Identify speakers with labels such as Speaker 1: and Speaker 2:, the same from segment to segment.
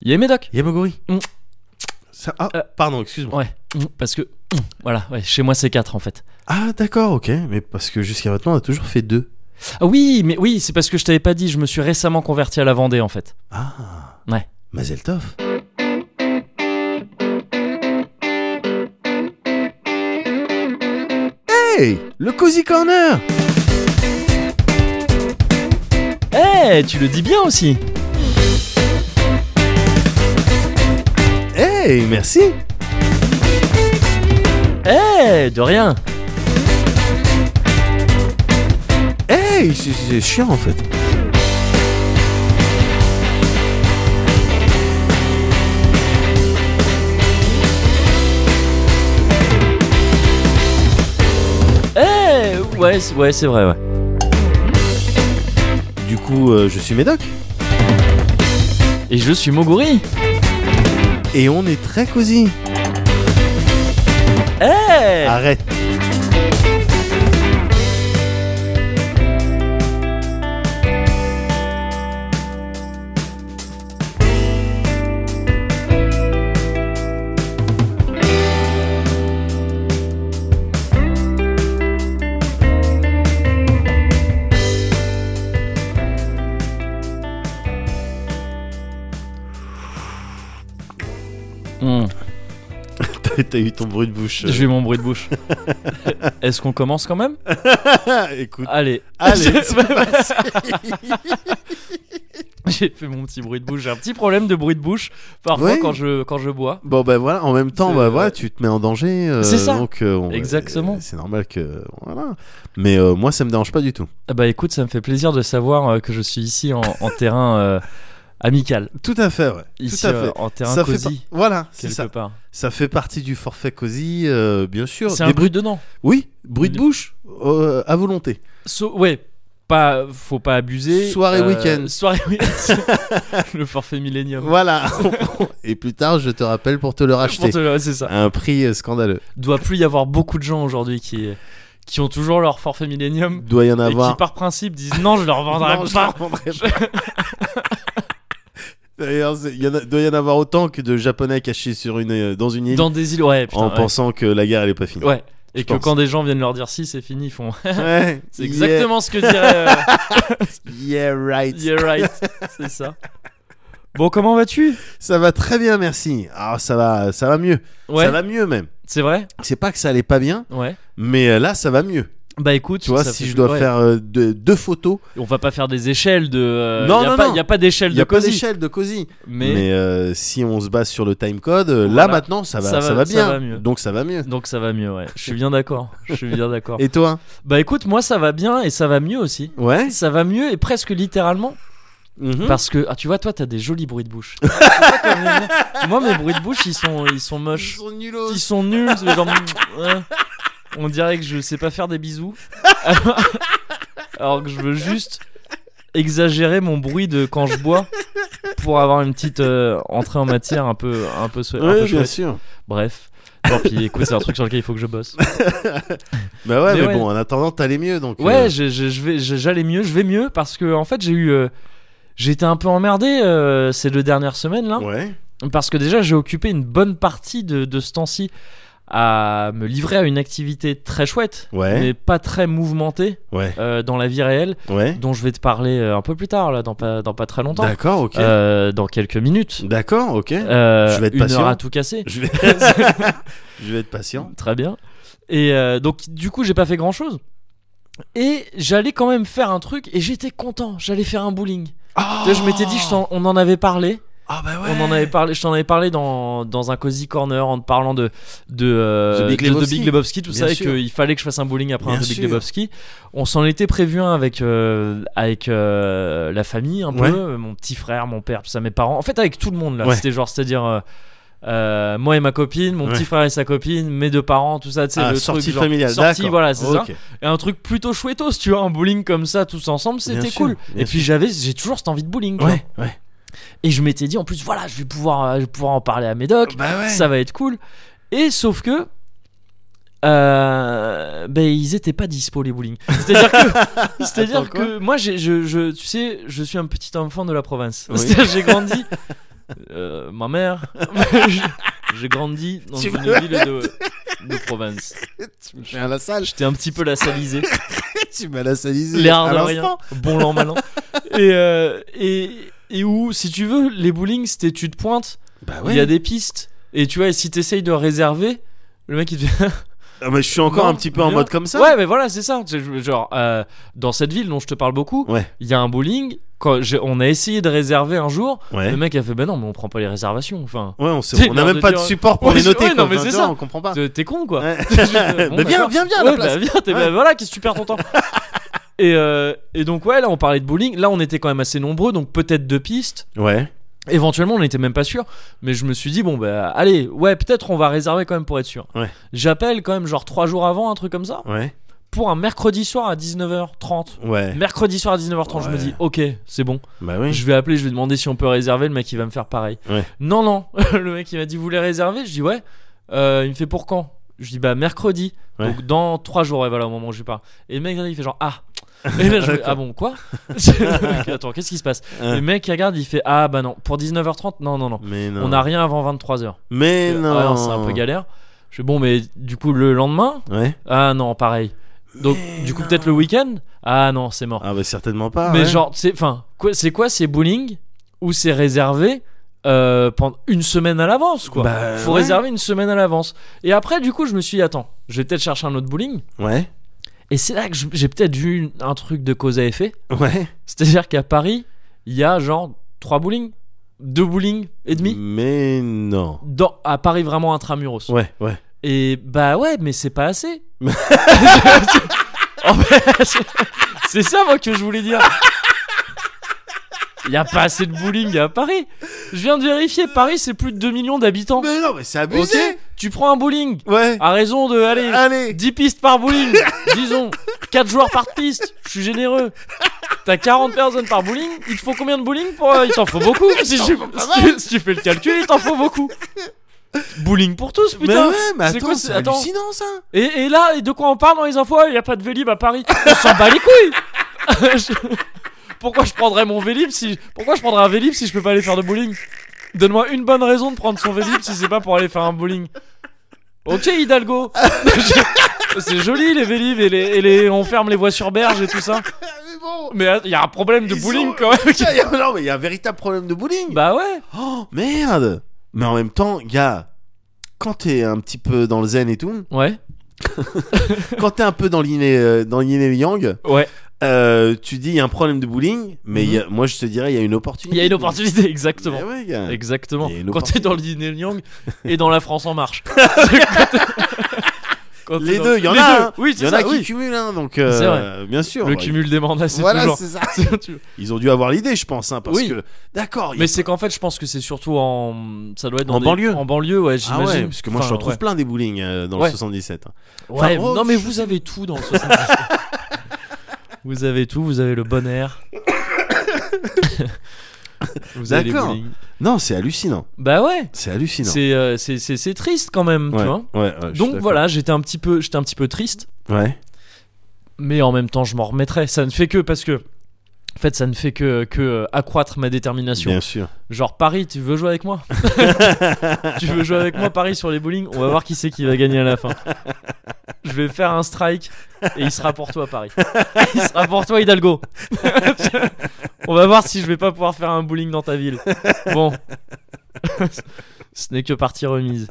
Speaker 1: Il y a Médoc.
Speaker 2: Yamagori
Speaker 1: Mm.
Speaker 2: Ça- Ah,
Speaker 1: Euh.
Speaker 2: pardon, excuse-moi.
Speaker 1: Ouais, parce que. mmh, Voilà, ouais, chez moi c'est 4 en fait.
Speaker 2: Ah, d'accord, ok. Mais parce que jusqu'à maintenant, on a toujours fait deux.
Speaker 1: Ah oui, mais oui, c'est parce que je t'avais pas dit, je me suis récemment converti à la Vendée en fait.
Speaker 2: Ah.
Speaker 1: Ouais.
Speaker 2: Mazel Tov. Hey Le Cozy Corner
Speaker 1: Eh, tu le dis bien aussi
Speaker 2: Hey Merci
Speaker 1: Eh, de rien
Speaker 2: Hey c'est- C'est chiant en fait.
Speaker 1: Eh, ouais, c'est- ouais, c'est vrai, ouais.
Speaker 2: Du coup, euh, je suis Médoc.
Speaker 1: Et je suis Moguri
Speaker 2: Et on est très cosy.
Speaker 1: Eh
Speaker 2: Arrête.
Speaker 1: Hmm,
Speaker 2: T'as- T'as eu ton bruit de bouche. euh.
Speaker 1: J'ai eu mon bruit de bouche. Est-ce qu'on commence quand même
Speaker 2: Écoute.
Speaker 1: Allez.
Speaker 2: Allez,
Speaker 1: Je-
Speaker 2: c'est parti.
Speaker 1: J'ai fait mon petit bruit de bouche. J'ai un petit problème de bruit de bouche parfois
Speaker 2: Ouais.
Speaker 1: quand, je, quand je bois.
Speaker 2: Bon ben voilà, en même temps,
Speaker 1: C'est-
Speaker 2: bah voilà, tu te mets en danger. euh,
Speaker 1: C'est ça.
Speaker 2: Donc, euh, on-
Speaker 1: Exactement.
Speaker 2: euh, C'est normal que voilà. Mais euh, moi, ça me dérange pas du tout.
Speaker 1: Ah Bah écoute, ça me fait plaisir de savoir euh, que je suis ici en, en terrain euh, amical.
Speaker 2: Tout à fait, ouais.
Speaker 1: Ici,
Speaker 2: tout à
Speaker 1: euh,
Speaker 2: fait.
Speaker 1: en terrain
Speaker 2: ça fait
Speaker 1: cosy,
Speaker 2: par- Voilà, c'est
Speaker 1: quelque
Speaker 2: ça.
Speaker 1: part.
Speaker 2: Ça fait partie du forfait cosy, euh, bien sûr.
Speaker 1: C'est
Speaker 2: Des
Speaker 1: un
Speaker 2: bruits-
Speaker 1: bruit dedans.
Speaker 2: Oui, bruit de
Speaker 1: Des-
Speaker 2: bouche euh, à volonté.
Speaker 1: So- ouais, pas, faut pas abuser. euh,
Speaker 2: Soirée week-end.
Speaker 1: Soirée week-end. le forfait millénium.
Speaker 2: Voilà. Et plus tard, je te rappelle pour te le
Speaker 1: Pour
Speaker 2: racheter.
Speaker 1: te- ouais, c'est ça.
Speaker 2: À un prix euh, scandaleux.
Speaker 1: Doit plus y avoir beaucoup de gens aujourd'hui qui, qui ont toujours leur forfait millénium
Speaker 2: Doit y en
Speaker 1: et qui
Speaker 2: avoir.
Speaker 1: par principe disent non, je leur vendrai
Speaker 2: Non, je
Speaker 1: pas.
Speaker 2: leur vendrai pas. D'ailleurs, c'est- il y en a- doit y en avoir autant que de japonais cachés sur une, euh, dans une île.
Speaker 1: Dans des îles, ouais, putain,
Speaker 2: en
Speaker 1: ouais.
Speaker 2: pensant que la guerre elle est pas finie.
Speaker 1: Ouais. Et
Speaker 2: Je
Speaker 1: que
Speaker 2: pense.
Speaker 1: quand des gens viennent leur dire si c'est fini, ils font.
Speaker 2: Ouais.
Speaker 1: C'est exactement ce que dirait. euh,
Speaker 2: Yeah, yeah, right.
Speaker 1: Yeah right, c'est ça. Bon, comment vas-tu
Speaker 2: Ça va très bien, merci. Ah, ça va, ça va mieux.
Speaker 1: Ouais,
Speaker 2: Ça va mieux même.
Speaker 1: c'est vrai
Speaker 2: C'est pas que ça allait pas bien,
Speaker 1: Ouais.
Speaker 2: mais euh, là ça va mieux.
Speaker 1: Bah écoute,
Speaker 2: Tu vois,
Speaker 1: ça
Speaker 2: si
Speaker 1: fait-
Speaker 2: je dois
Speaker 1: ouais.
Speaker 2: faire euh, deux, deux photos,
Speaker 1: On va pas faire des échelles de. euh,
Speaker 2: Non,
Speaker 1: y a
Speaker 2: non,
Speaker 1: pas,
Speaker 2: non.
Speaker 1: Y a pas d'échelle
Speaker 2: il
Speaker 1: de
Speaker 2: y a pas
Speaker 1: cosy.
Speaker 2: d'échelle de cosy.
Speaker 1: Mais.
Speaker 2: Mais, euh, si on se base sur le time code, euh, là
Speaker 1: Voilà.
Speaker 2: maintenant ça va,
Speaker 1: Ça
Speaker 2: ça
Speaker 1: va-
Speaker 2: va,
Speaker 1: ça
Speaker 2: bien.
Speaker 1: va mieux.
Speaker 2: Donc ça va mieux.
Speaker 1: Donc ça va mieux, ouais. Je suis bien d'accord. Je suis bien d'accord.
Speaker 2: Et toi
Speaker 1: Bah écoute, moi ça va bien et ça va mieux aussi.
Speaker 2: Ouais.
Speaker 1: Ça va mieux et presque littéralement
Speaker 2: Mhm.
Speaker 1: parce que ah tu vois toi t'as des jolis bruits de bouche. Tu vois, comme les miens. moi mes bruits de bouche ils sont ils sont
Speaker 2: Ils
Speaker 1: moches.
Speaker 2: sont nulos.
Speaker 1: Ils sont nuls. c'est genre, ouais. On dirait que je sais pas faire des bisous. Alors que je veux juste exagérer mon bruit de quand je bois pour avoir une petite euh, entrée en matière un peu un peu, sou- un
Speaker 2: Ouais,
Speaker 1: peu
Speaker 2: bien
Speaker 1: chouette.
Speaker 2: sûr.
Speaker 1: Bref. Tant pis, écoute, c'est un truc sur lequel il faut que je bosse.
Speaker 2: Bah
Speaker 1: Mais
Speaker 2: ouais, mais,
Speaker 1: ouais.
Speaker 2: bon, en attendant, t'allais mieux donc.
Speaker 1: Ouais,
Speaker 2: euh,
Speaker 1: je- je- je vais- je- j'allais mieux, je vais mieux parce que en fait, j'ai eu euh, j'ai été un peu emmerdé euh, ces deux dernières semaines là.
Speaker 2: ouais.
Speaker 1: Parce que déjà, j'ai occupé une bonne partie de, de ce temps-ci à me livrer à une activité très chouette,
Speaker 2: Ouais.
Speaker 1: mais pas très mouvementée
Speaker 2: Ouais.
Speaker 1: euh, dans la vie réelle,
Speaker 2: Ouais.
Speaker 1: dont je vais te parler euh, un peu plus tard, là, dans pas, dans pas très longtemps,
Speaker 2: D'accord, ok.
Speaker 1: Euh, dans quelques minutes.
Speaker 2: D'accord, ok.
Speaker 1: Euh,
Speaker 2: Je vais être
Speaker 1: une
Speaker 2: patient.
Speaker 1: heure à tout casser.
Speaker 2: Je vais... je vais être patient.
Speaker 1: Très bien. Et euh, donc, du coup, j'ai pas fait grand-chose. Et j'allais quand même faire un truc, et j'étais content. J'allais faire un bowling. Tu vois, Je m'étais dit, je t'en- on en avait parlé.
Speaker 2: Ah bah ouais.
Speaker 1: On en avait parlé, je t'en avais parlé dans, dans un cozy corner en te parlant de de, euh,
Speaker 2: The Big
Speaker 1: de- de
Speaker 2: Lebowski.
Speaker 1: Big Lebowski, tout
Speaker 2: Bien
Speaker 1: ça,
Speaker 2: sûr.
Speaker 1: et qu'il fallait que je fasse un bowling après un
Speaker 2: Bien
Speaker 1: The Big
Speaker 2: sûr.
Speaker 1: Lebowski. On s'en était prévu un avec euh, avec euh, la famille un
Speaker 2: Ouais.
Speaker 1: peu, euh, mon petit frère, mon père, tout ça, mes parents. En fait, avec tout le monde là.
Speaker 2: Ouais.
Speaker 1: C'était genre, c'est-à-dire. euh, euh, moi et ma copine, mon
Speaker 2: Ouais.
Speaker 1: petit frère et sa copine, mes deux parents, tout ça, tu sais,
Speaker 2: Ah,
Speaker 1: le
Speaker 2: sortie
Speaker 1: truc, genre,
Speaker 2: familiale,
Speaker 1: sortie,
Speaker 2: d'accord.
Speaker 1: voilà, c'est ça.
Speaker 2: Ok.
Speaker 1: Et un truc plutôt chouettos, tu vois, un bowling comme ça, tous ensemble,
Speaker 2: Bien
Speaker 1: c'était
Speaker 2: sûr,
Speaker 1: cool.
Speaker 2: bien
Speaker 1: Et puis j'avais, j'ai toujours cette envie de bowling. tu vois.
Speaker 2: Ouais, ouais.
Speaker 1: Et je m'étais dit, en plus, voilà, je vais pouvoir, euh, je vais pouvoir en parler à Médoc,
Speaker 2: Bah ouais.
Speaker 1: ça va être cool. Et sauf que. euh, ben ils étaient pas dispo les bowling c'est à dire que c'est à dire
Speaker 2: Attends, quoi
Speaker 1: que moi j'ai- je, je- tu sais je suis un petit enfant de la province
Speaker 2: Oui.
Speaker 1: C'est-à-dire, j'ai grandi euh, ma mère. J'ai grandi dans
Speaker 2: Tu
Speaker 1: une
Speaker 2: m'as-
Speaker 1: ville de, de province.
Speaker 2: tu me fais un lassage,
Speaker 1: J'étais un petit peu la salisée.
Speaker 2: tu m'as lassalisé.
Speaker 1: L'air
Speaker 2: à
Speaker 1: de rien.
Speaker 2: l'instant.
Speaker 1: Bon l'an, mal an. Et, euh, et, et où, si tu veux, les bowling, c'était tu te pointes,
Speaker 2: Bah
Speaker 1: il y a
Speaker 2: ouais.
Speaker 1: des pistes. Et tu vois, et si t'essayes de réserver, le mec il te fait.
Speaker 2: Ah, mais je suis encore
Speaker 1: Non,
Speaker 2: un petit peu en
Speaker 1: bien.
Speaker 2: mode comme ça.
Speaker 1: ouais, mais voilà, c'est ça. C'est je- Genre, euh, dans cette ville dont je te parle beaucoup, il
Speaker 2: Ouais.
Speaker 1: y a un bowling. Quand j'ai- on a essayé de réserver un jour,
Speaker 2: Ouais.
Speaker 1: le mec a fait Ben non, mais on prend pas les réservations. Enfin,
Speaker 2: Ouais, on sait-
Speaker 1: C'est
Speaker 2: on
Speaker 1: l'air
Speaker 2: a même
Speaker 1: de
Speaker 2: pas
Speaker 1: dire-
Speaker 2: de support pour
Speaker 1: Ouais,
Speaker 2: les
Speaker 1: c'est-
Speaker 2: noter.
Speaker 1: ouais, non,
Speaker 2: quoi.
Speaker 1: mais
Speaker 2: Enfin,
Speaker 1: c'est
Speaker 2: tu vois,
Speaker 1: ça.
Speaker 2: On comprend pas.
Speaker 1: t'es- t'es con quoi.
Speaker 2: Ah. Ouais.
Speaker 1: Bon,
Speaker 2: Bah, viens,
Speaker 1: d'accord.
Speaker 2: viens, viens à la
Speaker 1: Ouais,
Speaker 2: place.
Speaker 1: bah, viens, t'es- bah, voilà, qu'est-ce que tu perds ton temps et, euh, et donc, ouais, là, on parlait de bowling. Là, on était quand même assez nombreux, donc peut-être deux pistes.
Speaker 2: Ouais.
Speaker 1: Éventuellement, on n'était même pas sûr. Mais je me suis dit, bon, bah, allez, ouais, peut-être on va réserver quand même pour être sûr.
Speaker 2: Ouais.
Speaker 1: J'appelle quand même, genre, trois jours avant, un truc comme ça,
Speaker 2: Ouais.
Speaker 1: pour un mercredi soir à 19h30.
Speaker 2: Ouais.
Speaker 1: Mercredi soir à 19h30, je me
Speaker 2: Ouais.
Speaker 1: dis, ok, c'est bon.
Speaker 2: Bah oui.
Speaker 1: Je vais appeler, je vais demander si on peut réserver. Le mec, il va me faire pareil.
Speaker 2: Ouais.
Speaker 1: Non, non. le mec, il m'a dit, vous voulez réserver Je dis, ouais. Euh, il me fait pour quand Je dis, bah, mercredi.
Speaker 2: Ouais.
Speaker 1: Donc, dans trois jours, ouais, voilà, au moment où je pars. Et le mec, il fait genre, ah. Et là, je fais, ah bon, quoi Attends, qu'est-ce qui se passe
Speaker 2: Ouais.
Speaker 1: Le mec, il regarde, il fait, ah, bah non, pour 19h30, non, non, non.
Speaker 2: Mais non.
Speaker 1: On n'a rien avant 23h.
Speaker 2: Mais non.
Speaker 1: c'est un peu galère. Je fais, bon, mais du coup, le lendemain
Speaker 2: Ouais.
Speaker 1: Ah non, pareil. Donc, du coup,
Speaker 2: non.
Speaker 1: peut-être le week-end Ah non, c'est mort.
Speaker 2: Ah bah certainement pas.
Speaker 1: Mais
Speaker 2: ouais.
Speaker 1: genre, c'est enfin, quoi- c'est quoi ces bowling où c'est réservé euh, pendant une semaine à l'avance quoi
Speaker 2: Bah,
Speaker 1: Faut
Speaker 2: ouais.
Speaker 1: réserver une semaine à l'avance. Et après, du coup, je me suis dit, attends, je vais peut-être chercher un autre bowling.
Speaker 2: Ouais.
Speaker 1: Et c'est là que je- j'ai peut-être vu une- un truc de cause à effet.
Speaker 2: Ouais.
Speaker 1: C'est-à-dire qu'à Paris, il y a genre trois bowling, deux bowling et
Speaker 2: Euh.
Speaker 1: demi
Speaker 2: Mais non.
Speaker 1: dans, à Paris vraiment intramuros.
Speaker 2: Ouais, ouais.
Speaker 1: Et bah ouais, mais c'est pas assez. En fait, c'est- c'est ça moi que je voulais dire. Il y a pas assez de bowling à Paris. Je viens de vérifier, Paris c'est plus de 2 millions d'habitants.
Speaker 2: Mais non, mais c'est
Speaker 1: Ok,
Speaker 2: abusé. Ah.
Speaker 1: tu prends un bowling
Speaker 2: Ouais.
Speaker 1: à raison de allez,
Speaker 2: Allez.
Speaker 1: 10 pistes par bowling, disons 4 joueurs par piste, je suis généreux. T'as 40 personnes par bowling, il te faut combien de bowling pour euh, il t'en faut beaucoup si, tu, si tu- si tu fais le calcul, il t'en faut beaucoup. Bowling pour tous,
Speaker 2: Mais
Speaker 1: putain.
Speaker 2: ouais, mais
Speaker 1: c'est quoi
Speaker 2: attends,
Speaker 1: ce-
Speaker 2: c'est
Speaker 1: attends.
Speaker 2: hallucinant ça.
Speaker 1: Et, et là, et de quoi on parle dans les infos Ah, Il n'y a pas de Vélib à Paris. On s'en bat les couilles Je- Pourquoi je prendrais mon Vélib si... Pourquoi je prendrais un Vélib si je peux pas aller faire de bowling Donne-moi une bonne raison de prendre son Vélib si c'est pas pour aller faire un bowling. Ok Hidalgo Je- C'est joli les Vélib et les, et les- On ferme les voies sur berge et tout ça.
Speaker 2: Ah, Mais bon.
Speaker 1: Mais euh, il y a un problème de
Speaker 2: Ils
Speaker 1: bowling
Speaker 2: sont-
Speaker 1: quand même.
Speaker 2: Putain, y a- non, mais il y a un véritable problème de bowling.
Speaker 1: Bah ouais
Speaker 2: Oh, merde. Mais en même temps, gars, quand t'es un petit peu dans le zen et tout,
Speaker 1: Ouais
Speaker 2: quand t'es un peu dans l'yin et, euh, dans l'yin et yang,
Speaker 1: Ouais.
Speaker 2: euh, tu dis il y a un problème de bowling, mais y a- moi je te dirais il y a une opportunité.
Speaker 1: Mhm. Il y a une opportunité, exactement.
Speaker 2: Mais ouais, gars.
Speaker 1: Exactement.
Speaker 2: Il y a une
Speaker 1: Quand t'es
Speaker 2: opportunité.
Speaker 1: dans le Yin et le Yang et dans la France en marche. Quand t'es- quand t'es
Speaker 2: Les
Speaker 1: dans-
Speaker 2: deux, il y en
Speaker 1: les
Speaker 2: a
Speaker 1: deux.
Speaker 2: un.
Speaker 1: Oui,
Speaker 2: Il
Speaker 1: c'est
Speaker 2: y en
Speaker 1: ça.
Speaker 2: a qui
Speaker 1: oui.
Speaker 2: cumulent, hein, donc euh,
Speaker 1: C'est vrai.
Speaker 2: bien sûr.
Speaker 1: Le
Speaker 2: ouais.
Speaker 1: cumul des mandats, c'est
Speaker 2: Voilà,
Speaker 1: toujours.
Speaker 2: c'est ça.
Speaker 1: Tu vois.
Speaker 2: Ils ont dû avoir l'idée, je pense, hein, parce
Speaker 1: Oui.
Speaker 2: que d'accord. il y a-
Speaker 1: Mais c'est qu'en fait, je pense que c'est surtout en. Ça doit être dans
Speaker 2: En
Speaker 1: des-
Speaker 2: banlieue.
Speaker 1: En banlieue, ouais,
Speaker 2: ah
Speaker 1: j'imagine.
Speaker 2: ouais, parce que moi
Speaker 1: Enfin,
Speaker 2: je retrouve
Speaker 1: ouais.
Speaker 2: plein des bowling euh, dans
Speaker 1: Ouais.
Speaker 2: le 77. hein.
Speaker 1: Ouais,
Speaker 2: Enfin, oh,
Speaker 1: non, mais
Speaker 2: je-
Speaker 1: vous avez tout dans le 77. vous avez tout, vous avez le bon air. vous avez les
Speaker 2: D'accord.
Speaker 1: bowling.
Speaker 2: Non, c'est hallucinant.
Speaker 1: Bah ouais.
Speaker 2: C'est hallucinant.
Speaker 1: C'est euh, c'est- c'est- c'est triste quand même,
Speaker 2: Ouais,
Speaker 1: tu vois.
Speaker 2: ouais, ouais, je suis
Speaker 1: Donc
Speaker 2: d'accord.
Speaker 1: voilà, j'étais un petit peu, j'étais un petit peu triste.
Speaker 2: Ouais.
Speaker 1: mais en même temps je m'en remettrai ça ne fait que parce que en fait ça ne fait que, que euh, accroître ma détermination
Speaker 2: Bien sûr.
Speaker 1: genre Paris tu veux jouer avec moi tu veux jouer avec moi Paris sur les bowling on va voir qui c'est qui va gagner à la fin je vais faire un strike et il sera pour toi Paris il sera pour toi Hidalgo on va voir si je vais pas pouvoir faire un bowling dans ta ville bon ce n'est que partie remise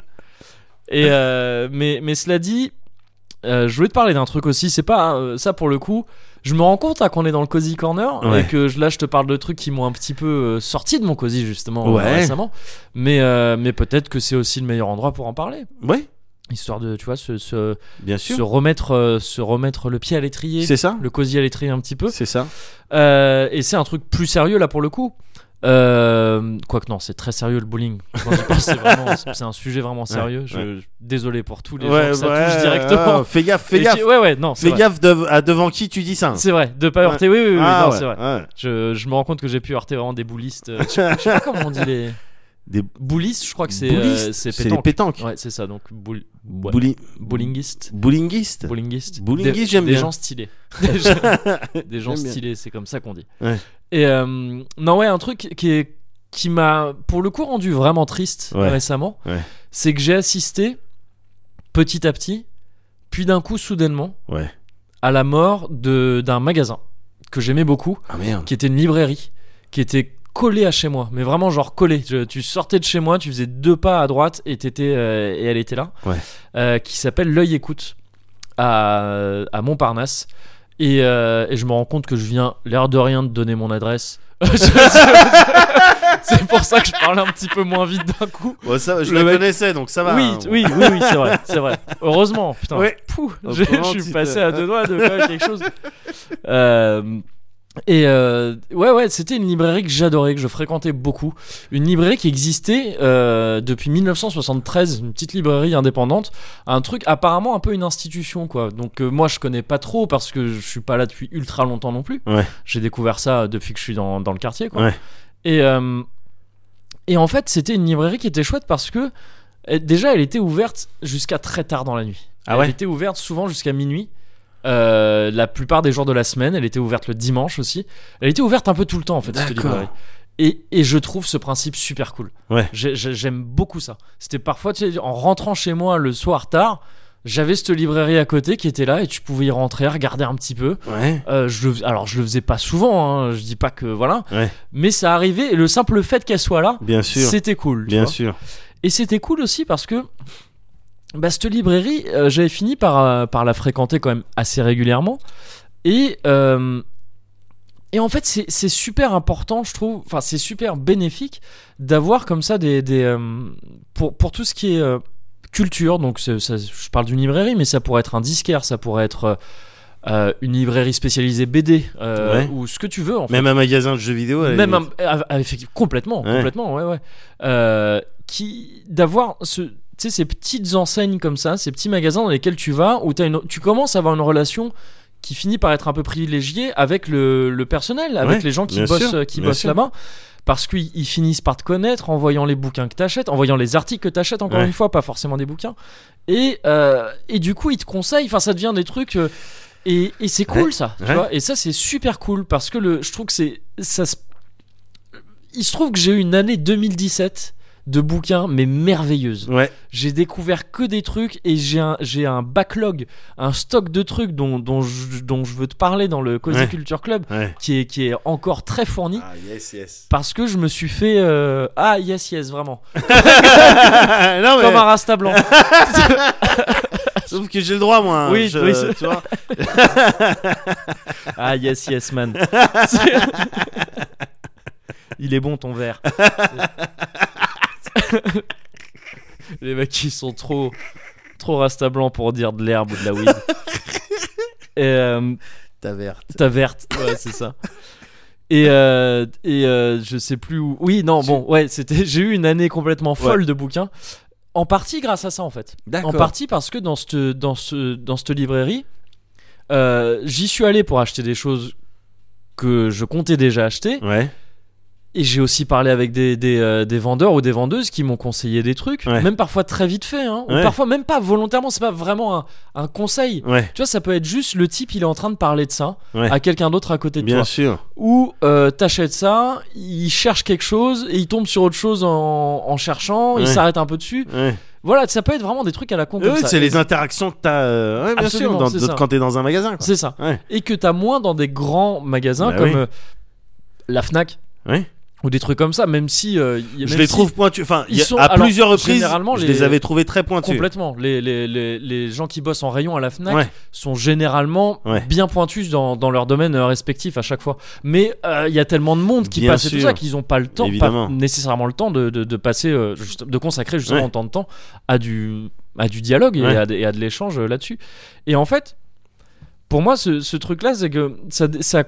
Speaker 1: et euh, mais, mais cela dit euh, je voulais te parler d'un truc aussi, c'est pas euh, ça pour le coup. Je me rends compte là, qu'on est dans le cozy corner et
Speaker 2: Ouais.
Speaker 1: que je- là je te parle de trucs qui m'ont un petit peu euh, sorti de mon cozy justement euh,
Speaker 2: Ouais.
Speaker 1: récemment. Mais, euh, mais peut-être que c'est aussi le meilleur endroit pour en parler.
Speaker 2: Ouais,
Speaker 1: Histoire de, tu vois, se, se,
Speaker 2: bien
Speaker 1: se
Speaker 2: sûr.
Speaker 1: remettre, euh, se remettre le pied à l'étrier,
Speaker 2: C'est ça.
Speaker 1: le cosy à l'étrier un petit peu.
Speaker 2: C'est ça.
Speaker 1: Euh, et c'est un truc plus sérieux là pour le coup. Euh, Quoique non, c'est très sérieux le bowling. Quand j'y pense, c'est vraiment- c'est c'est un sujet vraiment sérieux. Je-
Speaker 2: ouais.
Speaker 1: je- désolé pour tous les gens que ça touche directement.
Speaker 2: ouais, fais gaffe, fais
Speaker 1: Et
Speaker 2: gaffe.
Speaker 1: qui- ouais, ouais, non, c'est
Speaker 2: Fais
Speaker 1: vrai.
Speaker 2: gaffe de- à devant qui tu dis ça.
Speaker 1: C'est vrai, de pas
Speaker 2: Ouais.
Speaker 1: heurter, oui, oui, oui,
Speaker 2: Ah
Speaker 1: non,
Speaker 2: ouais,
Speaker 1: c'est vrai.
Speaker 2: ouais.
Speaker 1: Je, je me rends compte que j'ai pu heurter vraiment des boulistes. euh, Je sais je sais pas comment on dit les.
Speaker 2: Des
Speaker 1: Boulistes, je crois que c'est.
Speaker 2: boulistes,
Speaker 1: euh, c'est
Speaker 2: c'est les
Speaker 1: pétanque.
Speaker 2: pétanques.
Speaker 1: Ouais, c'est ça, donc boul... ouais.
Speaker 2: Bowling-
Speaker 1: bowlinguiste.
Speaker 2: Bowlingiste.
Speaker 1: Bowlingiste.
Speaker 2: Bowlingiste,
Speaker 1: Des-
Speaker 2: j'aime
Speaker 1: Des
Speaker 2: bien.
Speaker 1: gens stylés. Des gens- des gens
Speaker 2: J'aime bien.
Speaker 1: stylés, c'est comme ça qu'on dit.
Speaker 2: Ouais.
Speaker 1: Et euh, non, ouais, un truc qui est qui m'a pour le coup rendu vraiment triste
Speaker 2: Ouais.
Speaker 1: récemment,
Speaker 2: Ouais.
Speaker 1: c'est que j'ai assisté petit à petit, puis d'un coup soudainement,
Speaker 2: Ouais.
Speaker 1: à la mort de- d'un magasin que j'aimais beaucoup,
Speaker 2: Ah merde.
Speaker 1: qui était une librairie, qui était collée à chez moi, mais vraiment genre collée. Je- tu sortais de chez moi, tu faisais deux pas à droite et, t'étais, euh, et elle était là,
Speaker 2: Ouais.
Speaker 1: Euh, qui s'appelle L'œil écoute à, à Montparnasse. Et, euh, et je me rends compte que je viens, l'air de rien, de donner mon adresse. c'est pour ça que je parlais un petit peu moins vite d'un coup.
Speaker 2: Ouais, ça, je
Speaker 1: Le
Speaker 2: la
Speaker 1: mec-
Speaker 2: connaissais, donc ça va.
Speaker 1: Oui,
Speaker 2: hein.
Speaker 1: oui, oui, oui, c'est vrai, c'est vrai. Heureusement, putain.
Speaker 2: Ouais.
Speaker 1: Pouh, je,
Speaker 2: Autrement,
Speaker 1: je
Speaker 2: tu
Speaker 1: suis
Speaker 2: te-
Speaker 1: passé à deux doigts de faire quelque chose. Euh, et euh, ouais, ouais, c'était une librairie que j'adorais, que je fréquentais beaucoup. Une librairie qui existait euh, depuis 1973, une petite librairie indépendante. Un truc apparemment un peu une institution, quoi. Donc euh, moi, je connais pas trop parce que je suis pas là depuis ultra longtemps non plus.
Speaker 2: Ouais.
Speaker 1: J'ai découvert ça depuis que je suis dans, dans le quartier, quoi.
Speaker 2: Ouais.
Speaker 1: Et, euh, et en fait, c'était une librairie qui était chouette parce que euh, déjà, elle était ouverte jusqu'à très tard dans la nuit.
Speaker 2: Ah
Speaker 1: elle
Speaker 2: ouais
Speaker 1: était ouverte souvent jusqu'à minuit. Euh, la plupart des jours de la semaine, elle était ouverte le dimanche aussi. Elle était ouverte un peu tout le temps en fait. cette
Speaker 2: D'accord.
Speaker 1: librairie. Et, et je trouve ce principe super cool.
Speaker 2: Ouais.
Speaker 1: J'ai- j'ai- J'aime beaucoup ça. C'était parfois, tu sais, en rentrant chez moi le soir tard, j'avais cette librairie à côté qui était là et tu pouvais y rentrer, regarder un petit peu.
Speaker 2: Ouais.
Speaker 1: Euh, je le, alors je le faisais pas souvent, hein, je dis pas que voilà,
Speaker 2: Ouais.
Speaker 1: mais ça arrivait et le simple fait qu'elle soit là,
Speaker 2: Bien sûr.
Speaker 1: c'était cool. tu
Speaker 2: Bien
Speaker 1: vois.
Speaker 2: sûr.
Speaker 1: Et c'était cool aussi parce que bah, cette librairie, euh, j'avais fini par, euh, par la fréquenter quand même assez régulièrement. Et, euh, et en fait, c'est c'est super important, je trouve, enfin, c'est super bénéfique d'avoir comme ça des. des, euh, pour, pour tout ce qui est euh, culture, donc c'est- ça- je parle d'une librairie, mais ça pourrait être un disquaire, ça pourrait être. euh, euh, une librairie spécialisée BD euh,
Speaker 2: Ouais.
Speaker 1: ou ce que tu veux en fait
Speaker 2: Même un magasin de jeux vidéo. à la
Speaker 1: même
Speaker 2: limite.
Speaker 1: un- ah, ah, effectivement, complètement
Speaker 2: Ouais.
Speaker 1: complètement ouais ouais Euh, qui d'avoir ce tu sais ces petites enseignes comme ça ces petits magasins dans lesquels tu vas où as une, tu commences à avoir une relation qui finit par être un peu privilégiée avec le, le personnel avec
Speaker 2: Ouais,
Speaker 1: les gens qui
Speaker 2: bien
Speaker 1: bossent
Speaker 2: sûr,
Speaker 1: qui
Speaker 2: bien
Speaker 1: bossent
Speaker 2: sûr.
Speaker 1: là-bas parce qu'ils ils finissent par te connaître en voyant les bouquins que t'achètes en voyant les articles que t'achètes encore
Speaker 2: Ouais.
Speaker 1: une fois pas forcément des bouquins et euh, et du coup ils te conseillent enfin ça devient des trucs euh, et, et c'est cool
Speaker 2: Ouais.
Speaker 1: ça, tu
Speaker 2: Ouais.
Speaker 1: vois. Et ça c'est super cool parce que le, je trouve que c'est ça. se- Il se trouve que j'ai eu une année 2017 de bouquins mais merveilleuse.
Speaker 2: Ouais.
Speaker 1: J'ai découvert que des trucs et j'ai un j'ai un backlog, un stock de trucs dont dont je, dont je veux te parler dans le Cozy
Speaker 2: Ouais.
Speaker 1: Culture Club
Speaker 2: Ouais.
Speaker 1: qui est qui est encore très fourni.
Speaker 2: Ah yes yes.
Speaker 1: Parce que je me suis fait euh, ah yes yes vraiment
Speaker 2: non mais
Speaker 1: comme un rasta blanc.
Speaker 2: sauf que j'ai le droit moi. hein.
Speaker 1: Oui,
Speaker 2: Je-
Speaker 1: oui, c'est-
Speaker 2: tu vois.
Speaker 1: Ah yes yes man. Il est bon ton verre. Les mecs qui sont trop trop rasta blanc pour dire de l'herbe ou de la weed. Et, euh,
Speaker 2: Ta verte.
Speaker 1: ta verte, ouais c'est ça. Et euh, et euh, je sais plus où. Oui non bon ouais c'était j'ai eu une année complètement folle de bouquins. En partie grâce à ça en fait. En
Speaker 2: D'accord.
Speaker 1: partie parce que dans cette, dans ce, dans cette librairie, euh, j'y suis allé pour acheter des choses que je comptais déjà acheter.
Speaker 2: Ouais.
Speaker 1: Et j'ai aussi parlé avec des, des, euh, des vendeurs ou des vendeuses qui m'ont conseillé des trucs,
Speaker 2: Ouais.
Speaker 1: même parfois très vite fait, hein, ou
Speaker 2: Ouais.
Speaker 1: parfois même pas volontairement, c'est pas vraiment un, un conseil.
Speaker 2: Ouais.
Speaker 1: Tu vois, ça peut être juste le type, il est en train de parler de ça
Speaker 2: Ouais.
Speaker 1: à quelqu'un d'autre à côté de
Speaker 2: Bien
Speaker 1: toi.
Speaker 2: sûr.
Speaker 1: Ou euh, t'achètes ça, il cherche quelque chose et il tombe sur autre chose en, en cherchant, il
Speaker 2: Ouais.
Speaker 1: s'arrête un peu dessus.
Speaker 2: Ouais.
Speaker 1: Voilà, ça peut être vraiment des trucs à la con. comme
Speaker 2: Oui,
Speaker 1: ça.
Speaker 2: c'est
Speaker 1: Et-
Speaker 2: les interactions que t'as. euh, Ouais, bien
Speaker 1: Absolument,
Speaker 2: sûr. Dans,
Speaker 1: c'est
Speaker 2: d'autres-
Speaker 1: ça.
Speaker 2: quand t'es dans un magasin. Quoi.
Speaker 1: C'est ça.
Speaker 2: Ouais.
Speaker 1: Et que t'as moins dans des grands magasins
Speaker 2: Bah
Speaker 1: comme
Speaker 2: oui.
Speaker 1: euh, la Fnac
Speaker 2: Oui.
Speaker 1: ou des trucs comme ça, même si. euh, y a-
Speaker 2: Je
Speaker 1: même
Speaker 2: les
Speaker 1: si-
Speaker 2: trouve pointus. Enfin,
Speaker 1: Ils
Speaker 2: il y a-
Speaker 1: sont-
Speaker 2: à
Speaker 1: alors,
Speaker 2: plusieurs reprises,
Speaker 1: généralement,
Speaker 2: je
Speaker 1: les-
Speaker 2: les avais trouvés très pointus.
Speaker 1: Complètement. Les, les, les, les gens qui bossent en rayon à la Fnac
Speaker 2: Ouais.
Speaker 1: sont généralement
Speaker 2: Ouais.
Speaker 1: bien pointus dans, dans leur domaine euh, respectif à chaque fois. Mais euh, il y a tellement de monde qui
Speaker 2: Bien
Speaker 1: passe et tout
Speaker 2: sûr.
Speaker 1: ça qu'ils n'ont pas le temps,
Speaker 2: Évidemment.
Speaker 1: pas nécessairement le temps de, de, de passer, euh, juste- de consacrer justement
Speaker 2: Ouais.
Speaker 1: autant de temps à du, à du dialogue et,
Speaker 2: Ouais.
Speaker 1: à, des- et à de l'échange euh, là-dessus. Et en fait, pour moi, ce, ce truc-là, c'est que ça. ça-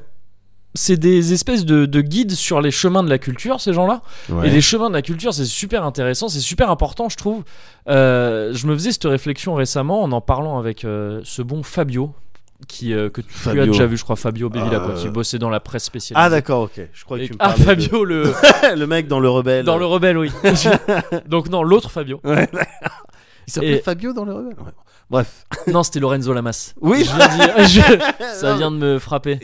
Speaker 1: c'est des espèces de- de guides sur les chemins de la culture, ces gens-là.
Speaker 2: Ouais.
Speaker 1: Et les chemins de la culture, c'est super intéressant, c'est super important, je trouve. Euh, je me faisais cette réflexion récemment en en parlant avec euh, ce bon Fabio, qui, euh, que tu as
Speaker 2: Fabio.
Speaker 1: déjà vu, je crois, Fabio Bevilla, quoi,
Speaker 2: Euh.
Speaker 1: qui bossait dans la presse spécialisée.
Speaker 2: Ah d'accord, ok. Je crois que
Speaker 1: Et-
Speaker 2: tu me
Speaker 1: Ah,
Speaker 2: parlais de-
Speaker 1: Fabio, le,
Speaker 2: le mec dans le rebelle.
Speaker 1: dans le rebelle, oui. Donc, non, l'autre Fabio.
Speaker 2: Ouais. Il s'appelait
Speaker 1: Et-
Speaker 2: Fabio dans le rebelle. Ouais. Bref.
Speaker 1: Non, c'était Lorenzo Lamas.
Speaker 2: Oui.
Speaker 1: Je viens de dire- je- ça vient de me frapper.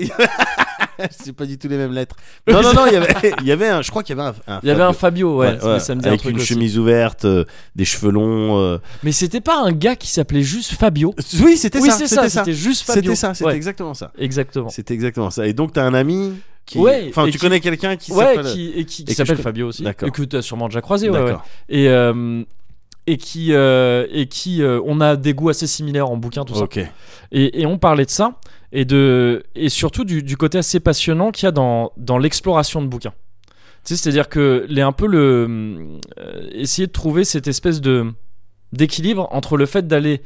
Speaker 2: c'est pas du tout les mêmes lettres. Non, non, non, il y avait, il y avait un, je crois qu'il y avait un.
Speaker 1: Il y avait un Fabio, ouais,
Speaker 2: Ouais, ouais,
Speaker 1: ça me dit un
Speaker 2: avec
Speaker 1: truc
Speaker 2: une
Speaker 1: aussi.
Speaker 2: chemise ouverte, euh, des cheveux longs. euh.
Speaker 1: Mais c'était pas un gars qui s'appelait juste Fabio.
Speaker 2: Oui, c'était
Speaker 1: Oui,
Speaker 2: ça.
Speaker 1: c'est ça,
Speaker 2: C'était ça.
Speaker 1: c'était juste Fabio.
Speaker 2: C'était ça. C'était
Speaker 1: Ouais,
Speaker 2: exactement ça.
Speaker 1: exactement.
Speaker 2: C'était exactement ça. Et donc t'as un ami qui.
Speaker 1: Ouais,
Speaker 2: enfin,
Speaker 1: et
Speaker 2: tu
Speaker 1: qui-
Speaker 2: connais quelqu'un qui
Speaker 1: Ouais,
Speaker 2: s'appelle.
Speaker 1: qui, et qui, qui
Speaker 2: que je
Speaker 1: s'appelle
Speaker 2: co-
Speaker 1: Fabio aussi.
Speaker 2: D'accord.
Speaker 1: Et que tu as sûrement déjà croisé, ouais, ouais.
Speaker 2: D'accord.
Speaker 1: Et, euh, et qui, euh, et qui euh, on a des goûts assez similaires en bouquin, tout ça.
Speaker 2: Ok.
Speaker 1: Et, et on parlait de ça, et, de, et surtout du, du côté assez passionnant qu'il y a dans, dans l'exploration de bouquins. Tu sais, c'est-à-dire que les un peu le euh, essayer de trouver cette espèce de d'équilibre entre le fait d'aller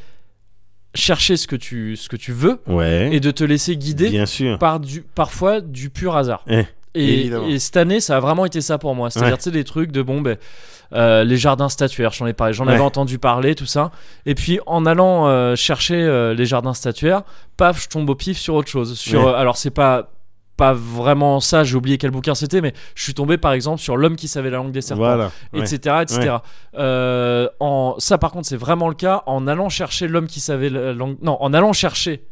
Speaker 1: chercher ce que tu ce que tu veux
Speaker 2: Ouais.
Speaker 1: et de te laisser guider
Speaker 2: Bien sûr.
Speaker 1: par du parfois du pur hasard.
Speaker 2: Eh,
Speaker 1: et,
Speaker 2: évidemment.
Speaker 1: et cette année, ça a vraiment été ça pour moi. C'est-à-dire,
Speaker 2: Ouais.
Speaker 1: tu sais, des trucs de bon, ben, euh, les jardins statuaires, j'en ai parlé, j'en avais
Speaker 2: Ouais.
Speaker 1: entendu parler, tout ça. Et puis, en allant euh, chercher euh, les jardins statuaires, paf, je tombe au pif sur autre chose. Sur,
Speaker 2: Ouais.
Speaker 1: euh, alors, c'est pas pas vraiment ça, j'ai oublié quel bouquin c'était, mais je suis tombé par exemple sur l'homme qui savait la langue des serpents
Speaker 2: Voilà. Ouais.
Speaker 1: etc. etc. Euh, en, ça, par contre, c'est vraiment le cas en allant chercher l'homme qui savait la langue. Non, en allant chercher.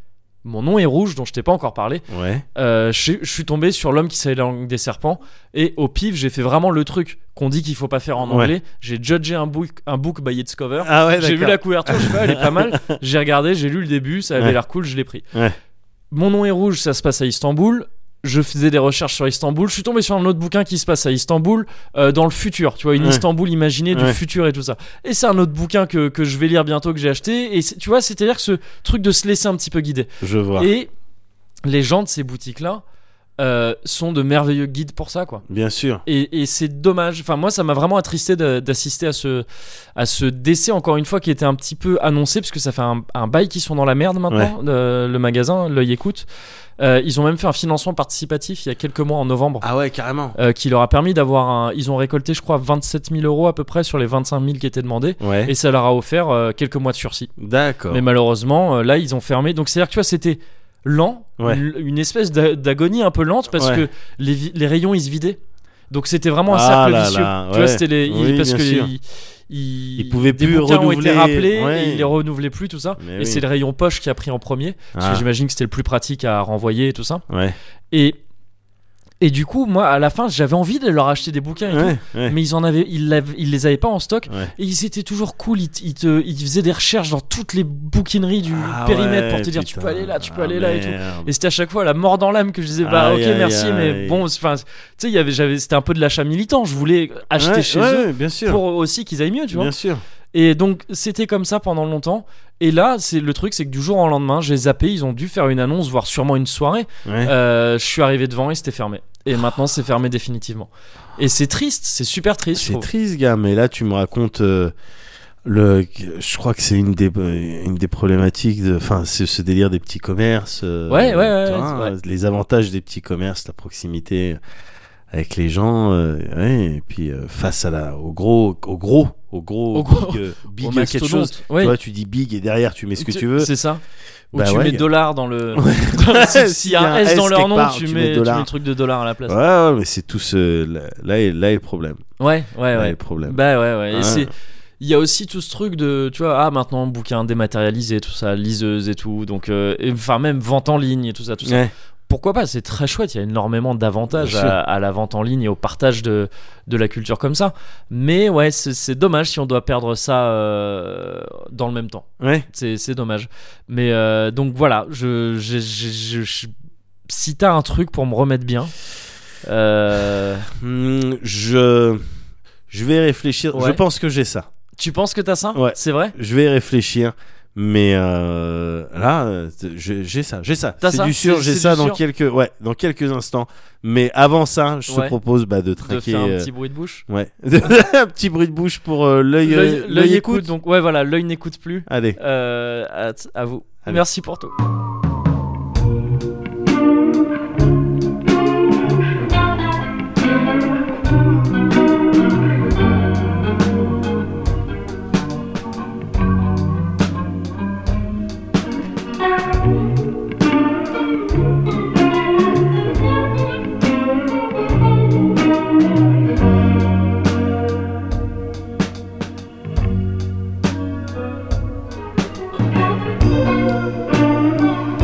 Speaker 1: Mon nom est rouge, dont je t'ai pas encore parlé.
Speaker 2: Ouais.
Speaker 1: Euh, je, je suis tombé sur l'homme qui savait la langue des serpents et au pif, j'ai fait vraiment le truc qu'on dit qu'il faut pas faire en
Speaker 2: Ouais.
Speaker 1: anglais. J'ai judgé un book, un book by its cover.
Speaker 2: Ah ouais.
Speaker 1: j'ai vu la
Speaker 2: d'accord.
Speaker 1: couverture, je fais, ah, elle est pas mal. J'ai regardé, j'ai lu le début, ça avait
Speaker 2: Ouais.
Speaker 1: l'air cool, je l'ai pris.
Speaker 2: Ouais.
Speaker 1: Mon nom est rouge, ça se passe à Istanbul. Je faisais des recherches sur Istanbul. Je suis tombé sur un autre bouquin qui se passe à Istanbul euh, dans le futur. Tu vois, une
Speaker 2: Ouais.
Speaker 1: Istanbul imaginée du
Speaker 2: Ouais.
Speaker 1: futur et tout ça. Et c'est un autre bouquin que, que je vais lire bientôt que j'ai acheté. Et c'est- tu vois, c'est-à-dire que ce truc de se laisser un petit peu guider.
Speaker 2: Je vois.
Speaker 1: Et les gens de ces boutiques-là euh, sont de merveilleux guides pour ça, quoi.
Speaker 2: Bien sûr.
Speaker 1: Et, et c'est dommage. Enfin, moi, ça m'a vraiment attristé de- d'assister à ce, à ce décès, encore une fois, qui était un petit peu annoncé, parce que ça fait un, un bail qu'ils sont dans la merde maintenant, le, le magasin, l'œil écoute. Euh, ils ont même fait un financement participatif il y a quelques mois, en novembre.
Speaker 2: Ah ouais, carrément.
Speaker 1: euh, qui leur a permis d'avoir un. Ils ont récolté, je crois, 27 000 euros à peu près sur les 25 000 qui étaient demandés.
Speaker 2: Ouais.
Speaker 1: Et ça leur a offert euh, quelques mois de sursis.
Speaker 2: D'accord.
Speaker 1: Mais malheureusement, euh, là, ils ont fermé. Donc, c'est-à-dire que tu vois, c'était lent,
Speaker 2: Ouais.
Speaker 1: une, une espèce d'a- d'agonie un peu lente parce
Speaker 2: Ouais.
Speaker 1: que les, vi- les rayons, ils se vidaient. Donc, c'était vraiment un
Speaker 2: Ah
Speaker 1: cercle
Speaker 2: là
Speaker 1: vicieux.
Speaker 2: là,
Speaker 1: Tu vois,
Speaker 2: ouais.
Speaker 1: c'était les. ils-
Speaker 2: Oui,
Speaker 1: parce
Speaker 2: bien
Speaker 1: que
Speaker 2: sûr.
Speaker 1: ils, ils,
Speaker 2: Ils pouvaient
Speaker 1: des
Speaker 2: plus
Speaker 1: bouquins ont été
Speaker 2: renouveler,
Speaker 1: rappelés
Speaker 2: ouais.
Speaker 1: et ils les renouvelaient plus, tout ça.
Speaker 2: Mais
Speaker 1: et
Speaker 2: oui.
Speaker 1: c'est le rayon poche qui a pris en premier. Parce
Speaker 2: Ah,
Speaker 1: que j'imagine que c'était le plus pratique à renvoyer et tout ça.
Speaker 2: Ouais.
Speaker 1: Et, et du coup, moi, à la fin, j'avais envie de leur acheter des bouquins et tout
Speaker 2: Ouais. ouais.
Speaker 1: mais ils en avaient, ils, l'avaient- ils les avaient pas en stock
Speaker 2: Ouais.
Speaker 1: et ils étaient toujours cool. Ils, te- ils te- ils faisaient des recherches dans toutes les bouquineries du
Speaker 2: Ah
Speaker 1: périmètre
Speaker 2: ouais,
Speaker 1: pour te dire tu
Speaker 2: putain.
Speaker 1: peux aller là, tu peux
Speaker 2: Ah
Speaker 1: aller là et tout.
Speaker 2: merde.
Speaker 1: Et c'était à chaque fois la mort dans l'âme que je disais bah
Speaker 2: Aïe,
Speaker 1: ok
Speaker 2: aïe,
Speaker 1: merci mais
Speaker 2: aïe.
Speaker 1: bon c'est- enfin tu sais il y avait j'avais c'était un peu de l'achat militant. Je voulais acheter
Speaker 2: Ouais,
Speaker 1: chez
Speaker 2: ouais,
Speaker 1: eux
Speaker 2: ouais, bien sûr.
Speaker 1: pour aussi qu'ils aillent mieux tu vois.
Speaker 2: Bien sûr.
Speaker 1: Et donc c'était comme ça pendant longtemps. Et là c'est le truc c'est que du jour au lendemain j'ai zappé ils ont dû faire une annonce voire sûrement une soirée
Speaker 2: Ouais.
Speaker 1: euh, je suis arrivé devant et c'était fermé. Et maintenant, c'est fermé définitivement. Et c'est triste, c'est super triste. je
Speaker 2: C'est
Speaker 1: trouve.
Speaker 2: triste, gars, mais là, tu me racontes. euh, Le, je crois que c'est une des, une des problématiques, de- enfin, ce, ce délire des petits commerces. euh,
Speaker 1: Ouais, ouais, ouais,
Speaker 2: tu vois,
Speaker 1: ouais.
Speaker 2: euh, Les avantages des petits commerces, la proximité avec les gens, euh, ouais, et puis euh, face à la, au gros, au gros, au gros,
Speaker 1: Au gros,
Speaker 2: big, euh, big
Speaker 1: Au
Speaker 2: quelque
Speaker 1: mastodonte,
Speaker 2: chose.
Speaker 1: ouais.
Speaker 2: Toi, tu dis big et derrière, tu mets ce que tu, veux.
Speaker 1: C'est ça. Ou
Speaker 2: Bah
Speaker 1: tu
Speaker 2: ouais,
Speaker 1: mets
Speaker 2: gars.
Speaker 1: dollar dans le.
Speaker 2: Ouais.
Speaker 1: S'il y a un S dans leur
Speaker 2: quelque
Speaker 1: nom,
Speaker 2: part,
Speaker 1: tu, mets, tu mets
Speaker 2: dollar.
Speaker 1: le truc de dollar à la place.
Speaker 2: Ouais, ouais, mais c'est tout ce. Là, là est, là est le problème.
Speaker 1: Ouais, ouais, ouais.
Speaker 2: Là est le problème.
Speaker 1: Bah ouais, ouais. Et
Speaker 2: Ouais.
Speaker 1: c'est. Il y a aussi tout ce truc de, tu vois, ah maintenant bouquin dématérialisé, tout ça, liseuse et tout, donc, euh, et- enfin même vente en ligne et tout ça, tout ça.
Speaker 2: Ouais.
Speaker 1: Pourquoi pas C'est très chouette, il y a énormément d'avantages
Speaker 2: Bien sûr.
Speaker 1: à, à la vente en ligne et au partage de, de la culture comme ça. Mais ouais, c'est c'est dommage si on doit perdre ça euh, dans le même temps.
Speaker 2: Ouais.
Speaker 1: C'est c'est dommage. Mais euh, donc voilà, je, je- je- je- je- si t'as un truc pour me remettre bien. euh,
Speaker 2: Hmm, je. Je vais réfléchir. Je
Speaker 1: Ouais.
Speaker 2: pense que j'ai ça.
Speaker 1: tu penses que t'as ça
Speaker 2: Ouais.
Speaker 1: C'est vrai
Speaker 2: Je vais réfléchir. Mais euh, là, euh, je- j'ai ça, j'ai ça.
Speaker 1: T'as
Speaker 2: C'est
Speaker 1: ça
Speaker 2: du sûr,
Speaker 1: C'est-
Speaker 2: j'ai
Speaker 1: c'est
Speaker 2: ça
Speaker 1: du
Speaker 2: dans
Speaker 1: sûr
Speaker 2: quelques, ouais, dans quelques instants. Mais avant ça, je
Speaker 1: Ouais.
Speaker 2: te propose bah, de
Speaker 1: De
Speaker 2: traquer,
Speaker 1: faire un
Speaker 2: euh,
Speaker 1: petit bruit de bouche.
Speaker 2: ouais, un petit bruit de bouche pour euh, l'œil,
Speaker 1: L'œil
Speaker 2: euh,
Speaker 1: l'œil écoute, donc ouais, voilà, l'œil n'écoute plus.
Speaker 2: Allez,
Speaker 1: Euh, à, à vous.
Speaker 2: Allez.
Speaker 1: Merci pour tout.
Speaker 3: Thank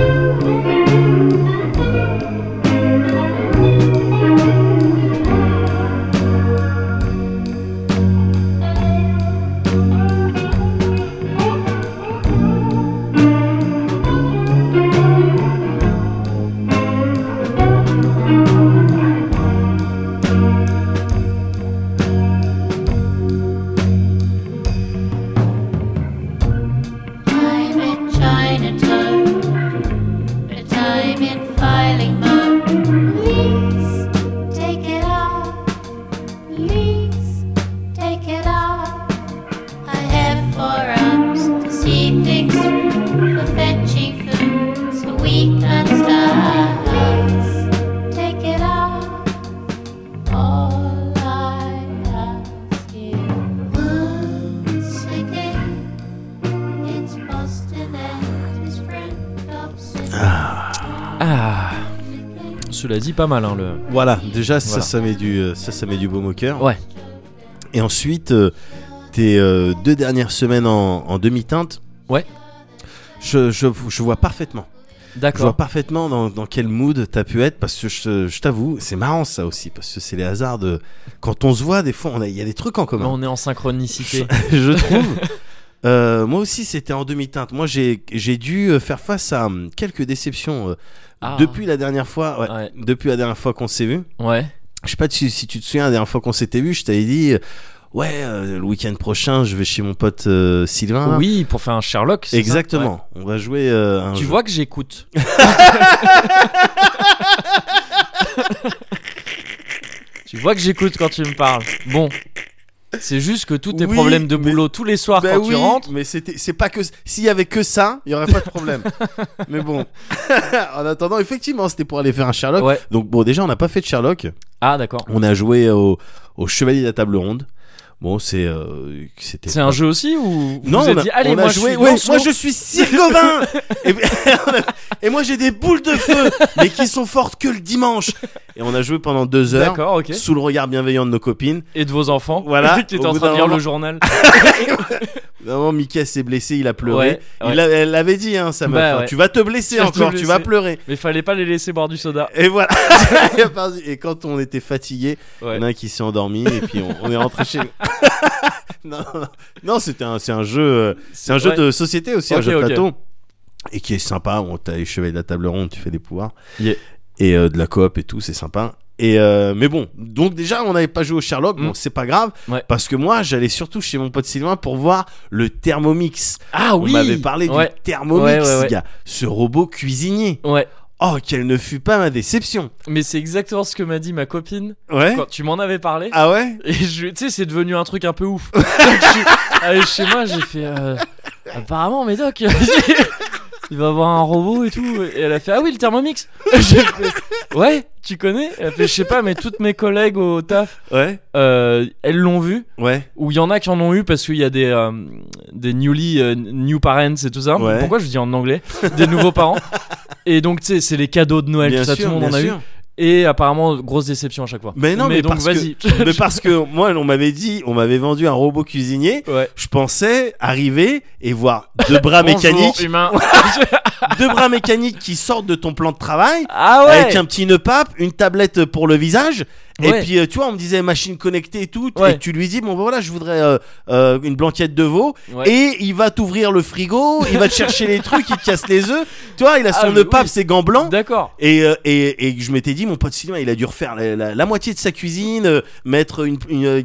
Speaker 1: Ah. cela dit, pas mal. hein, le...
Speaker 2: Voilà, déjà ça,
Speaker 1: Voilà.
Speaker 2: ça met du, euh, ça, ça met du baume au cœur.
Speaker 1: Ouais.
Speaker 2: Et ensuite, euh, tes euh, deux dernières semaines en, en demi-teinte.
Speaker 1: Ouais.
Speaker 2: Je, je, je vois parfaitement. Je vois
Speaker 1: D'accord.
Speaker 2: parfaitement dans, dans quel mood t'as pu être parce que je, je t'avoue, c'est marrant ça aussi parce que c'est les hasards de quand on se voit des fois, on a- il y a des trucs en
Speaker 1: Là,
Speaker 2: commun.
Speaker 1: on est en synchronicité.
Speaker 2: Je, je trouve. Euh, moi aussi, c'était en demi-teinte. Moi, j'ai j'ai dû euh, faire face à hum, quelques déceptions euh,
Speaker 1: Ah.
Speaker 2: depuis la dernière fois. ouais,
Speaker 1: Ouais.
Speaker 2: Depuis la dernière fois qu'on s'est vu.
Speaker 1: Ouais.
Speaker 2: Je sais pas si, si tu te souviens, la dernière fois qu'on s'était vu, je t'avais dit, euh, ouais, euh, le week-end prochain, je vais chez mon pote euh, Sylvain. là.
Speaker 1: Oui, pour faire un Sherlock. c'est ça Ouais.
Speaker 2: Exactement. On va jouer. euh, un
Speaker 1: Tu
Speaker 2: jeu.
Speaker 1: vois que j'écoute. tu vois que j'écoute quand tu me parles. Bon. C'est juste que tous tes
Speaker 2: Oui,
Speaker 1: problèmes de
Speaker 2: mais-
Speaker 1: boulot tous les soirs
Speaker 2: Ben
Speaker 1: quand
Speaker 2: oui,
Speaker 1: tu rentres.
Speaker 2: mais c'était, c'est pas que s'il y avait que ça, il y aurait pas de problème. mais bon, en attendant, effectivement, c'était pour aller faire un Sherlock.
Speaker 1: Ouais.
Speaker 2: Donc bon, déjà, on n'a pas fait de Sherlock.
Speaker 1: Ah d'accord.
Speaker 2: On a joué au, au Chevalier de la Table Ronde. Bon, c'est, euh, c'était.
Speaker 1: C'est un jeu aussi ou vous
Speaker 2: Non,
Speaker 1: vous êtes
Speaker 2: on a,
Speaker 1: dit, allez
Speaker 2: on a
Speaker 1: moi je
Speaker 2: joué.
Speaker 1: suis
Speaker 2: ouais,
Speaker 1: Lancelot.
Speaker 2: moi je suis Sylvain et, et moi j'ai des boules de feu, mais qui sont fortes que le dimanche. Et on a joué pendant deux heures
Speaker 1: D'accord, ok.
Speaker 2: sous le regard bienveillant de nos copines.
Speaker 1: Et de vos enfants.
Speaker 2: Voilà,
Speaker 1: qui étaient
Speaker 2: au
Speaker 1: en
Speaker 2: bout
Speaker 1: train
Speaker 2: d'un
Speaker 1: de lire
Speaker 2: moment.
Speaker 1: le journal.
Speaker 2: Vraiment, Mickey s'est blessé, il a pleuré.
Speaker 1: Ouais, ouais.
Speaker 2: Il l'a- elle l'avait dit, hein, sa meuf.
Speaker 1: Bah
Speaker 2: hein,
Speaker 1: ouais.
Speaker 2: Tu vas te blesser
Speaker 1: Tu vas te
Speaker 2: encore, tu vas
Speaker 1: blesser.
Speaker 2: pleurer.
Speaker 1: Mais fallait pas les laisser boire du soda.
Speaker 2: Et voilà. et quand on était fatigué,
Speaker 1: Ouais.
Speaker 2: il y en a un qui s'est endormi et puis on, on est rentré chez nous. non, non, non. Non, c'était un, c'est un jeu, euh, c'est un jeu
Speaker 1: Ouais.
Speaker 2: de société aussi, un
Speaker 1: Ok,
Speaker 2: jeu
Speaker 1: ok.
Speaker 2: de plateau. Et qui est sympa, on t'a les chevaliers de la table ronde, tu fais des pouvoirs.
Speaker 1: Yeah.
Speaker 2: Et euh, de la coop et tout, c'est sympa. Et euh, mais bon, donc déjà on n'avait pas joué au Sherlock,
Speaker 1: Mm.
Speaker 2: bon c'est pas grave,
Speaker 1: Ouais.
Speaker 2: parce que moi j'allais surtout chez mon pote Sylvain pour voir le Thermomix.
Speaker 1: Ah oui.
Speaker 2: on m'avait parlé
Speaker 1: Ouais.
Speaker 2: du Thermomix,
Speaker 1: Ouais, ouais, ouais.
Speaker 2: gars, ce robot cuisinier.
Speaker 1: Ouais.
Speaker 2: Oh quelle ne fut pas ma déception.
Speaker 1: Mais c'est exactement ce que m'a dit ma copine
Speaker 2: Ouais.
Speaker 1: quand tu m'en avais parlé.
Speaker 2: Ah ouais.
Speaker 1: Et je, tu sais, c'est devenu un truc un peu ouf. Donc, je suis allé chez moi, j'ai fait. euh, apparemment, Médoc, il va avoir un robot et tout. Et elle a fait Ah oui, le Thermomix. J'ai fait, ouais, tu connais Elle a fait Je sais pas, mais toutes mes collègues au taf,
Speaker 2: Ouais.
Speaker 1: euh, elles l'ont vu.
Speaker 2: Ouais.
Speaker 1: Ou il y en a qui en ont eu parce qu'il y a des, euh, des newly euh, new parents et tout ça.
Speaker 2: Ouais.
Speaker 1: Pourquoi je dis en anglais Des nouveaux parents. Et donc, tu sais, c'est les cadeaux de Noël,
Speaker 2: bien
Speaker 1: tout ça,
Speaker 2: sûr,
Speaker 1: tout le monde
Speaker 2: bien
Speaker 1: en a eu.
Speaker 2: sûr.
Speaker 1: Et apparemment, grosse déception à chaque fois.
Speaker 2: Mais non, mais
Speaker 1: donc
Speaker 2: parce que-
Speaker 1: vas-y.
Speaker 2: Mais parce que moi, on m'avait dit, on m'avait vendu un robot cuisinier.
Speaker 1: Ouais.
Speaker 2: Je pensais arriver et voir deux bras
Speaker 1: Bonjour,
Speaker 2: mécaniques,
Speaker 1: humain.
Speaker 2: deux bras mécaniques qui sortent de ton plan de travail.
Speaker 1: ah ouais.
Speaker 2: Avec un petit nœud pape, une tablette pour le visage, et
Speaker 1: Ouais.
Speaker 2: puis euh, tu vois, on me disait machine connectée et tout,
Speaker 1: Ouais.
Speaker 2: et tu lui dis bon ben voilà, je voudrais euh, euh, une blanquette de veau,
Speaker 1: Ouais.
Speaker 2: et il va t'ouvrir le frigo, il va te chercher les trucs, il te casse les œufs, tu vois, il a
Speaker 1: Ah,
Speaker 2: son
Speaker 1: mais
Speaker 2: nœud
Speaker 1: oui.
Speaker 2: pape, ses gants blancs,
Speaker 1: D'accord.
Speaker 2: Et, euh, et, et je m'étais dit, mon pote Sylvain, il a dû refaire la, la- la moitié de sa cuisine, euh, mettre une, une, euh,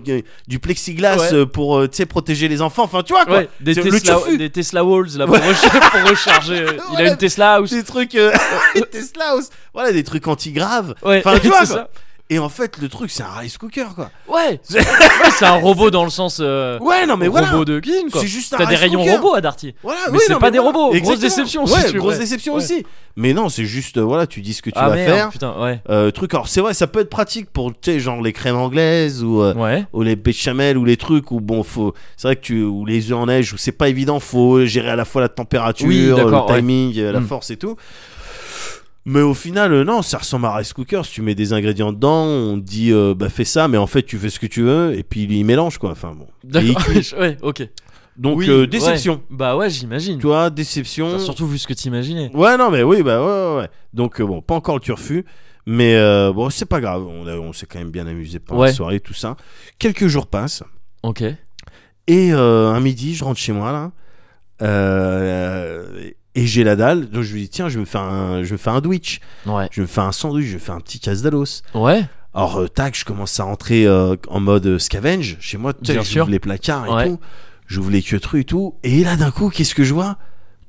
Speaker 2: du plexiglas
Speaker 1: Ouais.
Speaker 2: euh, pour euh, tu sais, protéger les enfants. Enfin, tu vois quoi.
Speaker 1: Ouais, des
Speaker 2: C'est le
Speaker 1: Tesla,
Speaker 2: tofu.
Speaker 1: des Tesla Walls là pour, recha- pour recharger. euh, Il a
Speaker 2: Voilà.
Speaker 1: une Tesla House.
Speaker 2: Des trucs euh, Tesla, aussi. voilà, des trucs anti-graves.
Speaker 1: Ouais,
Speaker 2: Enfin, tu vois,
Speaker 1: c'est
Speaker 2: quoi.
Speaker 1: ça.
Speaker 2: Et en fait, le truc, c'est un rice cooker quoi.
Speaker 1: Ouais. Ouais, c'est un robot dans le sens euh,
Speaker 2: Ouais, non mais
Speaker 1: robot
Speaker 2: voilà.
Speaker 1: de Guin quoi.
Speaker 2: C'est juste un
Speaker 1: T'as des
Speaker 2: rice
Speaker 1: rayons
Speaker 2: cooker.
Speaker 1: robots à Darty.
Speaker 2: Voilà,
Speaker 1: Mais
Speaker 2: oui,
Speaker 1: c'est
Speaker 2: non,
Speaker 1: pas des
Speaker 2: voilà.
Speaker 1: robots, grosse
Speaker 2: Exactement.
Speaker 1: déception,
Speaker 2: Ouais,
Speaker 1: si tu-
Speaker 2: grosse
Speaker 1: ouais.
Speaker 2: déception
Speaker 1: Ouais.
Speaker 2: aussi. Mais non, c'est juste, euh, voilà, tu dis ce que tu
Speaker 1: ah
Speaker 2: vas
Speaker 1: merde,
Speaker 2: faire.
Speaker 1: putain, ouais.
Speaker 2: Euh, truc, alors c'est vrai, ça peut être pratique pour, tu sais, genre les crèmes anglaises ou. euh,
Speaker 1: Ouais.
Speaker 2: ou les béchamel ou les trucs où bon faut c'est vrai que tu ou les œufs en neige où c'est pas évident faut gérer à la fois la température
Speaker 1: Oui, d'accord,
Speaker 2: le
Speaker 1: ouais.
Speaker 2: timing euh, la
Speaker 1: Mm.
Speaker 2: force et tout mais au final euh, non ça ressemble à rice cooker si tu mets des ingrédients dedans on te dit euh, bah fais ça mais en fait tu fais ce que tu veux et puis il y mélange quoi enfin bon Et il
Speaker 1: D'accord.
Speaker 2: cuit.
Speaker 1: ouais, OK.
Speaker 2: donc
Speaker 1: Oui,
Speaker 2: euh,
Speaker 1: ouais.
Speaker 2: déception
Speaker 1: Bah ouais, j'imagine.
Speaker 2: tu vois déception
Speaker 1: Enfin, surtout vu ce que t'imaginais.
Speaker 2: ouais non mais oui bah ouais ouais, ouais. donc euh, bon pas encore le turfu mais euh, bon c'est pas grave on, a- on s'est quand même bien amusé pendant
Speaker 1: Ouais.
Speaker 2: la soirée tout ça quelques jours passent
Speaker 1: OK.
Speaker 2: Et euh, un midi, je rentre chez moi là, euh, et j'ai la dalle. Donc je me dis tiens, je vais me faire un, je vais me faire un sandwich,
Speaker 1: Ouais.
Speaker 2: je vais me faire un sandwich, je vais me faire un petit casse-dalos.
Speaker 1: Ouais.
Speaker 2: Alors euh, tac, je commence à rentrer euh, en mode scavenge chez moi. tu sais,
Speaker 1: Bien sûr.
Speaker 2: J'ouvre les placards et
Speaker 1: Ouais.
Speaker 2: tout, j'ouvre les queutrus et tout. Et là d'un coup, qu'est-ce que je vois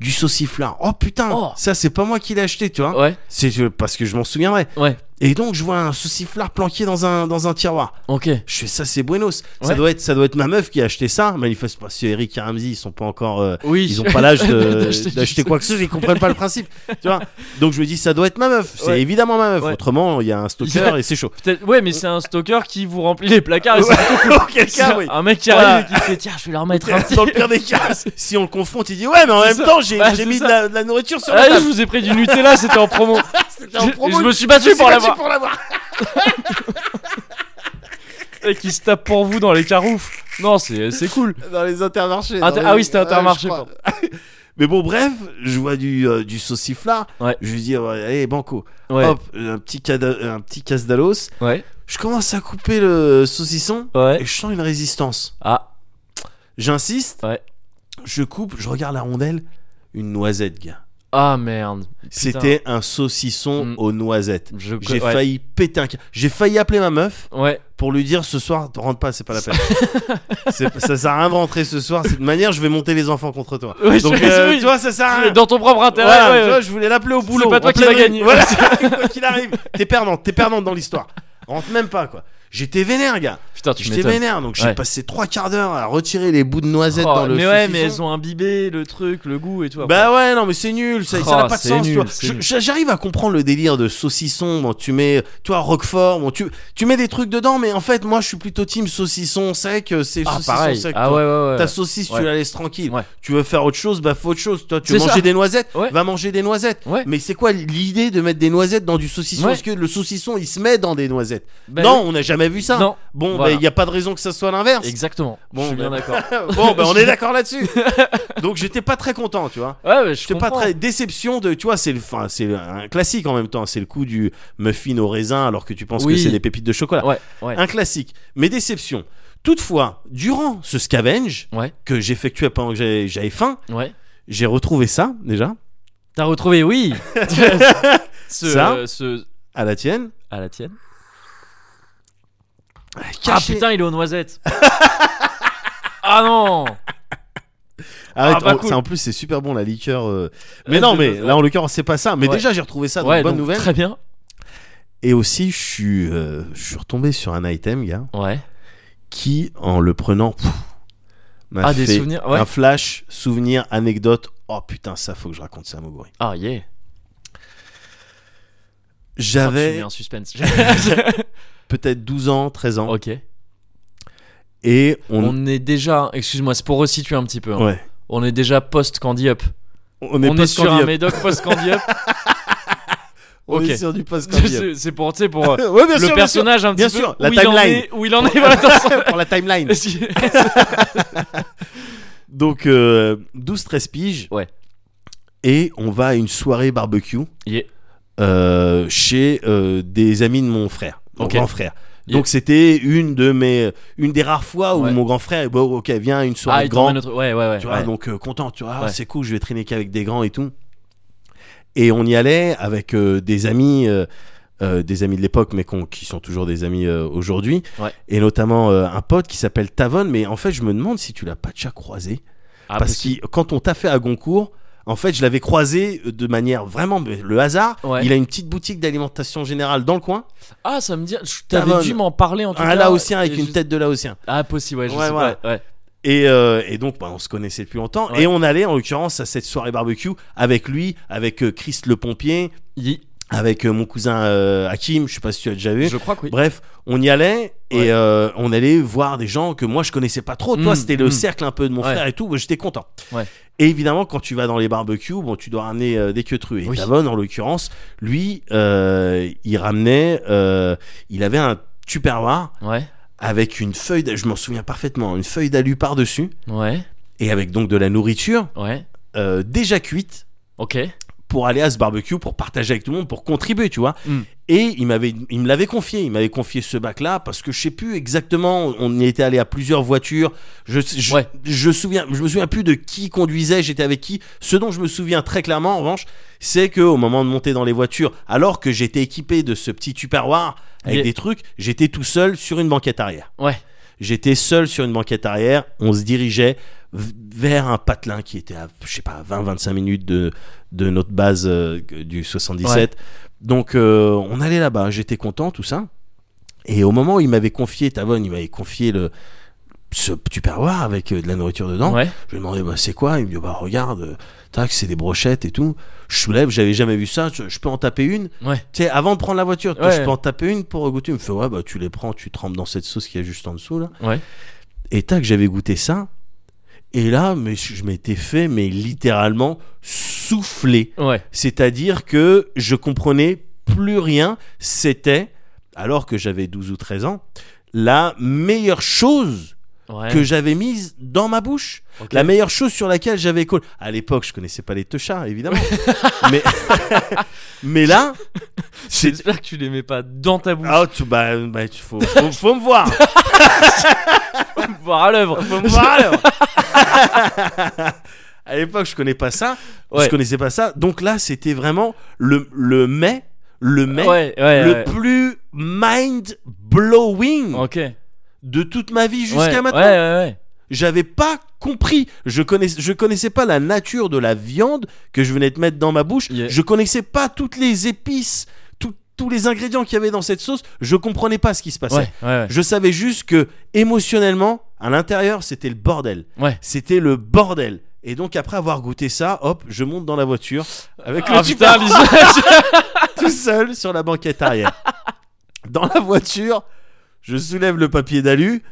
Speaker 2: Du sauciflard. Oh putain,
Speaker 1: Oh.
Speaker 2: ça c'est pas moi qui l'ai acheté, tu vois.
Speaker 1: Ouais.
Speaker 2: C'est euh, parce que je m'en souviendrai.
Speaker 1: Ouais.
Speaker 2: Et donc je vois un sauciflard planqué dans un dans un tiroir.
Speaker 1: OK.
Speaker 2: Je fais ça, c'est Buenos. Ça,
Speaker 1: Ouais.
Speaker 2: doit être, ça doit être ma meuf qui a acheté ça. Manifeste pas. Si Eric et Ramsey, ils sont pas encore. euh,
Speaker 1: Oui.
Speaker 2: ils ont pas l'âge de-
Speaker 1: D'acheter
Speaker 2: d'acheter
Speaker 1: du-
Speaker 2: quoi que ce soit. Ils comprennent pas le principe. Tu vois Donc je me dis, ça doit être ma meuf. C'est
Speaker 1: Ouais.
Speaker 2: évidemment ma meuf.
Speaker 1: Ouais.
Speaker 2: Autrement, il y a un stalker et c'est chaud.
Speaker 1: Peut-être- Ouais, mais c'est un stalker qui vous remplit les placards. et c'est
Speaker 2: Auquel
Speaker 1: C'est
Speaker 2: cas, oui.
Speaker 1: Un mec qui
Speaker 2: Voilà.
Speaker 1: arrive et qui fait tiens je vais leur mettre un petit
Speaker 2: Dans le pire des cas, si on le confronte, il dit ouais, mais en
Speaker 1: C'est
Speaker 2: même
Speaker 1: ça.
Speaker 2: temps, j'ai
Speaker 1: Bah,
Speaker 2: j'ai
Speaker 1: c'est
Speaker 2: mis de
Speaker 1: ça.
Speaker 2: la, de la nourriture sur la
Speaker 1: Ah, je
Speaker 2: table.
Speaker 1: vous ai pris du Nutella c'était en promo Je,
Speaker 3: C'était en promo.
Speaker 1: je me suis battu pour l'avoir.
Speaker 3: pour l'avoir.
Speaker 1: Et qui se tape pour vous dans les caroufs. Non, c'est c'est cool.
Speaker 3: Dans les intermarchés.
Speaker 1: Inter-
Speaker 3: dans
Speaker 1: ah
Speaker 3: les-
Speaker 1: oui, c'était
Speaker 3: Ouais, je
Speaker 1: Intermarché,
Speaker 3: crois.
Speaker 2: Mais bon, bref, je vois du, euh, du sauciflard.
Speaker 1: Ouais.
Speaker 2: Je lui dis, ouais, allez, banco.
Speaker 1: Ouais,
Speaker 2: Hop, un petit, cada- un petit casse-dalos.
Speaker 1: ouais,
Speaker 2: Je commence à couper le saucisson
Speaker 1: ouais.
Speaker 2: et je sens une résistance.
Speaker 1: Ah,
Speaker 2: J'insiste.
Speaker 1: Ouais.
Speaker 2: Je coupe, je regarde la rondelle. Une noisette, gars.
Speaker 1: ah merde.
Speaker 2: C'était un saucisson
Speaker 1: Mm.
Speaker 2: aux noisettes.
Speaker 1: Je
Speaker 2: J'ai
Speaker 1: ouais.
Speaker 2: failli péter un câble. J'ai failli appeler ma meuf
Speaker 1: Ouais,
Speaker 2: pour lui dire ce soir, rentre pas, c'est pas la peine. C'est- ça sert à rien de rentrer ce soir. De toute manière, je vais monter les enfants contre toi.
Speaker 1: Ouais, je-
Speaker 2: Donc, euh,
Speaker 1: oui.
Speaker 2: tu vois, ça sert à rien.
Speaker 1: dans ton propre intérêt.
Speaker 2: Voilà,
Speaker 1: ouais,
Speaker 2: tu
Speaker 1: ouais.
Speaker 2: vois, je voulais l'appeler au boulot.
Speaker 1: C'est pas toi
Speaker 2: en
Speaker 1: qui
Speaker 2: pleine
Speaker 1: vas
Speaker 2: rue.
Speaker 1: gagner.
Speaker 2: Voilà, quoi qu'il arrive. T'es perdante, t'es perdante dans l'histoire. Rentre même pas, quoi. J'étais vénère, gars.
Speaker 1: Putain, tu
Speaker 2: J'étais
Speaker 1: m'étonnes.
Speaker 2: vénère, donc j'ai
Speaker 1: Ouais.
Speaker 2: passé trois quarts d'heure à retirer les bouts de noisettes
Speaker 1: Oh,
Speaker 2: dans le
Speaker 1: mais ouais,
Speaker 2: saucisson.
Speaker 1: mais elles ont imbibé le truc, le goût et tout. après.
Speaker 2: Bah ouais, non, mais c'est nul, ça ça
Speaker 1: Oh,
Speaker 2: n'a pas de
Speaker 1: c'est
Speaker 2: sens, tu
Speaker 1: nul,
Speaker 2: vois.
Speaker 1: c'est
Speaker 2: Je-
Speaker 1: nul.
Speaker 2: je- J'arrive à comprendre le délire de saucisson, bon, tu mets, toi, Roquefort, bon, tu, tu mets des trucs dedans, mais en fait, moi, je suis plutôt team saucisson sec, euh, c'est
Speaker 1: ah,
Speaker 2: saucisson
Speaker 1: pareil.
Speaker 2: sec.
Speaker 1: Ah
Speaker 2: toi.
Speaker 1: ouais, ouais, ouais.
Speaker 2: Ta saucisse,
Speaker 1: Ouais.
Speaker 2: tu la laisses tranquille.
Speaker 1: Ouais.
Speaker 2: Tu veux faire autre chose, bah fais autre chose. Toi, tu veux
Speaker 1: C'est
Speaker 2: manger
Speaker 1: ça.
Speaker 2: des noisettes,
Speaker 1: Ouais.
Speaker 2: va manger des noisettes.
Speaker 1: Ouais.
Speaker 2: Mais c'est quoi l'idée de mettre des noisettes dans du saucisson
Speaker 1: Ouais.
Speaker 2: Parce que le saucisson, il se met dans des noisettes.
Speaker 1: Bah,
Speaker 2: non, on n'a jamais vu ça.
Speaker 1: Non,
Speaker 2: Bon, bah,
Speaker 1: Voilà.
Speaker 2: il n'y a pas de raison que ça soit l'inverse.
Speaker 1: exactement.
Speaker 2: Bon,
Speaker 1: je suis bien
Speaker 2: bah.
Speaker 1: d'accord.
Speaker 2: bon, bah, on est d'accord là-dessus. Donc j'étais pas très content, tu vois.
Speaker 1: Ouais, mais je
Speaker 2: J'étais pas
Speaker 1: comprends.
Speaker 2: très déception de, tu vois, c'est le, enfin, c'est un classique en même temps. C'est le coup du muffin au raisin alors que tu penses
Speaker 1: Oui.
Speaker 2: que c'est des pépites de chocolat.
Speaker 1: Ouais, ouais.
Speaker 2: Un classique, mais déception. Toutefois, durant ce scavenge
Speaker 1: Ouais.
Speaker 2: que j'effectuais pendant que j'avais- j'avais faim,
Speaker 1: Ouais.
Speaker 2: j'ai retrouvé ça déjà
Speaker 1: T'as retrouvé, oui. ce,
Speaker 2: Ça
Speaker 1: euh, ce-
Speaker 2: à la tienne.
Speaker 1: à la tienne.
Speaker 2: Caché.
Speaker 1: Ah putain, il est aux noisettes. ah non.
Speaker 2: Arrête,
Speaker 1: Ah, bah,
Speaker 2: on-
Speaker 1: cool.
Speaker 2: oh, ça, en plus c'est super bon la liqueur. euh. Mais
Speaker 1: Euh,
Speaker 2: non,
Speaker 1: de-
Speaker 2: mais
Speaker 1: de-
Speaker 2: là en l'occurrence c'est pas ça. Mais
Speaker 1: Ouais.
Speaker 2: déjà j'ai retrouvé ça, donc
Speaker 1: ouais,
Speaker 2: bonne
Speaker 1: donc,
Speaker 2: nouvelle.
Speaker 1: Très bien.
Speaker 2: Et aussi je suis, euh, je suis retombé sur un item, gars,
Speaker 1: Ouais.
Speaker 2: qui en le prenant pff, m'a
Speaker 1: Ah, des
Speaker 2: fait
Speaker 1: souvenirs, ouais.
Speaker 2: Bah, un flash, souvenir, anecdote. Oh putain, ça faut que je raconte ça, Moguri.
Speaker 1: Ah yeah. Ah, tu
Speaker 2: J'avais
Speaker 1: mets un suspense.
Speaker 2: peut-être 12 ans, 13 ans,
Speaker 1: ok.
Speaker 2: et
Speaker 1: On...
Speaker 2: on,
Speaker 1: est déjà. Excuse-moi, c'est pour resituer un petit peu. hein.
Speaker 2: ouais,
Speaker 1: On est déjà post Candy Up.
Speaker 2: on est,
Speaker 1: on est
Speaker 2: pas
Speaker 1: sur
Speaker 2: Scandi
Speaker 1: un
Speaker 2: Up.
Speaker 1: médoc post Candy Up.
Speaker 2: On
Speaker 1: ok.
Speaker 2: est sur du post
Speaker 1: c'est c'est pour, tu sais, pour euh,
Speaker 2: Ouais, bien
Speaker 1: le
Speaker 2: sûr, bien sûr.
Speaker 1: personnage un petit
Speaker 2: Bien
Speaker 1: peu.
Speaker 2: sûr,
Speaker 1: où
Speaker 2: la
Speaker 1: il en
Speaker 2: timeline.
Speaker 1: est- Où il en est. Voilà, dans son-
Speaker 2: pour la timeline.
Speaker 1: Est-ce-
Speaker 2: Donc euh, 12-13 piges.
Speaker 1: Ouais.
Speaker 2: Et on va à une soirée barbecue
Speaker 1: Yeah.
Speaker 2: euh, chez euh, des amis de mon frère, mon
Speaker 1: Ok.
Speaker 2: grand frère.
Speaker 1: Yeah.
Speaker 2: Donc c'était une de mes, une des rares fois où
Speaker 1: Ouais.
Speaker 2: mon grand frère, bon ok, viens à une
Speaker 1: ah,
Speaker 2: soirée
Speaker 1: il
Speaker 2: grand,
Speaker 1: t'emmène autre. Ouais, ouais, ouais.
Speaker 2: tu vois,
Speaker 1: ouais.
Speaker 2: donc euh, content, tu vois, ah,
Speaker 1: Ouais.
Speaker 2: c'est cool, je vais traîner qu'avec des grands et tout. Et on y allait avec euh, des amis, euh, euh, des amis de l'époque, mais qu'on- qui sont toujours des amis euh, aujourd'hui,
Speaker 1: Ouais.
Speaker 2: et notamment euh, un pote qui s'appelle Tavon. Mais en fait, je me demande si tu l'as pas déjà croisé.
Speaker 1: Ah,
Speaker 2: Parce
Speaker 1: possible.
Speaker 2: que quand on t'a fait à Goncourt, en fait, je l'avais croisé euh, de manière vraiment mais le hasard.
Speaker 1: Ouais.
Speaker 2: Il a une petite boutique d'alimentation générale dans le coin.
Speaker 1: Ah, ça me dit. je-
Speaker 2: Tavon.
Speaker 1: T'avais dû m'en parler en tout cas.
Speaker 2: Un Laotien Ah, avec
Speaker 1: et
Speaker 2: une
Speaker 1: je-
Speaker 2: tête de Laotien.
Speaker 1: Ah, possible, ouais. Je
Speaker 2: Ouais,
Speaker 1: sais,
Speaker 2: voilà.
Speaker 1: ouais, ouais.
Speaker 2: Et, euh, et donc, bah, on se connaissait depuis longtemps.
Speaker 1: Ouais.
Speaker 2: Et on allait, en l'occurrence, à cette soirée barbecue avec lui, avec euh, Chris le pompier,
Speaker 1: Yi.
Speaker 2: avec euh, mon cousin euh, Hakim. Je sais pas si tu as déjà vu.
Speaker 1: Je crois que oui.
Speaker 2: Bref, on y allait et
Speaker 1: Ouais.
Speaker 2: euh, on allait voir des gens que moi je connaissais pas trop. Toi,
Speaker 1: Mm,
Speaker 2: c'était le
Speaker 1: mm.
Speaker 2: cercle un peu de mon
Speaker 1: Ouais.
Speaker 2: frère et tout. bah, J'étais content.
Speaker 1: Ouais.
Speaker 2: Et évidemment, quand tu vas dans les barbecues, bon, tu dois ramener euh, des queutrues. Et
Speaker 1: Oui.
Speaker 2: Tavon, en l'occurrence, lui, euh, il ramenait, euh, il avait un tupperware
Speaker 1: Ouais.
Speaker 2: avec une feuille, d'a- je m'en souviens parfaitement, une feuille d'alu par dessus
Speaker 1: Ouais.
Speaker 2: et avec donc de la nourriture
Speaker 1: Ouais.
Speaker 2: euh, déjà cuite
Speaker 1: Ok.
Speaker 2: pour aller à ce barbecue, pour partager avec tout le monde, pour contribuer, tu vois.
Speaker 1: Mm.
Speaker 2: Et il m'avait, il me l'avait confié, il m'avait confié ce bac-là parce que je sais plus exactement. On y était allé à plusieurs voitures. Je, je,
Speaker 1: Ouais.
Speaker 2: je souviens, je me souviens plus de qui conduisait, j'étais avec qui. Ce dont je me souviens très clairement, en revanche, c'est que au moment de monter dans les voitures, alors que j'étais équipé de ce petit tupperware avec
Speaker 1: Yeah.
Speaker 2: des trucs, j'étais tout seul sur une banquette arrière.
Speaker 1: Ouais.
Speaker 2: J'étais seul sur une banquette arrière. On se dirigeait v- vers un patelin qui était à, je sais pas, 20-25 minutes de, de notre base euh, du 77. Donc, euh, on allait là-bas. J'étais content, tout ça. Et au moment où il m'avait confié, Tavon, il m'avait confié le, ce tupperware avec euh, de la nourriture dedans.
Speaker 1: Ouais.
Speaker 2: Je lui ai demandé, bah, c'est quoi Il me dit, bah, regarde, euh, tac, c'est des brochettes et tout. Je soulève, j'avais jamais vu ça, je, je peux en taper une.
Speaker 1: Ouais.
Speaker 2: Tu sais, avant de prendre la voiture, toi,
Speaker 1: Ouais.
Speaker 2: je peux en taper une pour goûter. Il me fait, ouais, bah, tu les prends, tu trempes dans cette sauce qu'il y a juste en dessous, là.
Speaker 1: Ouais.
Speaker 2: Et tac, j'avais goûté ça. Et là, mais je je m'étais fait, mais littéralement souffler.
Speaker 1: Ouais.
Speaker 2: C'est-à-dire que je comprenais plus rien. C'était, alors que j'avais 12 ou 13 ans, la meilleure chose
Speaker 1: Ouais.
Speaker 2: que j'avais mise dans ma bouche.
Speaker 1: Ok.
Speaker 2: La meilleure chose sur laquelle j'avais collé. À l'époque, je connaissais pas les teuchards, évidemment. mais, mais là, c'est.
Speaker 1: J'espère que tu les mets pas dans ta bouche
Speaker 2: Ah, tu, bah, bah, tu- faut, faut, faut me voir.
Speaker 1: pour me voir à l'œuvre.
Speaker 2: Ah. Faut me voir alors. à l'époque, je connais pas ça.
Speaker 1: Ouais.
Speaker 2: Je connaissais pas ça. Donc là, c'était vraiment le, le mais, le mais,
Speaker 1: ouais, ouais,
Speaker 2: le
Speaker 1: ouais.
Speaker 2: plus mind blowing
Speaker 1: Ok.
Speaker 2: de toute ma vie jusqu'à
Speaker 1: Ouais,
Speaker 2: maintenant. Ah,
Speaker 1: Ouais, ouais, ouais.
Speaker 2: J'avais pas compris. Je connaissais, je connaissais pas la nature de la viande que je venais de mettre dans ma bouche.
Speaker 1: Yeah.
Speaker 2: Je connaissais pas toutes les épices, tout- tous les ingrédients qu'il y avait dans cette sauce. Je comprenais pas ce qui se passait.
Speaker 1: Ouais, ouais, ouais.
Speaker 2: Je savais juste que émotionnellement, à l'intérieur, c'était le bordel.
Speaker 1: Ouais.
Speaker 2: C'était le bordel. Et donc après avoir goûté ça, hop, je monte dans la voiture avec
Speaker 1: Ah,
Speaker 2: le
Speaker 1: putain,
Speaker 2: tuba
Speaker 1: Lisa,
Speaker 2: tout seul sur la banquette arrière. Dans la voiture, je soulève le papier d'alu.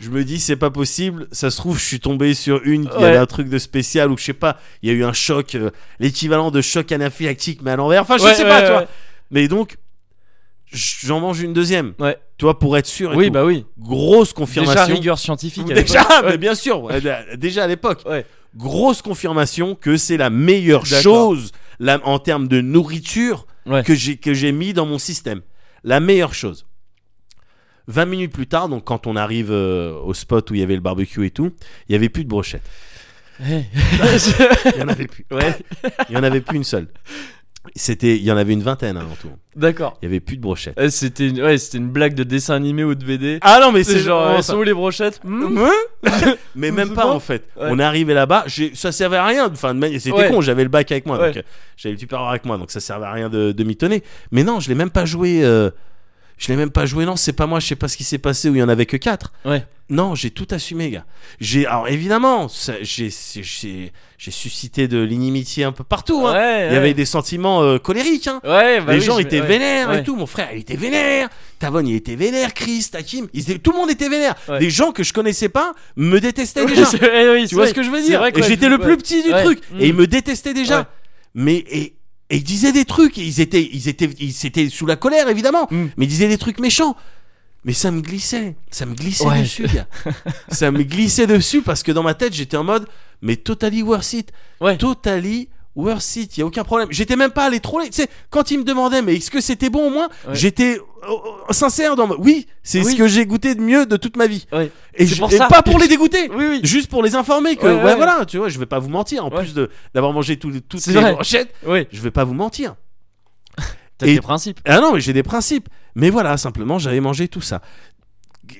Speaker 2: Je me dis c'est pas possible, ça se trouve je suis tombé sur une qui
Speaker 1: Ouais.
Speaker 2: avait un truc de spécial ou je sais pas, il y a eu un choc, euh, l'équivalent de choc anaphylactique mais à l'envers. Enfin je
Speaker 1: Ouais,
Speaker 2: sais
Speaker 1: ouais,
Speaker 2: pas,
Speaker 1: ouais,
Speaker 2: tu vois.
Speaker 1: ouais.
Speaker 2: Mais donc j'en mange une deuxième,
Speaker 1: Ouais.
Speaker 2: tu vois pour être sûr. et
Speaker 1: Oui,
Speaker 2: tout.
Speaker 1: bah oui.
Speaker 2: grosse
Speaker 1: Déjà
Speaker 2: confirmation.
Speaker 1: rigueur scientifique. à l'époque.
Speaker 2: Déjà, mais bien sûr, ouais, d- déjà à l'époque.
Speaker 1: Ouais.
Speaker 2: Grosse confirmation que c'est la meilleure
Speaker 1: D'accord.
Speaker 2: chose la- en termes de nourriture
Speaker 1: Ouais.
Speaker 2: que j'ai que j'ai mis dans mon système. La meilleure chose. 20 minutes plus tard, donc quand on arrive euh, au spot où il y avait le barbecue et tout, il y avait plus de brochettes.
Speaker 1: Ouais.
Speaker 2: Il y en avait plus.
Speaker 1: Ouais.
Speaker 2: Il y en avait plus une seule. C'était, il y en avait une vingtaine hein, en tout.
Speaker 1: D'accord.
Speaker 2: Il y avait plus de brochettes.
Speaker 1: Eh, C'était une... ouais, c'était une blague de dessin animé ou de BD.
Speaker 2: Ah non, mais
Speaker 1: C'est genre,
Speaker 2: vraiment
Speaker 1: elles
Speaker 2: ça.
Speaker 1: sont où les brochettes Hmm
Speaker 2: Hein mais
Speaker 1: Tout
Speaker 2: même
Speaker 1: le
Speaker 2: pas
Speaker 1: monde
Speaker 2: en fait.
Speaker 1: Ouais.
Speaker 2: On est arrivé là-bas, j'ai- ça servait à rien. Enfin, de manière- c'était
Speaker 1: Ouais.
Speaker 2: con, j'avais le bac avec moi,
Speaker 1: Ouais.
Speaker 2: donc euh, j'avais le tupperware avec moi, donc ça servait à rien de, de mitonner. Mais non, je l'ai même pas joué. euh, je l'ai même pas joué. Non, c'est pas moi. Je sais pas ce qui s'est passé où il y en avait que 4
Speaker 1: Ouais.
Speaker 2: Non, j'ai tout assumé, gars. J'ai alors évidemment, ça- j'ai c'est- j'ai j'ai suscité de l'inimitié un peu partout.
Speaker 1: Ouais,
Speaker 2: hein.
Speaker 1: ouais.
Speaker 2: Il y avait des sentiments euh, colériques. hein.
Speaker 1: Ouais, bah
Speaker 2: les
Speaker 1: oui,
Speaker 2: gens
Speaker 1: je-
Speaker 2: étaient
Speaker 1: ouais.
Speaker 2: vénères
Speaker 1: Ouais.
Speaker 2: et tout. Mon frère, il était vénère. Tavon, il était vénère. Chris, Takim, ils étaient- tout le monde était vénère.
Speaker 1: Ouais.
Speaker 2: Des gens que je connaissais pas me détestaient
Speaker 1: Ouais,
Speaker 2: déjà.
Speaker 1: c'est- eh oui, c'est
Speaker 2: Tu vois
Speaker 1: vrai.
Speaker 2: ce que je veux
Speaker 1: C'est
Speaker 2: dire
Speaker 1: vrai que
Speaker 2: Et
Speaker 1: ouais,
Speaker 2: J'étais le
Speaker 1: ouais.
Speaker 2: plus petit du
Speaker 1: Ouais.
Speaker 2: truc
Speaker 1: Mm.
Speaker 2: et ils me détestaient déjà.
Speaker 1: Ouais.
Speaker 2: Mais et, et ils disaient des trucs, et ils étaient ils étaient ils étaient sous la colère évidemment,
Speaker 1: Mm.
Speaker 2: mais ils disaient des trucs méchants. Mais ça me glissait, ça me glissait
Speaker 1: Ouais.
Speaker 2: dessus, gars. ça me glissait dessus parce que dans ma tête j'étais en mode mais totally worth it,
Speaker 1: Ouais.
Speaker 2: totally worth it, y a aucun problème. J'étais même pas allé troller. Tu sais, quand ils me demandaient mais est-ce que c'était bon au moins,
Speaker 1: Ouais.
Speaker 2: j'étais oh, oh, sincère dans ma- oui, c'est
Speaker 1: Oui.
Speaker 2: ce que j'ai goûté de mieux de toute ma vie.
Speaker 1: Ouais.
Speaker 2: Et,
Speaker 1: C'est
Speaker 2: je-
Speaker 1: pour
Speaker 2: et
Speaker 1: ça.
Speaker 2: pas pour les dégoûter
Speaker 1: Oui, oui.
Speaker 2: juste pour les informer que
Speaker 1: Ouais,
Speaker 2: ouais,
Speaker 1: ouais.
Speaker 2: voilà tu vois je vais pas vous mentir en
Speaker 1: Ouais.
Speaker 2: plus de d'avoir mangé tout, toutes
Speaker 1: C'est
Speaker 2: les
Speaker 1: vrai.
Speaker 2: brochettes
Speaker 1: Oui.
Speaker 2: je vais pas vous mentir
Speaker 1: T'as
Speaker 2: Et-
Speaker 1: tes principes.
Speaker 2: ah non mais j'ai des principes mais voilà simplement j'avais mangé tout ça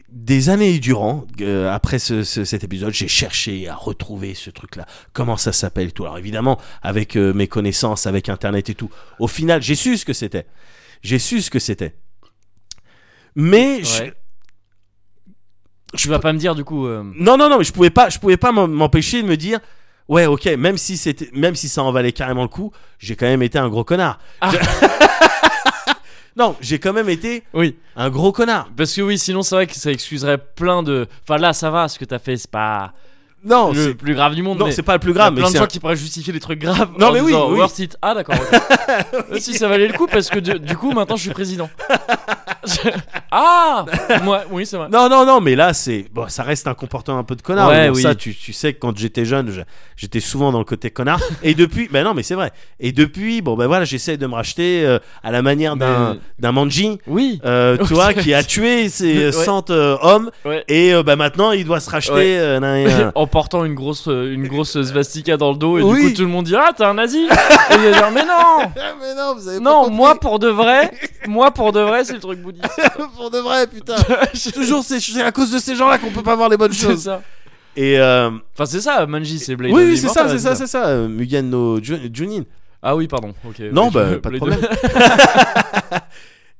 Speaker 2: des années durant euh, après ce- ce- cet épisode j'ai cherché à retrouver ce truc là comment ça s'appelle et tout alors évidemment avec euh, mes connaissances avec internet et tout au final j'ai su ce que c'était j'ai su ce que c'était mais je-
Speaker 1: Ouais. Tu vas pas me dire du coup. euh,
Speaker 2: Non, non, non, mais je pouvais pas, je pouvais pas m'en- m'empêcher de me dire, ouais, ok, même si c'était, même si ça en valait carrément le coup, j'ai quand même été un gros connard.
Speaker 1: Ah.
Speaker 2: Je- non, j'ai quand même été
Speaker 1: Oui.
Speaker 2: un gros connard.
Speaker 1: Parce que oui, sinon c'est vrai que ça excuserait plein de. Enfin là, ça va, ce que t'as fait, c'est pas
Speaker 2: Non,
Speaker 1: le
Speaker 2: c'est,
Speaker 1: plus grave du monde.
Speaker 2: non,
Speaker 1: mais
Speaker 2: c'est pas le
Speaker 1: il
Speaker 2: plus
Speaker 1: y a
Speaker 2: grave, mais
Speaker 1: plein de
Speaker 2: c'est
Speaker 1: gens
Speaker 2: un-
Speaker 1: qui pourraient justifier des trucs graves.
Speaker 2: Non,
Speaker 1: en
Speaker 2: mais oui,
Speaker 1: disant,
Speaker 2: oui.
Speaker 1: worth it. Ah d'accord. ok. Euh, Si ça valait le coup, parce que de- du coup maintenant je suis président. ah. Moi, oui, c'est vrai.
Speaker 2: non, non, non, mais là, c'est, bon, ça reste un comportement un peu de connard.
Speaker 1: Ouais,
Speaker 2: mais bon,
Speaker 1: oui.
Speaker 2: Ça, tu, tu sais que quand j'étais jeune, je- j'étais souvent dans le côté connard. et depuis, ben non, mais c'est vrai. Et depuis, bon, ben voilà, j'essaie de me racheter euh, à la manière d'un,
Speaker 1: Mais-
Speaker 2: d'un manji.
Speaker 1: Oui.
Speaker 2: Euh,
Speaker 1: Oui,
Speaker 2: tu vois,
Speaker 1: c'est-
Speaker 2: qui a tué ses
Speaker 1: Ouais.
Speaker 2: 100 euh, hommes
Speaker 1: Ouais.
Speaker 2: et euh, bah maintenant il doit se racheter.
Speaker 1: Ouais.
Speaker 2: euh, nan, nan, nan.
Speaker 1: en portant une grosse euh, une grosse svastika dans le dos et
Speaker 2: Oui.
Speaker 1: du coup tout le monde dit ah t'es un nazi et il va dire mais non
Speaker 2: Ah, mais non, vous avez pas
Speaker 1: non
Speaker 2: compris.
Speaker 1: moi pour de vrai moi pour de vrai c'est le truc bouddhiste
Speaker 2: pour de vrai, putain. Toujours, c'est- c'est à cause de ces gens-là qu'on peut pas voir les bonnes
Speaker 1: c'est
Speaker 2: choses.
Speaker 1: ça
Speaker 2: Et euh,
Speaker 1: enfin c'est ça Manji c'est Blade
Speaker 2: oui,
Speaker 1: of the
Speaker 2: oui, c'est ça,
Speaker 1: Immortal,
Speaker 2: c'est ça, c'est ça. euh, Mugen no Ju- Junin.
Speaker 1: ah oui pardon ok
Speaker 2: Non,
Speaker 1: Blade-
Speaker 2: bah, pas de
Speaker 1: Blade of-
Speaker 2: problème.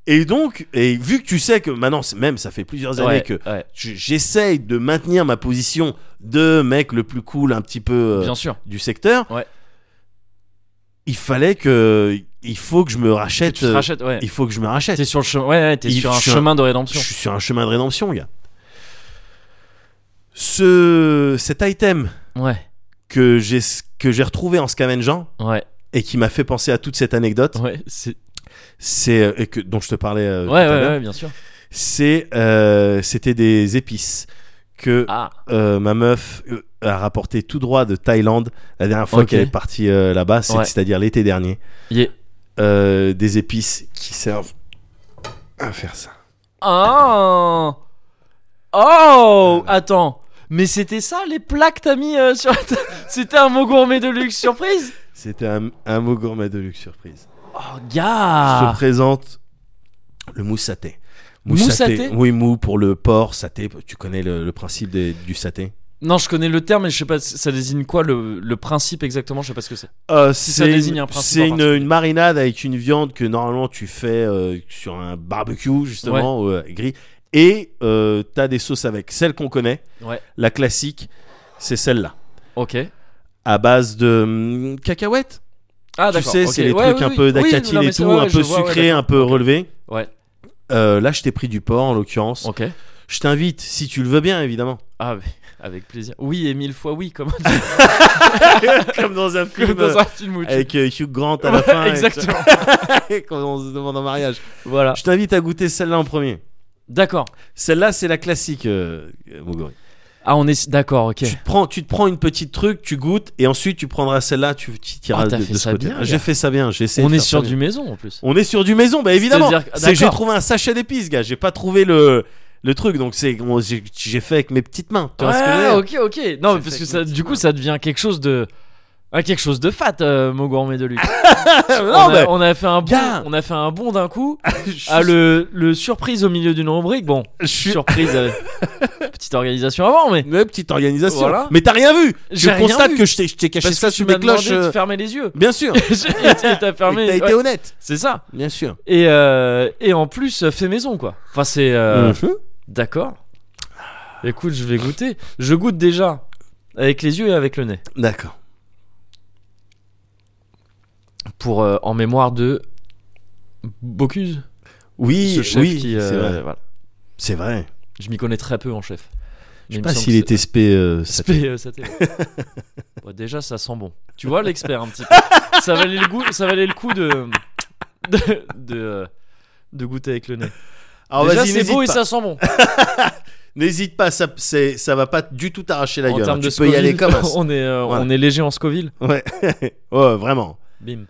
Speaker 2: Et donc, et vu que tu sais que maintenant, c'est- même ça fait plusieurs années
Speaker 1: ouais,
Speaker 2: que
Speaker 1: ouais,
Speaker 2: j- j'essaye de maintenir ma position de mec le plus cool, un petit peu euh,
Speaker 1: bien sûr
Speaker 2: du secteur.
Speaker 1: Ouais.
Speaker 2: Il fallait que, il faut que je me
Speaker 1: Que
Speaker 2: rachète.
Speaker 1: tu te
Speaker 2: euh,
Speaker 1: rachètes ouais
Speaker 2: Il faut que je me rachète.
Speaker 1: t'es sur le chemin ouais, ouais, t'es
Speaker 2: Il-
Speaker 1: sur un
Speaker 2: je suis un-
Speaker 1: chemin de
Speaker 2: Je
Speaker 1: rédemption
Speaker 2: suis sur un chemin de rédemption, gars. Ce, cet item
Speaker 1: ouais
Speaker 2: que j'ai que j'ai retrouvé en scavengeant
Speaker 1: ouais
Speaker 2: et qui m'a fait penser à toute cette anecdote,
Speaker 1: ouais c'est
Speaker 2: c'est euh, et que dont je te parlais euh,
Speaker 1: Ouais,
Speaker 2: tout à
Speaker 1: ouais, ouais,
Speaker 2: l'heure,
Speaker 1: bien sûr.
Speaker 2: c'est euh, c'était des épices que
Speaker 1: Ah,
Speaker 2: euh, ma meuf euh, a rapporté tout droit de Thaïlande la dernière fois
Speaker 1: Ok.
Speaker 2: qu'elle est partie euh, là-bas, c'est-
Speaker 1: Ouais.
Speaker 2: c'est-à-dire l'été dernier.
Speaker 1: Yeah.
Speaker 2: Euh, des épices qui servent à faire ça.
Speaker 1: Ah Oh Attends Mais c'était ça les plats que t'as mis euh, sur la ta- C'était un mot gourmet de luxe surprise
Speaker 2: C'était un, un mot gourmet de luxe surprise.
Speaker 1: Oh
Speaker 2: Je te
Speaker 1: gars
Speaker 2: présente le mousse saté.
Speaker 1: Mousse saté
Speaker 2: Oui, mou pour le porc, saté. Tu connais le, le principe des- du saté
Speaker 1: Non je connais le terme mais je sais pas ça désigne quoi le, le principe exactement je sais pas ce que c'est.
Speaker 2: Euh,
Speaker 1: Si ça
Speaker 2: c'est
Speaker 1: désigne
Speaker 2: une-
Speaker 1: un principe
Speaker 2: C'est
Speaker 1: en
Speaker 2: une, une marinade avec une viande que normalement tu fais euh, sur un barbecue, justement, ou, euh, gris. Et euh, t'as des sauces avec. Celle qu'on connaît,
Speaker 1: Ouais.
Speaker 2: la classique, c'est celle-là.
Speaker 1: Ok.
Speaker 2: À base de hum, cacahuètes.
Speaker 1: Ah
Speaker 2: tu
Speaker 1: d'accord.
Speaker 2: sais,
Speaker 1: ok.
Speaker 2: c'est les
Speaker 1: Ouais,
Speaker 2: trucs
Speaker 1: oui,
Speaker 2: un
Speaker 1: oui.
Speaker 2: peu
Speaker 1: Oui,
Speaker 2: d'acatine
Speaker 1: non, mais
Speaker 2: et
Speaker 1: c'est-
Speaker 2: tout,
Speaker 1: ouais,
Speaker 2: un
Speaker 1: ouais,
Speaker 2: peu
Speaker 1: je vois, ouais,
Speaker 2: sucré, un peu relevé.
Speaker 1: d'accord. Ouais.
Speaker 2: Euh, là, je t'ai pris du porc, en l'occurrence.
Speaker 1: Ok.
Speaker 2: Je t'invite, si tu le veux bien, évidemment.
Speaker 1: Ah mais avec plaisir. Oui et mille fois oui comme,
Speaker 2: Comme dans un
Speaker 1: comme
Speaker 2: film
Speaker 1: dans un film où tu-
Speaker 2: avec euh, Hugh Grant à la fin. et-
Speaker 1: Exactement.
Speaker 2: Quand on se demande en mariage.
Speaker 1: voilà.
Speaker 2: Ah. Je t'invite à goûter celle-là en premier.
Speaker 1: D'accord.
Speaker 2: Celle-là, c'est la classique, euh, euh, Moguri.
Speaker 1: Ah on est d'accord ok.
Speaker 2: Tu, te prends, tu te prends une petite truc, tu goûtes, et ensuite tu prendras celle-là, tu tu tireras
Speaker 1: Ah, t'as
Speaker 2: de,
Speaker 1: fait
Speaker 2: de ce
Speaker 1: ça
Speaker 2: côté.
Speaker 1: bien,
Speaker 2: Ah, j'ai
Speaker 1: gars.
Speaker 2: fait ça bien, j'ai essayé
Speaker 1: On
Speaker 2: de
Speaker 1: est
Speaker 2: faire
Speaker 1: sur
Speaker 2: ça
Speaker 1: du
Speaker 2: bien.
Speaker 1: maison en plus.
Speaker 2: On est sur du maison, bah évidemment.
Speaker 1: C'est-à-dire que-
Speaker 2: C'est que j'ai
Speaker 1: d'accord.
Speaker 2: trouvé un sachet d'épices, gars. J'ai pas trouvé le, le truc, donc c'est on- j'ai j'ai fait avec mes petites mains. Tu vois ce que je veux
Speaker 1: Ouais,
Speaker 2: dire
Speaker 1: ok, ok. Non,
Speaker 2: J'ai
Speaker 1: mais parce
Speaker 2: fait
Speaker 1: que
Speaker 2: avec
Speaker 1: ça,
Speaker 2: mes
Speaker 1: du
Speaker 2: petits
Speaker 1: coup, ça devient quelque chose de. ah, quelque chose de fat, euh, mon gourmet de luxe. on,
Speaker 2: Non,
Speaker 1: a,
Speaker 2: mais-
Speaker 1: on a fait un bond,
Speaker 2: Gars.
Speaker 1: on a fait un bond d'un coup.
Speaker 2: je suis-
Speaker 1: Ah, le, le surprise au milieu d'une rubrique. Bon,
Speaker 2: je suis
Speaker 1: surprise, euh, petite organisation avant, mais
Speaker 2: une petite organisation.
Speaker 1: Voilà.
Speaker 2: Mais t'as rien vu.
Speaker 1: J'ai
Speaker 2: Je
Speaker 1: rien
Speaker 2: constate
Speaker 1: vu.
Speaker 2: que je t'ai- je t'ai caché
Speaker 1: parce
Speaker 2: ça
Speaker 1: que tu
Speaker 2: sous
Speaker 1: m'as
Speaker 2: mes
Speaker 1: demandé
Speaker 2: cloches.
Speaker 1: de
Speaker 2: euh,
Speaker 1: fermer les yeux.
Speaker 2: Bien sûr.
Speaker 1: Et T'as fermé.
Speaker 2: Et T'as
Speaker 1: ouais,
Speaker 2: été honnête.
Speaker 1: C'est ça.
Speaker 2: Bien sûr.
Speaker 1: Et euh, et en plus, euh, fait maison quoi. Enfin, c'est euh,
Speaker 2: Mhm.
Speaker 1: d'accord. Écoute, je vais goûter. Je goûte déjà avec les yeux et avec le nez.
Speaker 2: D'accord.
Speaker 1: pour euh, en mémoire de Bocuse,
Speaker 2: Oui,
Speaker 1: ce chef
Speaker 2: oui,
Speaker 1: qui, euh,
Speaker 2: c'est vrai.
Speaker 1: voilà.
Speaker 2: C'est vrai.
Speaker 1: Je m'y connais très peu en chef.
Speaker 2: Je sais pas s'il était spé. euh, ça-
Speaker 1: SP, euh, saté, ouais. Ouais, déjà, ça sent bon. Tu vois l'expert un petit peu. ça valait le goût, ça valait le coup de de, de, euh, de goûter avec le nez.
Speaker 2: Alors
Speaker 1: déjà,
Speaker 2: Ah, vas-y,
Speaker 1: c'est
Speaker 2: n'hésite
Speaker 1: beau et
Speaker 2: pas.
Speaker 1: ça sent bon.
Speaker 2: N'hésite pas, ça, c'est, ça va pas du tout t'arracher la
Speaker 1: en
Speaker 2: gueule. hein.
Speaker 1: termes
Speaker 2: Tu
Speaker 1: de
Speaker 2: peux y
Speaker 1: Scoville,
Speaker 2: aller comme ça.
Speaker 1: on est euh,
Speaker 2: Voilà.
Speaker 1: on est léger en Scoville.
Speaker 2: Ouais. ouais, vraiment.
Speaker 1: Bim.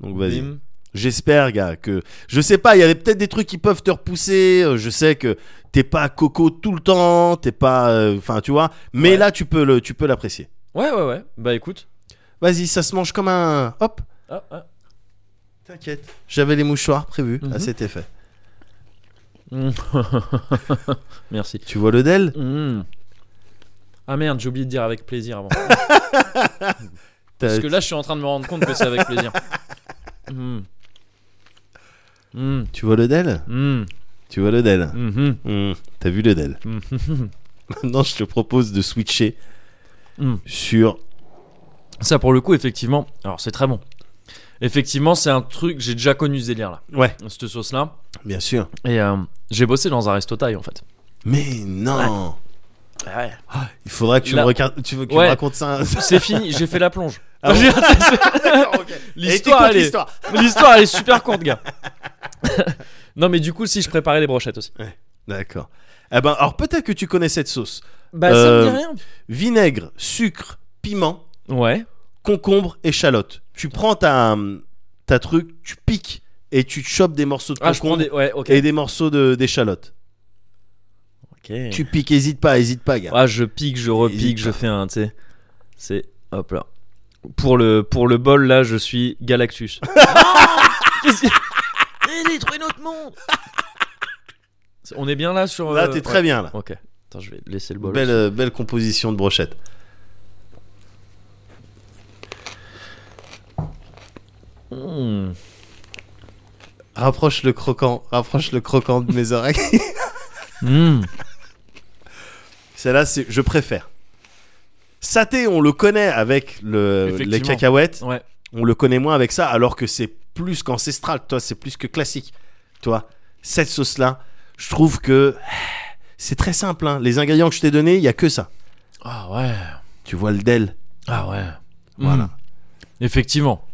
Speaker 2: Donc vas-y.
Speaker 1: Bim.
Speaker 2: J'espère, gars, que je sais pas, il y avait peut-être des trucs qui peuvent te repousser. euh, Je sais que t'es pas coco tout le temps, t'es pas, euh, enfin, tu vois. Mais
Speaker 1: Ouais.
Speaker 2: là, tu peux le, tu peux l'apprécier.
Speaker 1: Ouais ouais ouais. Bah écoute.
Speaker 2: Vas-y, ça se mange comme un, hop.
Speaker 1: Ah, ah.
Speaker 2: T'inquiète. J'avais les mouchoirs prévus Ah,
Speaker 1: Mhm.
Speaker 2: à cet effet.
Speaker 1: Mm. Merci.
Speaker 2: Tu vois le Dell
Speaker 1: Mm. Ah merde, j'ai oublié de dire avec plaisir avant.
Speaker 2: T'as-
Speaker 1: Parce que là, je suis en train de me rendre compte que c'est avec plaisir. Mm. Mm.
Speaker 2: Tu vois le Dell
Speaker 1: Mm.
Speaker 2: Tu vois le Dell
Speaker 1: Mhm.
Speaker 2: Hmm, T'as vu le Dell
Speaker 1: Mhm.
Speaker 2: Maintenant, je te propose de switcher
Speaker 1: Mm.
Speaker 2: sur
Speaker 1: Ça, pour le coup, effectivement. Alors, c'est très bon. Effectivement, c'est un truc. J'ai déjà connu ce délire là.
Speaker 2: Ouais.
Speaker 1: Cette sauce là.
Speaker 2: Bien sûr.
Speaker 1: Et euh, j'ai bossé dans un resto thaï en fait.
Speaker 2: Mais non. Ah
Speaker 1: Ouais.
Speaker 2: Il faudra que tu,
Speaker 1: Là-
Speaker 2: me, regardes- tu veux que tu
Speaker 1: Ouais.
Speaker 2: me racontes ça.
Speaker 1: C'est fini, j'ai fait la plonge.
Speaker 2: Ah bon
Speaker 1: L'histoire, elle est-
Speaker 2: l'histoire.
Speaker 1: l'histoire, elle est super courte, gars. non, mais du coup, si je préparais les brochettes aussi.
Speaker 2: D'accord. Eh ben, alors peut-être que tu connais cette sauce.
Speaker 1: Bah,
Speaker 2: ça me dit
Speaker 1: rien.
Speaker 2: Vinaigre, sucre, piment,
Speaker 1: Ouais.
Speaker 2: concombre, échalote. Tu prends ta, ta truc, tu piques et tu te chopes des morceaux de
Speaker 1: Ah, je prends
Speaker 2: concombre
Speaker 1: des. Ouais, ok.
Speaker 2: et des morceaux de- d'échalote.
Speaker 1: Ok.
Speaker 2: Tu piques, hésite pas, hésite pas, gars.
Speaker 1: Ah, je pique, je repique,
Speaker 2: Hésite
Speaker 1: je
Speaker 2: pas.
Speaker 1: fais un, tu sais. C'est. Hop là. Pour le, pour le bol, là, je suis Galactus. Qu'est-ce qu'il- Il détruit Ah notre monde On est bien là sur.
Speaker 2: Là,
Speaker 1: euh,
Speaker 2: t'es très
Speaker 1: ouais.
Speaker 2: bien, là.
Speaker 1: Ok. Attends, je vais laisser le bol.
Speaker 2: Belle, euh, belle composition de brochette.
Speaker 1: Hmm.
Speaker 2: Rapproche le croquant, rapproche le croquant de mes oreilles.
Speaker 1: Hmm.
Speaker 2: Celle-là, c'est, je préfère. Saté, on le connaît avec le,
Speaker 1: Effectivement.
Speaker 2: les cacahuètes.
Speaker 1: Ouais.
Speaker 2: On le connaît moins avec ça, alors que c'est plus qu'ancestral. Toi, c'est plus que classique. Toi, cette sauce-là, je trouve que c'est très simple. hein. Les ingrédients que je t'ai donnés, il y a que ça.
Speaker 1: Ah ouais.
Speaker 2: Tu vois le Dell.
Speaker 1: Ah ouais.
Speaker 2: Voilà.
Speaker 1: Hmm. Effectivement.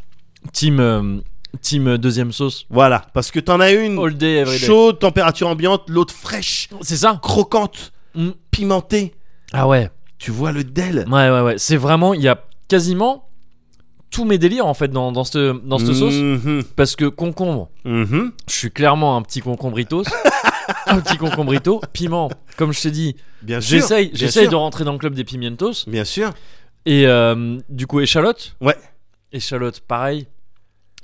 Speaker 1: Team, euh, Team euh, deuxième sauce.
Speaker 2: Voilà, parce que t'en as une
Speaker 1: All day, Oh, every day.
Speaker 2: chaude, température ambiante, l'autre fraîche,
Speaker 1: C'est ça
Speaker 2: croquante,
Speaker 1: Mm.
Speaker 2: pimentée.
Speaker 1: Ah ouais.
Speaker 2: Tu vois le Del
Speaker 1: Ouais, ouais, ouais. C'est vraiment. Il y a quasiment tous mes délires en fait dans, dans cette, dans cette sauce.
Speaker 2: Mhm,
Speaker 1: Parce que concombre,
Speaker 2: mhm.
Speaker 1: je suis clairement un petit concombritos. un petit concombrito. Piment, comme je t'ai dit,
Speaker 2: Bien sûr.
Speaker 1: j'essaye
Speaker 2: bien
Speaker 1: j'essaye
Speaker 2: sûr,
Speaker 1: de rentrer dans le club des pimientos.
Speaker 2: Bien sûr.
Speaker 1: Et euh, du coup, échalote.
Speaker 2: Ouais.
Speaker 1: Échalote, pareil.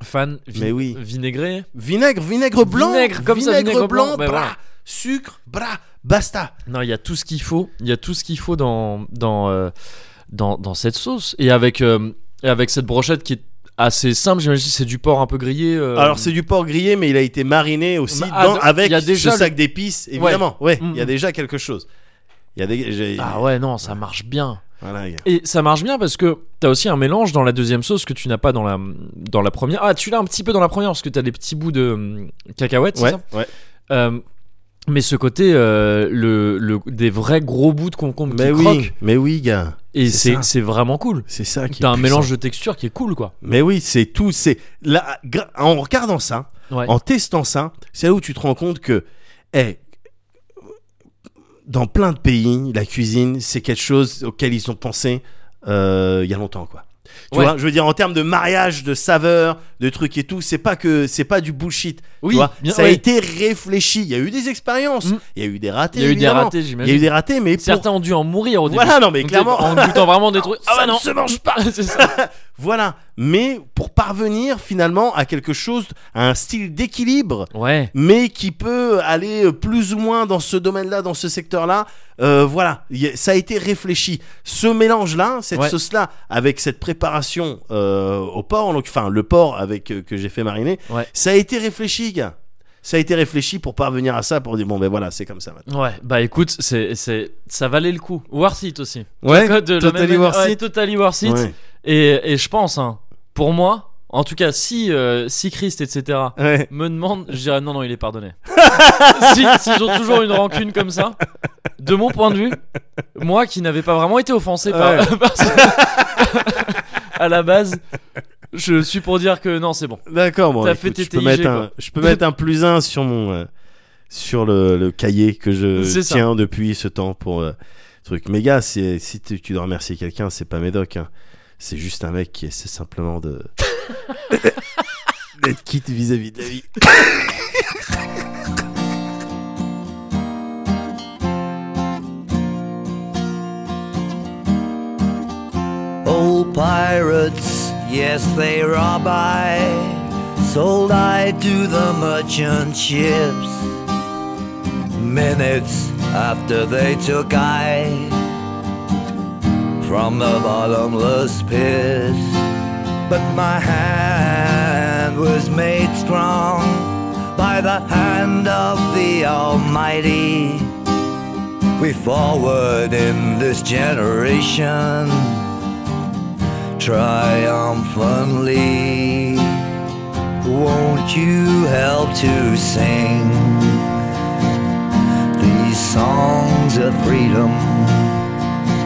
Speaker 1: Fan, vi-
Speaker 2: Mais oui.
Speaker 1: vinaigré.
Speaker 2: Vinaigre, vinaigre blanc.
Speaker 1: Vinaigre, comme ça, vinaigre blanc, bah
Speaker 2: bra,
Speaker 1: voilà.
Speaker 2: Sucre, bra, basta.
Speaker 1: Non, il y a tout ce qu'il faut. Il y a tout ce qu'il faut dans, dans, euh, dans, dans cette sauce. Et avec, euh, et avec cette brochette qui est assez simple, j'imagine c'est du porc un peu grillé. euh,
Speaker 2: Alors c'est du porc grillé, mais il a été mariné aussi
Speaker 1: Bah, ah,
Speaker 2: dans-
Speaker 1: donc,
Speaker 2: avec
Speaker 1: il y a déjà
Speaker 2: ce
Speaker 1: le-
Speaker 2: sac d'épices, évidemment. Ouais, il y a
Speaker 1: Mm.
Speaker 2: déjà quelque chose. Il y a des. j'ai-
Speaker 1: Ah ouais, non, ça marche bien.
Speaker 2: Voilà, il y a-
Speaker 1: Et ça marche bien parce que t'as aussi un mélange dans la deuxième sauce que tu n'as pas dans la, dans la première. Ah, tu l'as un petit peu dans la première parce que t'as des petits bouts de hum, cacahuètes, c'est
Speaker 2: Ouais,
Speaker 1: ça
Speaker 2: ouais.
Speaker 1: Euh, mais ce côté, euh, le, le- des vrais gros bouts de concombre
Speaker 2: Mais
Speaker 1: qui
Speaker 2: oui,
Speaker 1: croquent,
Speaker 2: mais oui, gars.
Speaker 1: et
Speaker 2: c'est
Speaker 1: c'est
Speaker 2: ça.
Speaker 1: c'est vraiment cool.
Speaker 2: C'est ça qui. est
Speaker 1: T'as un
Speaker 2: puissant.
Speaker 1: mélange de textures qui est cool, quoi.
Speaker 2: Mais oui, c'est tout. C'est là, gra- en regardant ça,
Speaker 1: Ouais.
Speaker 2: en testant ça, c'est là où tu te rends compte que, eh, dans plein de pays, la cuisine, c'est quelque chose auquel ils ont pensé euh, il y a longtemps, quoi. Tu
Speaker 1: Ouais.
Speaker 2: vois, je veux dire en termes de mariage, de saveur, de trucs et tout, c'est pas que c'est pas du bullshit. tu
Speaker 1: Oui,
Speaker 2: vois.
Speaker 1: bien-
Speaker 2: ça a
Speaker 1: ouais.
Speaker 2: été réfléchi. Il y a eu des expériences,
Speaker 1: Mm.
Speaker 2: il y a eu des ratés.
Speaker 1: Il y a eu des
Speaker 2: évidemment.
Speaker 1: ratés,
Speaker 2: Il y a eu
Speaker 1: j'imagine.
Speaker 2: des ratés, mais pour-
Speaker 1: Certains ont dû en mourir au début.
Speaker 2: voilà, non, mais
Speaker 1: Donc,
Speaker 2: clairement,
Speaker 1: En goûtant vraiment des trucs. Ah
Speaker 2: ça
Speaker 1: bah
Speaker 2: ne
Speaker 1: non
Speaker 2: se mange pas.
Speaker 1: C'est ça.
Speaker 2: Voilà, mais pour parvenir finalement à quelque chose, à un style d'équilibre,
Speaker 1: Ouais.
Speaker 2: mais qui peut aller euh, plus ou moins dans ce domaine-là, dans ce secteur-là, euh, voilà, Il y a- ça a été réfléchi. Ce mélange-là, cette
Speaker 1: Ouais.
Speaker 2: sauce-là, avec cette préparation euh, au porc, donc, enfin le porc avec euh, que j'ai fait mariner,
Speaker 1: Ouais.
Speaker 2: ça a été réfléchi, gars. Ça a été réfléchi pour parvenir à ça, pour dire bon ben voilà, c'est comme ça maintenant.
Speaker 1: Ouais, bah écoute, c'est, c'est, ça valait le coup. Worth it aussi.
Speaker 2: Ouais,
Speaker 1: Code de la
Speaker 2: totally
Speaker 1: même-
Speaker 2: worth
Speaker 1: ouais,
Speaker 2: it.
Speaker 1: totally worth it.
Speaker 2: ouais.
Speaker 1: Et, et je pense, hein, pour moi, en tout cas, si, euh, si Christ, etc.,
Speaker 2: Ouais.
Speaker 1: me demande, je dirais non, non, il est pardonné. si, si ils ont toujours une rancune comme ça, de mon point de vue, moi qui n'avais pas vraiment été offensé par, par ce- à la base, je suis pour dire que non, c'est bon.
Speaker 2: D'accord, bon,
Speaker 1: T'as
Speaker 2: écoute,
Speaker 1: fait
Speaker 2: je peux
Speaker 1: TTIG,
Speaker 2: mettre
Speaker 1: quoi.
Speaker 2: un, je peux mettre un plus un sur mon, euh, sur le, le cahier que je
Speaker 1: C'est ça.
Speaker 2: tiens depuis ce temps pour euh, truc. Mais gars, c'est- si tu, tu dois remercier quelqu'un, c'est pas Médoc, hein. c'est juste un mec qui essaie simplement de d'être quitte vis-à-vis de la vie.
Speaker 3: Old pirates, yes, they rob I. Sold I to the merchant ships. Minutes after they took I from the bottomless pit. But my hand was made strong by the hand of the Almighty. We forward in this generation triumphantly. Won't you help to sing these songs of freedom?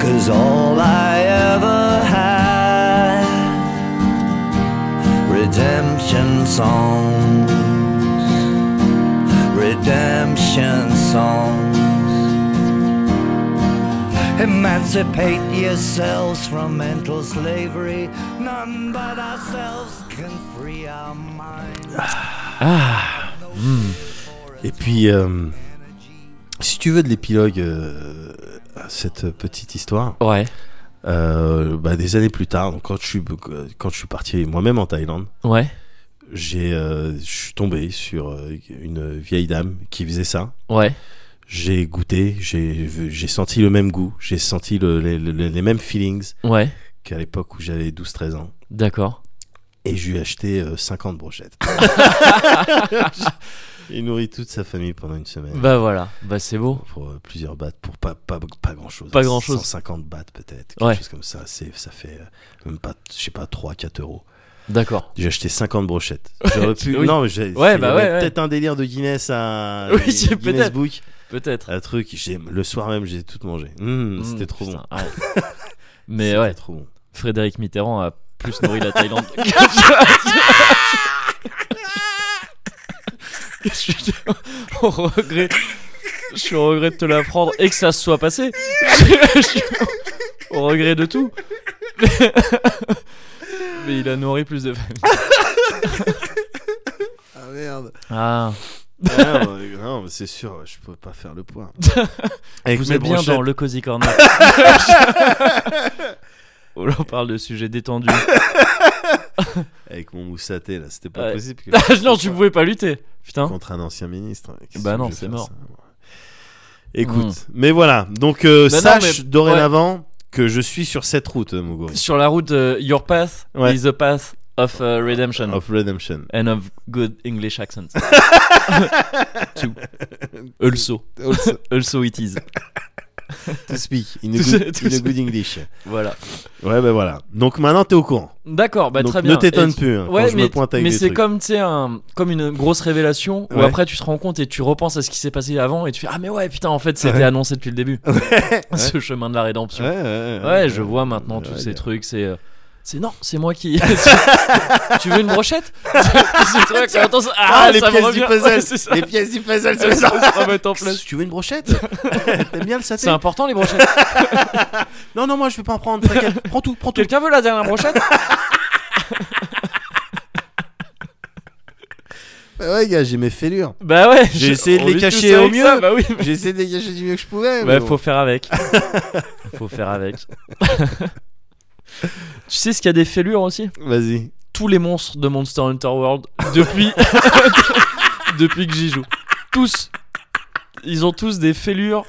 Speaker 3: Cause all I ever had, redemption songs, redemption songs. Emancipate yourselves from mental slavery. None but ourselves can free our minds.
Speaker 2: Ah. Et puis, euh, si tu veux de l'épilogue euh, à cette petite histoire,
Speaker 1: Ouais,
Speaker 2: euh, bah, des années plus tard, donc quand je suis quand je suis parti moi-même en Thaïlande.
Speaker 1: ouais,
Speaker 2: j'ai euh, je suis tombé sur euh, une vieille dame qui faisait ça
Speaker 1: ouais.
Speaker 2: j'ai goûté j'ai vu- j'ai senti le même goût j'ai senti le- le- le- les mêmes feelings
Speaker 1: Ouais,
Speaker 2: qu'à l'époque où j'avais 12 13 ans
Speaker 1: d'accord.
Speaker 2: et je lui ai acheté euh, 50 brochettes il nourrit toute sa famille pendant une semaine
Speaker 1: Bah voilà, bah c'est beau.
Speaker 2: pour euh, plusieurs bahts pour pas pas, pas grand chose
Speaker 1: Pas grand-chose.
Speaker 2: 150 bahts peut-être quelque
Speaker 1: Ouais.
Speaker 2: chose comme ça c'est ça fait euh, même pas je sais pas 3 4 euros
Speaker 1: D'accord.
Speaker 2: J'ai acheté 50 brochettes. J'aurais pu.
Speaker 1: oui.
Speaker 2: Non, mais j'ai-
Speaker 1: Ouais,
Speaker 2: il y
Speaker 1: bah
Speaker 2: avait
Speaker 1: ouais, ouais.
Speaker 2: peut-être un délire de Guinness à
Speaker 1: Oui, c'est
Speaker 2: Guinness
Speaker 1: peut-être.
Speaker 2: Book,
Speaker 1: Peut-être. Hmm,
Speaker 2: un truc. j'ai- Le soir même, j'ai tout mangé. Mmh, C'était trop
Speaker 1: Putain,
Speaker 2: bon.
Speaker 1: ouais. Mais
Speaker 2: C'était
Speaker 1: ouais,
Speaker 2: trop bon.
Speaker 1: Frédéric Mitterrand a plus nourri la Thaïlande. Je suis au regret. Je suis au regret de te l'apprendre et que ça se soit passé. Je suis au regret de tout. Mais il a nourri plus de familles.
Speaker 2: Ah merde.
Speaker 1: Ah,
Speaker 2: non, mais- non, mais c'est sûr, je peux pas faire le point. Avec
Speaker 1: vous
Speaker 2: mes
Speaker 1: êtes bien
Speaker 2: brochettes.
Speaker 1: dans le Cozy Corner. Oh là, on parle de sujets détendus.
Speaker 2: Avec mon moussaté là, c'était pas
Speaker 1: Ouais. Ah,
Speaker 2: possible. que-
Speaker 1: non, tu pouvais pas lutter. Putain.
Speaker 2: Contre un ancien ministre. mec. Qu'est-ce
Speaker 1: Bah
Speaker 2: que
Speaker 1: non,
Speaker 2: je vais
Speaker 1: c'est
Speaker 2: faire,
Speaker 1: mort. Mmh.
Speaker 2: ça Écoute, mais voilà. Donc euh,
Speaker 1: Bah non,
Speaker 2: sache
Speaker 1: mais-
Speaker 2: dorénavant que je suis sur cette route, euh, Mugo.
Speaker 1: Sur la route, euh, your path
Speaker 2: Ouais.
Speaker 1: is the path of euh, redemption
Speaker 2: Of Redemption.
Speaker 1: and of good English accent. Too. Also,
Speaker 2: Also,
Speaker 1: also it is.
Speaker 2: to speak in a
Speaker 1: Tout
Speaker 2: good,
Speaker 1: ça- tout
Speaker 2: in a
Speaker 1: ça.
Speaker 2: good English.
Speaker 1: Voilà.
Speaker 2: Ouais, bah voilà. Donc maintenant, t'es au courant.
Speaker 1: D'accord, bah
Speaker 2: Donc,
Speaker 1: très bien.
Speaker 2: Ne t'étonne
Speaker 1: Et-
Speaker 2: plus hein,
Speaker 1: Ouais,
Speaker 2: quand je
Speaker 1: mais,
Speaker 2: me pointe avec
Speaker 1: mais
Speaker 2: des
Speaker 1: c'est
Speaker 2: trucs.
Speaker 1: comme, tu sais, un- comme une grosse révélation où
Speaker 2: Ouais.
Speaker 1: après tu te rends compte et tu repenses à ce qui s'est passé avant et tu fais Ah, mais ouais, putain, en fait, c'était
Speaker 2: Ouais.
Speaker 1: annoncé depuis le début.
Speaker 2: Ouais.
Speaker 1: Ce chemin de la rédemption.
Speaker 2: Ouais, ouais, ouais,
Speaker 1: Ouais, je vois maintenant
Speaker 2: hein. ouais,
Speaker 1: tous
Speaker 2: ouais,
Speaker 1: ces
Speaker 2: ouais.
Speaker 1: trucs. C'est. euh, C'est non, c'est moi qui. tu veux une brochette C'est truc, attends, ça-
Speaker 2: Ah,
Speaker 1: ah,
Speaker 2: les
Speaker 1: ça me
Speaker 2: pièces du
Speaker 1: revient.
Speaker 2: puzzle.
Speaker 1: Ouais, c'est ça.
Speaker 2: Les pièces du puzzle se
Speaker 1: Ça se remettent en
Speaker 2: Qu'est-ce
Speaker 1: place.
Speaker 2: que Tu veux une brochette T'aimes bien le saté
Speaker 1: C'est important les brochettes.
Speaker 2: Non, non, moi je vais pas en prendre. t'inquiète. Prends tout, prends tout.
Speaker 1: Quelqu'un veut la dernière brochette
Speaker 2: Ouais, gars, j'ai mes fêlures.
Speaker 1: Bah ouais.
Speaker 2: J'ai
Speaker 1: je-
Speaker 2: essayé de
Speaker 1: on
Speaker 2: les
Speaker 1: vit
Speaker 2: cacher
Speaker 1: tous
Speaker 2: au
Speaker 1: avec ça,
Speaker 2: mieux.
Speaker 1: Bah oui.
Speaker 2: J'ai essayé de dégager du mieux que je pouvais.
Speaker 1: Ouais,
Speaker 2: mais bon.
Speaker 1: faut faire avec. faut faire avec. tu sais ce qu'il y a des fêlures aussi
Speaker 2: Vas-y.
Speaker 1: Tous les monstres de Monster Hunter World depuis depuis que j'y joue. Tous. Ils ont tous des fêlures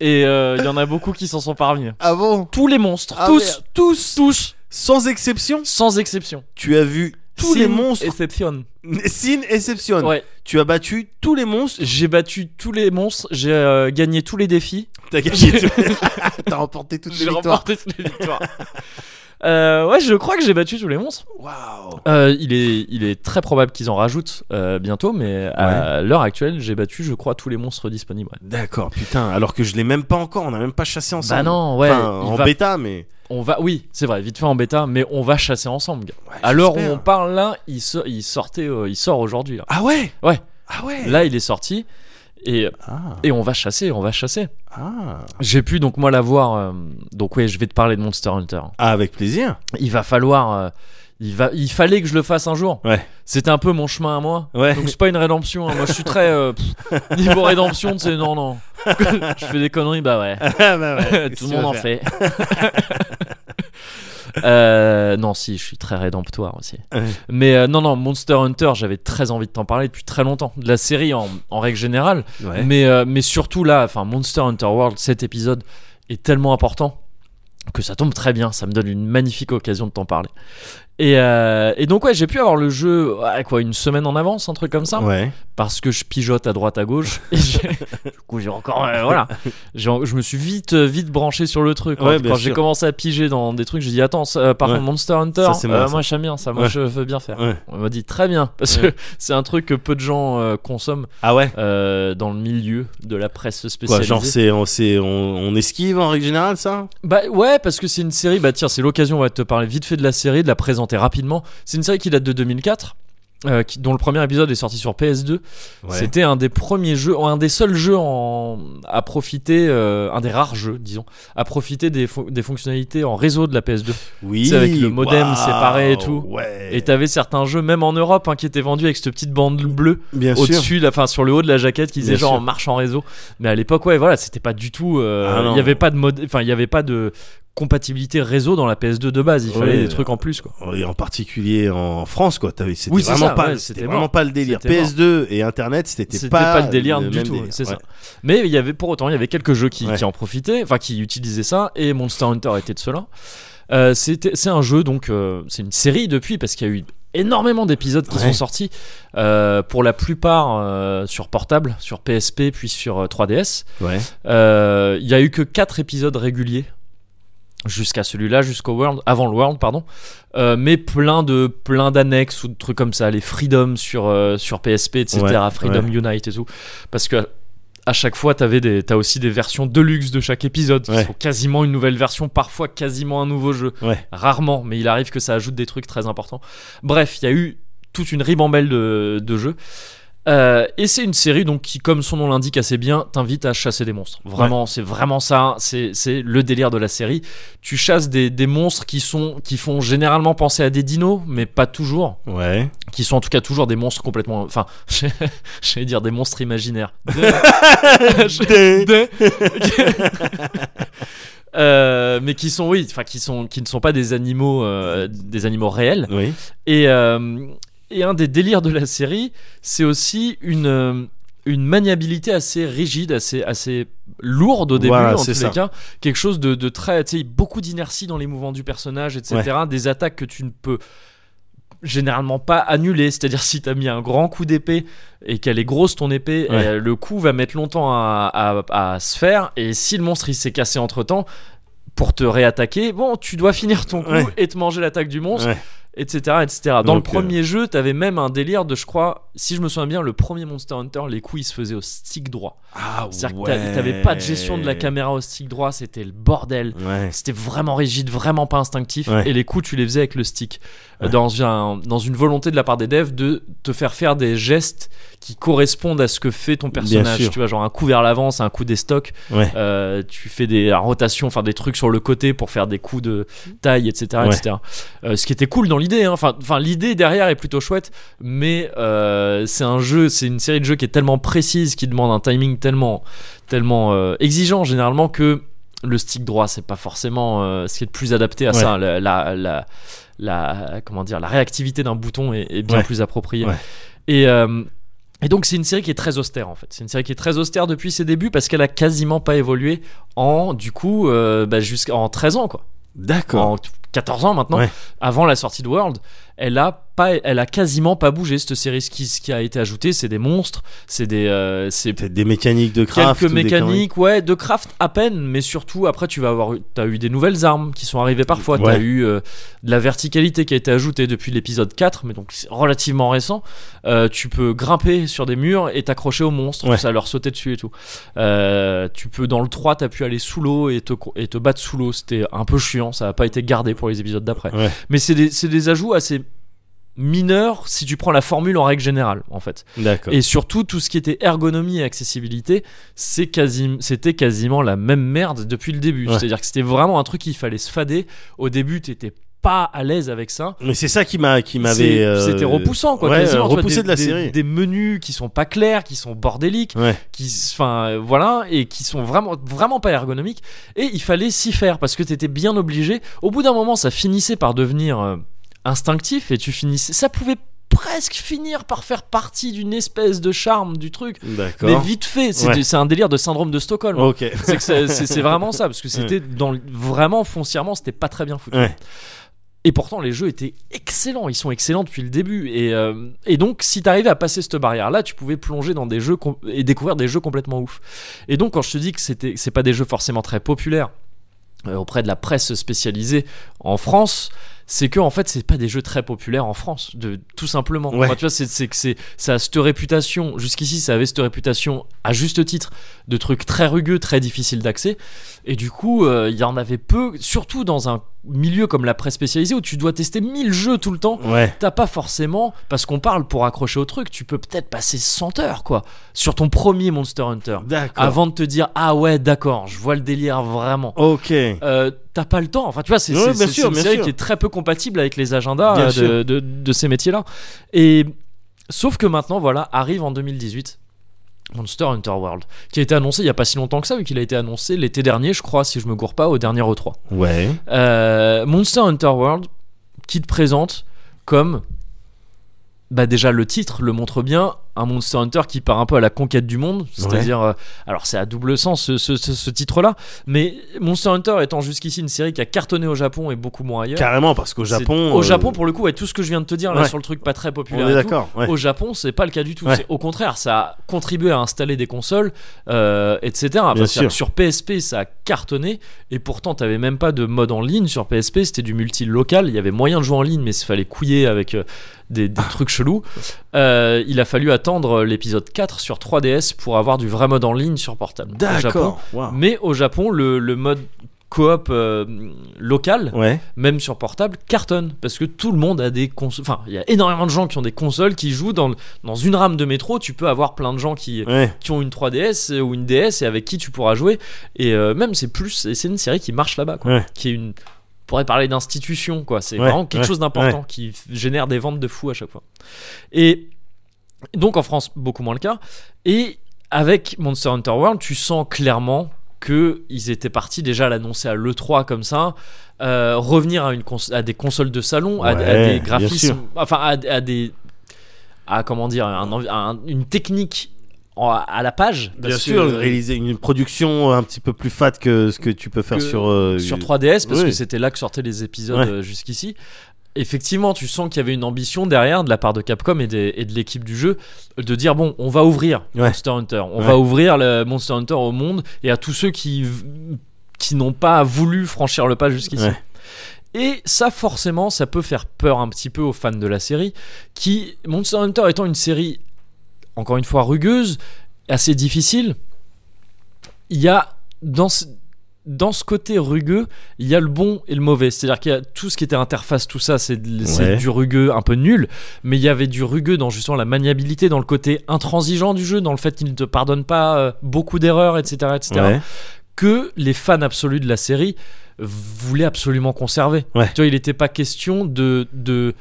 Speaker 1: et euh, il y en a beaucoup qui s'en sont parvenus.
Speaker 2: Ah bon
Speaker 1: Tous les monstres,
Speaker 2: Ah
Speaker 1: tous,
Speaker 2: merde.
Speaker 1: tous, tous,
Speaker 2: Sans exception,
Speaker 1: sans exception.
Speaker 2: tu as vu tous
Speaker 1: Sin
Speaker 2: les monstres.
Speaker 1: Exception.
Speaker 2: Sin exception.
Speaker 1: Ouais,
Speaker 2: Tu as battu tous les monstres.
Speaker 1: j'ai battu tous les monstres, j'ai euh, gagné tous les défis.
Speaker 2: T'as gagné. tout. T'as remporté toutes les
Speaker 1: J'ai
Speaker 2: victoires.
Speaker 1: remporté toutes les victoires. Euh, ouais, je crois que j'ai battu tous les monstres.
Speaker 2: Waouh.
Speaker 1: Euh, il, est, il est très probable qu'ils en rajoutent euh, bientôt, mais à l'heure actuelle, j'ai battu, je crois, tous les monstres disponibles. ouais.
Speaker 2: D'accord, putain. Alors que je l'ai même pas encore. On a même pas chassé ensemble.
Speaker 1: Bah non, ouais,
Speaker 2: Enfin,
Speaker 1: il
Speaker 2: en
Speaker 1: va-
Speaker 2: bêta, mais.
Speaker 1: on va, oui, c'est vrai, vite fait en bêta, mais on va chasser ensemble. gars.
Speaker 2: Ouais,
Speaker 1: À l'heure où
Speaker 2: j'espère.
Speaker 1: on parle là, il, so- il sortait, euh, il sort aujourd'hui. Là.
Speaker 2: Ah ouais.
Speaker 1: Ouais.
Speaker 2: Ah ouais.
Speaker 1: Là, il est sorti et,
Speaker 2: Ah.
Speaker 1: et on va chasser, on va chasser.
Speaker 2: Ah.
Speaker 1: J'ai pu donc moi l'avoir. euh, donc ouais, je vais te parler de Monster Hunter.
Speaker 2: Ah, avec plaisir.
Speaker 1: Il va falloir, euh, il va, il fallait que je le fasse un jour.
Speaker 2: Ouais.
Speaker 1: C'était un peu mon chemin à moi.
Speaker 2: Ouais.
Speaker 1: Donc c'est pas une rédemption, hein. moi je suis très euh, pff, niveau rédemption, tu sais, non, non. je fais des conneries, bah ouais.
Speaker 2: Ah, bah ouais.
Speaker 1: Tout le monde en fait. Euh, non, si, je suis très rédemptoire aussi.
Speaker 2: Ouais.
Speaker 1: Mais euh, non, non, Monster Hunter, j'avais très envie de t'en parler depuis très longtemps, de la série en, en règle générale.
Speaker 2: Ouais.
Speaker 1: Mais, euh, mais surtout là, enfin, Monster Hunter World, cet épisode est tellement important que ça tombe très bien, ça me donne une magnifique occasion de t'en parler. Et, euh, et donc ouais, j'ai pu avoir le jeu, ouais, quoi, une semaine en avance, un truc comme ça
Speaker 2: Ouais.
Speaker 1: parce que je pigeote à droite à gauche. Et j'ai- du coup, j'ai encore euh, voilà, J'ai en- je me suis vite euh, vite branché sur le truc. hein. Quand,
Speaker 2: Ouais, bien
Speaker 1: quand j'ai
Speaker 2: sûr.
Speaker 1: commencé à piger dans des trucs, j'ai dit attends, ça, euh, par
Speaker 2: Ouais.
Speaker 1: contre Monster Hunter,
Speaker 2: Ça, c'est moi,
Speaker 1: euh,
Speaker 2: ça.
Speaker 1: moi j'aime bien ça, moi
Speaker 2: Ouais.
Speaker 1: je veux bien faire.
Speaker 2: Ouais.
Speaker 1: On m'a dit très bien parce
Speaker 2: Ouais.
Speaker 1: que c'est un truc que peu de gens euh, consomment
Speaker 2: Ah ouais.
Speaker 1: euh, dans le milieu de la presse
Speaker 2: Quoi,
Speaker 1: spécialisée.
Speaker 2: genre c'est on, c'est- on, on esquive en règle générale ça
Speaker 1: Bah ouais, parce que c'est une série, bah tiens, c'est l'occasion on va te parler vite fait de la série, de la présenter rapidement. C'est une série qui date de 2004. euh, qui- dont le premier épisode est sorti sur PS2 C'était un des premiers jeux, un des seuls jeux en, à profiter, euh, un des rares jeux, disons, à profiter des, fo- des fonctionnalités en réseau de la PS2.
Speaker 2: oui.
Speaker 1: tu sais, avec le modem
Speaker 2: waouh,
Speaker 1: séparé et tout.
Speaker 2: Ouais.
Speaker 1: Et t'avais certains jeux, même en Europe, hein, qui étaient vendus avec cette petite bande bleue
Speaker 2: bien sûr.
Speaker 1: au-dessus, de la- enfin sur le haut de la jaquette, qui disait
Speaker 2: Bien
Speaker 1: genre
Speaker 2: sûr.
Speaker 1: en marche en réseau. Mais à l'époque, ouais, voilà, c'était pas du tout. euh,
Speaker 2: Ah
Speaker 1: Il
Speaker 2: non.
Speaker 1: y avait pas de mode, enfin il y avait pas de compatibilité réseau dans la PS2 de base. Il fallait
Speaker 2: Ouais.
Speaker 1: des trucs en plus, quoi.
Speaker 2: Et en particulier en France quoi, t'avais- c'était
Speaker 1: Oui, c'est
Speaker 2: vraiment
Speaker 1: ça,
Speaker 2: pas
Speaker 1: ouais,
Speaker 2: c'était
Speaker 1: c'était
Speaker 2: vraiment
Speaker 1: mort.
Speaker 2: pas le délire.
Speaker 1: C'était mort.
Speaker 2: PS2 et internet, c'était
Speaker 1: C'était
Speaker 2: pas,
Speaker 1: pas, le délire du
Speaker 2: même
Speaker 1: tout,
Speaker 2: délire.
Speaker 1: c'est ça.
Speaker 2: Ouais.
Speaker 1: Mais il y avait pour autant, il y avait quelques jeux qui,
Speaker 2: Ouais.
Speaker 1: qui en profitaient, enfin qui utilisaient ça, et Monster Hunter était de cela. Euh, c'était- c'est un jeu, donc euh, c'est une série depuis, parce qu'il y a eu énormément d'épisodes qui
Speaker 2: Ouais.
Speaker 1: sont sortis, euh, pour la plupart euh, sur portable, sur PSP, puis sur euh, 3DS.
Speaker 2: Ouais.
Speaker 1: Euh, Il y a eu que 4 épisodes réguliers jusqu'à celui-là, jusqu'au World, avant le World, pardon. Euh, mais plein de plein d'annexes ou de trucs comme ça, les Freedom sur euh, sur PSP, etc.
Speaker 2: Ouais,
Speaker 1: Freedom Unite et tout, parce que à chaque fois, t'avais des, t'as aussi des versions deluxe de chaque épisode qui
Speaker 2: Ouais.
Speaker 1: sont quasiment une nouvelle version, parfois quasiment un nouveau jeu.
Speaker 2: Ouais.
Speaker 1: Rarement, mais il arrive que ça ajoute des trucs très importants. Bref, il y a eu toute une ribambelle de, de jeux. Euh, et c'est une série donc qui, comme son nom l'indique assez bien, t'invite à chasser des monstres. Vraiment, c'est vraiment ça. hein. C'est c'est le délire de la série. Tu chasses des, des monstres qui sont qui font généralement penser à des dinos, mais pas toujours.
Speaker 2: Ouais.
Speaker 1: Qui sont en tout cas toujours des monstres complètement. Enfin, j'allais dire des monstres imaginaires. Des- Euh, mais qui sont oui, enfin qui sont qui ne sont pas des animaux euh, des animaux réels.
Speaker 2: Oui.
Speaker 1: Et, euh, et un des délires de la série, c'est aussi une, euh, une maniabilité assez rigide, assez, assez lourde au début,
Speaker 2: Voilà,
Speaker 1: en tous
Speaker 2: c'est
Speaker 1: les
Speaker 2: ça.
Speaker 1: cas. Quelque chose de, de très. Tu sais, beaucoup d'inertie dans les mouvements du personnage, etc. Des attaques que tu ne peux généralement pas annuler. C'est-à-dire, si tu as mis un grand coup d'épée et qu'elle est grosse, ton épée,
Speaker 2: Ouais.
Speaker 1: euh, le coup va mettre longtemps à, à- à se faire. Et si le monstre il s'est cassé entre temps. Pour te réattaquer, bon, tu dois finir ton coup
Speaker 2: Ouais.
Speaker 1: et te manger l'attaque du monstre
Speaker 2: Ouais.
Speaker 1: etc. etc. Dans le
Speaker 2: Donc, euh,
Speaker 1: premier jeu, t'avais même un délire de, je crois, si je me souviens bien, le premier Monster Hunter, les coups ils se faisaient au stick droit.
Speaker 2: Ah
Speaker 1: C'est-à-dire que t'a- t'avais pas de gestion de la caméra au stick droit, c'était le bordel.
Speaker 2: Ouais.
Speaker 1: C'était vraiment rigide, vraiment pas instinctif.
Speaker 2: Ouais.
Speaker 1: Et les coups, tu les faisais avec le stick.
Speaker 2: Ouais.
Speaker 1: Dans, un- dans une volonté de la part des devs de te faire faire des gestes qui correspondent à ce que fait ton personnage.
Speaker 2: sûr.
Speaker 1: Tu vois, genre un coup vers l'avant, c'est un coup des stocks.
Speaker 2: Ouais.
Speaker 1: Euh, tu fais des rotations, enfin des trucs sur le côté pour faire des coups de taille, etc.
Speaker 2: Ouais.
Speaker 1: etc. Euh, ce qui était cool dans l'idée. hein. Enfin, enfin, l'idée derrière est plutôt chouette, mais euh, c'est un jeu, c'est une série de jeux qui est tellement précise, qui demande un timing tellement, tellement euh, exigeant généralement que le stick droit, c'est pas forcément euh, ce qui est le plus adapté à
Speaker 2: Ouais.
Speaker 1: ça. La, la, la- la- comment dire, la réactivité d'un bouton est, est bien
Speaker 2: Ouais.
Speaker 1: plus appropriée.
Speaker 2: Ouais.
Speaker 1: Et euh, et donc c'est une série qui est très austère en fait. C'est une série qui est très austère depuis ses débuts parce qu'elle a quasiment pas évolué en du coup euh, bah, jusqu'en 13 ans quoi.
Speaker 2: D'accord.
Speaker 1: En 14 ans maintenant.
Speaker 2: Ouais.
Speaker 1: Avant la sortie de World, elle a pas, elle a quasiment pas bougé cette série. Ce qui, ce qui a été ajouté, c'est des monstres, c'est des, euh, c'est
Speaker 2: Peut-être des mécaniques de craft.
Speaker 1: quelques
Speaker 2: ou des
Speaker 1: mécaniques, ouais, de craft à peine, mais surtout après tu vas avoir, eu- t'as eu des nouvelles armes qui sont arrivées parfois, t'as
Speaker 2: Ouais.
Speaker 1: eu euh, de la verticalité qui a été ajoutée depuis l'épisode 4, mais donc c'est relativement récent. Euh, tu peux grimper sur des murs et t'accrocher aux monstres,
Speaker 2: Ouais.
Speaker 1: ça leur sauter dessus et tout. Euh, tu peux dans le 3, t'as pu aller sous l'eau et te, co- et te battre sous l'eau, c'était un peu chiant, ça a pas été gardé pour les épisodes d'après.
Speaker 2: Ouais.
Speaker 1: Mais c'est des, c'est des ajouts assez mineurs si tu prends la formule en règle générale en fait.
Speaker 2: D'accord.
Speaker 1: Et surtout, tout ce qui était ergonomie et accessibilité, c'est quasi- c'était quasiment la même merde depuis le début.
Speaker 2: Ouais.
Speaker 1: C'est-à-dire que c'était vraiment un truc qu'il fallait se fader. Au début, t'étais pas à l'aise avec ça.
Speaker 2: Mais c'est ça qui m'a qui m'avait.
Speaker 1: C'est-
Speaker 2: euh,
Speaker 1: C'était repoussant, quoi.
Speaker 2: ouais,
Speaker 1: quasiment,
Speaker 2: euh,
Speaker 1: tu vois,
Speaker 2: repoussé
Speaker 1: des-
Speaker 2: de la
Speaker 1: des-
Speaker 2: série.
Speaker 1: Des menus qui sont pas clairs, qui sont bordéliques,
Speaker 2: Ouais.
Speaker 1: qui, enfin, euh, voilà, et qui sont vraiment, vraiment pas ergonomiques. Et il fallait s'y faire parce que t'étais bien obligé. Au bout d'un moment, ça finissait par devenir euh, instinctif et tu finissais. Ça pouvait presque finir par faire partie d'une espèce de charme du truc. Mais
Speaker 2: D'accord.
Speaker 1: vite fait, c'est
Speaker 2: Ouais.
Speaker 1: du- c'est un délire de syndrome de Stockholm.
Speaker 2: Ok.
Speaker 1: C'est que c'est- c'est c'est vraiment ça, parce que c'était dans le- vraiment foncièrement, c'était pas très bien foutu.
Speaker 2: Ouais.
Speaker 1: Et pourtant, les jeux étaient excellents. Ils sont excellents depuis le début. Et, euh, et donc, si t'arrivais à passer cette barrière-là, tu pouvais plonger dans des jeux com- et découvrir des jeux complètement ouf. Et donc, quand je te dis que c'était, c'est pas des jeux forcément très populaires euh, auprès de la presse spécialisée en France, c'est que en fait, c'est pas des jeux très populaires en France, de tout simplement.
Speaker 2: Ouais.
Speaker 1: Enfin, tu vois, c'est, c'est que c'est, ça a cette réputation. Jusqu'ici, ça avait cette réputation à juste titre de trucs très rugueux, très difficiles d'accès. Et du coup, euh, il y en avait peu, surtout dans un milieu comme la presse spécialisée où tu dois tester 1000 jeux tout le temps.
Speaker 2: Ouais.
Speaker 1: T'as pas forcément, parce qu'on parle pour accrocher au truc, tu peux peut-être passer 100 heures quoi, sur ton premier Monster Hunter.
Speaker 2: D'accord.
Speaker 1: Avant de te dire, ah ouais, d'accord, je vois le délire vraiment.
Speaker 2: Ok.
Speaker 1: Euh, t'as pas le temps. Enfin, tu vois, c'est
Speaker 2: Ouais,
Speaker 1: c'est-
Speaker 2: bien
Speaker 1: c'est-
Speaker 2: sûr,
Speaker 1: c'est une
Speaker 2: bien
Speaker 1: série
Speaker 2: sûr.
Speaker 1: qui est très peu compatible avec les agendas
Speaker 2: Bien
Speaker 1: euh, de,
Speaker 2: sûr.
Speaker 1: de- de ces métiers-là. Et sauf que maintenant, voilà, arrive en 2018. Monster Hunter World, qui a été annoncé il y a pas si longtemps que ça, vu qu'il a été annoncé l'été dernier, je crois, si je me gourre pas, au dernier E E3.
Speaker 2: Ouais.
Speaker 1: Euh, Monster Hunter World, qui te présente comme, bah déjà le titre le montre bien, un Monster Hunter qui part un peu à la conquête du monde, c'est-à-dire, euh, alors c'est à double sens ce, ce- ce- ce titre-là, mais Monster Hunter étant jusqu'ici une série qui a cartonné au Japon et beaucoup moins ailleurs.
Speaker 2: Carrément parce qu'au
Speaker 1: c'est-
Speaker 2: Japon.
Speaker 1: au
Speaker 2: euh,
Speaker 1: Japon, pour le coup, et tout ce que je viens de te dire là
Speaker 2: Ouais.
Speaker 1: sur le truc pas très populaire.
Speaker 2: On est
Speaker 1: et tout,
Speaker 2: d'accord. Ouais.
Speaker 1: au Japon, c'est pas le cas du tout.
Speaker 2: Ouais.
Speaker 1: C'est Au contraire, ça a contribué à installer des consoles, euh, etc. Parce que
Speaker 2: sûr.
Speaker 1: Sur PSP, ça a cartonné, et pourtant, t'avais même pas de mode en ligne sur PSP. C'était du multi local. Il y avait moyen de jouer en ligne, mais il fallait couiller avec euh, des, des trucs chelous. Euh, il a fallu attendre l'épisode 4 sur 3DS pour avoir du vrai mode en ligne sur portable. Au Japon,
Speaker 2: D'accord. Waouh.
Speaker 1: mais au Japon, le, le mode coop euh, locale,
Speaker 2: Ouais.
Speaker 1: même sur portable, cartonne. Parce que tout le monde a des consoles. Enfin, il y a énormément de gens qui ont des consoles qui jouent dans, dans une rame de métro. Tu peux avoir plein de gens qui,
Speaker 2: Ouais.
Speaker 1: qui ont une 3DS ou une DS et avec qui tu pourras jouer. Et euh, même, c'est plus. et C'est une série qui marche là-bas, quoi.
Speaker 2: Ouais.
Speaker 1: Qui est une. On pourrait parler d'institution, quoi. C'est
Speaker 2: Ouais,
Speaker 1: vraiment quelque
Speaker 2: ouais,
Speaker 1: chose d'important qui f- génère des ventes de fou à chaque fois. Et donc en France, beaucoup moins le cas. Et avec Monster Hunter World, tu sens clairement que ils étaient partis déjà à l'annoncer à l'E3 comme ça, euh, revenir à, une cons- à des consoles de salon, à, à
Speaker 2: Ouais,
Speaker 1: des
Speaker 2: bien sûr.
Speaker 1: graphismes, enfin à, à des, à comment dire, un envi- un- une technique en- à la page. parce
Speaker 2: Bien
Speaker 1: que- euh,
Speaker 2: sûr, réaliser une production un petit peu plus fat que ce que tu peux faire
Speaker 1: Que-
Speaker 2: sur euh,
Speaker 1: sur 3DS parce
Speaker 2: oui.
Speaker 1: que c'était là que sortaient les épisodes
Speaker 2: Ouais.
Speaker 1: euh, jusqu'ici. Effectivement, tu sens qu'il y avait une ambition derrière de la part de Capcom et, des- et de l'équipe du jeu de dire bon, on va ouvrir
Speaker 2: Ouais.
Speaker 1: Monster Hunter, on
Speaker 2: Ouais.
Speaker 1: va ouvrir le Monster Hunter au monde et à tous ceux qui v- qui n'ont pas voulu franchir le pas jusqu'ici.
Speaker 2: Ouais.
Speaker 1: Et ça, forcément, ça peut faire peur un petit peu aux fans de la série, qui, Monster Hunter étant une série, encore une fois, rugueuse, assez difficile, il y a dans ce, dans ce côté rugueux, il y a le bon et le mauvais. C'est-à-dire qu'il y a tout ce qui était interface, tout ça, c'est de- c'est
Speaker 2: Ouais.
Speaker 1: du rugueux un peu nul, mais il y avait du rugueux dans justement la maniabilité, dans le côté intransigeant du jeu, dans le fait qu'il ne te pardonne pas euh, beaucoup d'erreurs, etc. etc
Speaker 2: Ouais.
Speaker 1: que les fans absolus de la série voulaient absolument conserver.
Speaker 2: Ouais.
Speaker 1: Tu vois, il n'était pas question de de-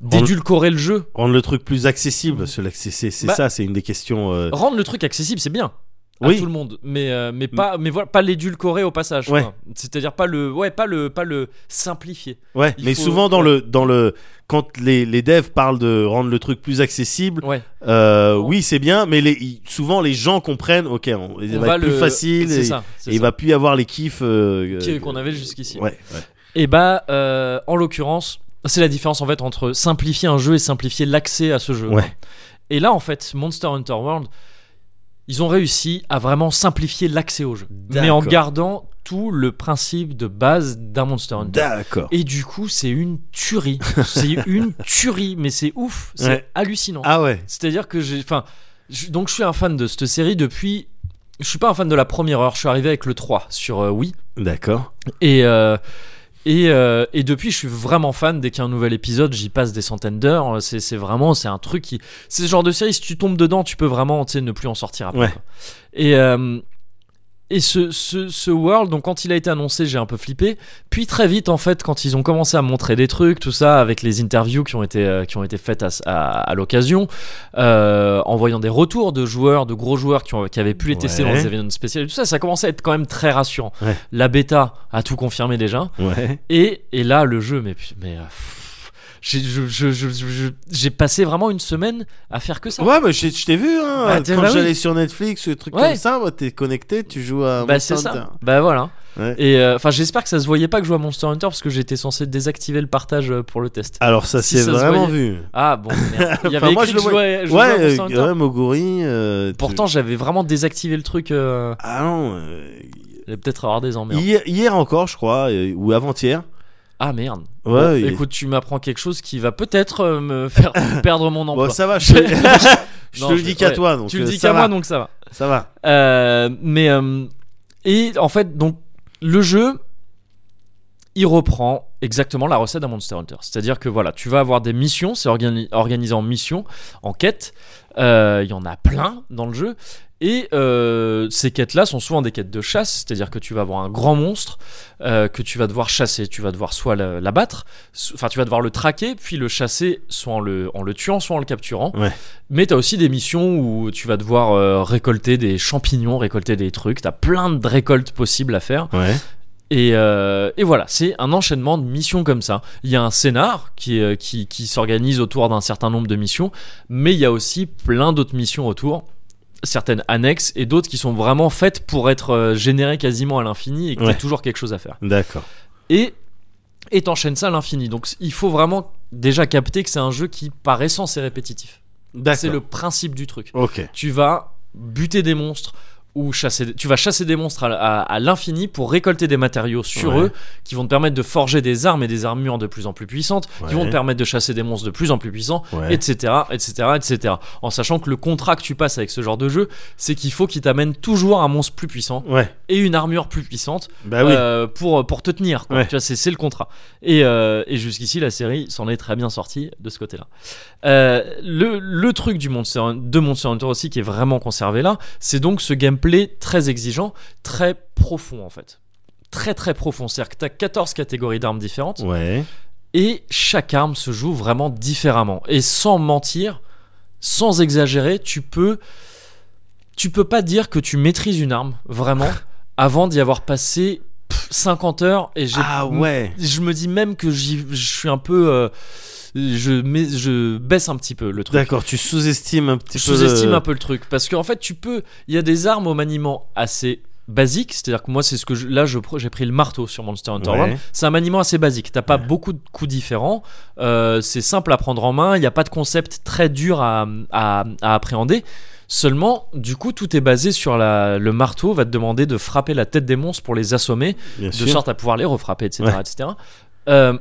Speaker 1: d'édulcorer le jeu.
Speaker 2: Rendre le truc plus accessible, c'est c'est- c'est
Speaker 1: Bah-
Speaker 2: ça, c'est une des questions. euh,
Speaker 1: Rendre le truc accessible, c'est bien à
Speaker 2: Oui.
Speaker 1: tout le monde, mais euh, mais pas mais voilà, pas l'édulcorer au passage.
Speaker 2: Ouais.
Speaker 1: quoi. C'est-à-dire pas le ouais pas le pas le simplifier.
Speaker 2: Ouais,
Speaker 1: Il
Speaker 2: mais
Speaker 1: faut-
Speaker 2: souvent dans le dans le quand les, les devs parlent de rendre le truc plus accessible,
Speaker 1: Ouais.
Speaker 2: euh, oui c'est bien, mais les, ils- souvent les gens comprennent, ok, on, il
Speaker 1: On
Speaker 2: va, être plus
Speaker 1: le-
Speaker 2: facile,
Speaker 1: C'est
Speaker 2: et,
Speaker 1: ça.
Speaker 2: et
Speaker 1: c'est
Speaker 2: il
Speaker 1: ça.
Speaker 2: va plus y avoir les kiffs euh,
Speaker 1: Qui-
Speaker 2: euh,
Speaker 1: qu'on avait jusqu'ici.
Speaker 2: Ouais, ouais.
Speaker 1: Et bah, euh, en l'occurrence, c'est la différence en fait entre simplifier un jeu et simplifier l'accès à ce jeu.
Speaker 2: Ouais.
Speaker 1: quoi. Et là, en fait, Monster Hunter World, ils ont réussi à vraiment simplifier l'accès au jeu, mais en
Speaker 2: D'accord.
Speaker 1: gardant tout le principe de base d'un Monster Hunter.
Speaker 2: D'accord.
Speaker 1: Et du coup, c'est une tuerie. c'est une tuerie, mais c'est ouf, c'est
Speaker 2: Ouais.
Speaker 1: hallucinant.
Speaker 2: Ah ouais.
Speaker 1: C'est-à-dire que j'ai. Enfin, je- donc je suis un fan de cette série depuis. Je suis pas un fan de la première heure, je suis arrivé avec le 3 sur euh, Wii.
Speaker 2: D'accord.
Speaker 1: Et, euh, et, euh, et depuis, je suis vraiment fan. Dès qu'il y a un nouvel épisode, j'y passe des centaines d'heures. euh, C'est c'est vraiment, c'est un truc qui. C'est ce genre de série, si tu tombes dedans, tu peux vraiment tu sais, ne plus en sortir après.
Speaker 2: Ouais.
Speaker 1: quoi. Et. euh, et ce, ce, ce world, donc quand il a été annoncé, j'ai un peu flippé. Puis très vite, en fait, quand ils ont commencé à montrer des trucs, tout ça, avec les interviews qui ont été, euh, qui ont été faites à, à- à l'occasion, euh, en voyant des retours de joueurs, de gros joueurs qui, ont- qui avaient pu les tester
Speaker 2: Ouais.
Speaker 1: dans les événements spéciaux et tout ça, ça commençait à être quand même très rassurant.
Speaker 2: Ouais.
Speaker 1: La bêta a tout confirmé déjà.
Speaker 2: Ouais.
Speaker 1: Et, et là, le jeu, mais. pu- mais euh, pff, j'ai je- je- je- je- je- j'ai passé vraiment une semaine à faire que ça.
Speaker 2: Ouais, bah, je, je t'ai vu hein,
Speaker 1: Bah, t'es-
Speaker 2: quand
Speaker 1: bah oui.
Speaker 2: j'allais sur Netflix, des trucs
Speaker 1: Ouais.
Speaker 2: comme ça, bah, t'es connecté, tu joues à
Speaker 1: bah,
Speaker 2: Monster
Speaker 1: c'est
Speaker 2: Hunter.
Speaker 1: ça. Bah, voilà.
Speaker 2: Ouais.
Speaker 1: Et euh, enfin, j'espère que ça se voyait pas que je jouais à Monster Hunter parce que j'étais censé désactiver le partage euh, pour le test.
Speaker 2: Alors ça
Speaker 1: Si ça
Speaker 2: c'est
Speaker 1: se
Speaker 2: vraiment
Speaker 1: voyait.
Speaker 2: vu.
Speaker 1: Ah bon, merde. Il y avait
Speaker 2: Enfin, moi,
Speaker 1: écrit
Speaker 2: je le
Speaker 1: que je jouais, je jouais à
Speaker 2: Ouais,
Speaker 1: Monster Hunter.
Speaker 2: euh, ouais, Moguri. euh, tu-
Speaker 1: Pourtant, j'avais vraiment désactivé le truc. Euh...
Speaker 2: Ah non. euh,
Speaker 1: J'allais peut-être avoir des emmerdes.
Speaker 2: Hier, hier encore, je crois, euh, ou avant-hier.
Speaker 1: Ah merde.
Speaker 2: Ouais,
Speaker 1: Bon,
Speaker 2: il-
Speaker 1: Écoute, tu m'apprends quelque chose qui va peut-être euh, me faire perdre mon
Speaker 2: Bon,
Speaker 1: emploi.
Speaker 2: ça va, je te, je
Speaker 1: Non,
Speaker 2: te le
Speaker 1: je-
Speaker 2: dis qu'à
Speaker 1: ouais.
Speaker 2: toi. Donc,
Speaker 1: tu le
Speaker 2: euh,
Speaker 1: dis
Speaker 2: ça
Speaker 1: qu'à
Speaker 2: va,
Speaker 1: moi, donc ça va.
Speaker 2: Ça va.
Speaker 1: Euh, mais euh, et en fait donc le jeu il reprend exactement la recette d'un Monster Hunter. C'est-à-dire que voilà, tu vas avoir des missions, c'est organi- organisé en missions, en quêtes. Euh, Il y en a plein dans le jeu. Et euh, ces quêtes-là sont souvent des quêtes de chasse, c'est-à-dire que tu vas avoir un grand monstre euh, que tu vas devoir chasser. Tu vas devoir soit le- l'abattre, so- enfin tu vas devoir le traquer, puis le chasser soit en le, en le tuant, soit en le capturant.
Speaker 2: Ouais.
Speaker 1: Mais tu as aussi des missions où tu vas devoir euh, récolter des champignons, récolter des trucs. Tu as plein de récoltes possibles à faire.
Speaker 2: Ouais.
Speaker 1: Et, euh, et voilà, c'est un enchaînement de missions comme ça. Il y a un scénar qui, est- euh, qui, qui s'organise autour d'un certain nombre de missions, mais il y a aussi plein d'autres missions autour, certaines annexes et d'autres qui sont vraiment faites pour être euh, générées quasiment à l'infini et que tu
Speaker 2: Ouais.
Speaker 1: toujours quelque chose à faire.
Speaker 2: D'accord.
Speaker 1: Et et t'enchaînes ça à l'infini. Donc il faut vraiment déjà capter que c'est un jeu qui par essence est répétitif.
Speaker 2: D'accord.
Speaker 1: C'est le principe du truc
Speaker 2: Ok.
Speaker 1: tu vas buter des monstres où chasser, tu vas chasser des monstres à, à- à l'infini pour récolter des matériaux sur
Speaker 2: Ouais.
Speaker 1: eux qui vont te permettre de forger des armes et des armures de plus en plus puissantes, qui vont
Speaker 2: Ouais.
Speaker 1: te permettre de chasser des monstres de plus en plus puissants,
Speaker 2: Ouais.
Speaker 1: etc., etc., etc. En sachant que le contrat que tu passes avec ce genre de jeu, c'est qu'il faut qu'il t'amène toujours un monstre plus puissant
Speaker 2: Ouais.
Speaker 1: et une armure plus puissante
Speaker 2: Bah oui.
Speaker 1: euh, pour, pour te tenir. quoi.
Speaker 2: Ouais.
Speaker 1: Tu vois, c'est, c'est le contrat. Et, euh, et jusqu'ici, la série s'en est très bien sortie de ce côté-là. Euh, le, le truc du Monster, Hun- de Monster Hunter aussi qui est vraiment conservé là, c'est donc ce gameplay très exigeant, très profond en fait. Très très profond. C'est-à-dire que tu as 14 catégories d'armes différentes
Speaker 2: Ouais.
Speaker 1: et chaque arme se joue vraiment différemment. Et sans mentir, sans exagérer, tu peux, tu peux pas dire que tu maîtrises une arme vraiment avant d'y avoir passé pff, 50 heures. Et j'ai-
Speaker 2: Ah ouais.
Speaker 1: je me dis même que j'y- je suis un peu, euh, je, mais je baisse un petit peu le truc.
Speaker 2: D'accord, tu sous-estimes un petit
Speaker 1: Je
Speaker 2: peu. euh,
Speaker 1: sous-estime
Speaker 2: le-
Speaker 1: un peu le truc parce qu'en fait, tu peux. Il y a des armes au maniement assez basique, c'est-à-dire que moi c'est ce que je- là je pr- j'ai pris le marteau sur Monster Hunter
Speaker 2: Ouais.
Speaker 1: World. C'est un maniement assez basique. T'as pas
Speaker 2: Ouais.
Speaker 1: beaucoup de coups différents. Euh, c'est simple à prendre en main. Il n'y a pas de concept très dur à, à- à appréhender. Seulement, du coup, tout est basé sur la, le marteau. Va te demander de frapper la tête des monstres pour les assommer
Speaker 2: Bien
Speaker 1: de
Speaker 2: sûr.
Speaker 1: sorte à pouvoir les refrapper, etc.
Speaker 2: Ouais.
Speaker 1: etc. Euh,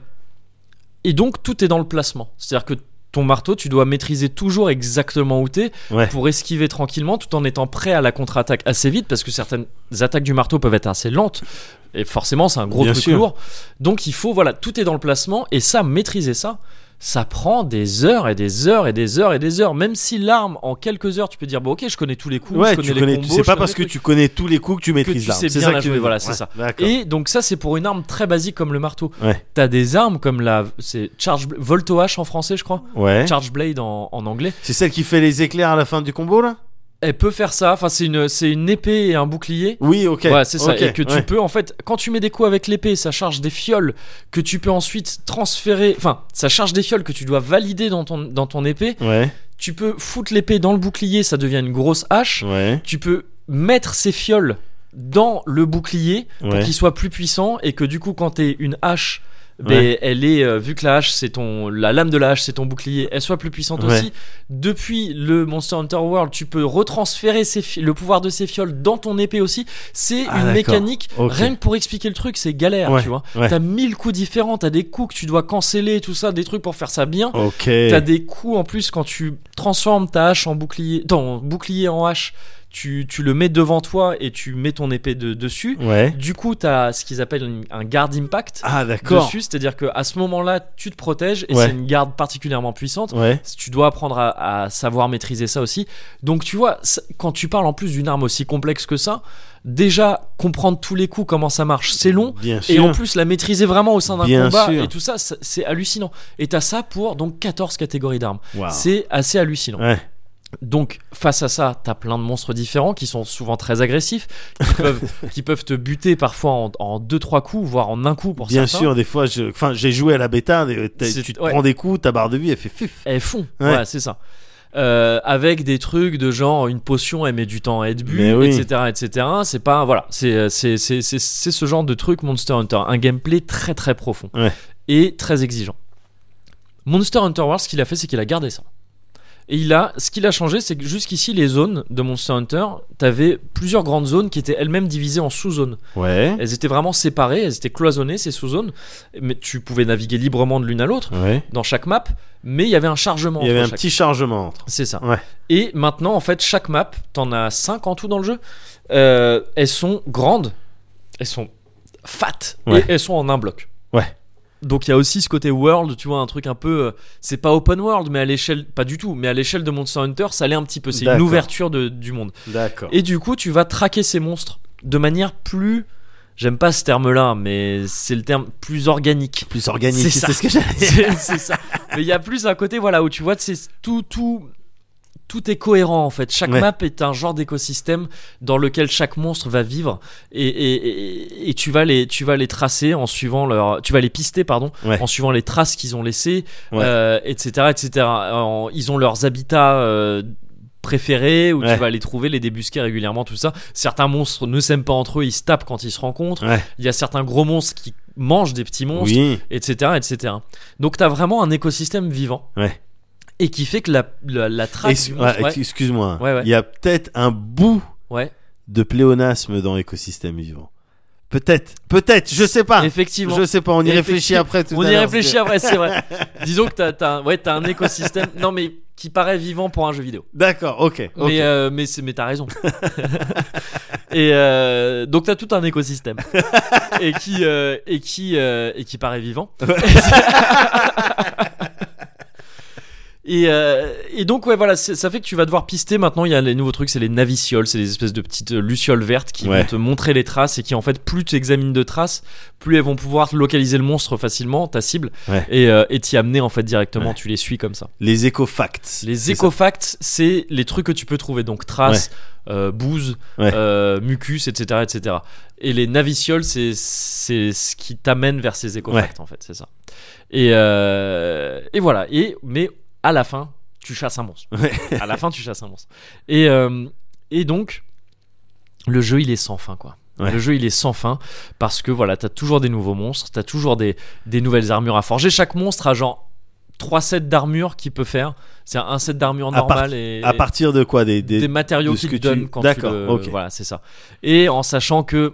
Speaker 1: et donc tout est dans le placement. C'est-à-dire que ton marteau, tu dois maîtriser toujours exactement où t'es
Speaker 2: Ouais.
Speaker 1: pour esquiver tranquillement tout en étant prêt à la contre-attaque assez vite parce que certaines attaques du marteau peuvent être assez lentes et forcément c'est un gros
Speaker 2: Bien
Speaker 1: truc
Speaker 2: sûr.
Speaker 1: lourd. Donc il faut, voilà, tout est dans le placement et ça, maîtriser ça, ça prend des heures et des heures et des heures et des heures. Même si l'arme, en quelques heures, tu peux dire, bon ok, je connais tous les coups,
Speaker 2: ouais,
Speaker 1: je connais
Speaker 2: tu
Speaker 1: les
Speaker 2: connais.
Speaker 1: combos.
Speaker 2: c'est
Speaker 1: je
Speaker 2: pas
Speaker 1: connais
Speaker 2: parce
Speaker 1: les
Speaker 2: que
Speaker 1: trucs.
Speaker 2: tu connais tous les coups que tu maîtrises
Speaker 1: tu
Speaker 2: l'arme.
Speaker 1: sais
Speaker 2: C'est
Speaker 1: bien
Speaker 2: ça
Speaker 1: la
Speaker 2: que tu
Speaker 1: jouer,
Speaker 2: veux dire.
Speaker 1: voilà, c'est
Speaker 2: Ouais,
Speaker 1: ça.
Speaker 2: D'accord.
Speaker 1: Et donc ça c'est pour une arme très basique comme le marteau.
Speaker 2: Ouais.
Speaker 1: T'as des armes comme la c'est charge Bla- Volto H en français je crois,
Speaker 2: Ouais.
Speaker 1: Charge Blade en, en anglais.
Speaker 2: C'est celle qui fait les éclairs à la fin du combo là
Speaker 1: Elle peut faire ça. Enfin c'est une c'est une épée et un bouclier.
Speaker 2: Oui, ok.
Speaker 1: Voilà, c'est ça.
Speaker 2: Ok,
Speaker 1: et que tu
Speaker 2: ouais.
Speaker 1: peux, en fait, quand tu mets des coups avec l'épée, ça charge des fioles que tu peux ensuite transférer. Enfin, ça charge des fioles que tu dois valider dans ton, dans ton épée.
Speaker 2: Ouais,
Speaker 1: Tu peux foutre l'épée dans le bouclier, ça devient une grosse hache.
Speaker 2: ouais,
Speaker 1: Tu peux mettre ces fioles dans le bouclier pour
Speaker 2: Ouais.
Speaker 1: qu'il soit plus puissant et que du coup quand t'es une hache ben,
Speaker 2: Ouais.
Speaker 1: elle est euh, vu que la hache c'est ton la lame de la hache c'est ton bouclier elle soit plus puissante
Speaker 2: Ouais.
Speaker 1: aussi depuis le Monster Hunter World tu peux retransférer ses fi- le pouvoir de ces fioles dans ton épée aussi c'est
Speaker 2: Ah,
Speaker 1: une
Speaker 2: d'accord.
Speaker 1: mécanique
Speaker 2: Ok.
Speaker 1: rien que pour expliquer le truc c'est galère
Speaker 2: Ouais.
Speaker 1: tu vois
Speaker 2: ouais.
Speaker 1: t'as mille coups différents t'as des coups que tu dois canceller tout ça des trucs pour faire ça bien
Speaker 2: Ok.
Speaker 1: T'as des coups en plus quand tu transformes ta hache en bouclier, ton bouclier en hache, tu, tu le mets devant toi et tu mets ton épée de- dessus.
Speaker 2: Ouais.
Speaker 1: Du coup, t'as ce qu'ils appellent une- un garde impact
Speaker 2: Ah, d'accord.
Speaker 1: dessus, c'est-à-dire que à ce moment-là, tu te protèges et
Speaker 2: Ouais.
Speaker 1: c'est une garde particulièrement puissante.
Speaker 2: Ouais.
Speaker 1: Tu dois apprendre à, à savoir maîtriser ça aussi. Donc, tu vois, ça- quand tu parles en plus d'une arme aussi complexe que ça, déjà comprendre tous les coups, comment ça marche, c'est long.
Speaker 2: Bien sûr.
Speaker 1: Et en plus, la maîtriser vraiment au sein d'un
Speaker 2: Bien
Speaker 1: combat
Speaker 2: sûr.
Speaker 1: et tout ça, ça- c'est hallucinant. Et t'as ça pour donc 14 catégories d'armes.
Speaker 2: Waouh.
Speaker 1: C'est assez hallucinant.
Speaker 2: Ah. Ouais.
Speaker 1: Donc, face à ça, t'as plein de monstres différents qui sont souvent très agressifs, qui peuvent, qui peuvent te buter parfois en, en deux, trois coups, voire en un coup pour
Speaker 2: Bien
Speaker 1: certains.
Speaker 2: sûr, des fois, je... enfin, j'ai joué à la bêta. des- t'as-
Speaker 1: C'est-
Speaker 2: Tu te
Speaker 1: ouais.
Speaker 2: prends des coups, ta barre de vie, elle fait fif.
Speaker 1: Elles font,
Speaker 2: Ouais.
Speaker 1: voilà, c'est ça. Euh, avec des trucs de genre une potion elle met du temps à être bu
Speaker 2: Mais oui.
Speaker 1: etc etc c'est pas voilà c'est euh, c'est c'est c'est- c'est ce genre de truc Monster Hunter un gameplay très très profond
Speaker 2: Ouais.
Speaker 1: et très exigeant Monster Hunter World ce qu'il a fait c'est qu'il a gardé ça et il a ce qu'il a changé c'est que jusqu'ici les zones de Monster Hunter t'avais plusieurs grandes zones qui étaient elles-mêmes divisées en sous-zones
Speaker 2: Ouais.
Speaker 1: elles étaient vraiment séparées elles étaient cloisonnées ces sous-zones mais tu pouvais naviguer librement de l'une à l'autre
Speaker 2: Ouais.
Speaker 1: dans chaque map mais il y avait un chargement
Speaker 2: Il y avait
Speaker 1: entre
Speaker 2: un
Speaker 1: chaque.
Speaker 2: petit chargement entre.
Speaker 1: C'est ça.
Speaker 2: Ouais.
Speaker 1: Et maintenant, en fait, chaque map, t'en as 5 en tout dans le jeu, euh, elles sont grandes, elles sont fat,
Speaker 2: Ouais.
Speaker 1: et elles sont en un bloc.
Speaker 2: Ouais.
Speaker 1: Donc il y a aussi ce côté world, tu vois, un truc un peu... euh, c'est pas open world, mais à l'échelle... Pas du tout, mais à l'échelle de Monster Hunter, ça l'est un petit peu. C'est une
Speaker 2: D'accord.
Speaker 1: ouverture de- du monde.
Speaker 2: D'accord.
Speaker 1: Et du coup, tu vas traquer ces monstres de manière plus... J'aime pas ce terme-là, mais c'est le terme plus organique.
Speaker 2: Plus organique.
Speaker 1: C'est ça.
Speaker 2: ce que j'allais dire.
Speaker 1: C'est c'est ça. Mais il y a plus un côté voilà où tu vois c'est tout tout tout est cohérent en fait. Chaque
Speaker 2: Ouais.
Speaker 1: map est un genre d'écosystème dans lequel chaque monstre va vivre et, et, et- et tu vas les tu vas les tracer en suivant leur tu vas les pister pardon
Speaker 2: Ouais.
Speaker 1: en suivant les traces qu'ils ont laissées
Speaker 2: Ouais.
Speaker 1: euh, etc etc. En- ils ont leurs habitats euh, préférés où
Speaker 2: Ouais.
Speaker 1: tu vas les trouver les débusquer régulièrement tout ça. Certains monstres ne s'aiment pas entre eux ils se tapent quand ils se rencontrent.
Speaker 2: Ouais.
Speaker 1: Il y a certains gros monstres qui mangent des petits monstres
Speaker 2: Oui.
Speaker 1: etc. etc. Donc tu as vraiment un écosystème vivant.
Speaker 2: Ouais.
Speaker 1: Et qui fait que la, la, la trace.
Speaker 2: Ex-
Speaker 1: du
Speaker 2: ouais,
Speaker 1: monstre- ouais,
Speaker 2: ex- Excuse-moi.
Speaker 1: Ouais, ouais.
Speaker 2: Il y a peut-être un bout
Speaker 1: ouais.
Speaker 2: de pléonasme dans écosystème vivant. Peut-être, peut-être, je sais pas.
Speaker 1: Effectivement.
Speaker 2: Je sais pas, on y réfléchit
Speaker 1: Effectivement.
Speaker 2: après tout
Speaker 1: On
Speaker 2: à
Speaker 1: y
Speaker 2: l'heure.
Speaker 1: réfléchit après, c'est vrai. Disons que t'as, t'as, un- ouais, t'as un écosystème, non mais qui paraît vivant pour un jeu vidéo.
Speaker 2: D'accord, ok. ok.
Speaker 1: Mais, euh, mais, c'est, mais t'as raison. et euh, donc t'as tout un écosystème et qui euh, et qui euh, et qui paraît vivant. Et, euh, et donc ouais voilà c'est- ça fait que tu vas devoir pister maintenant il y a les nouveaux trucs c'est les navicioles c'est les espèces de petites euh, lucioles vertes qui
Speaker 2: Ouais.
Speaker 1: vont te montrer les traces et qui en fait plus tu examines de traces plus elles vont pouvoir localiser le monstre facilement ta cible
Speaker 2: Ouais.
Speaker 1: et euh, et t'y amener en fait directement
Speaker 2: Ouais.
Speaker 1: tu les suis comme ça
Speaker 2: Les éco-facts.
Speaker 1: les
Speaker 2: C'est ça.
Speaker 1: écofacts, c'est les trucs que tu peux trouver, donc traces, euh, bouse,
Speaker 2: Ouais.
Speaker 1: euh, mucus, etc., etc. Et les navicioles, c'est c'est ce qui t'amène vers ces écofacts, en fait, c'est ça. Et, euh, et voilà. Et mais à la fin, tu chasses un monstre.
Speaker 2: Ouais.
Speaker 1: à la fin, tu chasses un monstre. Et euh, et donc le jeu, il est sans fin, quoi.
Speaker 2: Ouais.
Speaker 1: Le jeu il est sans fin parce que voilà, t'as toujours des nouveaux monstres, t'as toujours des, des nouvelles armures à forger. Chaque monstre a genre 3 sets d'armure qu'il peut faire. C'est un set d'armure
Speaker 2: À part-
Speaker 1: normal et,
Speaker 2: À partir de quoi Des,
Speaker 1: et des,
Speaker 2: des-
Speaker 1: matériaux
Speaker 2: de ce
Speaker 1: qu'il
Speaker 2: que
Speaker 1: te
Speaker 2: tu-
Speaker 1: donne quand tu
Speaker 2: D'accord,
Speaker 1: le-
Speaker 2: ok.
Speaker 1: Voilà, c'est ça. Et en sachant que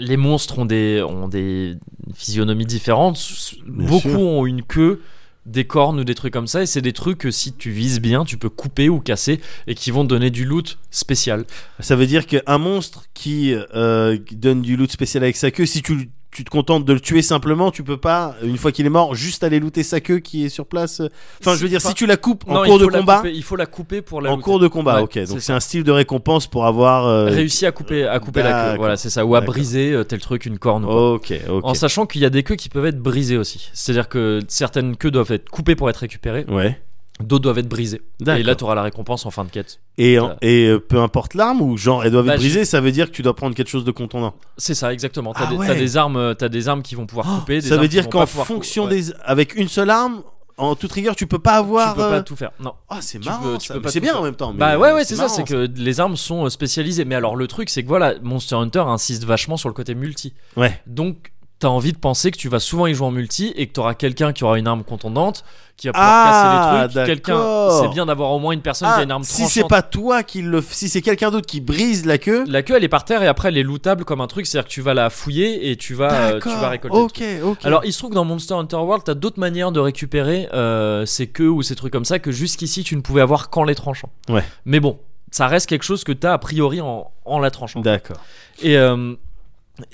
Speaker 1: les monstres ont des, ont des physionomies différentes, s-
Speaker 2: Bien
Speaker 1: beaucoup
Speaker 2: sûr.
Speaker 1: ont une queue des cornes ou des trucs comme ça et c'est des trucs que si tu vises bien tu peux couper ou casser et qui vont te donner du loot spécial
Speaker 2: Ça veut dire qu'un monstre qui euh, donne du loot spécial avec sa queue, si tu, tu te contentes de le tuer simplement, tu peux pas, une fois qu'il est mort, juste aller looter sa queue qui est sur place. euh. Enfin, je veux dire,
Speaker 1: Enfin,
Speaker 2: si tu la coupes en
Speaker 1: Non, il
Speaker 2: cours de
Speaker 1: faut la
Speaker 2: combat,
Speaker 1: couper- il faut la couper pour la
Speaker 2: en
Speaker 1: looter.
Speaker 2: cours de combat,
Speaker 1: Ouais,
Speaker 2: ok.
Speaker 1: c'est
Speaker 2: Donc c'est
Speaker 1: ça.
Speaker 2: un style de récompense pour avoir. euh,
Speaker 1: réussi à couper à couper la queue
Speaker 2: D'accord.
Speaker 1: voilà c'est ça ou à
Speaker 2: D'accord.
Speaker 1: briser euh, tel truc une corne ou quoi.
Speaker 2: Ok, ok.
Speaker 1: en sachant qu'il y a des queues qui peuvent être brisées aussi c'est à dire que certaines queues doivent être coupées pour être récupérées
Speaker 2: Ouais.
Speaker 1: d'autres doivent être brisées
Speaker 2: D'accord.
Speaker 1: et là tu auras la récompense en fin de quête
Speaker 2: Et, en-
Speaker 1: Voilà.
Speaker 2: et euh, peu importe l'arme ou genre elle doit être
Speaker 1: Bah,
Speaker 2: brisée, ça veut dire que tu dois prendre quelque chose de contondant.
Speaker 1: c'est ça exactement t'as
Speaker 2: Ah
Speaker 1: des,
Speaker 2: ouais. Oh,
Speaker 1: t'as des armes euh, t'as des armes qui vont pouvoir couper des
Speaker 2: ça
Speaker 1: armes
Speaker 2: veut
Speaker 1: qui
Speaker 2: dire
Speaker 1: vont
Speaker 2: qu'en
Speaker 1: pas pouvoir
Speaker 2: fonction
Speaker 1: couper. Ouais.
Speaker 2: des avec une seule arme, en toute rigueur, tu peux pas avoir.
Speaker 1: tu peux pas
Speaker 2: euh,
Speaker 1: tout faire non
Speaker 2: Ah, c'est
Speaker 1: tu
Speaker 2: marrant.
Speaker 1: peux- tu
Speaker 2: ça.
Speaker 1: peux
Speaker 2: Mais
Speaker 1: pas
Speaker 2: c'est
Speaker 1: tout
Speaker 2: bien
Speaker 1: faire.
Speaker 2: en même temps. mais,
Speaker 1: bah ouais
Speaker 2: euh,
Speaker 1: ouais c'est ça
Speaker 2: marrant,
Speaker 1: c'est que les armes sont euh, spécialisées mais alors le truc c'est que voilà Monster Hunter insiste vachement sur le côté multi
Speaker 2: Ouais.
Speaker 1: Donc, t'as envie de penser que tu vas souvent y jouer en multi et que t'auras quelqu'un qui aura une arme contondante, qui va pouvoir
Speaker 2: Ah,
Speaker 1: casser les trucs. Quelqu'un,
Speaker 2: d'accord.
Speaker 1: c'est bien d'avoir au moins une personne qui a une
Speaker 2: Ah,
Speaker 1: arme
Speaker 2: si
Speaker 1: tranchante.
Speaker 2: c'est pas toi qui le, f- si c'est quelqu'un d'autre qui brise la queue.
Speaker 1: La queue, elle est par terre et après, elle est lootable comme un truc. C'est-à-dire que tu vas la fouiller et tu vas, euh, tu
Speaker 2: D'accord.
Speaker 1: vas récolter. le
Speaker 2: Ok,
Speaker 1: truc.
Speaker 2: ok.
Speaker 1: Alors, il se trouve que dans Monster Hunter World, t'as d'autres manières de récupérer euh, ces queues ou ces trucs comme ça que jusqu'ici tu ne pouvais avoir qu'en les tranchant.
Speaker 2: Ouais.
Speaker 1: Mais bon, ça reste quelque chose que t'as a priori en, en la tranchant.
Speaker 2: d'accord.
Speaker 1: Et, euh,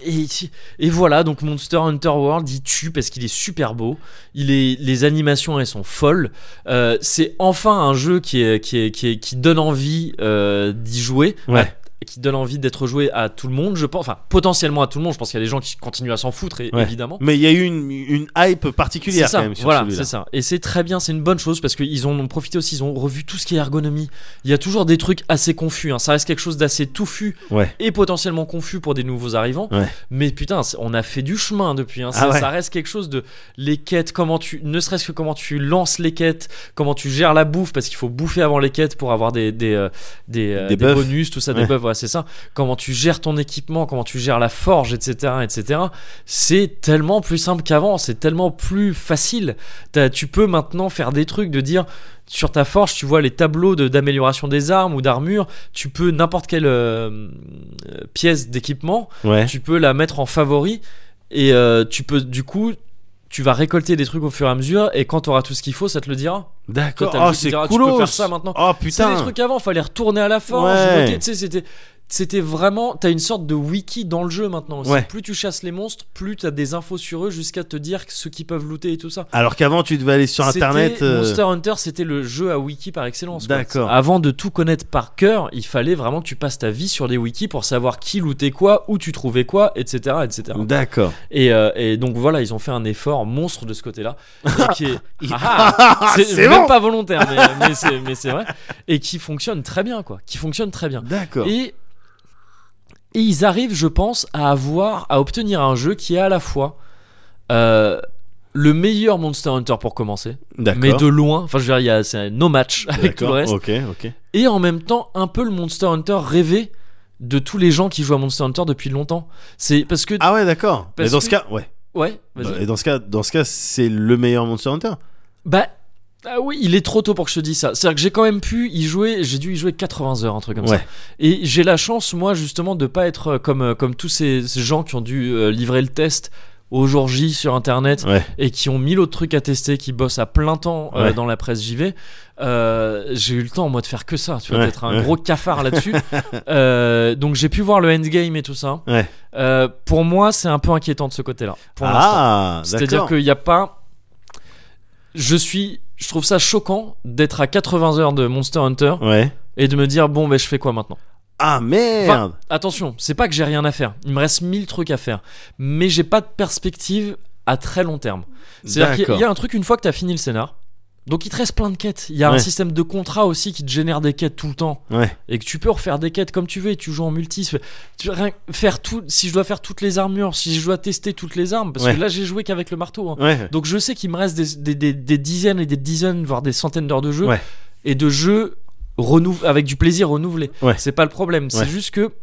Speaker 1: et, et voilà, donc Monster Hunter World, il tue parce qu'il est super beau. Il est, les animations, elles sont folles. Euh, c'est enfin un jeu qui, est, qui, est, qui, est- qui donne envie euh, d'y jouer.
Speaker 2: Ouais.
Speaker 1: à- qui donne envie d'être joué à tout le monde, je pense. Enfin, potentiellement à tout le monde. Je pense qu'il y a des gens qui continuent à s'en foutre, et-
Speaker 2: Ouais.
Speaker 1: évidemment.
Speaker 2: Mais il y a eu une, une hype particulière
Speaker 1: C'est ça,
Speaker 2: quand même sur
Speaker 1: voilà,
Speaker 2: celui-là.
Speaker 1: c'est ça. Et c'est très bien, c'est une bonne chose parce qu'ils en ont profité aussi, ils ont revu tout ce qui est ergonomie. Il y a toujours des trucs assez confus, hein. ça reste quelque chose d'assez touffu
Speaker 2: Ouais.
Speaker 1: et potentiellement confus pour des nouveaux arrivants.
Speaker 2: Ouais.
Speaker 1: Mais putain, c'est- on a fait du chemin depuis, hein.
Speaker 2: Ah
Speaker 1: ça,
Speaker 2: ouais.
Speaker 1: ça reste quelque chose de les quêtes, comment tu, ne serait-ce que comment tu lances les quêtes, comment tu gères la bouffe parce qu'il faut bouffer avant les quêtes pour avoir des, des, euh, des, euh,
Speaker 2: Des
Speaker 1: des
Speaker 2: buffs.
Speaker 1: bonus, tout ça, des
Speaker 2: Ouais.
Speaker 1: buffs, ouais, c'est ça. Comment tu gères ton équipement, comment tu gères la forge, etc., etc c'est tellement plus simple qu'avant, c'est tellement plus facile. T'as- tu peux maintenant faire des trucs de dire sur ta forge, tu vois les tableaux de- d'amélioration des armes ou d'armures, tu peux n'importe quelle euh, euh, pièce d'équipement,
Speaker 2: Ouais.
Speaker 1: tu peux la mettre en favori et euh, tu peux du coup tu vas récolter des trucs au fur et à mesure et quand tu auras tout ce qu'il faut, ça te le dira.
Speaker 2: D'accord.
Speaker 1: Toi, t'as le
Speaker 2: Oh,
Speaker 1: jeu qui
Speaker 2: c'est
Speaker 1: dira,
Speaker 2: cool.
Speaker 1: Tu peux faire ça maintenant.
Speaker 2: Oh
Speaker 1: C'est des
Speaker 2: putain.
Speaker 1: trucs avant, fallait retourner à la forge.
Speaker 2: Ouais.
Speaker 1: noter, tu sais, c'était. C'était vraiment, t'as une sorte de wiki dans le jeu maintenant. aussi.
Speaker 2: Ouais.
Speaker 1: Plus tu chasses les monstres, plus t'as des infos sur eux jusqu'à te dire ce qu'ils peuvent looter et tout ça.
Speaker 2: Alors qu'avant tu devais aller sur
Speaker 1: C'était-
Speaker 2: internet. euh,
Speaker 1: Monster Hunter, c'était le jeu à wiki par excellence. quoi.
Speaker 2: D'accord.
Speaker 1: Avant de tout connaître par cœur, il fallait vraiment que tu passes ta vie sur des wikis pour savoir qui lootait quoi, où tu trouvais quoi, etc., etc.
Speaker 2: D'accord.
Speaker 1: Et, euh, et donc voilà, ils ont fait un effort monstre de ce côté-là. et qui est- Ah, ah,
Speaker 2: Ah,
Speaker 1: c'est
Speaker 2: c'est
Speaker 1: même
Speaker 2: bon.
Speaker 1: pas volontaire, mais, mais c'est- mais c'est vrai. Et qui fonctionne très bien, quoi. Qui fonctionne très bien.
Speaker 2: D'accord.
Speaker 1: Et, et ils arrivent, je pense, à avoir, à obtenir un jeu qui est à la fois euh, le meilleur Monster Hunter pour commencer,
Speaker 2: D'accord.
Speaker 1: mais de loin. Enfin, je veux dire, il y a c'est un no match avec tout le
Speaker 2: D'accord.
Speaker 1: reste.
Speaker 2: Ok, ok.
Speaker 1: Et en même temps, un peu le Monster Hunter rêvé de tous les gens qui jouent à Monster Hunter depuis longtemps. C'est parce que
Speaker 2: Ah Bah, ouais, d'accord. Mais
Speaker 1: Parce
Speaker 2: dans ce
Speaker 1: que-
Speaker 2: cas, ouais.
Speaker 1: ouais, vas-y.
Speaker 2: Et dans ce cas, dans ce cas, c'est le meilleur Monster Hunter.
Speaker 1: Bah, Ah oui, il est trop tôt pour que je te dise ça. C'est-à-dire que j'ai quand même pu y jouer, j'ai dû y jouer 80 heures, un truc comme ça.
Speaker 2: Ouais.
Speaker 1: Et j'ai la chance, moi, justement, de pas être euh, comme, euh, comme tous ces, ces gens qui ont dû euh, livrer le test au jour J sur Internet
Speaker 2: Ouais.
Speaker 1: et qui ont mille autres trucs à tester, qui bossent à plein temps euh,
Speaker 2: Ouais.
Speaker 1: dans la presse JV. Euh, j'ai eu le temps, moi, de faire que ça, tu vois,
Speaker 2: Ouais,
Speaker 1: d'être un
Speaker 2: ouais.
Speaker 1: gros cafard là-dessus. Euh, donc j'ai pu voir le endgame et tout ça.
Speaker 2: Ouais.
Speaker 1: Euh, pour moi, c'est un peu inquiétant de ce côté-là. Pour l'instant.
Speaker 2: ah,
Speaker 1: C'est-à-dire
Speaker 2: d'accord.
Speaker 1: qu'il n'y a pas. Je suis. Je trouve ça choquant d'être à 80 heures de Monster Hunter
Speaker 2: Ouais.
Speaker 1: et de me dire bon, mais je fais quoi maintenant
Speaker 2: Ah merde.
Speaker 1: Attention, c'est pas que j'ai rien à faire. Il me reste 1000 trucs à faire. Mais j'ai pas de perspective à très long terme. C'est-à-dire qu'il y a-
Speaker 2: D'accord.
Speaker 1: il y a un truc une fois que t'as fini le scénar. Donc il te reste plein de quêtes. Il y a un
Speaker 2: Ouais.
Speaker 1: système de contrat aussi qui te génère des quêtes tout le temps
Speaker 2: Ouais.
Speaker 1: et que tu peux refaire des quêtes comme tu veux et tu joues en multi tu- tu- rien- faire tout si je dois faire toutes les armures si je dois tester toutes les armes parce
Speaker 2: Ouais.
Speaker 1: que là j'ai joué qu'avec le marteau hein.
Speaker 2: Ouais.
Speaker 1: donc je sais qu'il me reste des, des- des- des dizaines et des dizaines voire des centaines d'heures de jeu
Speaker 2: Ouais.
Speaker 1: et de jeux renou- avec du plaisir renouvelé
Speaker 2: Ouais.
Speaker 1: c'est pas le problème c'est
Speaker 2: Ouais.
Speaker 1: juste que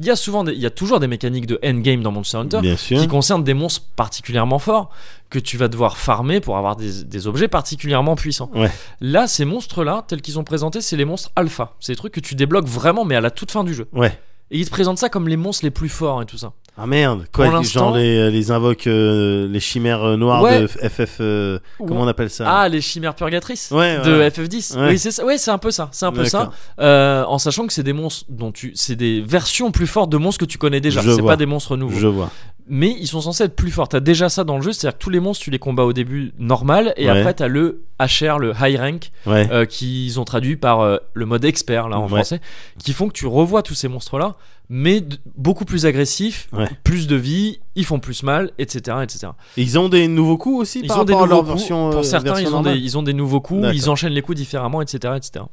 Speaker 1: il y a souvent des- il y a toujours des mécaniques de endgame dans Monster Hunter
Speaker 2: Bien sûr.
Speaker 1: qui concernent des monstres particulièrement forts que tu vas devoir farmer pour avoir des, des objets particulièrement puissants.
Speaker 2: Ouais.
Speaker 1: Là, ces monstres-là, tels qu'ils sont présentés, c'est les monstres alpha. C'est des trucs que tu débloques vraiment, mais à la toute fin du jeu.
Speaker 2: Ouais.
Speaker 1: Et ils te présentent ça comme les monstres les plus forts et tout ça.
Speaker 2: Ah merde. Quoi
Speaker 1: Pour
Speaker 2: les-
Speaker 1: l'instant-
Speaker 2: Genre les, les invoques, euh, les chimères euh, noires
Speaker 1: Ouais.
Speaker 2: de FF. euh, comment on appelle ça
Speaker 1: Ah, les chimères purgatrices
Speaker 2: Ouais.
Speaker 1: de
Speaker 2: ouais.
Speaker 1: FF10.
Speaker 2: Ouais.
Speaker 1: Oui, c'est ça. Ouais, c'est un peu ça. C'est un peu ça.
Speaker 2: D'accord.
Speaker 1: Euh, en sachant que c'est des monstres dont tu, c'est des versions plus fortes de monstres que tu connais déjà.
Speaker 2: Je
Speaker 1: C'est
Speaker 2: vois.
Speaker 1: pas des monstres nouveaux.
Speaker 2: Je vois.
Speaker 1: mais ils sont censés être plus forts. T'as déjà ça dans le jeu, c'est-à-dire que tous les monstres, tu les combats au début normal, et
Speaker 2: Ouais.
Speaker 1: après t'as le HR, le high rank,
Speaker 2: Ouais.
Speaker 1: euh, qu'ils ont traduit par euh, le mode expert, là en
Speaker 2: Ouais.
Speaker 1: français, qui font que tu revois tous ces monstres-là, mais d- beaucoup plus agressifs,
Speaker 2: Ouais.
Speaker 1: plus de vie, ils font plus mal, etc. etc.
Speaker 2: Ils ont des nouveaux coups aussi
Speaker 1: Ils
Speaker 2: par
Speaker 1: ont des
Speaker 2: rapport à
Speaker 1: nouveaux
Speaker 2: leur
Speaker 1: coups,
Speaker 2: version. euh,
Speaker 1: pour certains,
Speaker 2: version
Speaker 1: ils ont, des,
Speaker 2: normale
Speaker 1: ils ont des nouveaux coups, ils
Speaker 2: D'accord.
Speaker 1: enchaînent les coups différemment, etc. etc.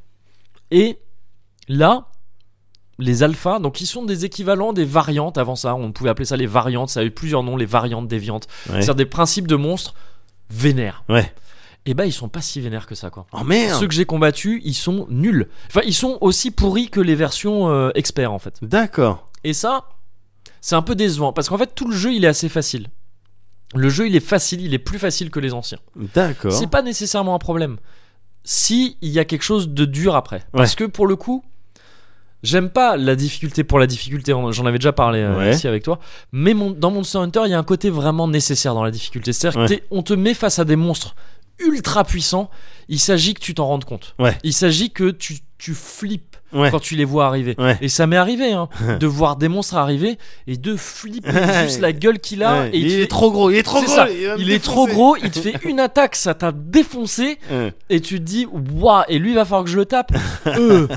Speaker 1: Et là, les alphas, donc ils sont des équivalents des variantes avant ça, on pouvait appeler ça les variantes, ça a eu plusieurs noms, les variantes déviantes.
Speaker 2: Ouais.
Speaker 1: C'est-à-dire des principes de monstres vénères.
Speaker 2: Ouais.
Speaker 1: Et bah ils sont pas si vénères que ça quoi.
Speaker 2: Oh merde.
Speaker 1: Ceux que j'ai combattus, ils sont nuls. Enfin, ils sont aussi pourris que les versions euh, experts en fait.
Speaker 2: D'accord.
Speaker 1: Et ça, c'est un peu décevant parce qu'en fait tout le jeu il est assez facile. Le jeu il est facile, il est plus facile que les anciens.
Speaker 2: D'accord.
Speaker 1: C'est pas nécessairement un problème si il y a quelque chose de dur après. Parce que pour le coup, j'aime pas la difficulté pour la difficulté. on- J'en avais déjà parlé euh,
Speaker 2: Ouais.
Speaker 1: ici avec toi. Mais mon- dans Monster Hunter, il y a un côté vraiment nécessaire dans la difficulté. C'est-à-dire que
Speaker 2: Ouais.
Speaker 1: t'es- on te met face à des monstres ultra puissants. Il s'agit que tu t'en rendes compte.
Speaker 2: Ouais.
Speaker 1: Il s'agit que tu, tu flippes
Speaker 2: Ouais.
Speaker 1: quand tu les vois arriver.
Speaker 2: Ouais.
Speaker 1: Et ça m'est arrivé hein, de voir des monstres arriver et de flipper juste la gueule qu'il a.
Speaker 2: Ouais.
Speaker 1: Et il
Speaker 2: il
Speaker 1: te
Speaker 2: est
Speaker 1: fait-
Speaker 2: trop gros. Il est trop
Speaker 1: c'est
Speaker 2: gros.
Speaker 1: ça,
Speaker 2: va me
Speaker 1: il est trop
Speaker 2: défoncer.
Speaker 1: gros, il te fait une attaque, ça t'a défoncé
Speaker 2: Ouais.
Speaker 1: et tu te dis waouh et lui il va falloir que je le tape Euh.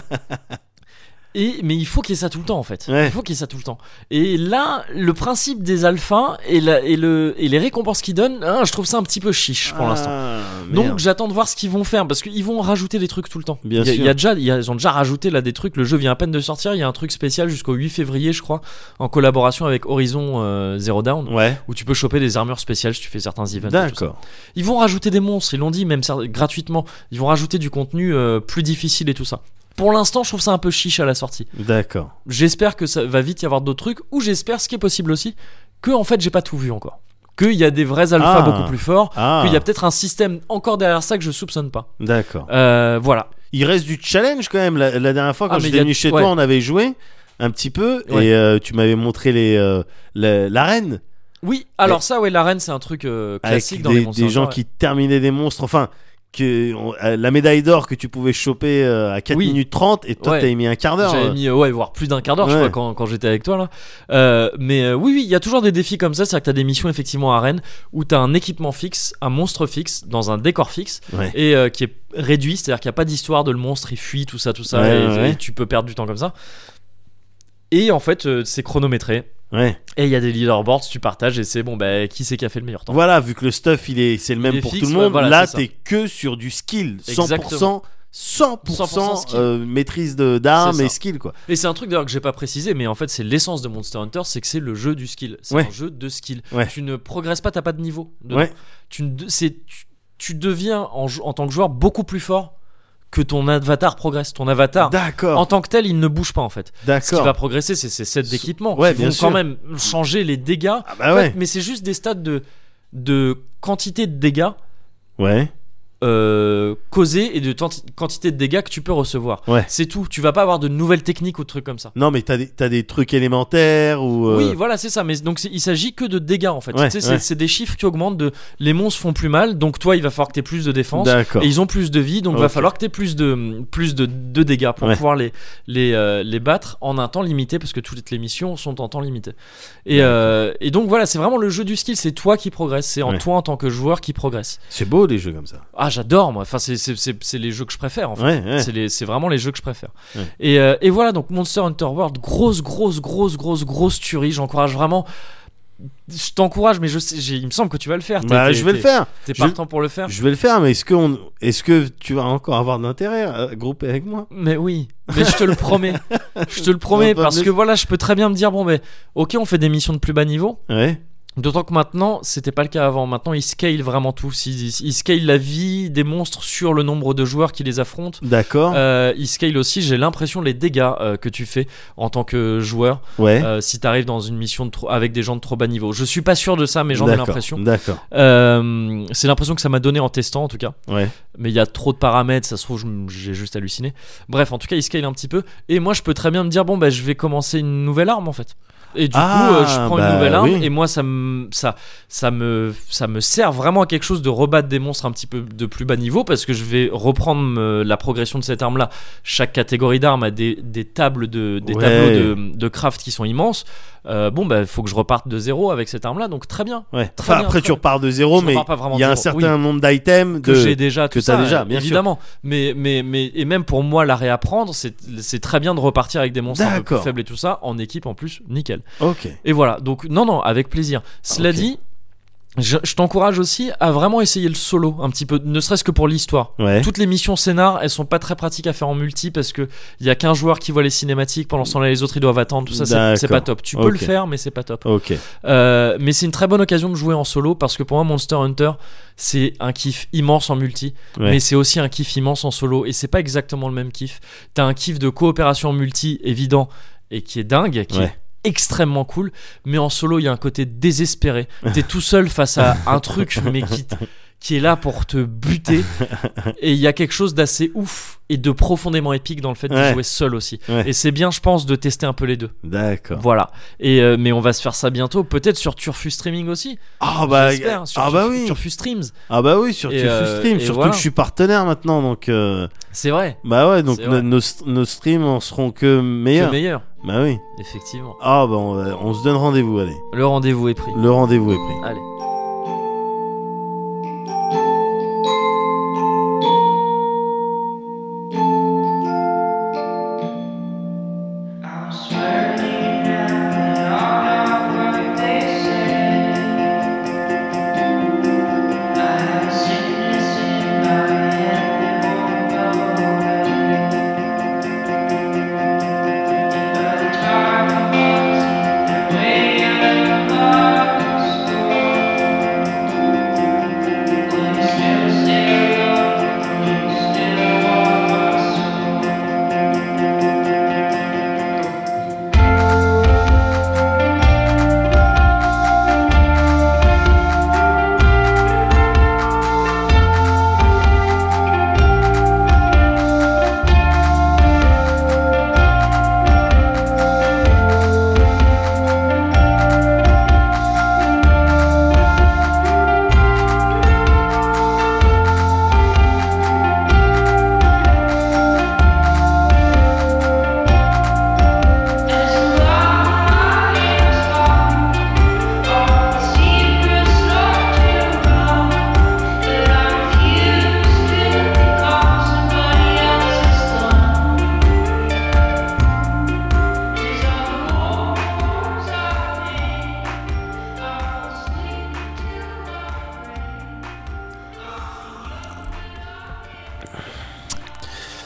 Speaker 1: et mais il faut qu'il y ait ça tout le temps en fait
Speaker 2: Ouais.
Speaker 1: il faut qu'il y ait ça tout le temps et là le principe des alphas et, la- et le, et les récompenses qu'ils donnent hein, je trouve ça un petit peu chiche pour
Speaker 2: Ah,
Speaker 1: l'instant
Speaker 2: merde.
Speaker 1: donc j'attends de voir ce qu'ils vont faire parce qu'ils vont rajouter des trucs tout le temps.
Speaker 2: Bien
Speaker 1: il y a,
Speaker 2: sûr.
Speaker 1: il y a déjà, il y a- ils ont déjà rajouté là des trucs. Le jeu vient à peine de sortir. Il y a un truc spécial jusqu'au 8 février, je crois, en collaboration avec Horizon euh, Zero Dawn,
Speaker 2: Ouais.
Speaker 1: où tu peux choper des armures spéciales si tu fais certains events. et tout ça.
Speaker 2: D'accord.
Speaker 1: Ils vont rajouter des monstres, ils l'ont dit, même cer- gratuitement. Ils vont rajouter du contenu euh, plus difficile et tout ça. Pour l'instant, je trouve ça un peu chiche à la sortie.
Speaker 2: D'accord.
Speaker 1: J'espère que ça va vite y avoir d'autres trucs, ou j'espère, ce qui est possible aussi, que en fait, j'ai pas tout vu encore. Qu'il y a des vrais alphas
Speaker 2: Ah.
Speaker 1: beaucoup plus forts,
Speaker 2: Ah.
Speaker 1: qu'il y a peut-être un système encore derrière ça que je soupçonne pas.
Speaker 2: D'accord.
Speaker 1: Euh, voilà.
Speaker 2: Il reste du challenge quand même. La, la dernière fois, quand
Speaker 1: Ah, mais
Speaker 2: j'étais
Speaker 1: y a-
Speaker 2: venu chez
Speaker 1: ouais.
Speaker 2: toi, on avait joué un petit peu
Speaker 1: Ouais.
Speaker 2: et euh, tu m'avais montré les euh, la- l'arène
Speaker 1: Oui, alors ça, ouais, l'arène, c'est un truc euh, classique
Speaker 2: avec
Speaker 1: dans les
Speaker 2: des,
Speaker 1: Monster
Speaker 2: des
Speaker 1: Hunter,
Speaker 2: gens
Speaker 1: ouais.
Speaker 2: qui terminaient des monstres. Enfin, que on- euh, la médaille d'or que tu pouvais choper euh, à 4
Speaker 1: Oui.
Speaker 2: minutes 30 et toi,
Speaker 1: Ouais.
Speaker 2: t'avais mis un quart d'heure.
Speaker 1: J'avais
Speaker 2: euh.
Speaker 1: mis, euh, ouais, voire plus d'un quart d'heure, je
Speaker 2: Ouais.
Speaker 1: crois, quand, quand j'étais avec toi, là. Euh, mais euh, oui, oui, il y a toujours des défis comme ça. C'est-à-dire que t'as des missions, effectivement, à Rennes, où t'as un équipement fixe, un monstre fixe, dans un décor fixe,
Speaker 2: Ouais.
Speaker 1: et euh, qui est réduit. C'est-à-dire qu'il n'y a pas d'histoire de le monstre, il fuit, tout ça, tout ça,
Speaker 2: Ouais,
Speaker 1: et,
Speaker 2: ouais, ouais.
Speaker 1: et tu peux perdre du temps comme ça. Et en fait, euh, c'est chronométré.
Speaker 2: Ouais.
Speaker 1: Et il y a des leaderboards, tu partages, et c'est bon, bah, qui c'est qui a fait le meilleur temps
Speaker 2: Voilà, vu que le stuff, il est, c'est le même
Speaker 1: est
Speaker 2: pour
Speaker 1: fixe,
Speaker 2: tout le
Speaker 1: ouais,
Speaker 2: monde.
Speaker 1: voilà,
Speaker 2: Là,
Speaker 1: c'est ça.
Speaker 2: t'es que sur du skill, 100%.
Speaker 1: Exactement.
Speaker 2: 100%,
Speaker 1: 100% skill.
Speaker 2: euh, maîtrise de, d'armes
Speaker 1: C'est ça.
Speaker 2: et skill quoi.
Speaker 1: Et c'est un truc d'ailleurs que j'ai pas précisé, mais en fait c'est l'essence de Monster Hunter, c'est que c'est le jeu du skill. C'est
Speaker 2: Ouais.
Speaker 1: un jeu de skill.
Speaker 2: Ouais.
Speaker 1: Tu ne progresses pas, t'as pas de niveau. dedans.
Speaker 2: Ouais.
Speaker 1: Tu, ne- c'est- tu- tu deviens en, jou- en tant que joueur beaucoup plus fort que ton avatar progresse. Ton avatar, en
Speaker 2: D'accord.
Speaker 1: tant que tel, il ne bouge pas en fait. Ce qui
Speaker 2: D'accord.
Speaker 1: va progresser, c'est ces sets d'équipement
Speaker 2: Ouais,
Speaker 1: qui
Speaker 2: bien
Speaker 1: vont
Speaker 2: sûr.
Speaker 1: quand même changer les dégâts.
Speaker 2: Ah bah
Speaker 1: En fait,
Speaker 2: ouais.
Speaker 1: mais c'est juste des stades de, de quantité de dégâts
Speaker 2: Ouais.
Speaker 1: euh, causée et de tanti- quantité de dégâts que tu peux recevoir.
Speaker 2: Ouais.
Speaker 1: C'est tout. Tu vas pas avoir de nouvelles techniques ou de trucs comme ça.
Speaker 2: Non, mais t'as des, t'as des trucs élémentaires ou. euh,
Speaker 1: Oui, voilà, c'est ça. Mais donc, c'est- il s'agit que de dégâts en fait.
Speaker 2: Ouais,
Speaker 1: Tu sais, c'est-
Speaker 2: ouais.
Speaker 1: C'est des chiffres qui augmentent de les monstres font plus mal, donc toi, il va falloir que tu plus de défense.
Speaker 2: D'accord. Ah,
Speaker 1: Et ils ont plus de vie, donc va
Speaker 2: Ok.
Speaker 1: falloir que tu aies plus de, plus de, de dégâts pour
Speaker 2: Ouais.
Speaker 1: pouvoir les, les, euh, les battre en un temps limité, parce que toutes les missions sont en temps limité. Et, euh, et donc voilà, c'est vraiment le jeu du skill, c'est toi qui progresse, c'est en
Speaker 2: Ouais.
Speaker 1: toi en tant que joueur qui progresse.
Speaker 2: C'est beau des jeux comme ça.
Speaker 1: Ah, j'adore moi, enfin, c'est- c'est c'est- c'est les jeux que je préfère en fait.
Speaker 2: Ouais, ouais.
Speaker 1: C'est les- C'est vraiment les jeux que je préfère.
Speaker 2: Ouais.
Speaker 1: Et, euh, et voilà, donc Monster Hunter World, grosse, grosse, grosse, grosse, grosse tuerie. J'encourage vraiment. Je t'encourage, mais je sais, j'ai- il me semble que tu vas le faire. T'es-
Speaker 2: Bah,
Speaker 1: t'es-
Speaker 2: je vais le
Speaker 1: t'es-
Speaker 2: faire.
Speaker 1: T'es
Speaker 2: Je-
Speaker 1: partant pour le faire.
Speaker 2: Je vais le faire, mais est-ce que, on... est-ce que tu vas encore avoir d'intérêt à grouper avec moi
Speaker 1: Mais oui, mais je te le promets. Je te le promets
Speaker 2: Non, pas
Speaker 1: parce
Speaker 2: plus.
Speaker 1: que voilà, je peux très bien me dire bon, mais ok, on fait des missions de plus bas niveau.
Speaker 2: Ouais.
Speaker 1: D'autant que maintenant, c'était pas le cas avant. Maintenant, ils scale vraiment tout. Ils, ils- ils scale la vie des monstres sur le nombre de joueurs qui les affrontent.
Speaker 2: D'accord.
Speaker 1: Euh, ils scale aussi, j'ai l'impression, les dégâts euh, que tu fais en tant que joueur
Speaker 2: ouais.
Speaker 1: euh, si t'arrives dans une mission de trop- avec des gens de trop bas niveau. Je suis pas sûr de ça, mais j'en ai
Speaker 2: D'accord,
Speaker 1: l'impression.
Speaker 2: D'accord.
Speaker 1: Euh, c'est l'impression que ça m'a donné en testant en tout cas.
Speaker 2: Ouais.
Speaker 1: Mais il y a trop de paramètres, ça se trouve, je m- j'ai juste halluciné. Bref, en tout cas, il scale un petit peu. Et moi, je peux très bien me dire, bon, bah, je vais commencer une nouvelle arme en fait. Et du
Speaker 2: Ah,
Speaker 1: coup, euh, je prends
Speaker 2: bah
Speaker 1: une nouvelle arme
Speaker 2: oui.
Speaker 1: et moi, ça me, ça, ça, me, ça me sert vraiment à quelque chose de rebattre des monstres un petit peu de plus bas niveau parce que je vais reprendre euh, la progression de cette arme-là. Chaque catégorie d'armes a des, des tables de, des
Speaker 2: Ouais.
Speaker 1: tableaux de, de craft qui sont immenses. Euh, bon, bah, faut que je reparte de zéro avec cette arme-là, donc très bien.
Speaker 2: Ouais.
Speaker 1: Très
Speaker 2: Enfin,
Speaker 1: bien,
Speaker 2: après,
Speaker 1: très
Speaker 2: tu
Speaker 1: bien.
Speaker 2: repars de zéro,
Speaker 1: Je
Speaker 2: Oh, mais
Speaker 1: repars pas vraiment
Speaker 2: il y a
Speaker 1: de
Speaker 2: un
Speaker 1: zéro.
Speaker 2: certain nombre d'items
Speaker 1: que
Speaker 2: de-
Speaker 1: j'ai déjà tout
Speaker 2: t'as
Speaker 1: ça,
Speaker 2: déjà,
Speaker 1: euh,
Speaker 2: bien sûr.
Speaker 1: évidemment mais mais mais et même pour moi la réapprendre c'est c'est très bien de repartir avec des monstres un peu plus
Speaker 2: D'accord.
Speaker 1: faibles et tout ça en équipe en plus nickel
Speaker 2: Ok.
Speaker 1: et voilà donc non non avec plaisir cela
Speaker 2: Ah, ok.
Speaker 1: dit je, je t'encourage aussi à vraiment essayer le solo un petit peu ne serait-ce que pour l'histoire
Speaker 2: Ouais.
Speaker 1: toutes les missions scénar, elles sont pas très pratiques à faire en multi parce que il y a qu'un joueur qui voit les cinématiques pendant ce temps-là les autres ils doivent attendre tout ça c'est- c'est
Speaker 2: D'accord.
Speaker 1: pas top. Tu peux
Speaker 2: Ok.
Speaker 1: le faire mais c'est pas top.
Speaker 2: Ok.
Speaker 1: Euh, mais c'est une très bonne occasion de jouer en solo parce que pour moi Monster Hunter c'est un kiff immense en multi
Speaker 2: Ouais.
Speaker 1: mais c'est aussi un kiff immense en solo et c'est pas exactement le même kiff t'as un kiff de coopération en multi évident et qui est dingue qui
Speaker 2: Ouais.
Speaker 1: est extrêmement cool mais en solo il y a un côté désespéré t'es tout seul face à un truc mais qui t- qui est là pour te buter et il y a quelque chose d'assez ouf et de profondément épique dans le fait de
Speaker 2: Ouais.
Speaker 1: jouer seul aussi
Speaker 2: Ouais.
Speaker 1: et c'est bien je pense de tester un peu les deux
Speaker 2: D'accord.
Speaker 1: voilà. Et euh, mais on va se faire ça bientôt, peut-être sur Turfu Streaming aussi.
Speaker 2: Ah bah,
Speaker 1: J'espère, sur
Speaker 2: ah bah
Speaker 1: Turfu-
Speaker 2: oui.
Speaker 1: Turfu Streams.
Speaker 2: Ah bah oui, sur
Speaker 1: Et,
Speaker 2: Turfu
Speaker 1: euh,
Speaker 2: Stream,
Speaker 1: et
Speaker 2: surtout
Speaker 1: voilà.
Speaker 2: que je suis partenaire maintenant, donc euh,
Speaker 1: C'est vrai.
Speaker 2: bah ouais, donc
Speaker 1: C'est
Speaker 2: no-
Speaker 1: vrai.
Speaker 2: nos, nos streams en seront que meilleurs.
Speaker 1: Le meilleur,
Speaker 2: Bah oui.
Speaker 1: effectivement.
Speaker 2: Ah bah on, va- on se donne rendez-vous, allez.
Speaker 1: Le rendez-vous est pris.
Speaker 2: Le rendez-vous est pris.
Speaker 1: Allez.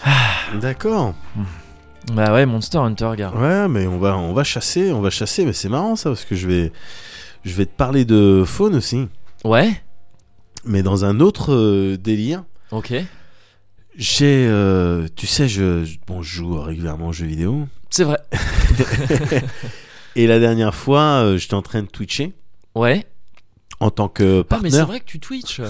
Speaker 2: Ah, D'accord.
Speaker 1: Bah ouais, Monster Hunter, gars.
Speaker 2: Ouais, mais on va on va chasser, on va chasser, mais c'est marrant ça parce que je vais je vais te parler de faune aussi,
Speaker 1: Ouais.
Speaker 2: mais dans un autre euh, délire.
Speaker 1: Ok.
Speaker 2: J'ai, euh, tu sais, je, je- bon, je joue régulièrement aux jeux vidéo.
Speaker 1: C'est vrai.
Speaker 2: Et la dernière fois, euh, j'étais en train de twitcher
Speaker 1: Ouais.
Speaker 2: en tant que
Speaker 1: Ah, mais c'est
Speaker 2: partenaire.
Speaker 1: vrai que tu Twitch.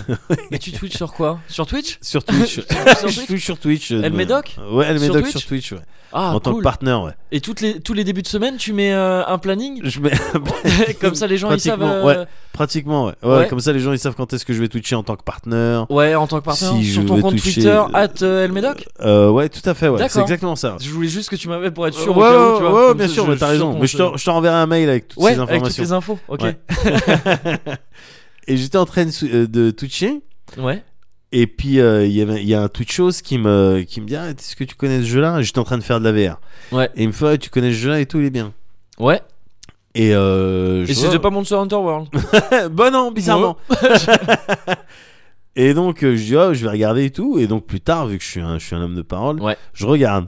Speaker 1: mais tu Twitch sur quoi Sur Twitch
Speaker 2: sur Twitch.
Speaker 1: Sur
Speaker 2: je
Speaker 1: Twitch
Speaker 2: suis sur Twitch. euh,
Speaker 1: El Médoc
Speaker 2: Ouais, El
Speaker 1: Sur
Speaker 2: Médoc
Speaker 1: Twitch
Speaker 2: sur Twitch. ouais.
Speaker 1: Ah,
Speaker 2: en tant que
Speaker 1: cool.
Speaker 2: partenaire, ouais.
Speaker 1: Et toutes les, tous les débuts de semaine, tu mets euh, un planning
Speaker 2: Je mets-
Speaker 1: Comme ça, les gens, ils savent.
Speaker 2: Pratiquement,
Speaker 1: euh,
Speaker 2: Pratiquement, ouais. Ouais,
Speaker 1: Ouais.
Speaker 2: Comme ça, les gens, ils savent quand est-ce que je vais twitcher en tant que partenaire.
Speaker 1: Ouais, en tant que partenaire.
Speaker 2: Si
Speaker 1: sur
Speaker 2: je
Speaker 1: ton
Speaker 2: veux
Speaker 1: compte
Speaker 2: toucher,
Speaker 1: Twitter,
Speaker 2: euh,
Speaker 1: at euh, El Médoc
Speaker 2: Euh, ouais, tout à fait, ouais.
Speaker 1: D'accord.
Speaker 2: C'est exactement ça. ouais.
Speaker 1: Je voulais juste que tu m'appelles pour être
Speaker 2: Ouais,
Speaker 1: sûr. au
Speaker 2: Euh, ouais,
Speaker 1: cas où, tu vois,
Speaker 2: ouais,
Speaker 1: comme
Speaker 2: bien
Speaker 1: ça,
Speaker 2: sûr,
Speaker 1: je-
Speaker 2: mais t'as
Speaker 1: je suis sûr
Speaker 2: raison.
Speaker 1: qu'on
Speaker 2: Mais
Speaker 1: se-
Speaker 2: je t'en- je t'enverrai un mail avec toutes
Speaker 1: Ouais,
Speaker 2: ces
Speaker 1: avec toutes
Speaker 2: informations.
Speaker 1: les infos. Ok.
Speaker 2: Ouais. Et j'étais en train de sou- euh, de twitcher.
Speaker 1: Ouais.
Speaker 2: Et puis euh, il y avait- il y a un Twitchos qui me qui me dit ah, est-ce que tu connais ce jeu-là Et J'étais en train de faire de la VR.
Speaker 1: Ouais.
Speaker 2: Et il me fait Ah, tu connais ce jeu-là et tout il est bien.
Speaker 1: Ouais.
Speaker 2: Et, euh, je
Speaker 1: Et c'était
Speaker 2: vois-
Speaker 1: pas Monster Hunter World.
Speaker 2: bah non bizarrement. et donc euh, je dis ah, je vais regarder et tout et donc plus tard vu que je suis un je suis un homme de parole
Speaker 1: Ouais.
Speaker 2: je regarde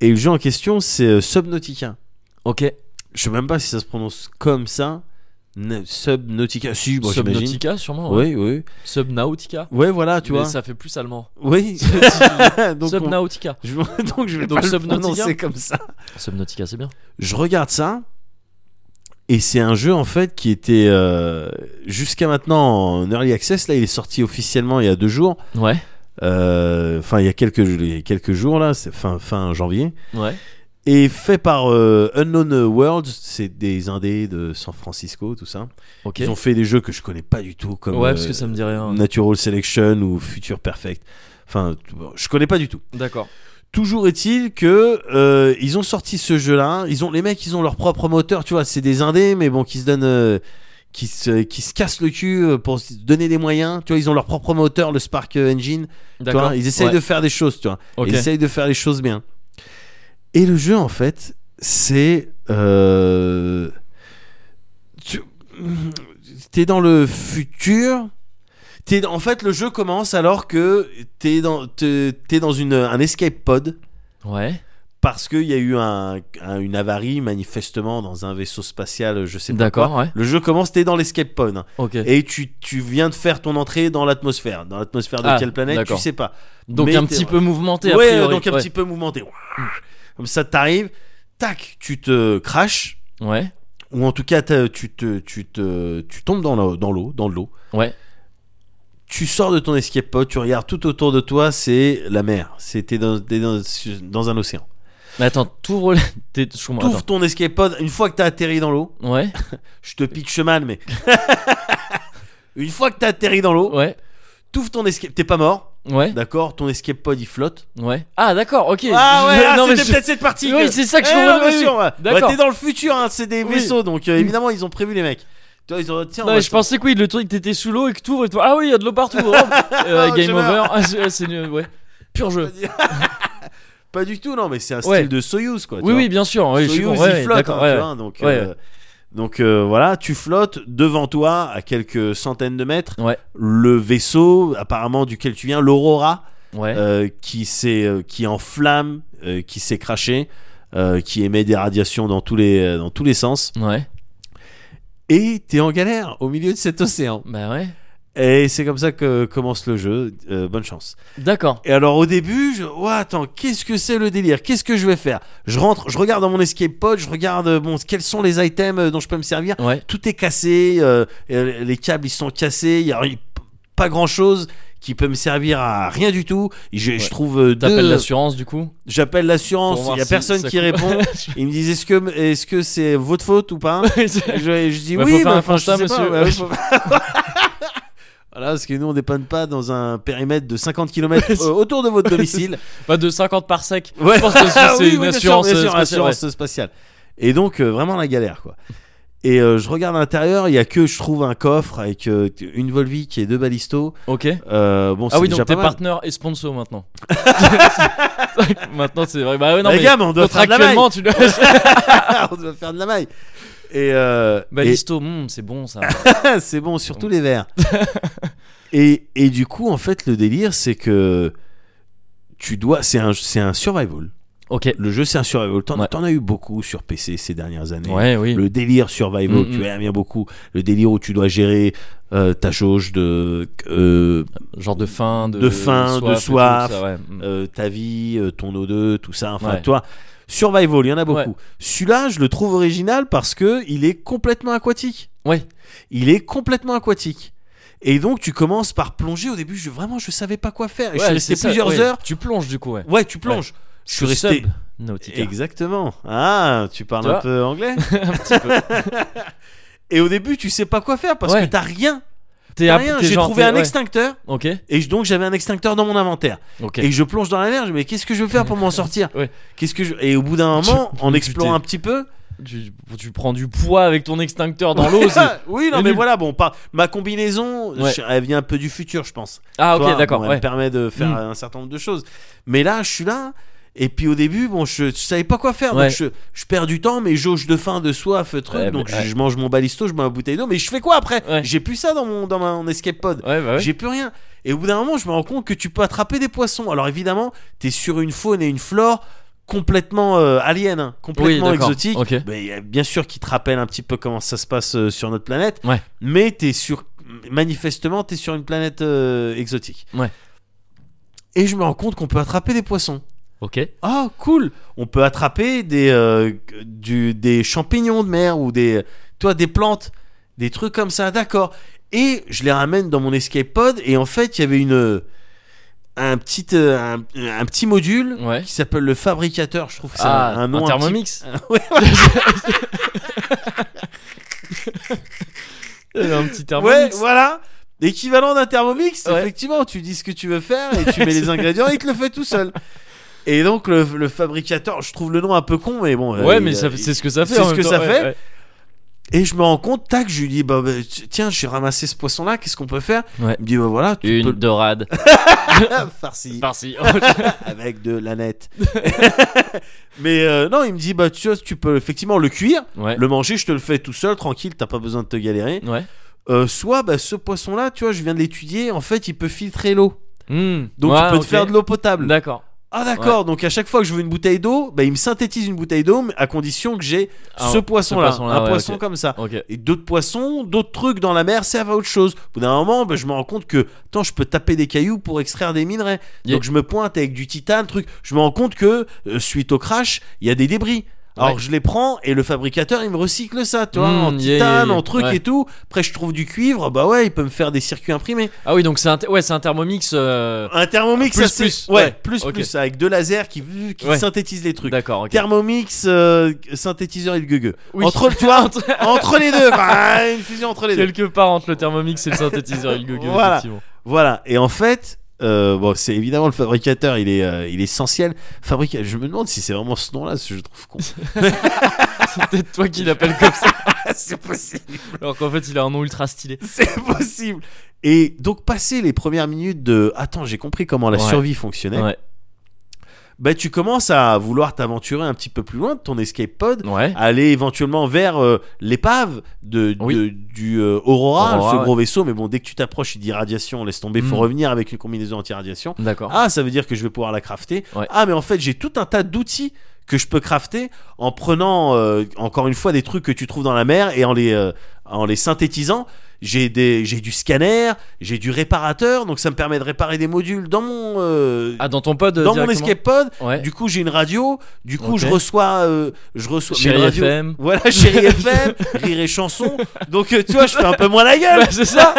Speaker 2: et le jeu en question c'est euh, Subnautica.
Speaker 1: Ok.
Speaker 2: Je sais même pas si ça se prononce comme ça. Ne- Subnautica si moi j'imagine.
Speaker 1: Subnautica, sûrement. ouais.
Speaker 2: Oui oui.
Speaker 1: Subnautica.
Speaker 2: Ouais voilà tu
Speaker 1: Mais
Speaker 2: vois.
Speaker 1: Ça fait plus allemand.
Speaker 2: Oui. donc on-
Speaker 1: Subnautica.
Speaker 2: Je, donc je vais
Speaker 1: Donc
Speaker 2: pas le
Speaker 1: Subnautica
Speaker 2: prononcer comme ça.
Speaker 1: Subnautica, c'est bien.
Speaker 2: Je regarde ça et c'est un jeu en fait qui était euh, jusqu'à maintenant en early access. Là, il est sorti officiellement il y a deux jours.
Speaker 1: Ouais.
Speaker 2: Euh, Enfin, il y a quelques il y a quelques jours là, c'est fin fin janvier.
Speaker 1: Ouais.
Speaker 2: Et fait par euh, Unknown Worlds, c'est des indés de San Francisco, tout ça.
Speaker 1: Ok.
Speaker 2: Ils ont fait des jeux que je connais pas du tout, comme
Speaker 1: ouais, parce
Speaker 2: euh,
Speaker 1: que ça me dit rien.
Speaker 2: Natural Selection ou Future Perfect. Enfin, t- bon, je connais pas du tout.
Speaker 1: D'accord.
Speaker 2: Toujours est-il que euh, ils ont sorti ce jeu-là. Ils ont les mecs, ils ont leur propre moteur, tu vois. C'est des indés, mais bon, qui se donnent, euh, qui se, qui se cassent le cul euh, pour se donner des moyens. Tu vois, ils ont leur propre moteur, le Spark euh, Engine. Tu
Speaker 1: D'accord.
Speaker 2: vois, ils essayent de faire des choses, tu vois.
Speaker 1: Ok.
Speaker 2: Ils essayent de faire les choses bien. Et le jeu, en fait, c'est, euh, tu t'es dans le futur. T'es, en fait, le jeu commence alors que t'es dans, t'es, t'es dans une, un escape pod
Speaker 1: Ouais.
Speaker 2: parce qu'il y a eu un- un- une avarie manifestement dans un vaisseau spatial, je sais pas.
Speaker 1: D'accord.
Speaker 2: quoi.
Speaker 1: Ouais.
Speaker 2: Le jeu commence, t'es dans l'escape pod hein,
Speaker 1: Ok.
Speaker 2: et tu, tu viens de faire ton entrée dans l'atmosphère. Dans l'atmosphère de
Speaker 1: Ah,
Speaker 2: quelle planète Tu
Speaker 1: d'accord.
Speaker 2: sais pas.
Speaker 1: Donc
Speaker 2: Mais
Speaker 1: un
Speaker 2: t'es-
Speaker 1: petit peu mouvementé. a
Speaker 2: ouais,
Speaker 1: priori.
Speaker 2: donc un
Speaker 1: Ouais.
Speaker 2: petit peu mouvementé. Comme ça, t'arrives, tac, tu te craches
Speaker 1: Ouais.
Speaker 2: ou en tout cas t'as- tu te, tu te, tu tombes dans l'eau, dans l'eau, dans l'eau.
Speaker 1: Ouais.
Speaker 2: Tu sors de ton escape pod, tu regardes tout autour de toi, c'est la mer. C'était dans, t'es dans, dans un océan.
Speaker 1: Mais attends, t'ouvres. le- t'es- je comprends-
Speaker 2: T'ouvres ton escape pod une fois que t'as atterri dans l'eau.
Speaker 1: attends. Ouais.
Speaker 2: Je te pitch mal, mais. Une fois que t'as atterri dans l'eau,
Speaker 1: Ouais.
Speaker 2: t'ouvres ton escape. T'es pas mort,
Speaker 1: Ouais.
Speaker 2: d'accord Ton escape pod il flotte.
Speaker 1: Ouais. Ah d'accord. Ok.
Speaker 2: Ah
Speaker 1: Je-
Speaker 2: ouais, ah,
Speaker 1: non, mais
Speaker 2: c'était
Speaker 1: je-
Speaker 2: peut-être cette partie.
Speaker 1: Oui,
Speaker 2: que-
Speaker 1: c'est ça que je
Speaker 2: Eh,
Speaker 1: comprends.
Speaker 2: ouais,
Speaker 1: oui,
Speaker 2: bien
Speaker 1: oui.
Speaker 2: sûr, ouais.
Speaker 1: D'accord.
Speaker 2: Bah, t'es dans le futur, hein, c'est des
Speaker 1: Oui. Mm.
Speaker 2: vaisseaux, donc euh, évidemment ils ont prévu les mecs. Tu vois, ils ont tiens, on
Speaker 1: Non,
Speaker 2: va
Speaker 1: mais je
Speaker 2: se-
Speaker 1: pensais que oui, le truc t'étais sous l'eau et que tout. Et toi, ah oui, il y a de l'eau partout. hop. Euh,
Speaker 2: Non, je
Speaker 1: game over.
Speaker 2: meurs.
Speaker 1: Ah, c'est c'est nul, ouais. Pur jeu.
Speaker 2: Pas du tout, non, mais c'est un style
Speaker 1: Ouais.
Speaker 2: de Soyuz quoi. tu
Speaker 1: Oui,
Speaker 2: vois.
Speaker 1: oui, bien sûr. Oui, je suis
Speaker 2: Soyouz,
Speaker 1: con- ouais,
Speaker 2: il
Speaker 1: ouais,
Speaker 2: flotte,
Speaker 1: d'accord,
Speaker 2: hein,
Speaker 1: ouais,
Speaker 2: tu
Speaker 1: ouais.
Speaker 2: vois, donc, euh, donc euh, voilà, tu flottes devant toi à quelques centaines de mètres.
Speaker 1: Ouais.
Speaker 2: Le vaisseau, apparemment duquel tu viens, l'Aurora,
Speaker 1: Ouais.
Speaker 2: euh, qui s'est euh, qui est en flamme, euh, qui s'est craché, euh, qui émet des radiations dans tous les euh, dans tous les sens.
Speaker 1: Ouais.
Speaker 2: Et t'es en galère au milieu de cet océan.
Speaker 1: Bah ouais.
Speaker 2: Et c'est comme ça que commence le jeu. Euh, bonne chance.
Speaker 1: D'accord.
Speaker 2: Et alors au début, je, Ouah, attends, qu'est-ce que c'est le délire Qu'est-ce que je vais faire Je rentre, je regarde dans mon escape pod, je regarde euh, bon quels sont les items euh, dont je peux me servir.
Speaker 1: Ouais.
Speaker 2: Tout est cassé, euh, euh, les câbles ils sont cassés, il y a rien- pas grand chose qui peut me servir à rien du tout. Je, je
Speaker 1: Ouais.
Speaker 2: trouve euh,
Speaker 1: T'appelles
Speaker 2: deux-
Speaker 1: l'assurance du coup
Speaker 2: J'appelle l'assurance,
Speaker 1: Pour
Speaker 2: il
Speaker 1: voir
Speaker 2: y a
Speaker 1: si
Speaker 2: personne
Speaker 1: ça
Speaker 2: qui
Speaker 1: coupe.
Speaker 2: répond. Ils me disent est-ce que est-ce que c'est votre faute ou pas
Speaker 1: Ouais,
Speaker 2: Et
Speaker 1: c'est-
Speaker 2: je, et je dis
Speaker 1: Bah, faut
Speaker 2: oui,
Speaker 1: faire
Speaker 2: mais
Speaker 1: un
Speaker 2: enfin, je
Speaker 1: constat,
Speaker 2: sais pas,
Speaker 1: monsieur.
Speaker 2: bah, oui, faut- voilà, parce que nous on dépanne pas dans un périmètre de 50 km autour de votre domicile.
Speaker 1: Pas de 50 par sec.
Speaker 2: Ouais.
Speaker 1: Je pense que ça,
Speaker 2: Ah
Speaker 1: c'est
Speaker 2: oui, oui,
Speaker 1: une
Speaker 2: bien sûr,
Speaker 1: assurance,
Speaker 2: bien sûr,
Speaker 1: euh, spatiale,
Speaker 2: assurance spatiale. Et donc euh, vraiment la galère quoi. Et euh, je regarde à l'intérieur, il y a que je trouve un coffre avec euh, une Volvic et deux balistos.
Speaker 1: Ok.
Speaker 2: Euh, bon, c'est
Speaker 1: Ah oui,
Speaker 2: déjà
Speaker 1: donc
Speaker 2: pas
Speaker 1: t'es
Speaker 2: mal.
Speaker 1: partenaire et sponsor maintenant. maintenant, c'est vrai. Bah ouais, non,
Speaker 2: les
Speaker 1: mais
Speaker 2: gars, mais on doit faire de la maille.
Speaker 1: contractuellement, tu le.
Speaker 2: on doit faire de la maille. Et, euh, et-
Speaker 1: Balisto, hmm, c'est bon ça.
Speaker 2: Ah, c'est bon, surtout les verres. et, et du coup, en fait, le délire, c'est que tu dois. C'est un, c'est un survival.
Speaker 1: Ok.
Speaker 2: Le jeu, c'est un survival. T'en,
Speaker 1: Ouais.
Speaker 2: t'en as eu beaucoup sur PC ces dernières années.
Speaker 1: Ouais, oui.
Speaker 2: Le délire survival,
Speaker 1: Mm,
Speaker 2: tu aimes bien beaucoup. Le délire où tu dois gérer euh, ta jauge de. euh,
Speaker 1: Genre de faim, de,
Speaker 2: de faim, de
Speaker 1: et tout,
Speaker 2: soif.
Speaker 1: ça, ouais. Mm.
Speaker 2: euh, ta vie, euh, ton O2, tout ça. Enfin,
Speaker 1: Ouais.
Speaker 2: toi. Survival, il y en a beaucoup.
Speaker 1: Ouais.
Speaker 2: Celui-là, je le trouve original parce que il est complètement aquatique.
Speaker 1: Ouais.
Speaker 2: Il est complètement aquatique. Et donc tu commences par plonger. Au début, je, vraiment, je savais pas quoi faire. Et je suis
Speaker 1: Ouais,
Speaker 2: resté
Speaker 1: c'est ça,
Speaker 2: plusieurs
Speaker 1: ouais.
Speaker 2: heures.
Speaker 1: Tu plonges du coup, ouais.
Speaker 2: Ouais, tu plonges. Je suis resté.
Speaker 1: Nautica.
Speaker 2: Exactement. Ah, tu parles
Speaker 1: Tu
Speaker 2: un
Speaker 1: vois
Speaker 2: peu anglais.
Speaker 1: Un petit peu.
Speaker 2: Et au début, tu sais pas quoi faire parce
Speaker 1: Ouais.
Speaker 2: que t'as rien.
Speaker 1: T'es
Speaker 2: T'as
Speaker 1: un-
Speaker 2: rien.
Speaker 1: t'es
Speaker 2: J'ai
Speaker 1: genre-
Speaker 2: trouvé
Speaker 1: t'es-
Speaker 2: un
Speaker 1: ouais.
Speaker 2: extincteur.
Speaker 1: Ok.
Speaker 2: Et je- donc j'avais un extincteur dans mon inventaire.
Speaker 1: Ok.
Speaker 2: Et je plonge dans la mer. Je me dis, mais qu'est-ce que je veux faire pour m'en sortir
Speaker 1: Ouais.
Speaker 2: Qu'est-ce que je... Et au bout d'un
Speaker 1: Tu-
Speaker 2: moment, en
Speaker 1: tu
Speaker 2: explorant
Speaker 1: t'es-
Speaker 2: un petit peu.
Speaker 1: Tu, tu prends du poids avec ton extincteur dans l'eau. c'est-
Speaker 2: oui, non,
Speaker 1: c'est
Speaker 2: mais
Speaker 1: nul.
Speaker 2: voilà, bon, par- ma combinaison,
Speaker 1: Ouais.
Speaker 2: je- elle vient un peu du futur, je pense.
Speaker 1: Ah ok,
Speaker 2: Toi,
Speaker 1: d'accord.
Speaker 2: bon, Elle
Speaker 1: ouais.
Speaker 2: me permet de faire
Speaker 1: Mm.
Speaker 2: un certain nombre de choses. Mais là, je suis là. Et puis au début, bon, je, je savais pas quoi faire.
Speaker 1: Ouais. Eh ben,
Speaker 2: Donc je, je perds du temps, mes jauges de faim, de soif, truc.
Speaker 1: Ouais,
Speaker 2: donc
Speaker 1: mais-
Speaker 2: je, je mange mon balisto, je bois ma bouteille d'eau. Mais je fais quoi après
Speaker 1: Ouais.
Speaker 2: J'ai plus ça dans mon, dans mon escape pod.
Speaker 1: Ouais, bah ouais.
Speaker 2: J'ai plus rien. Et au bout d'un moment, je me rends compte que tu peux attraper des poissons. Alors évidemment, t'es sur une faune et une flore complètement euh, alien, hein, complètement
Speaker 1: d'accord.
Speaker 2: exotique.
Speaker 1: Ok.
Speaker 2: Ben, y a bien sûr qui te rappelle un petit peu comment ça se passe euh, sur notre planète.
Speaker 1: Ouais.
Speaker 2: Mais t'es sur, manifestement, t'es sur une planète euh, exotique.
Speaker 1: Ouais.
Speaker 2: Et je me rends compte qu'on peut attraper des poissons.
Speaker 1: Ok.
Speaker 2: Ah cool On peut attraper des, euh, du, des champignons de mer ou des, toi, des plantes, des trucs comme ça, d'accord. Et je les ramène dans mon escape pod et en fait il y avait une, un, petit, euh, un, un petit module
Speaker 1: Ouais.
Speaker 2: qui s'appelle le fabricateur, je trouve que c'est
Speaker 1: Ah,
Speaker 2: un, un nom un petit-
Speaker 1: Thermomix.
Speaker 2: Ouais,
Speaker 1: Il y avait un petit
Speaker 2: ouais,
Speaker 1: Thermomix.
Speaker 2: voilà L'équivalent d'un thermomix,
Speaker 1: Ouais.
Speaker 2: effectivement, tu dis ce que tu veux faire et tu mets les ingrédients et il te le fait tout seul. Et donc le, le fabricateur, je trouve le nom un peu con, mais bon. euh,
Speaker 1: Ouais,
Speaker 2: il-
Speaker 1: mais ça-
Speaker 2: il-
Speaker 1: c'est ce que ça fait.
Speaker 2: c'est
Speaker 1: en
Speaker 2: ce
Speaker 1: même
Speaker 2: que
Speaker 1: temps,
Speaker 2: ça
Speaker 1: ouais,
Speaker 2: fait.
Speaker 1: ouais.
Speaker 2: Et je me rends compte, tac, je lui dis, bah, bah, tiens, j'ai ramassé ce poisson-là, qu'est-ce qu'on peut faire
Speaker 1: Ouais.
Speaker 2: Il me dit, bah voilà, tu
Speaker 1: Une
Speaker 2: peux
Speaker 1: dorade
Speaker 2: le farci
Speaker 1: par-ci.
Speaker 2: avec de la nette. Mais euh, non, il me dit, bah tu vois, tu peux effectivement le cuire,
Speaker 1: ouais.
Speaker 2: le manger, je te le fais tout seul, tranquille, t'as pas besoin de te galérer.
Speaker 1: Ouais.
Speaker 2: Euh, soit, bah ce poisson-là, tu vois, je viens de l'étudier, en fait, il peut filtrer l'eau.
Speaker 1: Hmm.
Speaker 2: Donc
Speaker 1: Ouais,
Speaker 2: tu peux
Speaker 1: ok.
Speaker 2: te faire de l'eau potable.
Speaker 1: D'accord.
Speaker 2: Ah d'accord, donc à chaque fois que je veux une bouteille d'eau, bah il me synthétise une bouteille d'eau, mais à condition que j'ai
Speaker 1: Ah,
Speaker 2: ce poisson-là,
Speaker 1: poisson-là,
Speaker 2: un
Speaker 1: ouais,
Speaker 2: poisson
Speaker 1: ok.
Speaker 2: comme ça.
Speaker 1: Ok.
Speaker 2: et d'autres poissons, d'autres trucs dans la mer servent à autre chose. Au bout d'un moment, ben, je me rends compte que attends, je peux taper des cailloux pour extraire des minerais.
Speaker 1: Yeah.
Speaker 2: Donc je me pointe avec du titane, truc. Je me rends compte que euh, suite au crash, il y a des débris.
Speaker 1: Ouais.
Speaker 2: Alors je les prends et le fabricateur il me recycle ça, tu vois,
Speaker 1: Mm,
Speaker 2: en
Speaker 1: yeah,
Speaker 2: titane,
Speaker 1: yeah, yeah.
Speaker 2: en truc
Speaker 1: Ouais.
Speaker 2: et tout. Après je trouve du cuivre, bah ouais, il peut me faire des circuits imprimés.
Speaker 1: Ah oui, donc c'est un, th- ouais, c'est un Thermomix. euh,
Speaker 2: Un thermomix,
Speaker 1: Plus,
Speaker 2: ça, c'est-
Speaker 1: plus.
Speaker 2: ouais,
Speaker 1: Ouais.
Speaker 2: plus
Speaker 1: Ok.
Speaker 2: plus avec deux lasers qui, qui
Speaker 1: Ouais.
Speaker 2: synthétisent les trucs.
Speaker 1: D'accord. ok.
Speaker 2: Thermomix, euh, synthétiseur et le gueugue.
Speaker 1: Oui.
Speaker 2: Entre le toit,
Speaker 1: Entre-
Speaker 2: entre les deux, bah, une fusion entre les deux.
Speaker 1: Quelque part entre le Thermomix et le synthétiseur et le Google,
Speaker 2: Voilà.
Speaker 1: effectivement.
Speaker 2: Voilà, et en fait, euh, bon, c'est évidemment le fabricateur, il est, euh, il est essentiel. Fabrica- je me demande si c'est vraiment ce nom-là, parce que je le trouve con.
Speaker 1: C'est peut-être toi qui l'appelles comme ça,
Speaker 2: c'est possible,
Speaker 1: alors qu'en fait il a un nom ultra stylé.
Speaker 2: c'est possible. Et donc, passer les premières minutes de Attends, j'ai compris comment la
Speaker 1: Ouais.
Speaker 2: survie fonctionnait,
Speaker 1: Ouais.
Speaker 2: bah, tu commences à vouloir t'aventurer un petit peu plus loin de ton escape pod.
Speaker 1: Ouais.
Speaker 2: Aller éventuellement vers euh, l'épave de,
Speaker 1: Oui.
Speaker 2: de- du euh, Aurora,
Speaker 1: Aurora,
Speaker 2: ce
Speaker 1: ouais.
Speaker 2: gros vaisseau. Mais bon, dès que tu t'approches, il dit radiation, laisse tomber, faut
Speaker 1: Mm.
Speaker 2: revenir avec une combinaison anti-radiation.
Speaker 1: D'accord.
Speaker 2: Ah, ça veut dire que je vais pouvoir la crafter.
Speaker 1: Ouais.
Speaker 2: Ah, mais en fait, j'ai tout un tas d'outils que je peux crafter en prenant euh, encore une fois des trucs que tu trouves dans la mer et en les, euh, en les synthétisant. J'ai des- j'ai du scanner, j'ai du réparateur, donc ça me permet de réparer des modules dans mon, euh,
Speaker 1: Ah, dans ton pod euh,
Speaker 2: dans mon
Speaker 1: directement
Speaker 2: escape pod.
Speaker 1: Ouais.
Speaker 2: Du coup, j'ai une radio. Du coup,
Speaker 1: Ok.
Speaker 2: je reçois, euh, je reçois
Speaker 1: Chérie
Speaker 2: mais une radio-
Speaker 1: FM.
Speaker 2: Voilà, chérie FM, rire et chanson. Donc, euh, tu vois, je fais un peu moins la gueule.
Speaker 1: Bah, c'est ça.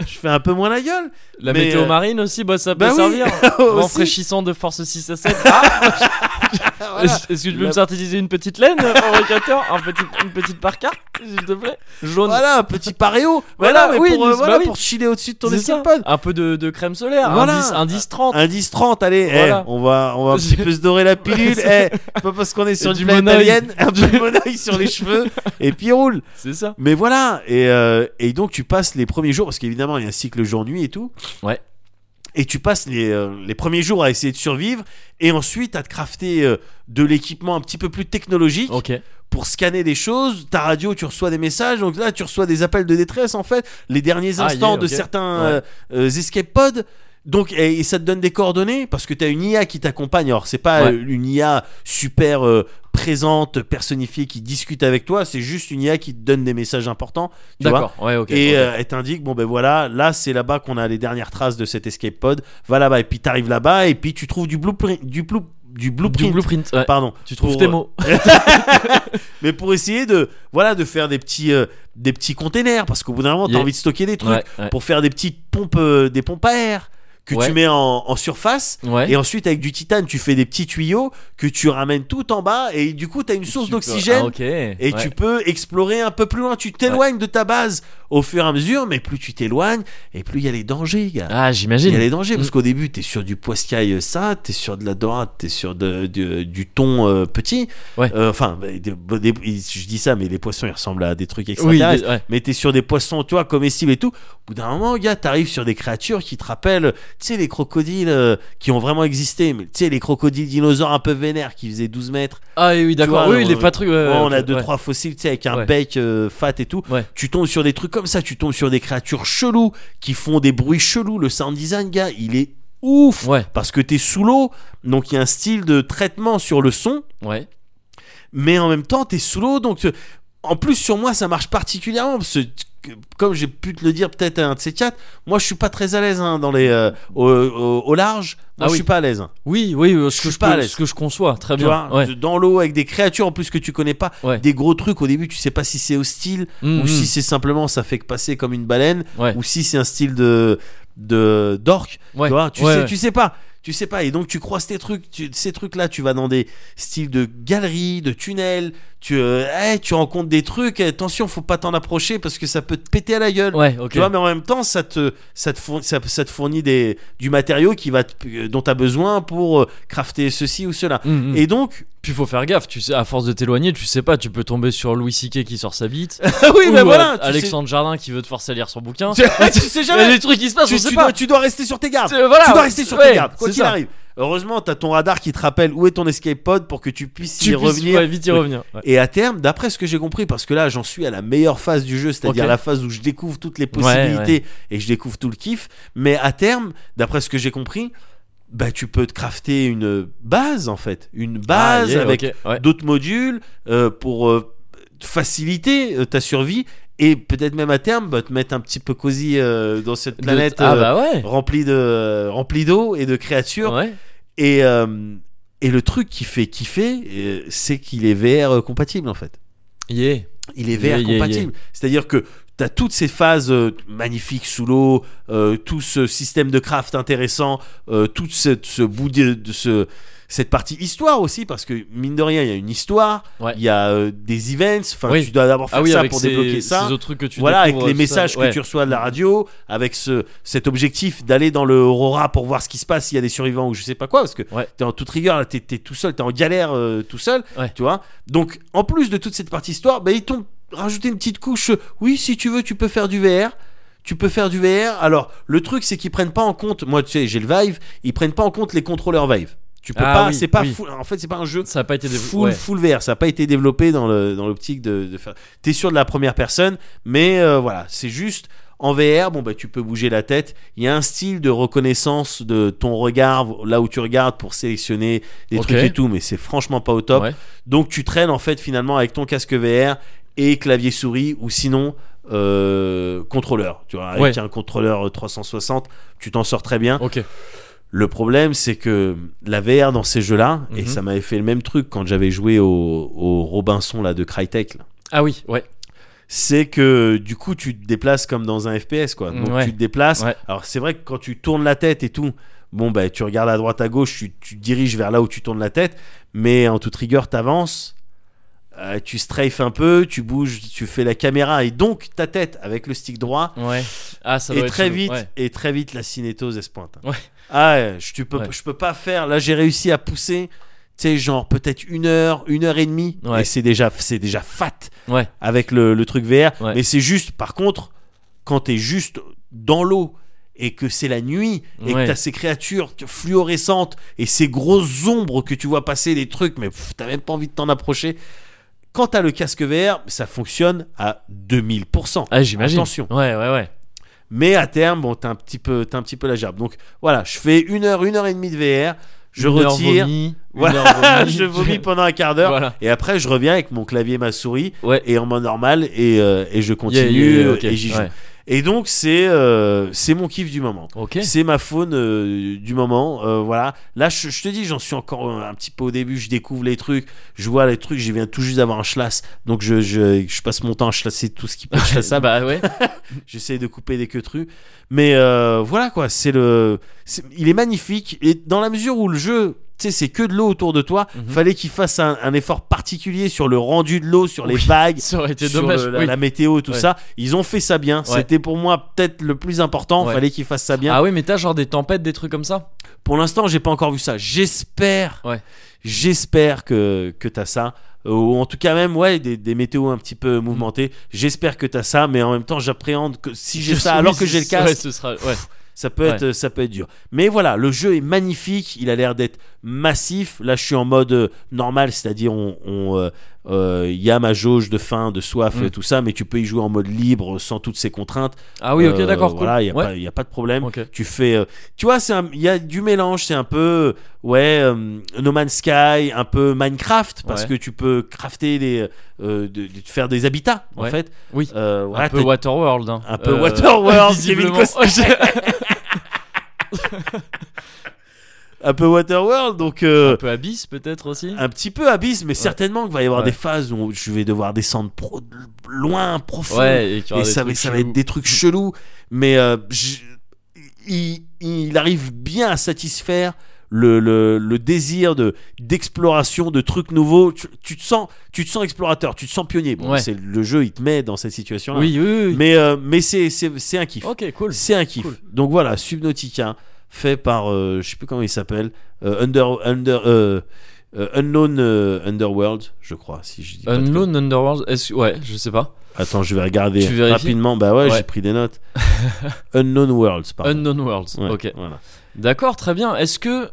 Speaker 2: Je fais un peu moins la gueule.
Speaker 1: La
Speaker 2: Mais,
Speaker 1: météo
Speaker 2: euh,
Speaker 1: marine aussi, bah ça peut
Speaker 2: bah oui,
Speaker 1: servir.
Speaker 2: aussi.
Speaker 1: Rafraîchissant de force 6 à 7. Ah,
Speaker 2: Voilà.
Speaker 1: Est-ce est-ce que tu peux
Speaker 2: Ah, La-
Speaker 1: me synthétiser une petite laine, euh, fabricateur un petit, Une petite parka, s'il te plaît Jaune.
Speaker 2: Voilà, un petit paréo.
Speaker 1: Voilà,
Speaker 2: Voilà, mais
Speaker 1: oui,
Speaker 2: pour, euh,
Speaker 1: bah
Speaker 2: voilà,
Speaker 1: oui.
Speaker 2: pour chiller au-dessus de ton
Speaker 1: C'est ça. Ah,
Speaker 2: escape pod.
Speaker 1: Un peu de, de crème solaire.
Speaker 2: Voilà.
Speaker 1: Indice, indice 30.
Speaker 2: Indice 30, allez, eh,
Speaker 1: Voilà.
Speaker 2: on va, on va un petit peu se dorer la pilule. eh, pas parce qu'on est sur
Speaker 1: Et
Speaker 2: du
Speaker 1: du
Speaker 2: planète
Speaker 1: monoeil.
Speaker 2: alien, un peu de monoeil sur les cheveux, et puis roule.
Speaker 1: C'est ça.
Speaker 2: Mais voilà, et, euh, et donc tu passes les premiers jours, parce qu'évidemment il y a un cycle jour-nuit et tout.
Speaker 1: Ouais.
Speaker 2: Et tu passes les, euh, les premiers jours à essayer de survivre, et ensuite à te crafter euh, de l'équipement un petit peu plus technologique
Speaker 1: Ok.
Speaker 2: pour scanner des choses. Ta radio, tu reçois des messages. Donc là, tu reçois des appels de détresse, en fait. Les derniers
Speaker 1: Ah,
Speaker 2: instants
Speaker 1: yeah,
Speaker 2: de
Speaker 1: ok.
Speaker 2: certains
Speaker 1: Ouais.
Speaker 2: euh, euh, escape pods. Donc, et, et ça te donne des coordonnées parce que tu as une IA qui t'accompagne. Alors, c'est pas
Speaker 1: Ouais.
Speaker 2: euh, une IA super euh, présente, personnifiée, qui discute avec toi. C'est juste une IA qui te donne des messages importants. Tu vois
Speaker 1: D'accord. Ouais, ok.
Speaker 2: et
Speaker 1: ok.
Speaker 2: euh, elle t'indique bon ben voilà là c'est là-bas qu'on a les dernières traces de cet escape pod va là-bas et puis t'arrives là-bas et puis tu trouves du blueprint du blue- du blueprint.
Speaker 1: Du blueprint, ouais.
Speaker 2: Pardon.
Speaker 1: Tu trouves
Speaker 2: Pour,
Speaker 1: tes
Speaker 2: euh,
Speaker 1: mots.
Speaker 2: Mais pour essayer de voilà de faire des petits euh, des petits containers parce qu'au bout d'un moment t'as
Speaker 1: Yeah.
Speaker 2: envie de stocker des trucs
Speaker 1: Ouais, ouais.
Speaker 2: pour faire des petites pompes euh, des pompes à air que
Speaker 1: Ouais.
Speaker 2: tu mets en, en surface
Speaker 1: Ouais.
Speaker 2: et ensuite avec du titane tu fais des petits tuyaux que tu ramènes tout en bas et du coup t'as une source
Speaker 1: Tu peux-
Speaker 2: d'oxygène
Speaker 1: Ah, ok.
Speaker 2: et
Speaker 1: Ouais.
Speaker 2: tu peux explorer un peu plus loin tu t'éloignes de ta base au fur et à mesure mais plus tu t'éloignes et plus il y a les dangers
Speaker 1: Ah,
Speaker 2: gars il y a
Speaker 1: j'imagine.
Speaker 2: les dangers parce qu'au début t'es sur du poiscaille euh, ça t'es sur de la dorade t'es sur de, de- du thon euh, petit
Speaker 1: Ouais.
Speaker 2: Euh, enfin bah, des- des- ils- je dis ça mais les poissons ils ressemblent à des trucs
Speaker 1: Oui,
Speaker 2: extraterrestres
Speaker 1: ouais.
Speaker 2: mais t'es sur des poissons tu vois comestibles et tout au bout d'un moment gars t'arrives sur des créatures qui te rappellent tu sais les crocodiles euh, qui ont vraiment existé mais tu sais les crocodiles dinosaures un peu vénères qui faisaient 12 mètres
Speaker 1: Ah oui, oui, d'accord.
Speaker 2: vois,
Speaker 1: Oui,
Speaker 2: on-
Speaker 1: les patrouilles.
Speaker 2: Ouais, on a deux trois fossiles tu sais avec un
Speaker 1: Ouais.
Speaker 2: bec euh, fat et tout
Speaker 1: Ouais.
Speaker 2: tu tombes sur des trucs comme ça tu tombes sur des créatures cheloues qui font des bruits chelous le sound design gars il est ouf
Speaker 1: Ouais,
Speaker 2: parce que t'es sous l'eau donc il y a un style de traitement sur le son
Speaker 1: ouais.
Speaker 2: mais en même temps t'es sous l'eau donc tu- en plus sur moi ça marche particulièrement parce que comme j'ai pu te le dire peut-être à un de ces quatre moi je suis pas très à l'aise hein, dans les euh, au, au- au large moi
Speaker 1: Ah
Speaker 2: je
Speaker 1: oui.
Speaker 2: suis pas à l'aise hein.
Speaker 1: Oui, oui, euh, ce
Speaker 2: suis
Speaker 1: que je
Speaker 2: pas à
Speaker 1: peux,
Speaker 2: l'aise.
Speaker 1: ce que je conçois, très
Speaker 2: tu
Speaker 1: bien.
Speaker 2: vois
Speaker 1: ouais.
Speaker 2: de- dans l'eau avec des créatures en plus que tu connais pas
Speaker 1: Ouais.
Speaker 2: des gros trucs au début tu sais pas si c'est hostile
Speaker 1: Mm,
Speaker 2: ou si
Speaker 1: mm,
Speaker 2: c'est simplement ça fait que passer comme une baleine
Speaker 1: ouais.
Speaker 2: ou si c'est un style de de d'orque
Speaker 1: Ouais.
Speaker 2: tu vois tu
Speaker 1: Ouais,
Speaker 2: sais
Speaker 1: ouais.
Speaker 2: tu sais pas tu sais pas et donc tu croises tes trucs tu- ces trucs là tu vas dans des styles de galeries de tunnels tu euh, hey, tu rencontres des trucs eh, attention faut pas t'en approcher parce que ça peut te péter à la gueule
Speaker 1: Ouais, ok.
Speaker 2: Tu vois, mais en même temps, ça te, ça te fournit, ça, ça te fournit des, du matériau qui va te- euh, dont tu as besoin pour euh, crafter ceci ou cela.
Speaker 1: Mm, mm.
Speaker 2: Et donc,
Speaker 1: Puis faut faire gaffe, tu sais, à force de t'éloigner, tu sais pas, tu peux tomber sur Louis Siquet qui sort sa bite.
Speaker 2: oui,
Speaker 1: ou,
Speaker 2: mais
Speaker 1: euh,
Speaker 2: voilà, tu sais-
Speaker 1: Alexandre Jardin qui veut te forcer à lire son bouquin.
Speaker 2: Tu- tu sais
Speaker 1: Il y a
Speaker 2: jamais.
Speaker 1: des trucs qui se passent,
Speaker 2: tu,
Speaker 1: on sait
Speaker 2: tu
Speaker 1: pas.
Speaker 2: dois, tu dois rester sur tes gardes.
Speaker 1: C'est- voilà,
Speaker 2: tu dois rester sur
Speaker 1: ouais,
Speaker 2: tes gardes, quoi
Speaker 1: c'est
Speaker 2: qu'il
Speaker 1: ça.
Speaker 2: arrive. Heureusement, t'as ton radar qui te rappelle où est ton escape pod pour que tu puisses
Speaker 1: Tu
Speaker 2: y
Speaker 1: puisses-
Speaker 2: revenir.
Speaker 1: ouais, vite y revenir. ouais.
Speaker 2: Et à terme, d'après ce que j'ai compris, parce que là j'en suis à la meilleure phase du jeu, c'est-à-dire
Speaker 1: Ok.
Speaker 2: la phase où je découvre toutes les
Speaker 1: Ouais,
Speaker 2: possibilités et je découvre tout le kiff, mais à terme, d'après ce que j'ai compris, bah tu peux te crafter une base en fait, une
Speaker 1: Ah,
Speaker 2: base
Speaker 1: yeah,
Speaker 2: avec
Speaker 1: ok, ouais.
Speaker 2: d'autres modules euh, pour euh, faciliter euh, ta survie et peut-être même à terme bah, te mettre un petit peu cosy euh, dans cette
Speaker 1: De-
Speaker 2: planète
Speaker 1: Ah
Speaker 2: euh,
Speaker 1: bah ouais.
Speaker 2: remplie de remplie d'eau et de créatures
Speaker 1: Ouais.
Speaker 2: et euh, et le truc qui fait kiffer euh, c'est qu'il est VR compatible en fait
Speaker 1: Yeah.
Speaker 2: il est
Speaker 1: Yeah, yeah,
Speaker 2: VR
Speaker 1: yeah.
Speaker 2: compatible c'est-à-dire que tu as toutes ces phases euh, magnifiques sous l'eau euh, tout ce système de craft intéressant euh, tout ce, ce bout de, de ce cette partie histoire aussi parce que mine de rien il y a une histoire
Speaker 1: Ouais.
Speaker 2: il y a euh, des events enfin
Speaker 1: Oui.
Speaker 2: tu dois d'abord faire
Speaker 1: Ah oui,
Speaker 2: ça
Speaker 1: avec
Speaker 2: pour
Speaker 1: ces,
Speaker 2: débloquer ça
Speaker 1: ces autres trucs que tu
Speaker 2: voilà, avec
Speaker 1: découvres,
Speaker 2: les
Speaker 1: tout
Speaker 2: messages
Speaker 1: ça.
Speaker 2: que tu reçois de la radio, avec ce, cet objectif d'aller dans le Aurora pour voir ce qui se passe, s'il y a des survivants ou je sais pas quoi, parce que
Speaker 1: Ouais.
Speaker 2: t'es en toute rigueur, là, t'es, t'es tout seul, t'es en galère euh, tout seul,
Speaker 1: Ouais.
Speaker 2: tu vois. Donc, en plus de toute cette partie histoire, bah, ils t'ont rajouté une petite couche. euh, Oui, si tu veux, tu peux faire du VR. Tu peux faire du VR. Alors, le truc, c'est qu'ils prennent pas en compte. Moi, tu sais, j'ai le Vive. Ils prennent pas en compte les contrôleurs Vive. Tu peux
Speaker 1: Ah
Speaker 2: pas.
Speaker 1: oui,
Speaker 2: c'est pas.
Speaker 1: oui.
Speaker 2: full- en fait, c'est pas un jeu
Speaker 1: Ça a pas été développé.
Speaker 2: full,
Speaker 1: ouais.
Speaker 2: full VR. Ça n'a pas été développé dans le dans l'optique de, de faire. T'es sûr de la première personne, mais euh, voilà, c'est juste en VR. Bon bah tu peux bouger la tête. Il y a un style de reconnaissance de ton regard là où tu regardes pour sélectionner des
Speaker 1: Ok.
Speaker 2: trucs et tout, mais c'est franchement pas au top.
Speaker 1: Ouais.
Speaker 2: Donc tu traînes en fait finalement avec ton casque VR et clavier souris ou sinon euh, contrôleur. Tu vois, avec
Speaker 1: Ouais.
Speaker 2: un contrôleur euh, 360, tu t'en sors très bien.
Speaker 1: Ok.
Speaker 2: Le problème, c'est que la VR dans ces jeux-là, et
Speaker 1: Mhm.
Speaker 2: ça m'avait fait le même truc quand j'avais joué au, au Robinson là, de Crytek, là,
Speaker 1: Ah oui, ouais.
Speaker 2: c'est que du coup, tu te déplaces comme dans un FPS, quoi. Donc
Speaker 1: Ouais.
Speaker 2: tu te déplaces.
Speaker 1: Ouais.
Speaker 2: Alors c'est vrai que quand tu tournes la tête et tout, bon, bah, tu regardes à droite, à gauche, tu, tu te diriges vers là où tu tournes la tête, mais en toute rigueur, t'avances. euh, tu strafes un peu, tu bouges, tu fais la caméra et donc ta tête avec le stick droit
Speaker 1: Ouais. Ah, ça
Speaker 2: et
Speaker 1: doit être
Speaker 2: très
Speaker 1: chelou,
Speaker 2: vite,
Speaker 1: ouais.
Speaker 2: et très vite, la cinétose elle se pointe.
Speaker 1: Ouais.
Speaker 2: Ah, ouais, je, tu peux,
Speaker 1: Ouais.
Speaker 2: je peux pas faire. Là, j'ai réussi à pousser, tu sais, genre peut-être une heure, une heure et demie,
Speaker 1: Ouais.
Speaker 2: et c'est déjà, c'est déjà fat
Speaker 1: Ouais.
Speaker 2: avec le, le truc VR.
Speaker 1: Ouais.
Speaker 2: Mais c'est juste, par contre, quand t'es juste dans l'eau et que c'est la nuit et
Speaker 1: Ouais.
Speaker 2: que t'as ces créatures fluorescentes et ces grosses ombres que tu vois passer des trucs, mais pff, t'as même pas envie de t'en approcher. Quand t'as le casque VR, ça fonctionne à 2000%.
Speaker 1: Ah, j'imagine.
Speaker 2: Attention.
Speaker 1: Ouais, ouais, ouais.
Speaker 2: Mais à terme, bon, t'as un petit peu, t'as un petit peu la gerbe. Donc voilà, je fais une heure, une heure et demie de VR, je
Speaker 1: Une heure
Speaker 2: retire,
Speaker 1: vomi, une
Speaker 2: Voilà,
Speaker 1: heure vomi.
Speaker 2: je vomis pendant un quart d'heure,
Speaker 1: Voilà.
Speaker 2: et après je reviens avec mon clavier, ma souris,
Speaker 1: Ouais.
Speaker 2: et en mode normal, et, euh, et je continue
Speaker 1: Yeah, yeah, yeah, ok,
Speaker 2: et j'y joue.
Speaker 1: ouais.
Speaker 2: Et donc, c'est euh, c'est mon kiff du moment.
Speaker 1: Ok.
Speaker 2: C'est ma faune euh, du moment, euh, voilà. Là, je, je te dis, j'en suis encore euh, un petit peu au début. Je découvre les trucs, je vois les trucs. Je viens tout juste d'avoir un schlass, donc je, je, je passe mon temps à chlasser tout ce qui peut être
Speaker 1: Ça,
Speaker 2: chlassable.
Speaker 1: bah ouais.
Speaker 2: J'essaie de couper des queutrus, mais euh, voilà quoi. C'est le, c'est- il est magnifique et dans la mesure où le jeu, tu sais, c'est que de l'eau autour de toi.
Speaker 1: Mhm.
Speaker 2: Fallait qu'il fasse un, un effort particulier sur le rendu de l'eau, sur les
Speaker 1: Oui.
Speaker 2: vagues.
Speaker 1: Ça aurait été
Speaker 2: sur
Speaker 1: dommage.
Speaker 2: le- la,
Speaker 1: oui.
Speaker 2: la météo et tout
Speaker 1: Ouais.
Speaker 2: ça ils ont fait ça bien
Speaker 1: Ouais.
Speaker 2: c'était pour moi peut-être le plus important
Speaker 1: Ouais.
Speaker 2: fallait qu'ils fassent ça bien
Speaker 1: Ah oui, mais t'as genre des tempêtes, des trucs comme ça
Speaker 2: pour l'instant, j'ai pas encore vu ça. J'espère.
Speaker 1: Ouais.
Speaker 2: J'espère que, que t'as ça. Euh, Ou en tout cas, même, ouais, des, des météos un petit peu mouvementées. J'espère que t'as ça, mais en même temps, j'appréhende que si j'ai
Speaker 1: Mm. Je-
Speaker 2: ça,
Speaker 1: oui,
Speaker 2: alors
Speaker 1: c'est-
Speaker 2: que j'ai le
Speaker 1: Ouais,
Speaker 2: casque,
Speaker 1: ce sera. Ouais.
Speaker 2: ça peut, être, ça peut être dur. Mais voilà, le jeu est magnifique. Il a l'air d'être massif. Là, je suis en mode euh, normal, c'est-à-dire, on. on, euh, euh, il y a ma jauge de faim, de soif,
Speaker 1: Mm.
Speaker 2: et tout ça, mais tu peux y jouer en mode libre sans toutes ces contraintes.
Speaker 1: Ah oui, ok,
Speaker 2: Euh,
Speaker 1: d'accord. Cool.
Speaker 2: Voilà, il n'y a,
Speaker 1: Ouais.
Speaker 2: pas- y a pas de problème
Speaker 1: Ok.
Speaker 2: tu fais euh, tu vois c'est un- il y a du mélange c'est un peu ouais euh, No Man's Sky un peu Minecraft parce
Speaker 1: Ouais.
Speaker 2: que tu peux crafter des euh, de, de- faire des habitats en
Speaker 1: Ouais.
Speaker 2: fait
Speaker 1: Oui.
Speaker 2: Euh, voilà,
Speaker 1: un peu
Speaker 2: t'as-
Speaker 1: Waterworld. hein.
Speaker 2: un peu Waterworld, Kevin
Speaker 1: visiblement.
Speaker 2: un peu Waterworld donc euh,
Speaker 1: un peu Abyss peut-être aussi.
Speaker 2: un petit peu abyss mais certainement qu'il va y avoir
Speaker 1: Ouais.
Speaker 2: des phases où je vais devoir descendre pro- loin profond
Speaker 1: Ouais, et, qu'il y aura
Speaker 2: et
Speaker 1: des
Speaker 2: ça, va-
Speaker 1: trucs
Speaker 2: ça va
Speaker 1: chelous.
Speaker 2: être des trucs chelous mais euh, je- il, il arrive bien à satisfaire le, le- le désir de d'exploration de trucs nouveaux tu, tu te sens tu te sens explorateur tu te sens pionnier bon,
Speaker 1: Ouais.
Speaker 2: c'est le jeu il te met dans cette situation là
Speaker 1: Oui, oui, oui.
Speaker 2: mais euh, mais c'est c'est c'est un kiff
Speaker 1: Ok, cool.
Speaker 2: c'est un kiff
Speaker 1: Cool.
Speaker 2: donc voilà Subnautica fait par euh, je sais plus comment il s'appelle euh, under under euh, euh, unknown euh, underworld je crois si je dis pas de
Speaker 1: Unlone Underworld, est-ce- ouais, je sais pas.
Speaker 2: Attends, je vais regarder
Speaker 1: Tu vérifies
Speaker 2: rapidement. Bah
Speaker 1: Ouais.
Speaker 2: ouais, j'ai pris des notes. Unknown Worlds, pardon.
Speaker 1: Unknown Worlds,
Speaker 2: Ouais,
Speaker 1: ok.
Speaker 2: voilà.
Speaker 1: D'accord, très bien. Est-ce que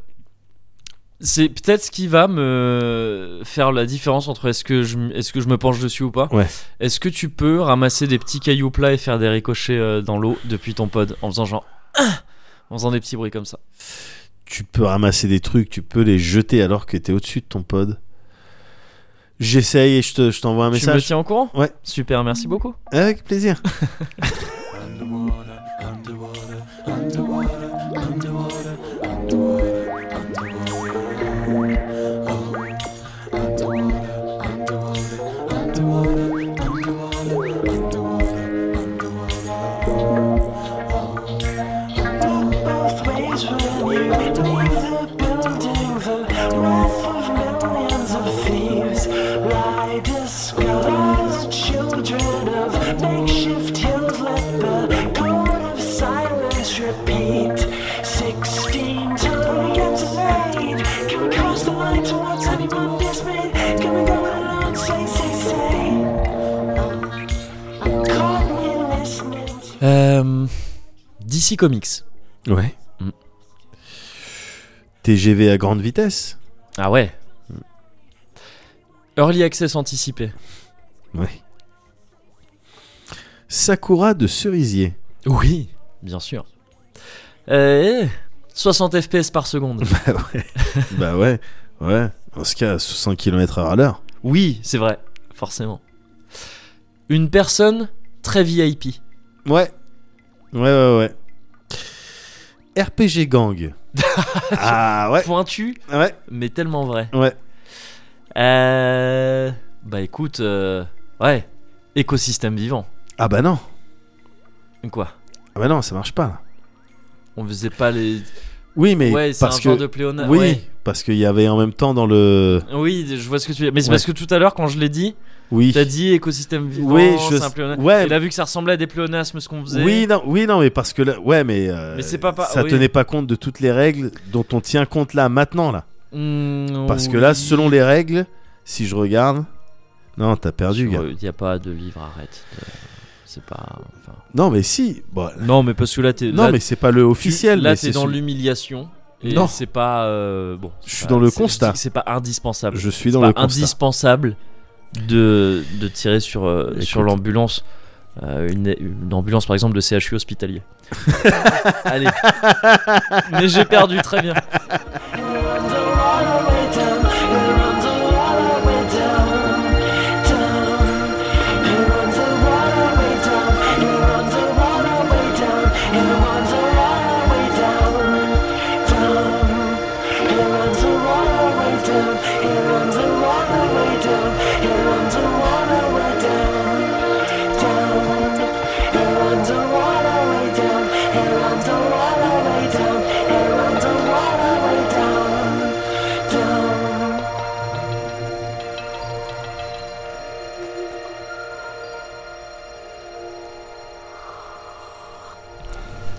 Speaker 1: c'est peut-être ce qui va me faire la différence entre est-ce que je, m- est-ce que je me penche dessus ou pas
Speaker 2: Ouais.
Speaker 1: Est-ce que tu peux ramasser des petits cailloux plats et faire des ricochets euh, dans l'eau depuis ton pod en faisant genre. Ah en faisant des petits bruits comme ça
Speaker 2: Tu peux ramasser des trucs, tu peux les jeter alors que t'es au-dessus de ton pod. J'essaye et je te- je t'envoie un
Speaker 1: Tu me
Speaker 2: message.
Speaker 1: tiens au courant
Speaker 2: Ouais.
Speaker 1: Super, merci beaucoup.
Speaker 2: Avec plaisir.
Speaker 4: Underwater, underwater, underwater, underwater, underwater, underwater. Oh, underwater, underwater, underwater, underwater, underwater,
Speaker 5: Children of makeshift hills, let the code of silence repeat. Sixteen times made, can we cross the line towards anyone dismayed? Can we go it alone? Say, say, say. I'm caught me listening to
Speaker 1: Euh, DC Comics.
Speaker 2: Ouais.
Speaker 1: Mm.
Speaker 2: TGV à grande vitesse.
Speaker 1: Ah ouais. Early access anticipé.
Speaker 2: Ouais. Sakura de cerisier.
Speaker 1: Oui, bien sûr. Euh, 60 FPS par seconde.
Speaker 2: bah ouais, ouais. En ce cas, à 60 km h à l'heure.
Speaker 1: oui, c'est vrai, forcément. Une personne très VIP.
Speaker 2: Ouais. Ouais, ouais, ouais. RPG Gang. ah ouais.
Speaker 1: Pointu,
Speaker 2: Ouais,
Speaker 1: mais tellement vrai.
Speaker 2: ouais.
Speaker 1: Euh, bah écoute, euh, ouais, écosystème vivant.
Speaker 2: Ah bah non.
Speaker 1: Quoi
Speaker 2: Ah bah non, ça marche pas. là.
Speaker 1: On faisait pas les.
Speaker 2: Oui, mais
Speaker 1: ouais, c'est un
Speaker 2: parce que
Speaker 1: genre de pléonasme.
Speaker 2: oui,
Speaker 1: ouais.
Speaker 2: parce qu'il y avait en même temps dans le
Speaker 1: Oui, je vois ce que tu veux dire. Mais c'est
Speaker 2: Ouais.
Speaker 1: parce que tout à l'heure, quand je l'ai dit,
Speaker 2: oui.
Speaker 1: t'as dit écosystème vivant.
Speaker 2: Oui, je-
Speaker 1: c'est un pléonasme.
Speaker 2: ouais.
Speaker 1: Et là, vu que ça ressemblait à des pléonasmes, ce qu'on faisait.
Speaker 2: Oui, non, oui, non, mais parce que là, ouais, mais, euh,
Speaker 1: Mais c'est pas par-
Speaker 2: ça
Speaker 1: oui.
Speaker 2: tenait pas compte de toutes les règles dont on tient compte là maintenant là.
Speaker 1: Hmm,
Speaker 2: Parce que là,
Speaker 1: oui.
Speaker 2: selon les règles, si je regarde, non, t'as perdu, gars.
Speaker 1: Il n'y euh, a pas de livre, arrête. Euh, C'est pas. enfin.
Speaker 2: Non, mais si. Bon,
Speaker 1: Non, mais parce que là, t'es.
Speaker 2: non,
Speaker 1: là,
Speaker 2: mais c'est pas le
Speaker 1: tu-
Speaker 2: officiel.
Speaker 1: Là,
Speaker 2: mais
Speaker 1: t'es
Speaker 2: c'est
Speaker 1: dans
Speaker 2: celui-
Speaker 1: l'humiliation. Et
Speaker 2: Non.
Speaker 1: c'est pas. euh, bon. c'est
Speaker 2: Je suis
Speaker 1: pas-
Speaker 2: dans le
Speaker 1: c'est- je dis
Speaker 2: constat.
Speaker 1: que C'est pas indispensable.
Speaker 2: Je suis
Speaker 1: C'est
Speaker 2: dans
Speaker 1: pas
Speaker 2: le constat.
Speaker 1: indispensable de, de tirer sur, euh,
Speaker 2: Écoute.
Speaker 1: sur l'ambulance. euh, une, une ambulance, par exemple, de CHU hospitalier. Allez. Mais j'ai perdu, très bien.
Speaker 5: underwater way down, you're underwater way down, down. You're underwater way down, you're underwater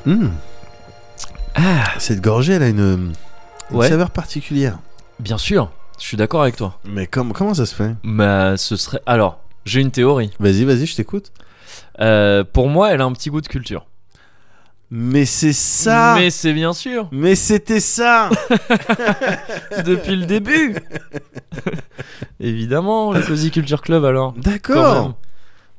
Speaker 2: Hmm. Cette gorgée, elle a une, une
Speaker 1: Ouais.
Speaker 2: saveur particulière.
Speaker 1: Bien sûr, je suis d'accord avec toi.
Speaker 2: Mais com- comment ça se fait
Speaker 1: Mais euh, ce serait. Alors, j'ai une théorie.
Speaker 2: Vas-y, vas-y, je t'écoute.
Speaker 1: Euh, pour moi, elle a un petit goût de culture.
Speaker 2: Mais c'est ça
Speaker 1: Mais c'est bien sûr
Speaker 2: Mais c'était ça
Speaker 1: Depuis le début Évidemment, le Cozy Culture Club alors. Quand même.
Speaker 2: D'accord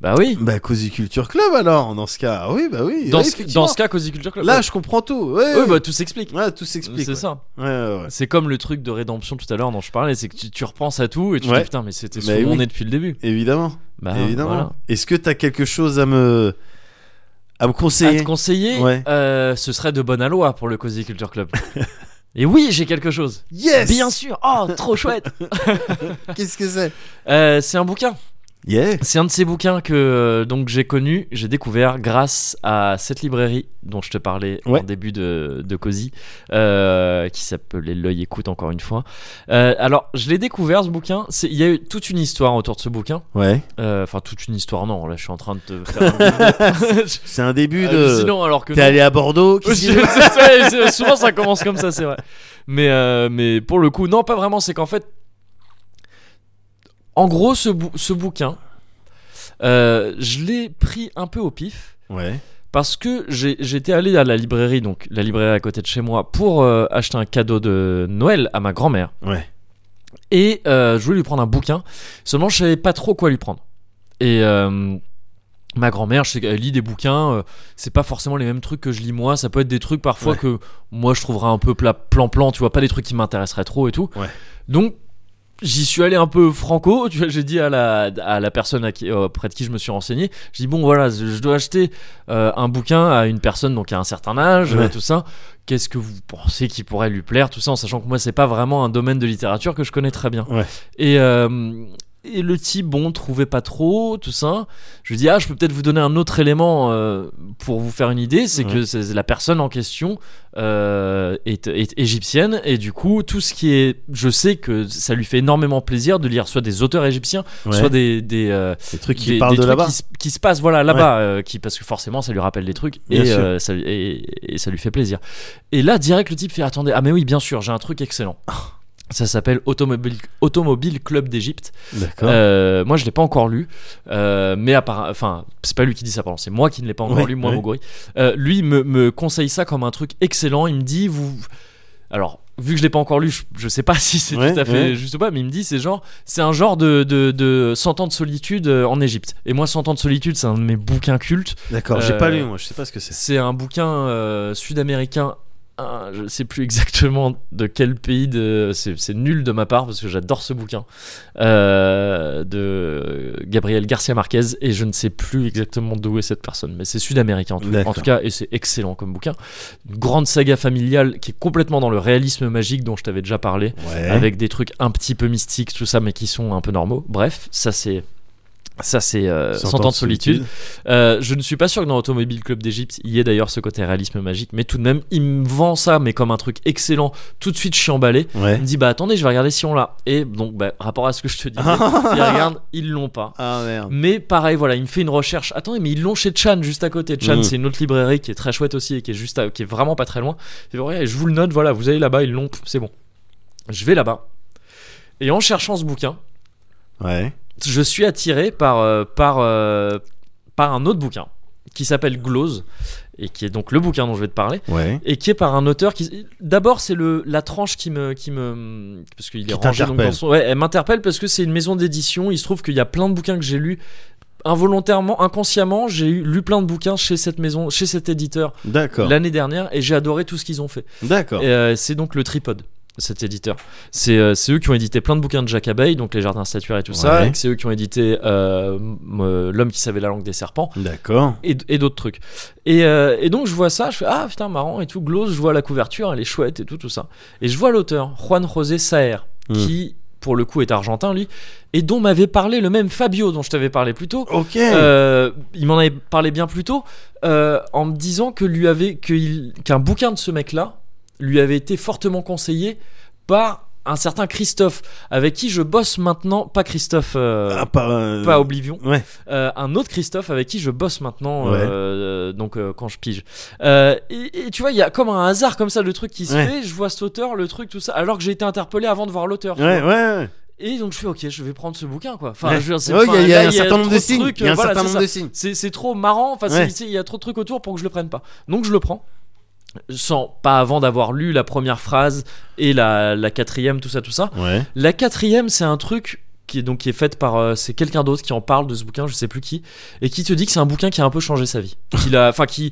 Speaker 1: Bah oui.
Speaker 2: Bah, Cozy Culture Club alors, dans ce cas. Ah Oui, bah oui.
Speaker 1: Dans,
Speaker 2: ouais,
Speaker 1: ce,
Speaker 2: effectivement.
Speaker 1: dans ce cas, Cozy Culture Club.
Speaker 2: Là, je comprends tout. Ouais,
Speaker 1: Ouais,
Speaker 2: ouais.
Speaker 1: bah tout s'explique.
Speaker 2: Ouais, tout s'explique.
Speaker 1: C'est
Speaker 2: ouais.
Speaker 1: ça.
Speaker 2: Ouais, ouais, ouais.
Speaker 1: C'est comme le truc de rédemption tout à l'heure dont je parlais, c'est que tu, tu repenses à tout et tu te
Speaker 2: Ouais.
Speaker 1: dis putain, mais c'était sous
Speaker 2: Mais
Speaker 1: mon
Speaker 2: oui.
Speaker 1: nez depuis le début.
Speaker 2: Évidemment.
Speaker 1: Bah,
Speaker 2: évidemment.
Speaker 1: voilà.
Speaker 2: Est-ce que t'as quelque chose à me. à me
Speaker 1: À
Speaker 2: conseiller
Speaker 1: te conseiller,
Speaker 2: Ouais.
Speaker 1: euh, ce serait de bonne aloi pour le Cozy Culture Club. et oui, j'ai quelque chose.
Speaker 2: Yes
Speaker 1: Bien sûr. Oh, trop chouette.
Speaker 2: Qu'est-ce que c'est
Speaker 1: Euh, c'est un bouquin.
Speaker 2: Yeah
Speaker 1: C'est un de ces bouquins que euh, donc j'ai connu, j'ai découvert grâce à cette librairie dont je te parlais
Speaker 2: Ouais.
Speaker 1: en début de, de Cozy, euh, qui s'appelait L'œil écoute encore une fois. Euh, alors je l'ai découvert ce bouquin. C'est- Il y a eu toute une histoire autour de ce bouquin.
Speaker 2: Ouais.
Speaker 1: Euh, Enfin toute une histoire non, là je suis en train de te faire.
Speaker 2: C'est un début
Speaker 1: Euh,
Speaker 2: de.
Speaker 1: Sinon alors que
Speaker 2: T'es
Speaker 1: non.
Speaker 2: allé à Bordeaux qu'est-ce
Speaker 1: C'est-
Speaker 2: qu'il y a
Speaker 1: c'est- c'est- souvent ça commence comme ça, c'est vrai. Mais, euh, mais pour le coup, non, pas vraiment. C'est qu'en fait, en gros, ce, bou- ce bouquin, euh, je l'ai pris un peu au pif
Speaker 2: Ouais.
Speaker 1: parce que j'ai- j'étais allé à la librairie, donc la librairie à côté de chez moi, pour euh, acheter un cadeau de Noël à ma grand-mère.
Speaker 2: Ouais.
Speaker 1: Et euh, je voulais lui prendre un bouquin, seulement je savais pas trop quoi lui prendre. Et euh, ma grand-mère, je sais qu'elle lit des bouquins, euh, c'est pas forcément les mêmes trucs que je lis moi, ça peut être des trucs parfois
Speaker 2: Ouais.
Speaker 1: que moi je trouverais un peu pla- plan-plan, tu vois, pas des trucs qui m'intéresseraient trop et tout.
Speaker 2: Ouais.
Speaker 1: Donc j'y suis allé un peu franco, tu vois, j'ai dit à la, à la personne à qui, euh, auprès de qui je me suis renseigné, j'ai dit bon voilà, je je dois acheter euh, un bouquin à une personne donc à un certain âge,
Speaker 2: Ouais.
Speaker 1: euh, tout ça. Qu'est-ce que vous pensez qui pourrait lui plaire, tout ça, en sachant que moi c'est pas vraiment un domaine de littérature que je connais très bien.
Speaker 2: Ouais.
Speaker 1: Et, euh, et le type, bon, trouvait pas trop, tout ça. Je lui dis, ah, je peux peut-être vous donner un autre élément euh, pour vous faire une idée, c'est
Speaker 2: Ouais.
Speaker 1: que c'est- la personne en question euh, est, est égyptienne, et du coup, tout ce qui est... Je sais que ça lui fait énormément plaisir de lire soit des auteurs égyptiens,
Speaker 2: Ouais.
Speaker 1: soit des... des euh,
Speaker 2: Des trucs qui
Speaker 1: des-
Speaker 2: parlent
Speaker 1: des
Speaker 2: de
Speaker 1: trucs
Speaker 2: là-bas.
Speaker 1: qui, se- qui se passent voilà là-bas euh, qui parce que forcément ça lui rappelle des trucs
Speaker 2: Bien
Speaker 1: et,
Speaker 2: sûr.
Speaker 1: euh, ça, lui- et, et ça lui fait plaisir et là direct le type fait attendez ah mais oui bien sûr j'ai un truc excellent
Speaker 2: Oh.
Speaker 1: ça s'appelle Automobile, Automobile Club d'Égypte.
Speaker 2: D'accord.
Speaker 1: Euh, moi, je l'ai pas encore lu, euh, mais appara- enfin, c'est pas lui qui dit ça, pardon, c'est moi qui ne l'ai pas encore
Speaker 2: Ouais,
Speaker 1: lu, moi,
Speaker 2: ouais.
Speaker 1: Mogori. Euh, lui me, me conseille ça comme un truc excellent. Il me dit, vous, alors, vu que je l'ai pas encore lu, je, je sais pas si c'est
Speaker 2: Ouais,
Speaker 1: tout à fait
Speaker 2: ouais.
Speaker 1: juste ou pas, mais il me dit c'est genre, c'est un genre de, de, de 100 ans de solitude euh, en Égypte. Et moi, 100 ans de solitude, c'est un de mes bouquins cultes.
Speaker 2: D'accord, j'ai pas
Speaker 1: euh,
Speaker 2: lu moi, je sais pas ce que c'est.
Speaker 1: C'est un bouquin euh, sud-américain. euh, je sais plus exactement de quel pays. De... C'est c'est nul de ma part parce que j'adore ce bouquin euh, de Gabriel Garcia Marquez et je ne sais plus exactement d'où est cette personne, mais c'est sud-américain en, tout-
Speaker 2: D'accord.
Speaker 1: en tout cas et c'est excellent comme bouquin. Une grande saga familiale qui est complètement dans le réalisme magique dont je t'avais déjà parlé
Speaker 2: Ouais.
Speaker 1: avec des trucs un petit peu mystiques tout ça mais qui sont un peu normaux. Bref, ça c'est ça c'est euh, 100 ans de solitude. Euh, je ne suis pas sûr que dans Automobile Club d'Égypte, il y ait d'ailleurs ce côté réalisme magique, mais tout de même, il me vend ça, mais comme un truc excellent. Tout de suite, je suis emballé. Il
Speaker 2: Ouais.
Speaker 1: me dit, bah attendez, je vais regarder si on l'a. Et donc, bah, rapport à ce que je te disais, il regarde, ils l'ont pas.
Speaker 2: Ah merde.
Speaker 1: Mais pareil, voilà, il me fait une recherche. Attendez, mais ils l'ont chez Chan, juste à côté. Chan,
Speaker 2: Mm.
Speaker 1: c'est une autre librairie qui est très chouette aussi et qui est juste, à- qui est vraiment pas très loin. Et voilà, je vous le note, voilà, vous allez là-bas, ils l'ont, pff, c'est bon. Je vais là-bas. Et en cherchant ce bouquin,
Speaker 2: Ouais.
Speaker 1: je suis attiré par, euh, par, euh, par un autre bouquin qui s'appelle Glose et qui est donc le bouquin dont je vais te parler
Speaker 2: Ouais.
Speaker 1: et qui est par un auteur qui d'abord c'est le la tranche qui me qui me parce qu'il est
Speaker 2: Qui
Speaker 1: rangé donc dans
Speaker 2: t'interpelle.
Speaker 1: son ouais elle m'interpelle parce que c'est une maison d'édition il se trouve qu'il y a plein de bouquins que j'ai lus involontairement inconsciemment j'ai eu- lu plein de bouquins chez cette maison chez cet éditeur
Speaker 2: D'accord.
Speaker 1: l'année dernière et j'ai adoré tout ce qu'ils ont fait
Speaker 2: D'accord.
Speaker 1: et, euh, c'est donc le tripod cet éditeur. C'est euh, c'est eux qui ont édité plein de bouquins de Jacques Abeille, donc les jardins statuaires et tout ça.
Speaker 2: Ouais.
Speaker 1: et C'est eux qui ont édité euh, m- euh, L'homme qui savait la langue des serpents
Speaker 2: D'accord.
Speaker 1: et, d- et d'autres trucs. Et, euh, et donc je vois ça, je fais ah putain marrant et tout. Glose, je vois la couverture, elle est chouette et tout tout ça. Et je vois l'auteur Juan José Saer
Speaker 2: Hmm.
Speaker 1: qui pour le coup est argentin lui et dont m'avait parlé le même Fabio dont je t'avais parlé plus tôt.
Speaker 2: Ok.
Speaker 1: Euh, il m'en avait parlé bien plus tôt euh, en me disant que lui avait que il- qu'un bouquin de ce mec là lui avait été fortement conseillé par un certain Christophe, avec qui je bosse maintenant, pas Christophe, euh,
Speaker 2: Ah, pas, euh,
Speaker 1: pas Oblivion,
Speaker 2: Ouais.
Speaker 1: euh, un autre Christophe avec qui je bosse maintenant, euh, donc euh, quand je pige. Euh, et, et tu vois, il y a comme un hasard comme ça, le truc qui se
Speaker 2: Ouais.
Speaker 1: fait, je vois cet auteur, le truc, tout ça, alors que j'ai été interpellé avant de voir l'auteur. tu
Speaker 2: Ouais, ouais,
Speaker 1: vois.
Speaker 2: ouais.
Speaker 1: Et donc je fais, ok, je vais prendre ce bouquin, quoi. Enfin,
Speaker 2: Ouais.
Speaker 1: je veux dire, c'est-
Speaker 2: Ouais, il y a-
Speaker 1: enfin,
Speaker 2: il y a
Speaker 1: là,
Speaker 2: un certain
Speaker 1: trop
Speaker 2: nombre de signes.
Speaker 1: trucs,
Speaker 2: Il y a
Speaker 1: euh,
Speaker 2: un
Speaker 1: voilà,
Speaker 2: certain
Speaker 1: c'est
Speaker 2: nombre
Speaker 1: ça.
Speaker 2: de signes.
Speaker 1: C'est c'est trop marrant, enfin, c'est-
Speaker 2: Ouais.
Speaker 1: c'est- il y a trop de trucs autour pour que je le prenne pas. Donc je le prends, sans pas avant d'avoir lu la première phrase et la, la quatrième, tout ça, tout ça.
Speaker 2: Ouais.
Speaker 1: La quatrième, c'est un truc qui est donc qui est faite par euh, c'est quelqu'un d'autre qui en parle de ce bouquin, je sais plus qui, et qui te dit que c'est un bouquin qui a un peu changé sa vie. Qu'il a, enfin qui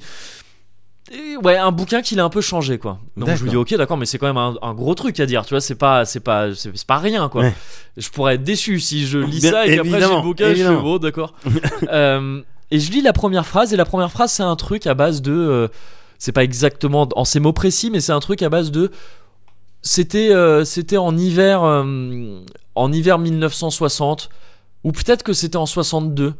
Speaker 1: Eh, Ouais, un bouquin qu'il a un peu changé quoi. Donc je me dis
Speaker 2: D'accord.
Speaker 1: ok d'accord, mais c'est quand même un, un gros truc à dire, tu vois, c'est pas c'est pas c'est c'est pas rien quoi.
Speaker 2: Ouais.
Speaker 1: Je pourrais être déçu si je lis
Speaker 2: Bien
Speaker 1: ça et qu'après j'ai le
Speaker 2: évidemment,
Speaker 1: bouquin, je fais
Speaker 2: évidemment.
Speaker 1: bon d'accord. Euh, et je lis la première phrase et la première phrase c'est un truc à base de euh, c'est pas exactement en ces mots précis mais c'est un truc à base de c'était euh, c'était en hiver euh, en hiver 1960 ou peut-être que c'était en 62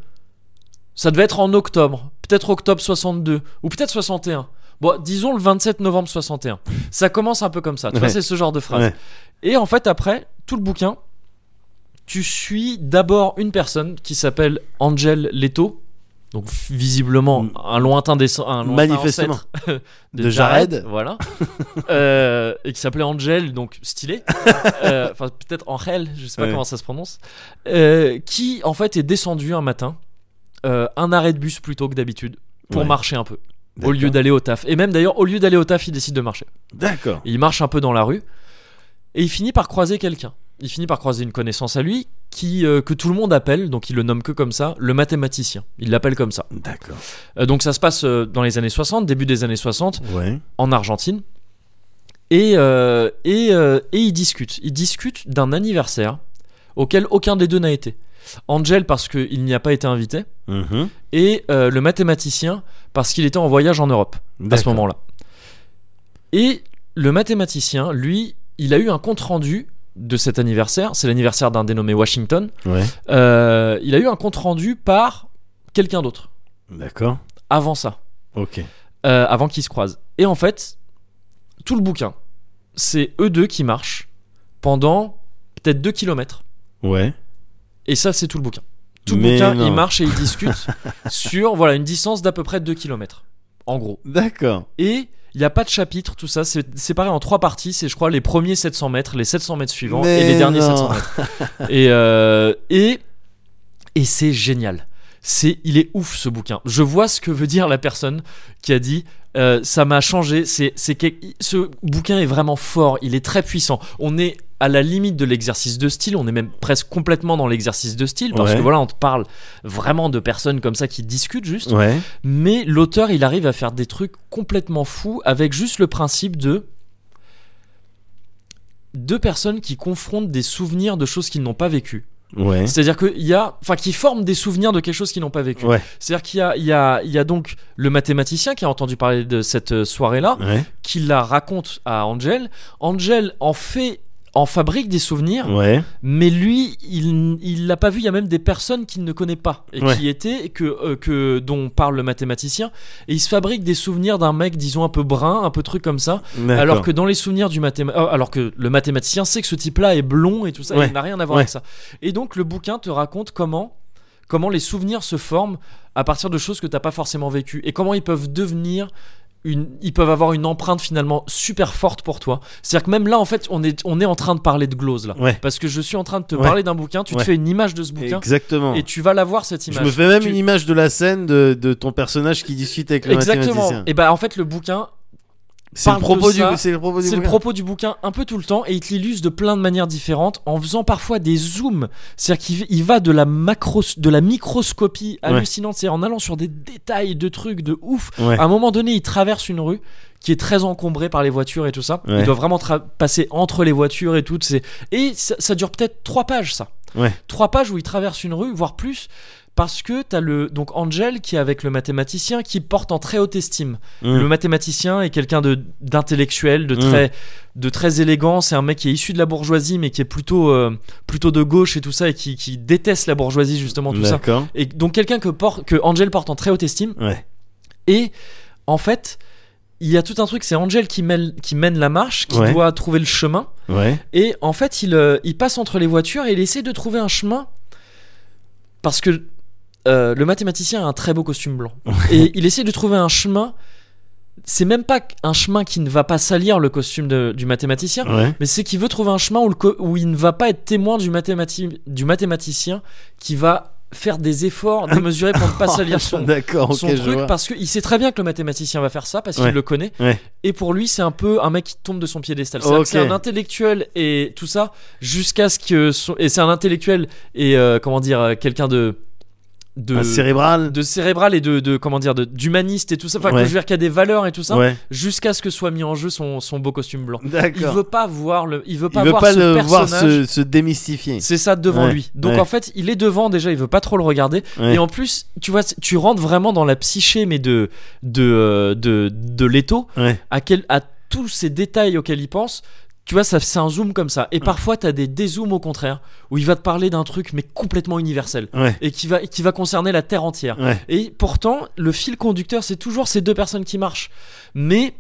Speaker 1: ça devait être en octobre peut-être octobre 62 ou peut-être 61 bon disons le 27 novembre 61 ça commence un peu comme ça tu vois
Speaker 2: Ouais.
Speaker 1: c'est ce genre de phrase
Speaker 2: Ouais.
Speaker 1: et en fait après tout le bouquin tu suis d'abord une personne qui s'appelle Angel Leto donc visiblement
Speaker 2: Mm.
Speaker 1: un lointain descend un lointain
Speaker 2: Manifestement.
Speaker 1: ancêtre
Speaker 2: De Jared.
Speaker 1: voilà Euh, et qui s'appelait Angel donc stylé Euh, enfin peut-être Angel je sais pas
Speaker 2: Ouais.
Speaker 1: comment ça se prononce Euh, qui en fait est descendu un matin euh, un arrêt de bus plutôt que d'habitude pour
Speaker 2: Ouais.
Speaker 1: marcher un peu au
Speaker 2: D'accord.
Speaker 1: lieu d'aller au taf et même d'ailleurs au lieu d'aller au taf il décide de marcher
Speaker 2: D'accord.
Speaker 1: et il marche un peu dans la rue et il finit par croiser quelqu'un. Il finit par croiser une connaissance à lui qui euh, que tout le monde appelle, donc il le nomme que comme ça, le mathématicien. Il l'appelle comme ça.
Speaker 2: D'accord.
Speaker 1: Euh, donc ça se passe euh, dans les années 60, début des années 60,
Speaker 2: Ouais.
Speaker 1: en Argentine. Et, euh, et, euh, et ils discutent. Ils discutent d'un anniversaire auquel aucun des deux n'a été. Angel parce qu'il n'y a pas été invité,
Speaker 2: Mhm.
Speaker 1: et euh, le mathématicien parce qu'il était en voyage en Europe à ce
Speaker 2: D'accord.
Speaker 1: moment-là. Et le mathématicien, lui, il a eu un compte-rendu de cet anniversaire. C'est l'anniversaire d'un dénommé Washington.
Speaker 2: Ouais.
Speaker 1: Euh, il a eu un compte-rendu par quelqu'un d'autre,
Speaker 2: D'accord.
Speaker 1: avant ça,
Speaker 2: Ok.
Speaker 1: euh, avant qu'ils se croisent. Et en fait, tout le bouquin, c'est eux deux qui marchent pendant peut-être 2 kilomètres.
Speaker 2: Ouais.
Speaker 1: Et ça, c'est tout le bouquin. Tout le
Speaker 2: Mais
Speaker 1: bouquin,
Speaker 2: non.
Speaker 1: ils marchent et ils discutent sur voilà, une distance d'à peu près 2 kilomètres, en gros.
Speaker 2: D'accord.
Speaker 1: Et il n'y a pas de chapitre, tout ça, c'est séparé en trois parties, c'est je crois les premiers 700 mètres, les 700 mètres suivants
Speaker 2: Mais
Speaker 1: et les derniers
Speaker 2: non.
Speaker 1: 700 mètres. Et, euh, et, et c'est génial. C'est, il est ouf ce bouquin. Je vois ce que veut dire la personne qui a dit euh, ça m'a changé. C'est, c'est que- ce bouquin est vraiment fort. Il est très puissant. On est à la limite de l'exercice de style. On est même presque complètement dans l'exercice de style parce
Speaker 2: Ouais.
Speaker 1: que voilà, on te parle vraiment de personnes comme ça qui discutent juste.
Speaker 2: Ouais.
Speaker 1: Mais l'auteur, il arrive à faire des trucs complètement fous avec juste le principe de deux personnes qui confrontent des souvenirs de choses qu'ils n'ont pas vécues.
Speaker 2: Ouais.
Speaker 1: C'est-à-dire qu'il y a, enfin, qui forment des souvenirs de quelque chose qu'ils n'ont pas vécu.
Speaker 2: Ouais.
Speaker 1: C'est-à-dire qu'il y a, il y a, il y a donc le mathématicien qui a entendu parler de cette euh, soirée-là,
Speaker 2: Ouais.
Speaker 1: qui la raconte à Angel. Angel en fait, en fabrique des souvenirs.
Speaker 2: Ouais.
Speaker 1: Mais lui, il il l'a pas vu. Il y a même des personnes qu'il ne connaît pas et
Speaker 2: Ouais.
Speaker 1: qui étaient que euh, que dont parle le mathématicien. Et il se fabrique des souvenirs d'un mec, disons un peu brun, un peu truc comme ça.
Speaker 2: D'accord.
Speaker 1: Alors que dans les souvenirs du mathéma- euh, alors que le mathématicien sait que ce type-là est blond et tout ça,
Speaker 2: Ouais.
Speaker 1: il n'a rien à voir
Speaker 2: Ouais.
Speaker 1: avec ça. Et donc le bouquin te raconte comment comment les souvenirs se forment à partir de choses que t'as pas forcément vécues et comment ils peuvent devenir une, ils peuvent avoir une empreinte finalement super forte pour toi. C'est-à-dire que même là, en fait, on est, on est en train de parler de glose là.
Speaker 2: Ouais.
Speaker 1: Parce que je suis en train de te
Speaker 2: Ouais.
Speaker 1: parler d'un bouquin, tu te
Speaker 2: Ouais.
Speaker 1: fais une image de ce bouquin
Speaker 2: Exactement.
Speaker 1: et tu vas la voir cette
Speaker 2: Je
Speaker 1: image.
Speaker 2: me fais même
Speaker 1: Tu-
Speaker 2: une image de la scène de, de ton personnage qui discute avec le
Speaker 1: Exactement.
Speaker 2: mathématicien.
Speaker 1: Et bah en fait, le bouquin,
Speaker 2: C'est le
Speaker 1: parle de
Speaker 2: propos du,
Speaker 1: ça,
Speaker 2: c'est le propos du
Speaker 1: C'est le
Speaker 2: bouquin.
Speaker 1: propos du bouquin un peu tout le temps et il te l'illustre de plein de manières différentes en faisant parfois des zooms. C'est-à-dire qu'il il va de la macro, de la microscopie
Speaker 2: Ouais.
Speaker 1: hallucinante, c'est en allant sur des détails de trucs de ouf.
Speaker 2: Ouais.
Speaker 1: À un moment donné, il traverse une rue qui est très encombrée par les voitures et tout ça.
Speaker 2: Ouais.
Speaker 1: Il doit vraiment tra- passer entre les voitures et tout. c'est- Et ça, ça dure peut-être trois pages, ça.
Speaker 2: Ouais.
Speaker 1: Trois pages où il traverse une rue, voire plus. Parce que t'as le donc Angel qui est avec le mathématicien qui porte en très haute estime
Speaker 2: Mm.
Speaker 1: le mathématicien est quelqu'un de d'intellectuel, de
Speaker 2: Mm.
Speaker 1: très de très élégant. C'est un mec qui est issu de la bourgeoisie, mais qui est plutôt euh, plutôt de gauche et tout ça, et qui, qui déteste la bourgeoisie justement tout ça.
Speaker 2: D'accord.
Speaker 1: Et donc quelqu'un que porte que Angel porte en très haute estime.
Speaker 2: Ouais.
Speaker 1: Et en fait, il y a tout un truc. C'est Angel qui mène qui mène la marche, qui
Speaker 2: Ouais.
Speaker 1: doit trouver le chemin.
Speaker 2: Ouais.
Speaker 1: Et en fait, il, euh, il passe entre les voitures et il essaie de trouver un chemin. Parce que euh, le mathématicien a un très beau costume blanc. et il essaie de trouver un chemin. C'est même pas un chemin qui ne va pas salir le costume de- du mathématicien,
Speaker 2: Ouais.
Speaker 1: mais c'est qu'il veut trouver un chemin où, le co- où il ne va pas être témoin du, mathémati- du mathématicien qui va faire des efforts démesurés pour ne pas salir son,
Speaker 2: D'accord, ok,
Speaker 1: son
Speaker 2: je
Speaker 1: truc
Speaker 2: vois.
Speaker 1: parce qu'il sait très bien que le mathématicien va faire ça parce
Speaker 2: Ouais.
Speaker 1: qu'il le connaît.
Speaker 2: Ouais.
Speaker 1: Et pour lui, c'est un peu un mec qui tombe de son piédestal. C'est-à-dire que C'est
Speaker 2: Ok.
Speaker 1: un intellectuel et tout ça jusqu'à ce que son- et c'est un intellectuel et euh, comment dire euh, quelqu'un de de
Speaker 2: Un cérébral.
Speaker 1: de cérébral et de, de- comment dire de- d'humaniste et tout ça. Enfin,
Speaker 2: Ouais.
Speaker 1: je veux dire qu'il y a des valeurs et tout ça
Speaker 2: Ouais.
Speaker 1: jusqu'à ce que soit mis en jeu son, son beau costume blanc. Il
Speaker 2: D'accord.
Speaker 1: veut pas voir le, il veut pas
Speaker 2: Il veut
Speaker 1: voir
Speaker 2: pas
Speaker 1: ce
Speaker 2: le voir
Speaker 1: personnage.
Speaker 2: se, se démystifier.
Speaker 1: C'est ça devant
Speaker 2: Ouais,
Speaker 1: lui. Donc
Speaker 2: ouais.
Speaker 1: en fait, il est devant déjà, il veut pas trop le regarder.
Speaker 2: Ouais.
Speaker 1: Et en plus, tu vois, tu rentres vraiment dans la psyché, mais de de euh, de, de Leto,
Speaker 2: Ouais.
Speaker 1: à quel à tous ces détails auxquels il pense. Tu vois, ça c'est un zoom comme ça. Et parfois, t'as des dézooms au contraire, où il va te parler d'un truc mais complètement universel
Speaker 2: Ouais.
Speaker 1: et qui va qui va concerner la terre entière.
Speaker 2: Ouais.
Speaker 1: Et pourtant, le fil conducteur, c'est toujours ces deux personnes qui marchent. Mais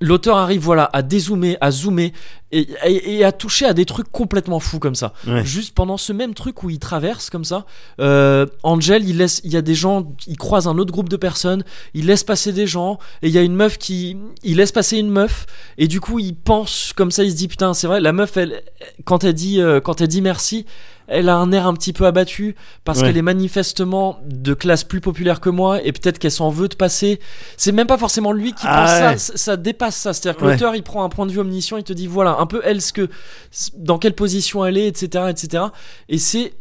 Speaker 1: l'auteur arrive, voilà, à dézoomer, à zoomer et, et- et à toucher à des trucs complètement fous comme ça.
Speaker 2: Ouais.
Speaker 1: Juste pendant ce même truc où il traverse comme ça, euh, Angel, il laisse, il y a des gens, il croise un autre groupe de personnes, il laisse passer des gens et il y a une meuf qui, il laisse passer une meuf et du coup il pense comme ça, il se dit putain, c'est vrai, la meuf, elle, quand elle dit, euh, quand elle dit merci. Elle a un air un petit peu abattu parce
Speaker 2: Ouais.
Speaker 1: qu'elle est manifestement de classe plus populaire que moi et peut-être qu'elle s'en veut de passer. C'est même pas forcément lui qui
Speaker 2: Ah
Speaker 1: pense ça,
Speaker 2: ouais.
Speaker 1: ça, ça dépasse ça. C'est-à-dire que
Speaker 2: Ouais.
Speaker 1: l'auteur, il prend un point de vue omniscient, il te dit voilà, un peu elle, ce que, dans quelle position elle est, etc., etc. Et c'est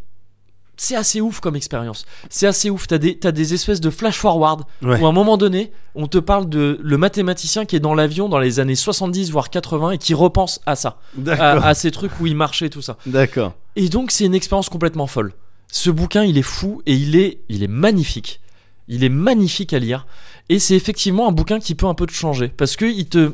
Speaker 1: c'est assez ouf comme expérience. C'est assez ouf. T'as des, t'as des espèces de flash forward
Speaker 2: Ouais.
Speaker 1: où à un moment donné, on te parle de le mathématicien qui est dans l'avion dans les années 70 voire 80 et qui repense à ça,
Speaker 2: D'accord.
Speaker 1: à, à ces trucs où il marchait tout ça.
Speaker 2: D'accord.
Speaker 1: Et donc c'est une expérience complètement folle. Ce bouquin, il est fou et il est, il est magnifique. Il est magnifique à lire. Et c'est effectivement un bouquin qui peut un peu te changer. Parce que il te,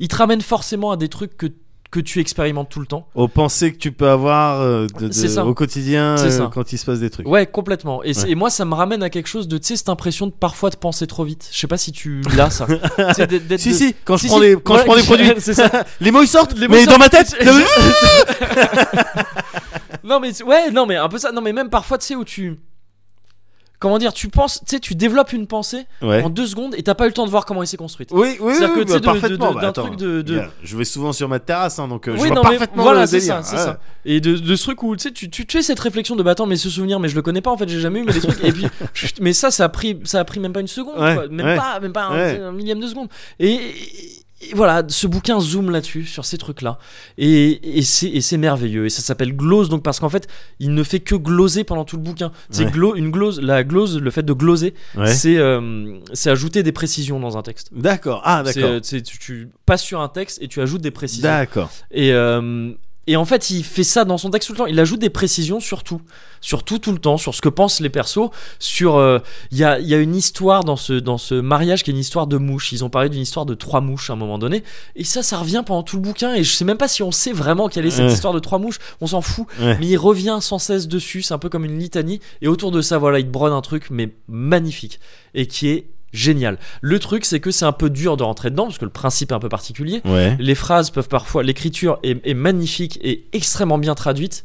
Speaker 1: il te ramène forcément à des trucs que, que tu expérimentes tout le temps.
Speaker 2: Aux pensées que tu peux avoir euh, de- de-
Speaker 1: C'est ça.
Speaker 2: au quotidien
Speaker 1: C'est
Speaker 2: euh,
Speaker 1: ça.
Speaker 2: quand il se passe des trucs.
Speaker 1: Ouais, complètement. Et, c'est-
Speaker 2: Ouais.
Speaker 1: et moi, ça me ramène à quelque chose de, tu sais, cette impression de parfois de penser trop vite. Je sais pas si tu l'as, ça. Tu sais, d'être- d'être
Speaker 2: Si,
Speaker 1: de-
Speaker 2: si, quand je
Speaker 1: Si,
Speaker 2: prends,
Speaker 1: si.
Speaker 2: les, quand je
Speaker 1: Ouais,
Speaker 2: prends les produits,
Speaker 1: c'est ça.
Speaker 2: les mots ils sortent,
Speaker 1: Les mots
Speaker 2: mais
Speaker 1: sortent.
Speaker 2: dans ma tête, le-
Speaker 1: Non mais c'est- ouais, non mais un peu ça. Non mais même parfois, tu sais où tu, comment dire, tu penses, tu sais, tu développes une pensée
Speaker 2: Ouais.
Speaker 1: en deux secondes et t'as pas eu le temps de voir comment elle s'est construite.
Speaker 2: Oui, oui,
Speaker 1: C'est-à-dire que,
Speaker 2: oui,
Speaker 1: tu sais, de- de-
Speaker 2: parfaitement.
Speaker 1: de-
Speaker 2: bah,
Speaker 1: d'un
Speaker 2: attends,
Speaker 1: truc de- de-
Speaker 2: regarde, Je vais souvent sur ma terrasse, hein, donc euh, je
Speaker 1: Oui,
Speaker 2: vois
Speaker 1: non, mais
Speaker 2: parfaitement
Speaker 1: voilà,
Speaker 2: le
Speaker 1: c'est
Speaker 2: délire.
Speaker 1: ça, c'est
Speaker 2: Ouais.
Speaker 1: ça. Et de, de ce truc où tu sais, tu, tu, tu fais cette réflexion de bah attends, mais ce souvenir, mais je le connais pas en fait, j'ai jamais eu, mais les trucs. Et puis, chut, mais ça, ça a pris, ça a pris même pas une seconde,
Speaker 2: Ouais,
Speaker 1: quoi. même
Speaker 2: ouais,
Speaker 1: pas, même pas un,
Speaker 2: ouais.
Speaker 1: un millième de seconde. Et, et- et voilà, ce bouquin zoom là-dessus, sur ces trucs-là, et, et c'est et c'est merveilleux. Et ça s'appelle glose, donc parce qu'en fait, il ne fait que gloser pendant tout le bouquin. C'est
Speaker 2: Ouais.
Speaker 1: glo- une glose, la glose, le fait de gloser,
Speaker 2: Ouais.
Speaker 1: c'est euh, c'est ajouter des précisions dans un texte.
Speaker 2: D'accord. Ah,
Speaker 1: C'est,
Speaker 2: d'accord.
Speaker 1: euh, c'est- tu, tu passes sur un texte et tu ajoutes des précisions.
Speaker 2: D'accord.
Speaker 1: Et, euh, et en fait, il fait ça dans son texte tout le temps. Il ajoute des précisions sur tout. Sur tout, tout le temps. Sur ce que pensent les persos. Sur. euh, Il y, a, il y a une histoire dans ce, dans ce mariage qui est une histoire de mouches. Ils ont parlé d'une histoire de trois mouches à un moment donné. Et ça, ça revient pendant tout le bouquin. Et je sais même pas si on sait vraiment quelle est cette
Speaker 2: Ouais.
Speaker 1: histoire de trois mouches. On s'en fout.
Speaker 2: Ouais.
Speaker 1: Mais il revient sans cesse dessus. C'est un peu comme une litanie. Et autour de ça, voilà, il te brode un truc, mais magnifique. Et qui est génial. Le truc, c'est que c'est un peu dur de rentrer dedans. Parce que le principe est un peu particulier.
Speaker 2: Ouais.
Speaker 1: Les phrases peuvent parfois, l'écriture est, est magnifique et extrêmement bien traduite.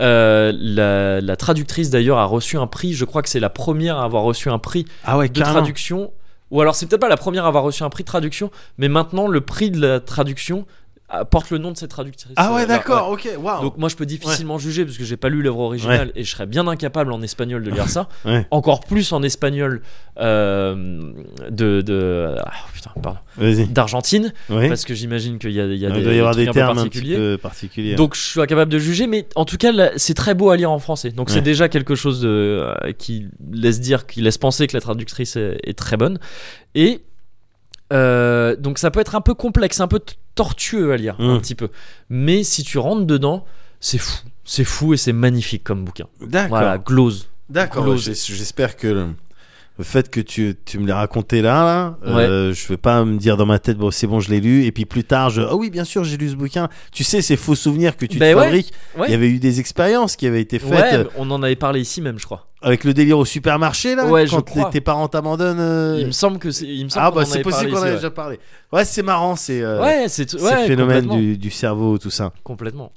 Speaker 1: Euh, la, la traductrice d'ailleurs a reçu un prix. Je crois que c'est la première à avoir reçu un prix
Speaker 2: Ah ouais,
Speaker 1: de
Speaker 2: carrément.
Speaker 1: traduction. Ou alors c'est peut-être pas la première à avoir reçu un prix de traduction, mais maintenant le prix de la traduction euh, porte le nom de cette traductrice.
Speaker 2: Ah
Speaker 1: Euh,
Speaker 2: ouais,
Speaker 1: là,
Speaker 2: d'accord. Ok.
Speaker 1: ouais.
Speaker 2: Waouh.
Speaker 1: Donc moi je peux difficilement juger parce que j'ai pas lu l'œuvre originale et je serais bien incapable en espagnol de lire ça.
Speaker 2: Ouais.
Speaker 1: Encore plus en espagnol euh, de, de ah, putain, pardon,
Speaker 2: Vas-y.
Speaker 1: d'Argentine
Speaker 2: Oui.
Speaker 1: parce que j'imagine qu'il y a, il y a
Speaker 2: Eh Il
Speaker 1: des,
Speaker 2: doit y avoir
Speaker 1: trucs
Speaker 2: des
Speaker 1: un peu
Speaker 2: termes un petit
Speaker 1: particuliers.
Speaker 2: peu euh, particuliers.
Speaker 1: Donc je suis incapable de juger, mais en tout cas là, c'est très beau à lire en français. Donc
Speaker 2: Ouais.
Speaker 1: c'est déjà quelque chose de, euh, qui laisse dire, qui laisse penser que la traductrice est, est très bonne. Et euh, donc ça peut être un peu complexe, un peu t- tortueux à lire, un
Speaker 2: Mm.
Speaker 1: petit peu. Mais si tu rentres dedans, c'est fou, c'est fou et c'est magnifique comme bouquin.
Speaker 2: D'accord.
Speaker 1: Voilà, glose.
Speaker 2: D'accord.
Speaker 1: Close.
Speaker 2: J'es- J'espère que le- le fait que tu, tu me l'as raconté là, là euh, je vais pas me dire dans ma tête, bon, c'est bon, je l'ai lu. Et puis plus tard, je, ah oui, bien sûr, j'ai lu ce bouquin. Tu sais, ces faux souvenirs que tu
Speaker 1: Ben
Speaker 2: te
Speaker 1: ouais,
Speaker 2: fabriques.
Speaker 1: ouais.
Speaker 2: Il y avait eu des expériences qui avaient été faites
Speaker 1: Ouais,
Speaker 2: euh,
Speaker 1: mais on en avait parlé ici même, je crois.
Speaker 2: avec le délire au supermarché, là,
Speaker 1: Ouais, je
Speaker 2: quand
Speaker 1: crois.
Speaker 2: tes- tes parents t'abandonnent. euh,
Speaker 1: Il me semble que c'est. il me semble
Speaker 2: Ah,
Speaker 1: qu'on
Speaker 2: bah,
Speaker 1: en
Speaker 2: c'est
Speaker 1: avait parlé
Speaker 2: possible qu'on en
Speaker 1: ici,
Speaker 2: ait
Speaker 1: ouais.
Speaker 2: déjà parlé. Ouais, c'est marrant, c'est. euh,
Speaker 1: Ouais, c'est tout-
Speaker 2: ces
Speaker 1: ouais,
Speaker 2: phénomènes
Speaker 1: complètement.
Speaker 2: du, du cerveau, tout ça.
Speaker 1: Complètement.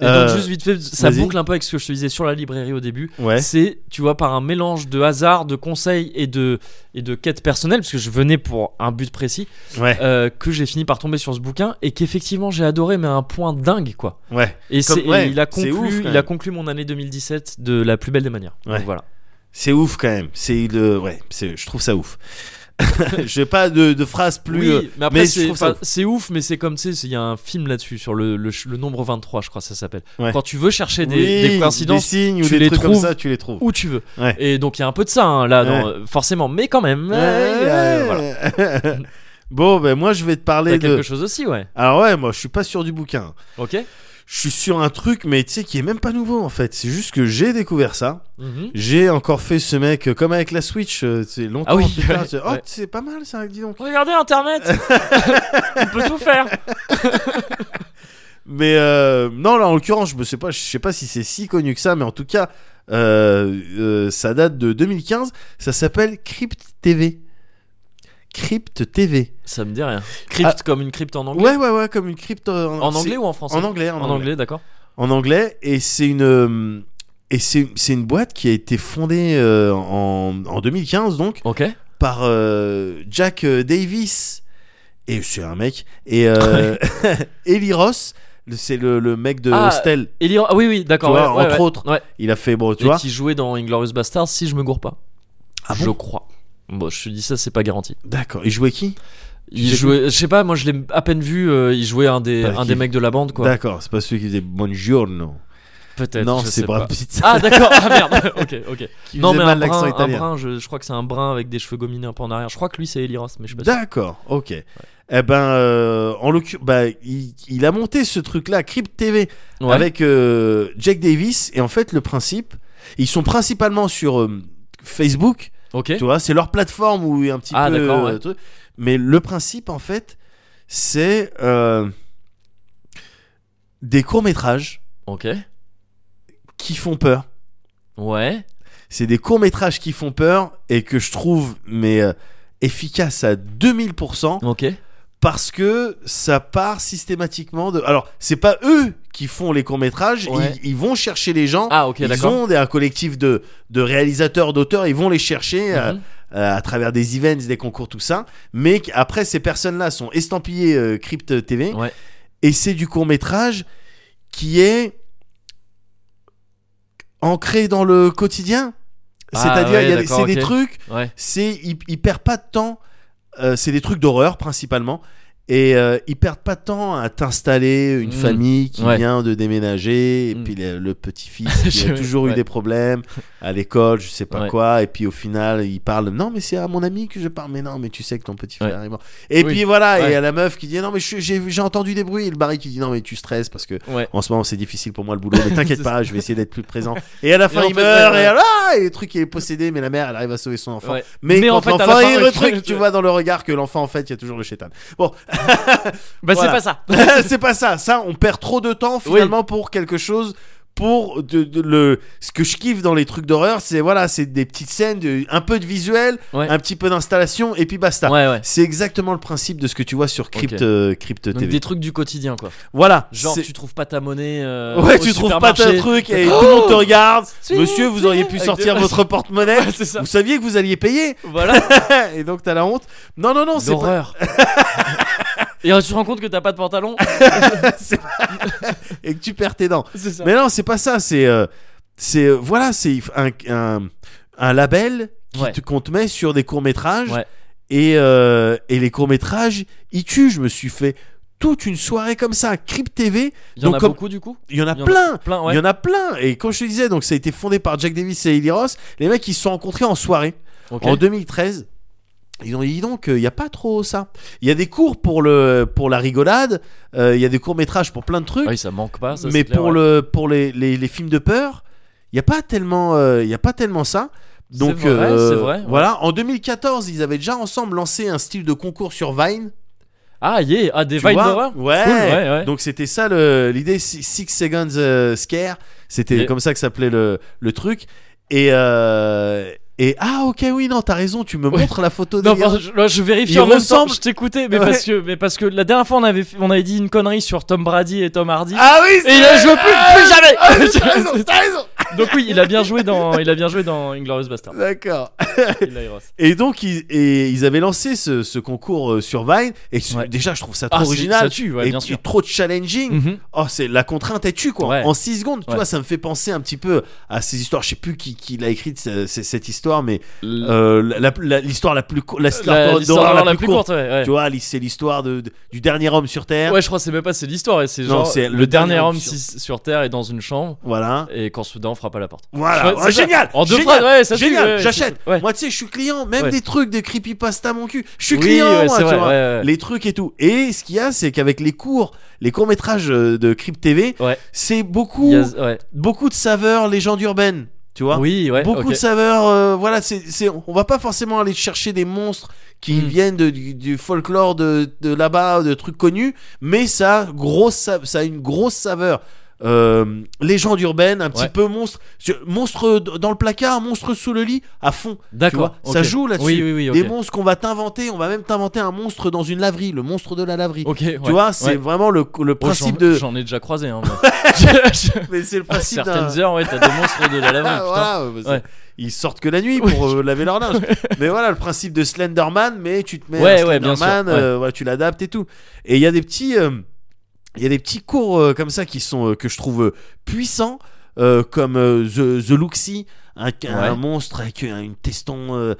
Speaker 1: Et
Speaker 2: Euh,
Speaker 1: donc juste vite fait, ça
Speaker 2: vas-y.
Speaker 1: boucle un peu avec ce que je te disais sur la librairie au début.
Speaker 2: Ouais.
Speaker 1: C'est, tu vois, par un mélange de hasard, de conseils et de, et de quêtes personnelles, parce que je venais pour un but précis,
Speaker 2: Ouais.
Speaker 1: euh, que j'ai fini par tomber sur ce bouquin et qu'effectivement j'ai adoré, mais à un point dingue, quoi.
Speaker 2: Ouais.
Speaker 1: Et,
Speaker 2: Comme-
Speaker 1: c'est- et
Speaker 2: ouais,
Speaker 1: il, a
Speaker 2: c'est ouf,
Speaker 1: conclu,
Speaker 2: quand
Speaker 1: il a
Speaker 2: même.
Speaker 1: conclu mon année 2017 de la plus belle des manières.
Speaker 2: Ouais.
Speaker 1: Donc voilà.
Speaker 2: C'est ouf quand même. C'est le. Ouais. c'est- Je trouve ça ouf. J'ai pas de, de phrase plus.
Speaker 1: Oui,
Speaker 2: euh,
Speaker 1: mais après,
Speaker 2: mais je
Speaker 1: c'est
Speaker 2: trouve ça
Speaker 1: enfin, c'est ouf. mais c'est comme, tu sais, il y a un film là-dessus, sur le, le, ch- le nombre 23, je crois que ça s'appelle.
Speaker 2: Ouais.
Speaker 1: Quand tu veux chercher des,
Speaker 2: Oui,
Speaker 1: des coïncidences,
Speaker 2: signes ou
Speaker 1: tu
Speaker 2: des
Speaker 1: les
Speaker 2: trucs comme
Speaker 1: trouves.
Speaker 2: ça, tu les trouves.
Speaker 1: où tu veux.
Speaker 2: Ouais.
Speaker 1: Et donc il y a un peu de ça hein, là,
Speaker 2: Ouais.
Speaker 1: dans- euh, forcément, mais quand même. euh, euh, voilà.
Speaker 2: voilà. bon, ben moi je vais te
Speaker 1: T'as
Speaker 2: parler
Speaker 1: quelque
Speaker 2: de.
Speaker 1: chose aussi, ouais.
Speaker 2: Alors ouais, moi je suis pas sûr du bouquin.
Speaker 1: Ok.
Speaker 2: Je suis sur un truc, mais tu sais qui est même pas nouveau en fait. C'est juste que j'ai découvert ça.
Speaker 1: Mhm.
Speaker 2: J'ai encore fait ce mec euh, comme avec la Switch. euh, C'est longtemps.
Speaker 1: Ah oui,
Speaker 2: plus tard,
Speaker 1: ouais,
Speaker 2: tu fais, oh,
Speaker 1: ouais.
Speaker 2: c'est pas mal ça, dis donc.
Speaker 1: Regardez Internet, on peut tout faire.
Speaker 2: Mais euh, non, là en l'occurrence, je me sais pas, je sais pas si c'est si connu que ça, mais en tout cas, euh, euh, ça date de 2015. Ça s'appelle Crypt TV. Crypt TV.
Speaker 1: Ça me dit rien. Crypt comme une crypte en anglais.
Speaker 2: Ouais, ouais, Ah. ouais, comme une crypte euh,
Speaker 1: En
Speaker 2: c'est-
Speaker 1: anglais ou en français
Speaker 2: en anglais, en,
Speaker 1: En
Speaker 2: anglais.
Speaker 1: anglais, d'accord.
Speaker 2: En anglais, et c'est une euh, et c'est c'est une boîte qui a été fondée euh, en, en 2015 donc
Speaker 1: Ok.
Speaker 2: par euh, Jack euh, Davis et c'est un mec et euh, Eli Ross, c'est le, le mec de
Speaker 1: Ah,
Speaker 2: Hostel.
Speaker 1: Elian, ah oui, oui, d'accord.
Speaker 2: Tu
Speaker 1: ouais,
Speaker 2: vois,
Speaker 1: ouais,
Speaker 2: entre
Speaker 1: ouais.
Speaker 2: autres,
Speaker 1: Ouais.
Speaker 2: Il a fait bon, tu
Speaker 1: Et
Speaker 2: vois.
Speaker 1: qui jouait dans Inglorious Bastards, si je me gourre pas.
Speaker 2: Ah
Speaker 1: je
Speaker 2: bon
Speaker 1: crois. Bon, je te dis ça, c'est pas garanti.
Speaker 2: D'accord. Il jouait qui
Speaker 1: Il
Speaker 2: sais
Speaker 1: jouait, je sais pas, moi je l'ai à peine vu. euh, il jouait un des,
Speaker 2: Bah,
Speaker 1: un
Speaker 2: qui-
Speaker 1: des mecs de la bande, quoi.
Speaker 2: D'accord, c'est pas celui qui faisait Buongiorno.
Speaker 1: Peut-être.
Speaker 2: Non,
Speaker 1: je
Speaker 2: c'est
Speaker 1: sais
Speaker 2: Brad
Speaker 1: pas.
Speaker 2: Pitt.
Speaker 1: Ah d'accord. Ah merde. ok, ok.
Speaker 2: qui
Speaker 1: Non
Speaker 2: faisait
Speaker 1: mais un
Speaker 2: mal l'accent
Speaker 1: brun, un
Speaker 2: italien.
Speaker 1: brun, je, je crois que c'est un brun avec des cheveux gominés un peu en arrière. Je crois que lui c'est Eli Ross, mais je sais pas. sûr.
Speaker 2: D'accord, ok. Eh ben, euh, en l'occurrence, bah, il, il a monté ce truc-là, Crypt TV,
Speaker 1: Ouais.
Speaker 2: avec euh, Jack Davis. Et en fait, le principe, ils sont principalement sur euh, Facebook.
Speaker 1: Ok.
Speaker 2: Tu vois, c'est leur plateforme où il y a un petit
Speaker 1: Ah,
Speaker 2: peu.
Speaker 1: d'accord,
Speaker 2: euh,
Speaker 1: ouais.
Speaker 2: truc. Mais le principe, en fait, c'est euh, des courts métrages
Speaker 1: Ok.
Speaker 2: qui font peur.
Speaker 1: Ouais.
Speaker 2: C'est des courts-métrages qui font peur et que je trouve mais euh, efficaces à 2000%
Speaker 1: Ok.
Speaker 2: parce que ça part systématiquement de alors c'est pas eux qui font les courts-métrages,
Speaker 1: Ouais.
Speaker 2: ils, ils vont chercher les gens.
Speaker 1: Ah ok
Speaker 2: ils
Speaker 1: d'accord.
Speaker 2: ont des, un collectif de, de réalisateurs, d'auteurs, ils vont les chercher euh,
Speaker 1: Mhm.
Speaker 2: euh, à travers des events, des concours, tout ça. Mais qu- après, ces personnes-là sont estampillées euh, Crypt TV.
Speaker 1: Ouais.
Speaker 2: Et c'est du court-métrage qui est ancré dans le quotidien.
Speaker 1: Ah
Speaker 2: C'est-à-dire,
Speaker 1: ouais,
Speaker 2: il y a des-
Speaker 1: d'accord,
Speaker 2: c'est
Speaker 1: ok.
Speaker 2: des trucs,
Speaker 1: Ouais.
Speaker 2: c'est, ils, ils perdent pas de temps. euh, c'est des trucs d'horreur principalement. Et euh, ils perdent pas de temps à t'installer une
Speaker 1: Mm.
Speaker 2: famille qui
Speaker 1: Ouais.
Speaker 2: vient de déménager, et
Speaker 1: Mm.
Speaker 2: puis le, le petit-fils qui
Speaker 1: Je-
Speaker 2: a toujours eu
Speaker 1: ouais.
Speaker 2: des problèmes à l'école, je sais pas
Speaker 1: Ouais.
Speaker 2: quoi, et puis au final, il parle Non, mais c'est à mon ami que je parle, mais non, mais tu sais que ton petit frère
Speaker 1: Ouais.
Speaker 2: est mort. Et
Speaker 1: Oui.
Speaker 2: puis voilà,
Speaker 1: Ouais.
Speaker 2: et à la meuf qui dit Non, mais je- j'ai j'ai entendu des bruits, et le Barry qui dit Non, mais tu stresses parce que
Speaker 1: Ouais.
Speaker 2: en ce moment, c'est difficile pour moi le boulot, mais t'inquiète pas, je vais essayer d'être plus présent. Et à la fin,
Speaker 1: en
Speaker 2: il
Speaker 1: fait,
Speaker 2: meurt,
Speaker 1: ouais, ouais.
Speaker 2: et alors, ah, et le truc, il est possédé, mais la mère, elle arrive à sauver son enfant.
Speaker 1: Ouais.
Speaker 2: Mais,
Speaker 1: Mais en
Speaker 2: en
Speaker 1: fait, à
Speaker 2: fait,
Speaker 1: la
Speaker 2: l'enfant,
Speaker 1: fin,
Speaker 2: il
Speaker 1: ouais,
Speaker 2: retruque,
Speaker 1: je-
Speaker 2: tu vois dans le regard que l'enfant, en fait, il y a toujours le chétan. Bon,
Speaker 1: Bah c'est
Speaker 2: Voilà.
Speaker 1: pas ça.
Speaker 2: c'est pas ça. Ça, on perd trop de temps finalement pour quelque chose. Pour de, de- le ce que je kiffe dans les trucs d'horreur, c'est voilà, c'est des petites scènes, de- un peu de visuel,
Speaker 1: Ouais.
Speaker 2: un petit peu d'installation et puis basta.
Speaker 1: Ouais ouais.
Speaker 2: C'est exactement le principe de ce que tu vois sur Crypt,
Speaker 1: Ok.
Speaker 2: euh, Crypt
Speaker 1: Donc
Speaker 2: TV.
Speaker 1: des trucs du quotidien quoi.
Speaker 2: Voilà.
Speaker 1: Genre
Speaker 2: c'est-
Speaker 1: tu trouves pas ta monnaie. euh,
Speaker 2: ouais,
Speaker 1: au
Speaker 2: tu trouves pas ta
Speaker 1: supermarché.
Speaker 2: truc et tout le monde te regarde. Monsieur, vous auriez pu
Speaker 1: Avec
Speaker 2: sortir
Speaker 1: des-
Speaker 2: votre porte-monnaie.
Speaker 1: Ouais, c'est ça.
Speaker 2: Vous saviez que vous alliez payer
Speaker 1: Voilà.
Speaker 2: et donc t'as la honte. Non, non, non, c'est pas,
Speaker 1: L'horreur. Et alors, tu te rends compte que t'as pas de pantalon
Speaker 2: et que tu perds tes dents.
Speaker 1: C'est ça.
Speaker 2: Mais non, c'est pas ça. C'est, euh, c'est euh, voilà, c'est un, un, un label qui
Speaker 1: Ouais.
Speaker 2: te, qu'on te met sur des courts métrages.
Speaker 1: Ouais.
Speaker 2: Et, euh, et les courts métrages, ils tuent. Je me suis fait toute une soirée comme ça. Crypt TV,
Speaker 1: Il y en
Speaker 2: donc
Speaker 1: a
Speaker 2: comme-
Speaker 1: beaucoup du coup
Speaker 2: il y en a
Speaker 1: Il y en a
Speaker 2: plein.
Speaker 1: Plein, ouais.
Speaker 2: Il y en a plein. Et quand je te disais, donc ça a été fondé par Jack Davis et Eli Ross. Les mecs, ils se sont rencontrés en soirée
Speaker 1: Ok.
Speaker 2: en 2013. Ils ont dit dis donc, euh, il n'y a pas trop ça. Il y a des cours pour, le, pour la rigolade, euh, il y a des courts-métrages pour plein de trucs
Speaker 1: Ah Oui, ça manque pas. ça,
Speaker 2: mais
Speaker 1: c'est clair,
Speaker 2: pour
Speaker 1: ouais.
Speaker 2: le pour les, les, les films de peur il y a pas tellement euh, y a pas tellement ça Donc
Speaker 1: C'est vrai,
Speaker 2: euh,
Speaker 1: c'est vrai, ouais.
Speaker 2: voilà, en 2014, ils avaient déjà ensemble lancé un style de concours sur Vine.
Speaker 1: Ah, yeah, ah, des
Speaker 2: Tu
Speaker 1: vibes
Speaker 2: vois
Speaker 1: d'horreur
Speaker 2: ouais.
Speaker 1: Cool, ouais, ouais.
Speaker 2: Donc c'était ça le- l'idée, Six Six Seconds euh, Scare, c'était
Speaker 1: Et-
Speaker 2: comme ça que s'appelait le, le truc. Et, euh, et ah ok oui non t'as raison, tu me
Speaker 1: Ouais.
Speaker 2: montres la photo.
Speaker 1: Non,
Speaker 2: d'ailleurs.
Speaker 1: pardon, je, là, je vérifie
Speaker 2: Il
Speaker 1: en même temps,
Speaker 2: ressemble-
Speaker 1: je t'écoutais, mais,
Speaker 2: Ouais.
Speaker 1: parce que, mais parce que la dernière fois on avait, fait- on avait dit une connerie sur Tom Brady et Tom Hardy.
Speaker 2: ah oui.
Speaker 1: Et
Speaker 2: c'est-
Speaker 1: il a joué plus,
Speaker 2: Ah,
Speaker 1: plus jamais
Speaker 2: ah, t'as raison, t'as raison.
Speaker 1: Donc oui, il a bien joué dans, il a bien joué dans Inglorious Bastard.
Speaker 2: D'accord. Et donc ils, et ils avaient lancé ce, ce concours euh, sur Vine et ce-
Speaker 1: Ouais.
Speaker 2: déjà je trouve ça trop
Speaker 1: Ah, original, ça
Speaker 2: original
Speaker 1: tue, ouais,
Speaker 2: et,
Speaker 1: bien
Speaker 2: et
Speaker 1: sûr.
Speaker 2: trop challenging.
Speaker 1: Mhm.
Speaker 2: Oh, c'est la contrainte est tue quoi.
Speaker 1: Ouais.
Speaker 2: En 6 secondes, tu
Speaker 1: Ouais.
Speaker 2: vois, ça me fait penser un petit peu à ces histoires. Je sais plus qui, qui l'a écrite ce- ce- cette histoire, mais
Speaker 1: La-
Speaker 2: euh, la- la- la- l'histoire la, plus cour- la,
Speaker 1: la-
Speaker 2: l'histoire
Speaker 1: L'histoire
Speaker 2: d'horreur
Speaker 1: d'horreur la plus courte, ouais, ouais.
Speaker 2: Tu vois, li- c'est l'histoire de, de- du dernier homme sur terre.
Speaker 1: Ouais, je crois que c'est même pas c'est l'histoire, et c'est
Speaker 2: Non,
Speaker 1: genre
Speaker 2: c'est
Speaker 1: le,
Speaker 2: le
Speaker 1: dernier,
Speaker 2: dernier
Speaker 1: homme
Speaker 2: sur-
Speaker 1: si- sur terre est dans une chambre
Speaker 2: Voilà.
Speaker 1: et quand soudain on frappe à la porte.
Speaker 2: Voilà.
Speaker 1: Ouais,
Speaker 2: Ouais,
Speaker 1: c'est ça.
Speaker 2: génial.
Speaker 1: En deux
Speaker 2: génial,
Speaker 1: phrases, ouais, ça tue,
Speaker 2: génial.
Speaker 1: ouais, ouais,
Speaker 2: J'achète.
Speaker 1: c'est- ouais.
Speaker 2: Moi, tu sais, je suis client, même
Speaker 1: Ouais.
Speaker 2: des trucs des creepypasta mon cul. Je suis
Speaker 1: Oui,
Speaker 2: client,
Speaker 1: ouais,
Speaker 2: moi,
Speaker 1: c'est
Speaker 2: tu
Speaker 1: vrai,
Speaker 2: vois.
Speaker 1: ouais, ouais.
Speaker 2: Les trucs et tout. Et ce qu'il y a, c'est qu'avec les cours, les courts-métrages euh, de Crypt TV,
Speaker 1: Ouais.
Speaker 2: c'est
Speaker 1: Il
Speaker 2: beaucoup,
Speaker 1: y a- ouais.
Speaker 2: beaucoup de saveurs légendes urbaines. Tu vois
Speaker 1: Oui, ouais.
Speaker 2: beaucoup
Speaker 1: ok.
Speaker 2: de saveurs. euh, voilà, c'est, c'est- on va pas forcément aller chercher des monstres qui
Speaker 1: Mm.
Speaker 2: viennent de- du, du folklore de, de là-bas, de trucs connus, mais ça, a grosse, sa- ça a une grosse saveur. Euh, légende urbaine, un petit
Speaker 1: Ouais.
Speaker 2: peu monstre, je- monstre d- dans le placard, monstre sous le lit, à fond. tu
Speaker 1: D'accord.
Speaker 2: vois. ça
Speaker 1: ok.
Speaker 2: joue là-dessus.
Speaker 1: Oui, oui, oui. ok.
Speaker 2: Des monstres qu'on va t'inventer, on va même t'inventer un monstre dans une laverie, le monstre de la laverie.
Speaker 1: Ok, ouais.
Speaker 2: Tu vois, c'est
Speaker 1: Ouais.
Speaker 2: vraiment le, le
Speaker 1: Oh, j'en-
Speaker 2: principe de.
Speaker 1: J'en ai déjà croisé, hein. moi. Je- je-
Speaker 2: Mais c'est le
Speaker 1: à
Speaker 2: principe d'un.
Speaker 1: Certaines heures, ouais, t'as des monstres de la
Speaker 2: Ah,
Speaker 1: lave. putain.
Speaker 2: voilà, ouais, bah,
Speaker 1: Ouais.
Speaker 2: c'est- Ils sortent que la nuit
Speaker 1: Oui.
Speaker 2: pour euh, laver leur linge. mais voilà, le principe de Slenderman, mais tu te mets
Speaker 1: Ouais,
Speaker 2: un
Speaker 1: ouais, bien sûr,
Speaker 2: Slenderman, euh, voilà, tu l'adaptes et tout. Et il y a des petits, euh, il y a des petits cours euh, comme ça qui sont euh, que je trouve euh, puissants, euh, comme euh, The, The Luxi, un, un
Speaker 1: Ouais.
Speaker 2: monstre avec euh, une teston. euh,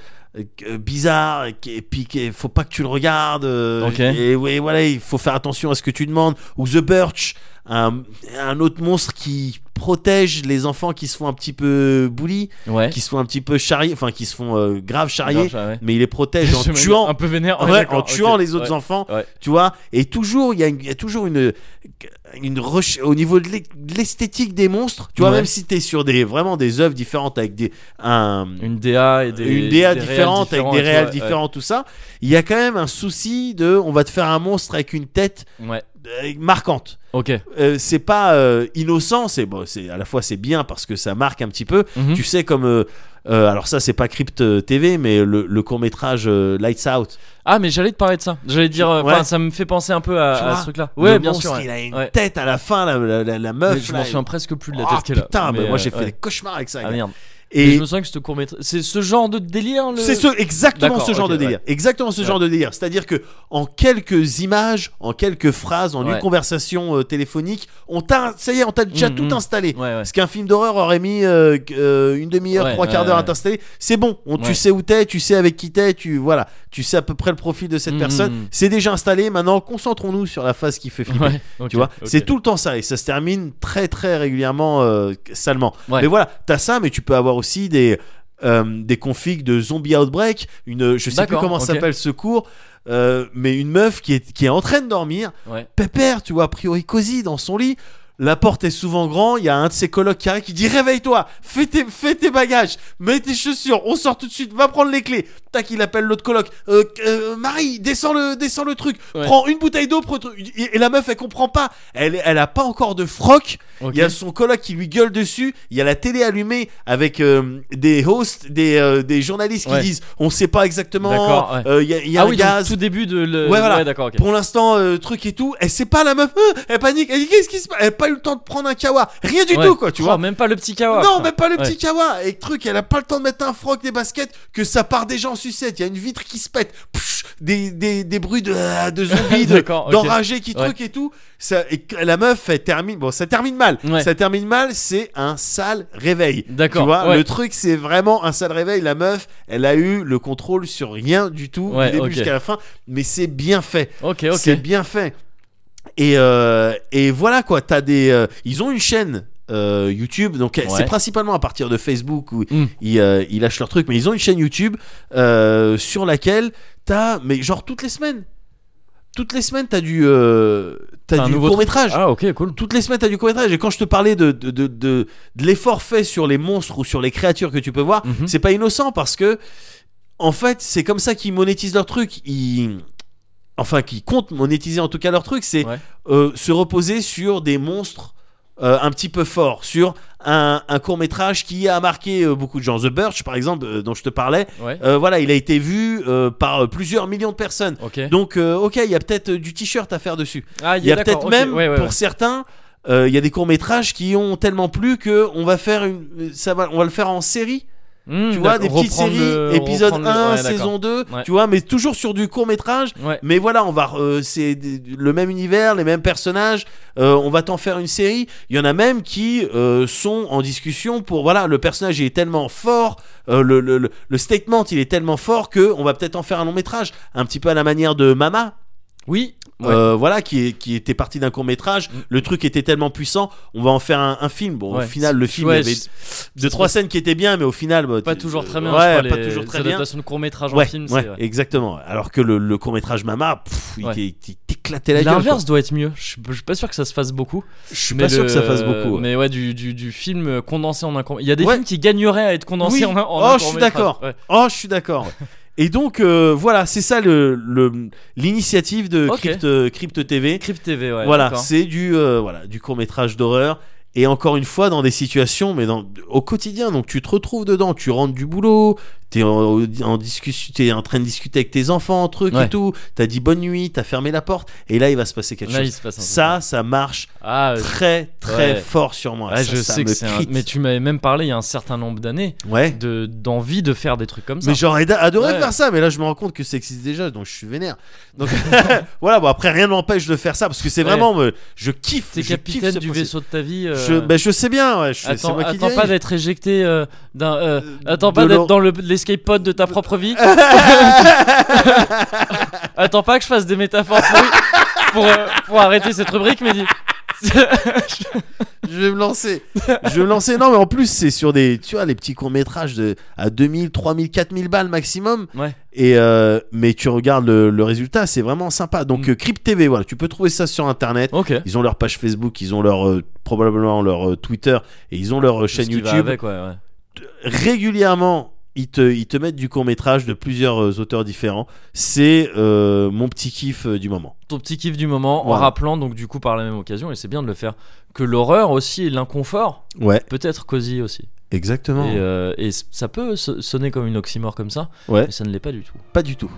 Speaker 2: euh, bizarre et qui- et puis qu'il faut pas que tu le regardes euh,
Speaker 1: Ok.
Speaker 2: et ouais, voilà il faut faire attention à ce que tu demandes ou The Birch un, un autre monstre qui protège les enfants qui se font un petit peu bully,
Speaker 1: Ouais.
Speaker 2: qui se font un petit peu charrier, enfin qui se font euh, grave charrier,
Speaker 1: Genre, ouais.
Speaker 2: mais il les protège en
Speaker 1: Je me- ah,
Speaker 2: tuant,
Speaker 1: Un peu vénère.
Speaker 2: ouais, en tuant les autres
Speaker 1: enfants.
Speaker 2: enfants,
Speaker 1: Ouais.
Speaker 2: tu vois. Et toujours, il y, a une- il y a toujours une, une reche- au niveau de l'e- de l'esthétique des monstres, tu vois,
Speaker 1: Ouais.
Speaker 2: même si t'es sur des vraiment des œuvres différentes avec des un,
Speaker 1: Une DA et des.
Speaker 2: une
Speaker 1: des
Speaker 2: DA
Speaker 1: réels
Speaker 2: différente avec
Speaker 1: différents
Speaker 2: des
Speaker 1: et tout,
Speaker 2: réels
Speaker 1: ouais,
Speaker 2: différents, tout ça, il y a quand même un souci de, on va te faire un monstre avec une tête
Speaker 1: Ouais. Ouais.
Speaker 2: euh, marquante.
Speaker 1: Ok.
Speaker 2: Euh, c'est pas euh, innocent, c'est bon, c'est à la fois c'est bien parce que ça marque un petit peu.
Speaker 1: Mhm.
Speaker 2: Tu sais comme euh, euh, alors ça c'est pas Crypt TV mais le, court métrage Lights Out.
Speaker 1: Ah, mais j'allais te parler de ça. J'allais dire. euh,
Speaker 2: Ouais.
Speaker 1: enfin, Ça me fait penser un peu
Speaker 2: Tu
Speaker 1: à à
Speaker 2: vois,
Speaker 1: ce truc-là.
Speaker 2: Le
Speaker 1: Ouais, bien
Speaker 2: monstre,
Speaker 1: sûr. ouais.
Speaker 2: Il a une
Speaker 1: Ouais.
Speaker 2: tête à la fin la, la, la- la meuf.
Speaker 1: Mais je
Speaker 2: là,
Speaker 1: m'en
Speaker 2: et-
Speaker 1: souviens presque plus de la
Speaker 2: Ah,
Speaker 1: tête qu'elle a.
Speaker 2: putain, mais
Speaker 1: Mais,
Speaker 2: moi
Speaker 1: euh,
Speaker 2: j'ai fait
Speaker 1: ouais.
Speaker 2: des cauchemars avec ça.
Speaker 1: Ah
Speaker 2: gars.
Speaker 1: merde. Et je
Speaker 2: Et
Speaker 1: me souviens que ce court métrage. C'est ce genre de délire. le-
Speaker 2: c'est ce, exactement
Speaker 1: Euh, D'accord,
Speaker 2: ce genre
Speaker 1: ok,
Speaker 2: de délire. Exactement ce genre de délire. C'est-à-dire que en quelques images, en quelques phrases, en une
Speaker 1: Ouais.
Speaker 2: conversation euh, téléphonique, on t'a ça y est, on t'a déjà
Speaker 1: Mhm,
Speaker 2: tout
Speaker 1: mhm.
Speaker 2: installé.
Speaker 1: Ouais, ouais.
Speaker 2: Parce qu'un film d'horreur aurait mis euh, qu- euh, une demi-heure,
Speaker 1: Ouais,
Speaker 2: trois quarts
Speaker 1: ouais,
Speaker 2: d'heure à
Speaker 1: ouais.
Speaker 2: t'installer. C'est bon, on, tu
Speaker 1: Ouais.
Speaker 2: sais où t'es, tu sais avec qui t'es, tu voilà, tu sais à peu près le profil de cette
Speaker 1: Mhm.
Speaker 2: personne. C'est déjà installé. Maintenant, concentrons-nous sur la phase qui fait flipper.
Speaker 1: Ouais, ok,
Speaker 2: Tu vois,
Speaker 1: ok.
Speaker 2: c'est tout le temps ça et ça se termine très très régulièrement euh, salement.
Speaker 1: Ouais.
Speaker 2: Mais voilà, t'as ça, mais tu peux avoir aussi des euh, des configs de zombie outbreak. Une, je sais plus
Speaker 1: D'accord,
Speaker 2: comment
Speaker 1: ok.
Speaker 2: s'appelle ce cours, euh, mais une meuf qui est qui est en train de dormir,
Speaker 1: Ouais.
Speaker 2: pépère, tu vois, a priori cosy dans son lit. La porte est souvent grand, il y a un de ses colocs qui arrive qui dit réveille-toi, fais tes, fais tes bagages, mets tes chaussures, on sort tout de suite, va prendre les clés. Tac, il appelle l'autre coloc. Euh, euh, Marie, descends le, descends le truc,
Speaker 1: Ouais.
Speaker 2: prends une bouteille d'eau, prends le truc. et, et la meuf elle comprend pas, elle, elle a pas encore de froc.
Speaker 1: Ok.
Speaker 2: Il y a son coloc qui lui gueule dessus, il y a la télé allumée avec euh, des hosts, des, euh, des journalistes qui
Speaker 1: Ouais.
Speaker 2: disent on sait pas exactement,
Speaker 1: D'accord, ouais.
Speaker 2: euh, il y a, il y a
Speaker 1: Ah
Speaker 2: un
Speaker 1: oui, donc,
Speaker 2: gaz.
Speaker 1: tout début de le.
Speaker 2: Ouais, voilà.
Speaker 1: d'accord, ok.
Speaker 2: Pour l'instant, euh, truc et tout, elle sait pas la meuf, euh, elle panique, elle dit qu'est-ce qui se passe, elle a pas eu le temps de prendre un kawa, rien du
Speaker 1: Ouais.
Speaker 2: tout quoi, tu
Speaker 1: Oh,
Speaker 2: vois.
Speaker 1: Même pas le petit kawa.
Speaker 2: non,
Speaker 1: putain.
Speaker 2: mais pas le
Speaker 1: Ouais.
Speaker 2: petit kawa, et truc, elle a pas le temps de mettre un froc, des baskets, que ça part déjà en sucette, il y a une vitre qui se pète, psh, des, des, des bruits de, ah, de zombies, de-
Speaker 1: D'accord, ok.
Speaker 2: d'enragés qui
Speaker 1: Ouais.
Speaker 2: truc et tout. Ça, et que la meuf, elle termine, bon, ça termine mal,
Speaker 1: Ouais.
Speaker 2: ça termine mal, c'est un sale réveil.
Speaker 1: D'accord,
Speaker 2: Tu vois,
Speaker 1: ouais.
Speaker 2: le truc, c'est vraiment un sale réveil. La meuf, elle a eu le contrôle sur rien du tout,
Speaker 1: Ouais,
Speaker 2: du début
Speaker 1: ok.
Speaker 2: jusqu'à la fin, mais c'est bien fait.
Speaker 1: Ok, ok.
Speaker 2: C'est bien fait. Et, euh, et voilà quoi, t'as des, euh, ils ont une chaîne euh, YouTube, donc euh,
Speaker 1: Ouais.
Speaker 2: c'est principalement à partir de Facebook où
Speaker 1: Mm.
Speaker 2: ils, euh, ils lâchent leur truc, mais ils ont une chaîne YouTube euh, sur laquelle t'as, mais genre toutes les semaines. toutes les semaines, t'as du, euh, t'as
Speaker 1: Un
Speaker 2: du
Speaker 1: nouveau
Speaker 2: court métrage.
Speaker 1: Ah, ok, cool.
Speaker 2: Toutes les semaines, t'as du court métrage. Et quand je te parlais de, de, de, de- de l'effort fait sur les monstres ou sur les créatures que tu peux voir,
Speaker 1: Mhm.
Speaker 2: c'est pas innocent parce que, en fait, c'est comme ça qu'ils monétisent leur truc. Ils. Enfin, qu'ils comptent monétiser en tout cas leur truc, c'est
Speaker 1: Ouais.
Speaker 2: euh, se reposer sur des monstres euh, un petit peu forts, sur un, court métrage qui a marqué euh, beaucoup de gens. The Birch, par exemple, euh, dont je te parlais,
Speaker 1: Ouais.
Speaker 2: euh, voilà, il a été vu euh, par euh, plusieurs millions de personnes.
Speaker 1: Ok.
Speaker 2: Donc, euh, ok, il y a peut-être euh, du t-shirt à faire dessus.
Speaker 1: ah,
Speaker 2: Il y a
Speaker 1: d'accord,
Speaker 2: peut-être
Speaker 1: ok,
Speaker 2: même,
Speaker 1: ouais, ouais,
Speaker 2: pour
Speaker 1: ouais.
Speaker 2: certains, euh, il y a des courts métrages qui ont tellement plu que on va faire une, ça va, on va le faire en série.
Speaker 1: Mmh,
Speaker 2: Tu vois,
Speaker 1: d'accord,
Speaker 2: des petites
Speaker 1: reprendre
Speaker 2: séries,
Speaker 1: le-
Speaker 2: épisode
Speaker 1: reprendre le-
Speaker 2: 1,
Speaker 1: ouais, d'accord.
Speaker 2: saison 2,
Speaker 1: Ouais.
Speaker 2: tu vois, mais toujours sur du court métrage.
Speaker 1: Ouais.
Speaker 2: Mais voilà, on va, euh, c'est des- le même univers, les mêmes personnages. euh, on va t'en faire une série. Il y en a même qui euh, sont en discussion pour voilà, le personnage il est tellement fort, euh, le, le, le- le statement il est tellement fort que on va peut-être en faire un long métrage, un petit peu à la manière de Mama.
Speaker 1: Oui. Ouais. Mm.
Speaker 2: euh, voilà qui, est- qui était parti d'un court métrage le truc était tellement puissant on va en faire un, un film bon
Speaker 1: Ouais.
Speaker 2: au final le film il y
Speaker 1: Ouais,
Speaker 2: avait
Speaker 1: c'est
Speaker 2: deux trois scènes qui étaient bien mais au final bah,
Speaker 1: pas
Speaker 2: tu-
Speaker 1: toujours très bien.
Speaker 2: ouais,
Speaker 1: je crois,
Speaker 2: pas
Speaker 1: les
Speaker 2: toujours très bien
Speaker 1: adaptations de court métrage en
Speaker 2: ouais,
Speaker 1: film.
Speaker 2: ouais,
Speaker 1: c'est ouais.
Speaker 2: exactement. Alors que le, court métrage Mama, pff, il
Speaker 1: Ouais.
Speaker 2: t'é- il t'éclatait la gueule.
Speaker 1: L'inverse doit être mieux. Je suis je suis pas sûr que ça se fasse beaucoup.
Speaker 2: quoi. je suis
Speaker 1: Mais
Speaker 2: pas sûr
Speaker 1: le-
Speaker 2: que ça fasse beaucoup. ouais.
Speaker 1: Mais ouais, du, du, du film euh, condensé en un court. Il y a des
Speaker 2: Ouais.
Speaker 1: films qui gagneraient à être condensés
Speaker 2: Oui.
Speaker 1: en un. en
Speaker 2: Oh,
Speaker 1: un
Speaker 2: je suis
Speaker 1: court-métrage.
Speaker 2: d'accord.
Speaker 1: Ouais.
Speaker 2: Oh, je suis d'accord. Et donc euh, voilà, c'est ça le- le- l'initiative de
Speaker 1: Ok.
Speaker 2: Crypt, euh, Crypt TV.
Speaker 1: Crypt TV, ouais.
Speaker 2: voilà,
Speaker 1: d'accord.
Speaker 2: c'est du euh, voilà du court métrage d'horreur. Et encore une fois, dans des situations, mais dans, au quotidien, donc tu te retrouves dedans, tu rentres du boulot, t'es en, en discussion, t'es en train de discuter avec tes enfants, truc
Speaker 1: Ouais.
Speaker 2: et tout, t'as dit bonne nuit, t'as fermé la porte, et là il va se passer quelque
Speaker 1: Là,
Speaker 2: chose.
Speaker 1: il se passe un
Speaker 2: Ça, ça marche
Speaker 1: truc. Ah, euh,
Speaker 2: très très
Speaker 1: Ouais.
Speaker 2: fort sur moi.
Speaker 1: ouais,
Speaker 2: Ça,
Speaker 1: Ah, je
Speaker 2: ça
Speaker 1: sais
Speaker 2: me
Speaker 1: que c'est. un-
Speaker 2: crite.
Speaker 1: Mais tu m'avais même parlé il y a un certain nombre d'années
Speaker 2: Ouais.
Speaker 1: de d'envie de faire des trucs comme ça.
Speaker 2: Mais j'aurais da- adoré
Speaker 1: Ouais.
Speaker 2: faire ça, mais là je me rends compte que ça existe déjà, donc je suis vénère. Donc voilà, bon après rien ne m'empêche de faire ça parce que c'est
Speaker 1: Ouais.
Speaker 2: vraiment, euh, je kiffe.
Speaker 1: T'es
Speaker 2: je kiffe
Speaker 1: capitaine
Speaker 2: ce
Speaker 1: du
Speaker 2: principe.
Speaker 1: vaisseau de ta vie. euh,
Speaker 2: Je, ben, je sais bien, ouais, je- c'est
Speaker 1: Attends,
Speaker 2: moi qui
Speaker 1: attends
Speaker 2: dirige.
Speaker 1: pas d'être éjecté euh, d'un. euh,
Speaker 2: Euh,
Speaker 1: attends
Speaker 2: de
Speaker 1: pas d'être
Speaker 2: l'or-
Speaker 1: dans le- l'escape pod de ta propre vie. attends pas que je fasse des métaphores pourries pour, euh, pour arrêter cette rubrique, mais dis.
Speaker 2: Je vais me lancer. je vais me lancer. Non, mais en plus, c'est sur des, tu vois, les petits courts-métrages de, à 2000, 3000, 4000 balles maximum.
Speaker 1: Ouais.
Speaker 2: Et, euh, mais tu regardes le, le résultat, c'est vraiment sympa. Donc,
Speaker 1: Mm.
Speaker 2: euh, Crypt TV, voilà, tu peux trouver ça sur internet.
Speaker 1: ok.
Speaker 2: Ils ont leur page Facebook, ils ont leur euh, probablement leur euh, Twitter et ils ont leur euh, chaîne
Speaker 1: Ce qui va
Speaker 2: YouTube.
Speaker 1: avec, ouais, ouais.
Speaker 2: Régulièrement, ils te, ils te mettent du court métrage de plusieurs euh, auteurs différents. C'est euh, mon petit kiff euh, du moment.
Speaker 1: Ton petit kiff du moment en
Speaker 2: Voilà.
Speaker 1: rappelant, donc du coup, par la même occasion, et c'est bien de le faire, que l'horreur aussi et l'inconfort
Speaker 2: Ouais,
Speaker 1: peut être cosy aussi.
Speaker 2: exactement.
Speaker 1: Et, euh, et c- ça peut so- sonner comme une oxymore comme ça,
Speaker 2: Ouais.
Speaker 1: mais ça ne l'est pas du tout.
Speaker 2: Pas du tout.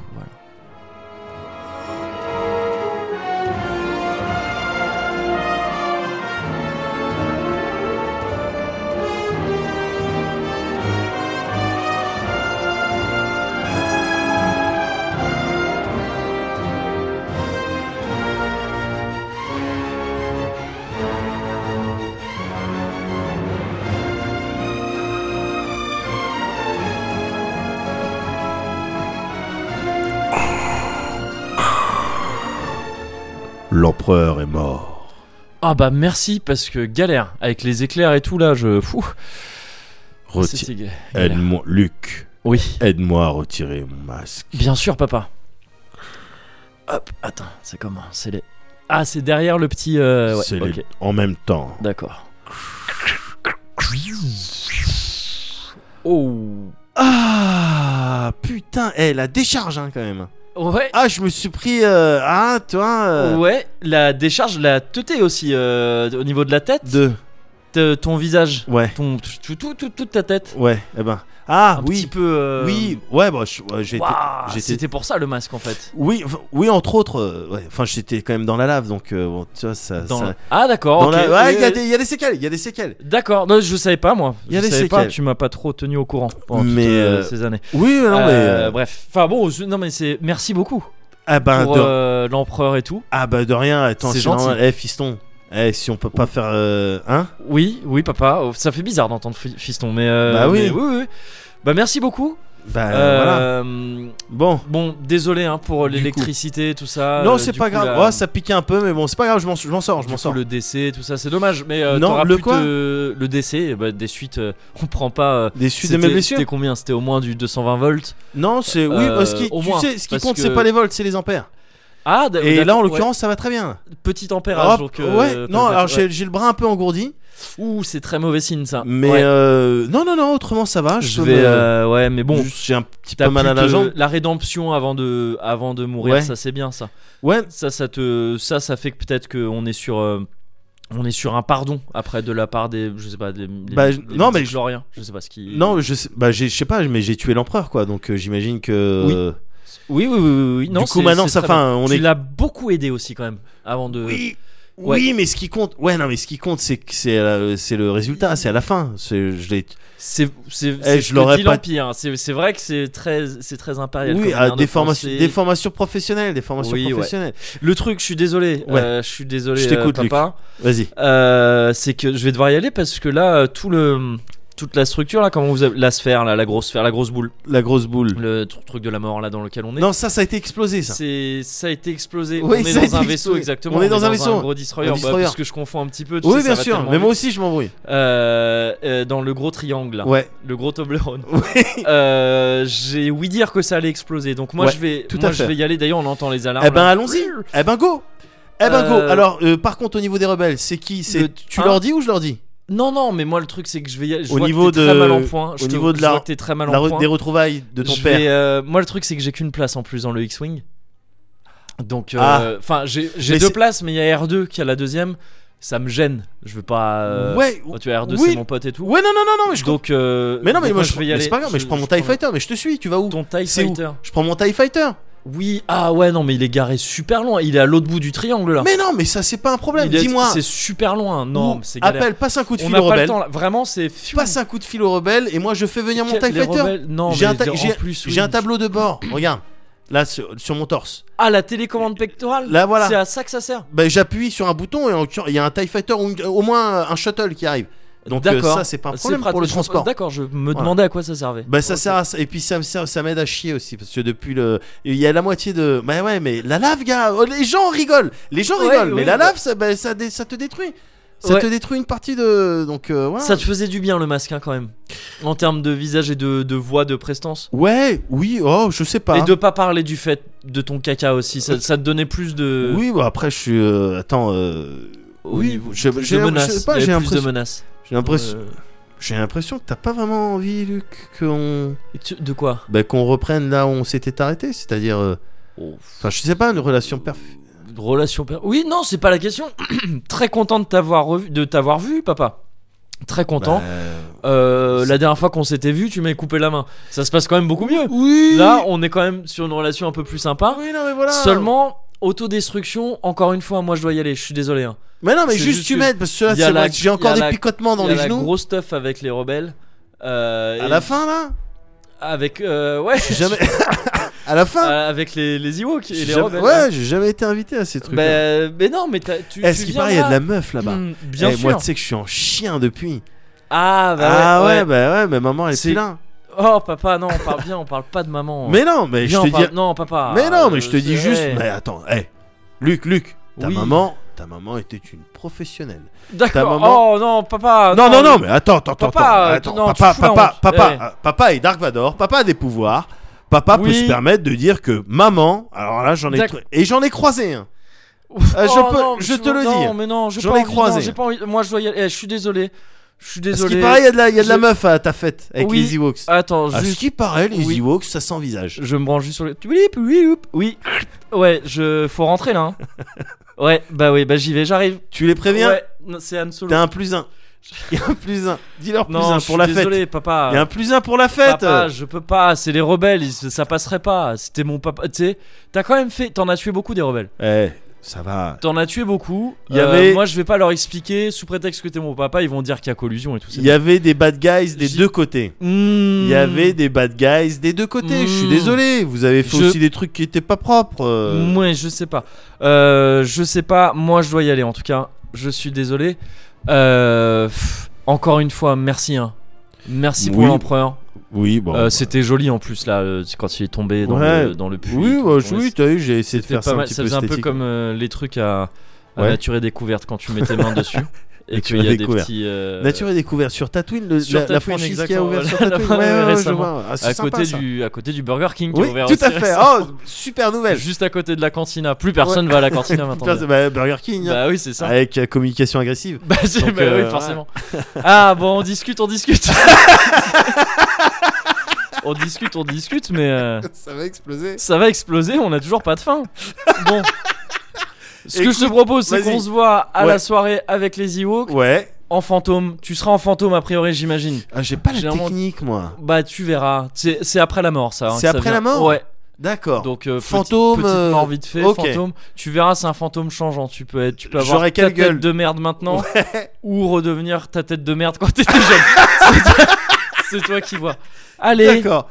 Speaker 2: L'empereur est mort.
Speaker 1: Ah bah merci, parce que galère, avec les éclairs et tout là, je. Fou,
Speaker 2: Reti- Ah,
Speaker 1: c'était ga- galère.
Speaker 2: Aide-moi, Luc.
Speaker 1: Oui,
Speaker 2: Aide-moi à retirer mon masque.
Speaker 1: bien sûr, papa. Hop, attends, c'est comment C'est les. Ah, c'est derrière le petit. euh,
Speaker 2: C'est
Speaker 1: Ouais,
Speaker 2: les-
Speaker 1: ok,
Speaker 2: En même temps.
Speaker 1: d'accord. Oh.
Speaker 2: Ah putain, eh, la décharge hein, quand même.
Speaker 1: Ouais.
Speaker 2: Ah, je me suis pris. euh, ah, toi. euh,
Speaker 1: Ouais, la décharge, la teuté aussi euh, au niveau de la tête,
Speaker 2: Deux.
Speaker 1: de ton visage,
Speaker 2: Ouais,
Speaker 1: ton tout, tout, tout- toute ta tête.
Speaker 2: ouais, eh ben. Ah,
Speaker 1: Un
Speaker 2: oui.
Speaker 1: petit peu. euh,
Speaker 2: Oui, ouais, bah, je- ouais, j'ai été-
Speaker 1: waouh,
Speaker 2: j'étais-
Speaker 1: C'était pour ça le masque en fait.
Speaker 2: Oui, enfin, oui, entre autres. euh, ouais, Enfin, j'étais quand même dans la lave, donc euh, bon, tu vois, ça.
Speaker 1: Dans
Speaker 2: ça-
Speaker 1: la- Ah d'accord.
Speaker 2: dans
Speaker 1: ok.
Speaker 2: la- Ouais, il y, a
Speaker 1: Euh,
Speaker 2: des- il y a des séquelles, il y a des séquelles.
Speaker 1: D'accord. Non, je savais pas moi.
Speaker 2: Il y a
Speaker 1: Je
Speaker 2: des
Speaker 1: savais pas.
Speaker 2: séquelles.
Speaker 1: Tu m'as pas trop tenu au courant pendant toutes,
Speaker 2: Mais,
Speaker 1: euh,
Speaker 2: euh,
Speaker 1: ces années.
Speaker 2: Oui, non, mais.
Speaker 1: Euh,
Speaker 2: euh,
Speaker 1: Bref. Enfin bon, je- non mais c'est merci beaucoup
Speaker 2: ah, ben,
Speaker 1: pour
Speaker 2: de...
Speaker 1: euh, l'empereur et tout.
Speaker 2: ah, bah, de rien, attends,
Speaker 1: C'est
Speaker 2: c'est normal.
Speaker 1: gentil. Oh.
Speaker 2: Eh, fiston. Eh, si on peut pas faire. euh, Hein
Speaker 1: Oui, oui papa. Oh, Ça fait bizarre d'entendre fi- fiston, mais. euh,
Speaker 2: Bah oui.
Speaker 1: mais oui, oui. Bah merci beaucoup.
Speaker 2: Bah, voilà.
Speaker 1: Euh,
Speaker 2: Bon.
Speaker 1: Bon, désolé hein, pour
Speaker 2: Du
Speaker 1: l'électricité, tout ça.
Speaker 2: Non,
Speaker 1: Euh,
Speaker 2: c'est
Speaker 1: du
Speaker 2: pas
Speaker 1: coup,
Speaker 2: grave.
Speaker 1: la-
Speaker 2: Ouais, ça piquait un peu, mais bon, c'est pas grave, je m'en- je m'en sors, je
Speaker 1: du
Speaker 2: m'en
Speaker 1: coup,
Speaker 2: sors.
Speaker 1: Le décès, tout ça, c'est dommage. Mais euh,
Speaker 2: Non,
Speaker 1: t'auras
Speaker 2: le
Speaker 1: plus
Speaker 2: quoi
Speaker 1: te- le décès, eh ben, des suites, euh, on prend pas. euh,
Speaker 2: Des suites de
Speaker 1: c'était-
Speaker 2: mes blessures
Speaker 1: C'était combien C'était au moins du 220 volts.
Speaker 2: Non, c'est. Oui,
Speaker 1: Euh,
Speaker 2: parce que
Speaker 1: au
Speaker 2: tu
Speaker 1: moins,
Speaker 2: sais, ce qui
Speaker 1: parce
Speaker 2: compte,
Speaker 1: que-
Speaker 2: c'est pas les volts, c'est les ampères.
Speaker 1: Ah, d-
Speaker 2: Et
Speaker 1: d'accord,
Speaker 2: là, en
Speaker 1: ouais.
Speaker 2: l'occurrence, ça va très bien.
Speaker 1: petit tempérage.
Speaker 2: Hop,
Speaker 1: donc,
Speaker 2: ouais,
Speaker 1: euh, peut-être,
Speaker 2: non, alors
Speaker 1: ouais.
Speaker 2: j'ai j'ai le bras un peu engourdi,
Speaker 1: Ouh, c'est très mauvais signe ça.
Speaker 2: mais
Speaker 1: Ouais.
Speaker 2: euh, non, non, non, autrement ça va.
Speaker 1: je
Speaker 2: peux
Speaker 1: vais.
Speaker 2: me-
Speaker 1: euh, ouais, mais bon.
Speaker 2: juste, j'ai un petit
Speaker 1: T'as
Speaker 2: peu mal à
Speaker 1: plus
Speaker 2: la
Speaker 1: que
Speaker 2: jambe.
Speaker 1: La rédemption avant de, avant de mourir,
Speaker 2: Ouais.
Speaker 1: ça c'est bien ça.
Speaker 2: Ouais,
Speaker 1: Ça, ça te, ça, ça fait que peut-être qu'on est sur, euh, on est sur un pardon après de la part des, je sais pas, des, des-
Speaker 2: Bah, je-
Speaker 1: des
Speaker 2: non, mais je-
Speaker 1: midichloriens. je sais pas ce qui.
Speaker 2: non, je sais, bah, j'ai- je sais pas, mais j'ai tué l'empereur quoi, donc euh, j'imagine que.
Speaker 1: Oui.
Speaker 2: euh,
Speaker 1: Oui, oui, oui, oui, oui. Non,
Speaker 2: du coup
Speaker 1: c'est-
Speaker 2: maintenant,
Speaker 1: c'est
Speaker 2: ça,
Speaker 1: très bien.
Speaker 2: enfin, on
Speaker 1: Tu
Speaker 2: est.
Speaker 1: l'as beaucoup aidé aussi quand même avant de.
Speaker 2: Oui.
Speaker 1: Ouais.
Speaker 2: Oui, mais ce qui compte, ouais, non, mais ce qui compte, c'est que c'est euh, c'est le résultat, c'est à la fin. C'est je l'ai.
Speaker 1: C'est, c'est,
Speaker 2: Eh,
Speaker 1: c'est
Speaker 2: je
Speaker 1: le
Speaker 2: l'aurais
Speaker 1: petit
Speaker 2: pas-
Speaker 1: l'empire. hein. C'est, c'est vrai que c'est très, c'est très impérial.
Speaker 2: Oui,
Speaker 1: comme
Speaker 2: ah,
Speaker 1: manière
Speaker 2: des
Speaker 1: de
Speaker 2: formations,
Speaker 1: penser.
Speaker 2: des formations professionnelles, des formations
Speaker 1: Oui, ouais.
Speaker 2: professionnelles.
Speaker 1: Le truc, je suis désolé.
Speaker 2: Ouais.
Speaker 1: euh, je suis désolé.
Speaker 2: Je t'écoute,
Speaker 1: euh,
Speaker 2: Luc.
Speaker 1: papa.
Speaker 2: Vas-y.
Speaker 1: Euh, c'est que je vais devoir y aller parce que là, euh, tout le, toute la structure là, comment vous avez- la sphère là, la grosse sphère, la grosse boule,
Speaker 2: La grosse boule.
Speaker 1: le tr- truc de la mort là dans lequel on est.
Speaker 2: Non, ça, ça a été explosé, ça.
Speaker 1: C'est, ça a été explosé.
Speaker 2: Oui,
Speaker 1: on est
Speaker 2: ça
Speaker 1: dans
Speaker 2: a
Speaker 1: un
Speaker 2: été
Speaker 1: vaisseau
Speaker 2: explosé.
Speaker 1: exactement.
Speaker 2: On est dans un vaisseau.
Speaker 1: gros destroyer.
Speaker 2: Un
Speaker 1: bah,
Speaker 2: destroyer.
Speaker 1: parce que je confonds un petit peu. tu
Speaker 2: Oui,
Speaker 1: sais,
Speaker 2: bien
Speaker 1: ça va
Speaker 2: sûr.
Speaker 1: tellement
Speaker 2: Mais moi
Speaker 1: vite.
Speaker 2: aussi, je m'embrouille.
Speaker 1: Euh, euh, dans le gros triangle, là.
Speaker 2: Ouais.
Speaker 1: le gros Toblerone. Euh, j'ai oui dire que ça allait exploser. Donc moi
Speaker 2: Ouais,
Speaker 1: je vais,
Speaker 2: tout à
Speaker 1: moi, je
Speaker 2: fait.
Speaker 1: vais y aller. D'ailleurs, on entend les alarmes.
Speaker 2: Eh ben,
Speaker 1: là.
Speaker 2: allons-y. Eh ben, go. Eh ben,
Speaker 1: Euh,
Speaker 2: go. Alors, euh, par contre, au niveau des rebelles, c'est qui
Speaker 1: Le-
Speaker 2: C'est tu
Speaker 1: hein
Speaker 2: leur dis ou je leur dis
Speaker 1: Non, non, mais moi le truc c'est que je vais. y aller- Je
Speaker 2: Au
Speaker 1: vois
Speaker 2: niveau
Speaker 1: que t'es très
Speaker 2: de-
Speaker 1: mal en point. Je
Speaker 2: au
Speaker 1: te-
Speaker 2: niveau de
Speaker 1: je
Speaker 2: la-
Speaker 1: vois que t'es très mal en
Speaker 2: La re-
Speaker 1: point.
Speaker 2: Des retrouvailles de ton
Speaker 1: Je
Speaker 2: père.
Speaker 1: vais, euh, moi, le truc, c'est que j'ai qu'une place en plus dans le X-Wing. Donc, euh, enfin, j'ai j'ai
Speaker 2: Ah. Mais
Speaker 1: deux
Speaker 2: c'est-
Speaker 1: places, mais il y a R2 qui a la deuxième. Ça me gêne. Je veux pas. euh,
Speaker 2: ouais. ou-
Speaker 1: Tu vois, R2,
Speaker 2: oui.
Speaker 1: c'est mon pote et tout.
Speaker 2: Ouais, non, non, non, non, mais je.
Speaker 1: donc, euh,
Speaker 2: Mais non, mais
Speaker 1: donc
Speaker 2: moi, je.
Speaker 1: vais y
Speaker 2: mais
Speaker 1: aller.
Speaker 2: C'est pas grave, mais je prends mon Tie Fighter, mais je te suis. Tu vas où
Speaker 1: Ton TIE
Speaker 2: C'est où
Speaker 1: Fighter.
Speaker 2: Je prends mon Tie Fighter.
Speaker 1: Oui, ah ouais, non, mais il est garé super loin. Il est à l'autre bout du triangle là.
Speaker 2: Mais non, mais ça, c'est pas un problème.
Speaker 1: Il est-
Speaker 2: Dis-moi.
Speaker 1: C'est super loin. Non, mais c'est galère.
Speaker 2: Appelle, passe un coup de
Speaker 1: On
Speaker 2: fil
Speaker 1: n'a pas
Speaker 2: aux
Speaker 1: le
Speaker 2: rebelles.
Speaker 1: temps là. Vraiment, c'est. fiu.
Speaker 2: Passe un coup de fil aux rebelles et moi je fais venir mon
Speaker 1: Les
Speaker 2: Tie Fighter.
Speaker 1: rebelles- Non,
Speaker 2: J'ai
Speaker 1: mais
Speaker 2: un ta-
Speaker 1: en
Speaker 2: j'ai-
Speaker 1: plus, oui.
Speaker 2: J'ai un tableau de bord, regarde, là sur, sur mon torse.
Speaker 1: Ah, la télécommande pectorale
Speaker 2: Là, voilà.
Speaker 1: C'est à ça que ça sert.
Speaker 2: Ben, J'appuie sur un bouton et en l'occurrence, il y a un TIE Fighter ou une- au moins un shuttle qui arrive. Donc euh,
Speaker 1: D'accord.
Speaker 2: ça, c'est pas un
Speaker 1: C'est
Speaker 2: problème pour le
Speaker 1: pratique.
Speaker 2: transport.
Speaker 1: D'accord, je me
Speaker 2: Voilà.
Speaker 1: demandais à quoi ça servait.
Speaker 2: Bah ça
Speaker 1: Ok.
Speaker 2: sert à ça. Et puis ça, me sert- ça m'aide à chier aussi. Parce que depuis le. Il y a la moitié de. Bah ouais, mais la lave, gars oh, Les gens rigolent Les gens
Speaker 1: Ouais,
Speaker 2: rigolent
Speaker 1: ouais,
Speaker 2: Mais la
Speaker 1: ouais.
Speaker 2: lave, ça, bah, ça, dé- ça te détruit Ça
Speaker 1: Ouais.
Speaker 2: te détruit une partie de. Donc euh, voilà.
Speaker 1: Ça te faisait du bien le masque hein, quand même. En termes de visage et de, de voix, de prestance.
Speaker 2: Ouais, oui, oh, je sais pas.
Speaker 1: Et de pas parler du fait de ton caca aussi. Ça, ça te donnait plus de.
Speaker 2: Oui, bah après, je suis. euh, Attends. euh,
Speaker 1: au
Speaker 2: oui,
Speaker 1: niveau-
Speaker 2: je-
Speaker 1: de
Speaker 2: j'ai-
Speaker 1: menaces.
Speaker 2: je sais pas,
Speaker 1: Il y
Speaker 2: j'ai
Speaker 1: avait plus de
Speaker 2: l'impression-
Speaker 1: menaces.
Speaker 2: J'ai l'impression.
Speaker 1: Euh,
Speaker 2: J'ai l'impression que t'as pas vraiment envie, Luc, qu'on
Speaker 1: tu- de quoi
Speaker 2: bah, qu'on reprenne là où on s'était arrêté, c'est-à-dire, euh, enfin, je sais pas, une relation perf.
Speaker 1: De Relation. per- Oui, non, c'est pas la question. Très content de t'avoir revu, de t'avoir vu, papa. Très
Speaker 2: Bah,
Speaker 1: content. Euh, la dernière fois qu'on s'était vu, tu m'as coupé la main. Ça se passe quand même beaucoup mieux.
Speaker 2: Oui.
Speaker 1: Là, on est quand même sur une relation un peu plus sympa.
Speaker 2: Ah Oui, non, mais voilà.
Speaker 1: Seulement, autodestruction, encore une fois, moi je dois y aller, je suis désolé. hein.
Speaker 2: Mais non, mais
Speaker 1: C'est
Speaker 2: juste,
Speaker 1: juste
Speaker 2: tu
Speaker 1: que
Speaker 2: m'aides parce que là,
Speaker 1: y a
Speaker 2: c'est
Speaker 1: la-
Speaker 2: vrai que j'ai
Speaker 1: y
Speaker 2: encore
Speaker 1: a
Speaker 2: des
Speaker 1: la-
Speaker 2: picotements dans
Speaker 1: Il y a
Speaker 2: les
Speaker 1: la
Speaker 2: genoux.
Speaker 1: gros stuff avec les rebelles. euh,
Speaker 2: À
Speaker 1: et
Speaker 2: la fin, là.
Speaker 1: Avec, euh, ouais,
Speaker 2: J'ai Jamais. à la fin.
Speaker 1: euh, avec les, les Ewoks et
Speaker 2: j'ai
Speaker 1: les
Speaker 2: jamais-
Speaker 1: rebelles. hein.
Speaker 2: Ouais, j'ai jamais été invité à ces trucs. là
Speaker 1: Bah, mais non, mais t'as- tu.
Speaker 2: Est-ce
Speaker 1: tu
Speaker 2: qu'il Eh, paraît il y a de la
Speaker 1: viendras.
Speaker 2: meuf là-bas
Speaker 1: Hmm, Bien
Speaker 2: Eh,
Speaker 1: sûr.
Speaker 2: Moi, tu sais que je suis en chien depuis.
Speaker 1: ah, bah,
Speaker 2: ah
Speaker 1: ouais,
Speaker 2: ouais, bah ouais, mais maman elle est
Speaker 1: C'est-
Speaker 2: plus là.
Speaker 1: Oh, papa, non, on parle bien, on parle pas de maman.
Speaker 2: Mais non, mais
Speaker 1: Viens,
Speaker 2: je
Speaker 1: on
Speaker 2: te
Speaker 1: parle-
Speaker 2: dis,
Speaker 1: Non, papa.
Speaker 2: Mais non,
Speaker 1: euh,
Speaker 2: mais je te dis
Speaker 1: c'est
Speaker 2: juste,
Speaker 1: vrai.
Speaker 2: mais attends, hé, Luc, Luc, ta
Speaker 1: Oui.
Speaker 2: maman, ta maman était une professionnelle. ta
Speaker 1: D'accord.
Speaker 2: maman-
Speaker 1: Oh non, papa.
Speaker 2: non, non, non, mais attends, attends, attends,
Speaker 1: Papa, euh,
Speaker 2: attends,
Speaker 1: non, tu
Speaker 2: papa,
Speaker 1: fous la
Speaker 2: papa,
Speaker 1: honte.
Speaker 2: papa,
Speaker 1: Eh.
Speaker 2: euh, papa est Dark Vador, papa a des pouvoirs, papa peut
Speaker 1: Oui.
Speaker 2: se permettre de dire que maman, alors là j'en ai
Speaker 1: D'accord.
Speaker 2: tr- et j'en ai croisé un.
Speaker 1: Euh,
Speaker 2: je peux- je te le
Speaker 1: non,
Speaker 2: dis.
Speaker 1: mais non, j'ai
Speaker 2: J'en
Speaker 1: pas
Speaker 2: ai
Speaker 1: envie,
Speaker 2: croisé.
Speaker 1: non, j'ai pas envie. Moi, je dois y aller. Eh, je suis désolé. Je suis
Speaker 2: Parce
Speaker 1: désolé.
Speaker 2: qu'il paraît, Ah, il y a de la, il y a de la
Speaker 1: Je-
Speaker 2: meuf à ta fête avec
Speaker 1: Oui.
Speaker 2: les Ewoks.
Speaker 1: Attends,
Speaker 2: À ce
Speaker 1: juste.
Speaker 2: qui paraît, les
Speaker 1: Oui.
Speaker 2: Ewoks, ça sans visage.
Speaker 1: Je me branche juste sur le. Oui, oui, oup, oui. Ouais, je. Faut rentrer là. hein. Ouais, bah oui, bah j'y vais, j'arrive.
Speaker 2: Tu les préviens
Speaker 1: Ouais, non, c'est Han Solo.
Speaker 2: T'as un plus un. Il y a un plus un. Dis-leur plus
Speaker 1: Non,
Speaker 2: un
Speaker 1: je suis
Speaker 2: pour la
Speaker 1: désolé,
Speaker 2: fête.
Speaker 1: papa.
Speaker 2: Il y a un plus un pour la
Speaker 1: Ah.
Speaker 2: fête.
Speaker 1: Papa, je peux pas. C'est les rebelles. ils- Ça passerait pas. C'était mon papa. Tu sais, t'as quand même fait. T'en as tué beaucoup des rebelles.
Speaker 2: Eh, ça va.
Speaker 1: T'en as tué beaucoup.
Speaker 2: Il y avait-
Speaker 1: Euh, Moi, je vais pas leur expliquer sous prétexte que t'es mon papa. Ils vont dire qu'il y a collusion et tout. c'est Hmm.
Speaker 2: Il y avait des bad guys des
Speaker 1: J'y-
Speaker 2: deux côtés. Il y avait des bad guys des deux côtés. Je suis
Speaker 1: Mm.
Speaker 2: désolé, vous avez fait
Speaker 1: Je-
Speaker 2: aussi des trucs qui étaient pas propres. euh.
Speaker 1: Ouais, je sais pas. Euh, je sais pas. Moi, je dois y aller en tout cas. Je suis désolé. Euh, pff, encore une fois, merci. hein. Merci pour
Speaker 2: Oui.
Speaker 1: l'empereur.
Speaker 2: Oui, bon. bah.
Speaker 1: Euh, C'était joli en plus là, euh, c'est quand il est tombé dans,
Speaker 2: Ouais.
Speaker 1: le, dans le puits.
Speaker 2: oui,
Speaker 1: et tout,
Speaker 2: bah,
Speaker 1: on
Speaker 2: je-
Speaker 1: est-
Speaker 2: oui, t'as vu, j'ai essayé de
Speaker 1: c'était
Speaker 2: faire
Speaker 1: pas
Speaker 2: ça un
Speaker 1: mal.
Speaker 2: petit
Speaker 1: Ça
Speaker 2: peu
Speaker 1: faisait un peu
Speaker 2: esthétique.
Speaker 1: comme euh, les trucs à, à
Speaker 2: Ouais.
Speaker 1: nature et découverte quand tu mets tes mains dessus. et
Speaker 2: tu
Speaker 1: qu'il
Speaker 2: l'as
Speaker 1: y a des
Speaker 2: découvert.
Speaker 1: petits. euh,
Speaker 2: Nature et découvert sur Tatooine, le-
Speaker 1: sur
Speaker 2: la, la
Speaker 1: Tatooine,
Speaker 2: franchise qui a
Speaker 1: exactement,
Speaker 2: ouvert sur
Speaker 1: la- la
Speaker 2: Tatooine.
Speaker 1: première
Speaker 2: Ouais, ouais, ouais,
Speaker 1: récemment.
Speaker 2: je vois. Ah, c'est
Speaker 1: à
Speaker 2: sympa,
Speaker 1: côté
Speaker 2: ça.
Speaker 1: du à côté du Burger King qui a
Speaker 2: Oui,
Speaker 1: ouvert
Speaker 2: tout
Speaker 1: aussi
Speaker 2: à fait.
Speaker 1: récemment.
Speaker 2: Oh, super nouvelle.
Speaker 1: juste à côté de la cantina plus personne va à la cantina maintenant
Speaker 2: Putain, c'est- bah, Burger King, hein,
Speaker 1: bah oui c'est ça
Speaker 2: avec euh, communication agressive.
Speaker 1: Bah, c'est-
Speaker 2: Donc,
Speaker 1: bah
Speaker 2: euh,
Speaker 1: oui, forcément. Ah, bon, on discute, on discute. on discute, on discute, mais euh,
Speaker 2: Ça va exploser.
Speaker 1: ça va exploser, on a toujours pas de fin. Bon. Ce que je te
Speaker 2: Écoute,
Speaker 1: propose, c'est
Speaker 2: vas-y.
Speaker 1: qu'on se voit à
Speaker 2: Ouais.
Speaker 1: la soirée avec les Ewoks
Speaker 2: Ouais.
Speaker 1: en fantôme. Tu seras en fantôme, a priori, j'imagine.
Speaker 2: Ah, j'ai pas la
Speaker 1: Généralement-
Speaker 2: technique, moi.
Speaker 1: Bah, tu verras. C'est c'est après la mort, ça. hein,
Speaker 2: C'est
Speaker 1: que ça
Speaker 2: après
Speaker 1: vient.
Speaker 2: la mort
Speaker 1: Ouais.
Speaker 2: D'accord.
Speaker 1: Donc, euh, petit-
Speaker 2: Fantôme,
Speaker 1: Petite,
Speaker 2: euh,
Speaker 1: mort vite fait.
Speaker 2: ok.
Speaker 1: Fantôme. Tu verras, c'est un fantôme changeant. Tu peux, être, tu peux avoir
Speaker 2: J'aurais
Speaker 1: ta
Speaker 2: quelle
Speaker 1: tête
Speaker 2: gueule
Speaker 1: de merde maintenant
Speaker 2: Ouais.
Speaker 1: ou redevenir ta tête de merde quand t'étais jeune. C'est toi- C'est toi qui vois. Allez,
Speaker 2: D'accord.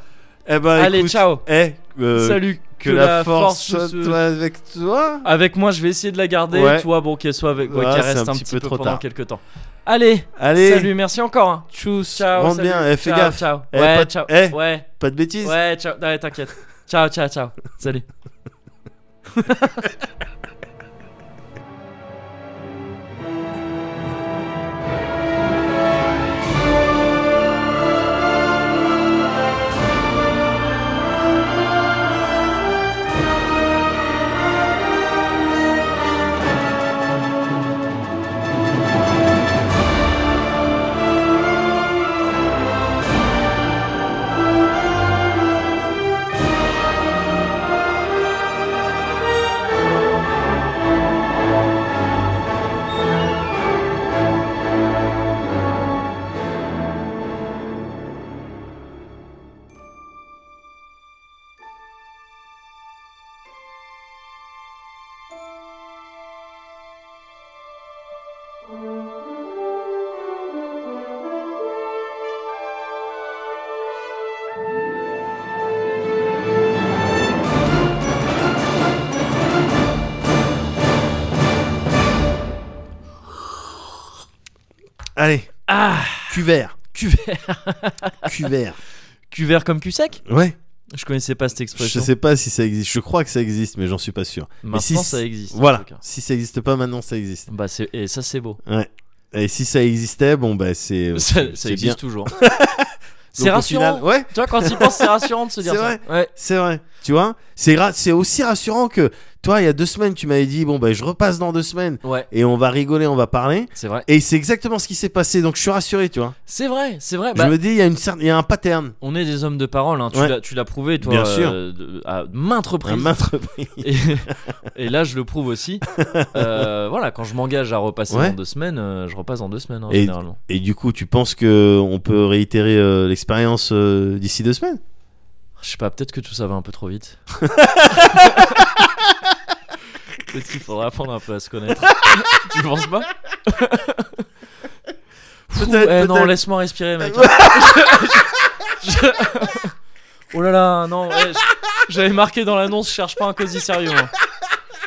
Speaker 2: Eh ben,
Speaker 1: Allez,
Speaker 2: écoute,
Speaker 1: ciao.
Speaker 2: Eh, euh,
Speaker 1: salut.
Speaker 2: Que, la, force,
Speaker 1: se-
Speaker 2: soit avec toi.
Speaker 1: Avec moi, je vais essayer de la garder.
Speaker 2: Ouais.
Speaker 1: Toi, bon, qu'elle soit avec moi,
Speaker 2: Ouais,
Speaker 1: qu'elle
Speaker 2: c'est
Speaker 1: reste un petit, peu,
Speaker 2: trop
Speaker 1: pendant
Speaker 2: tard.
Speaker 1: quelques temps. Allez,
Speaker 2: Allez,
Speaker 1: salut, merci encore. hein.
Speaker 2: tchuss.
Speaker 1: Ciao.
Speaker 2: Rentre
Speaker 1: salut.
Speaker 2: bien, eh, fais
Speaker 1: Ciao,
Speaker 2: gaffe.
Speaker 1: Ciao.
Speaker 2: Eh,
Speaker 1: ouais,
Speaker 2: pas de-
Speaker 1: ciao.
Speaker 2: eh.
Speaker 1: Ouais,
Speaker 2: Pas de bêtises.
Speaker 1: ouais, ciao. Ouais, t'inquiète. Ciao, ciao, ciao. Salut.
Speaker 2: Allez. Ah. Cuvert.
Speaker 1: Cuvert.
Speaker 2: Cuvert.
Speaker 1: Cuvert comme cul sec
Speaker 2: Ouais.
Speaker 1: Je connaissais pas cette
Speaker 2: Je
Speaker 1: expression.
Speaker 2: sais pas si ça existe. Je crois que ça existe, mais j'en suis pas sûr.
Speaker 1: Maintenant,
Speaker 2: si-
Speaker 1: ça existe. en
Speaker 2: Voilà.
Speaker 1: tout cas.
Speaker 2: Si ça existe pas maintenant, ça existe.
Speaker 1: Bah, c'est- et ça, c'est beau.
Speaker 2: Ouais. Et si ça existait, bon bah c'est
Speaker 1: Ça,
Speaker 2: c'est
Speaker 1: ça
Speaker 2: bien.
Speaker 1: existe toujours.
Speaker 2: Donc,
Speaker 1: c'est
Speaker 2: au
Speaker 1: rassurant.
Speaker 2: final- ouais,
Speaker 1: Tu vois, quand il pense, c'est rassurant de se dire
Speaker 2: C'est
Speaker 1: ça. Ouais.
Speaker 2: c'est vrai. Tu vois, c'est ra- c'est aussi rassurant que toi il y a deux semaines tu m'avais dit bon bah je repasse dans deux semaines
Speaker 1: Ouais,
Speaker 2: et on va rigoler, on va parler.
Speaker 1: c'est vrai.
Speaker 2: Et c'est exactement ce qui s'est passé, donc je suis rassuré, tu vois.
Speaker 1: C'est vrai, c'est vrai. Bah,
Speaker 2: je me dis il y a une cer- il y a un pattern.
Speaker 1: On est des hommes de parole, hein. tu
Speaker 2: Ouais.
Speaker 1: l'as- tu l'as prouvé, toi,
Speaker 2: Bien sûr.
Speaker 1: euh, de- à maintes
Speaker 2: À
Speaker 1: reprises.
Speaker 2: maintes reprises.
Speaker 1: et, et là, je le prouve aussi. Euh, voilà, quand je m'engage à repasser
Speaker 2: Ouais.
Speaker 1: dans deux semaines, euh, je repasse dans deux semaines, hein,
Speaker 2: Et-
Speaker 1: généralement.
Speaker 2: Et du coup, tu penses que on peut réitérer euh, l'expérience euh, d'ici deux semaines
Speaker 1: Je sais pas, peut-être que tout ça va un peu trop vite. peut-être qu'il faudra apprendre un peu à se connaître. tu penses pas
Speaker 2: Peut-être.
Speaker 1: Eh, non,
Speaker 2: peut-être.
Speaker 1: laisse-moi respirer, mec. Je- je- Oh là là, non, ouais, je- j'avais marqué dans l'annonce, je cherche pas un cosy sérieux. moi.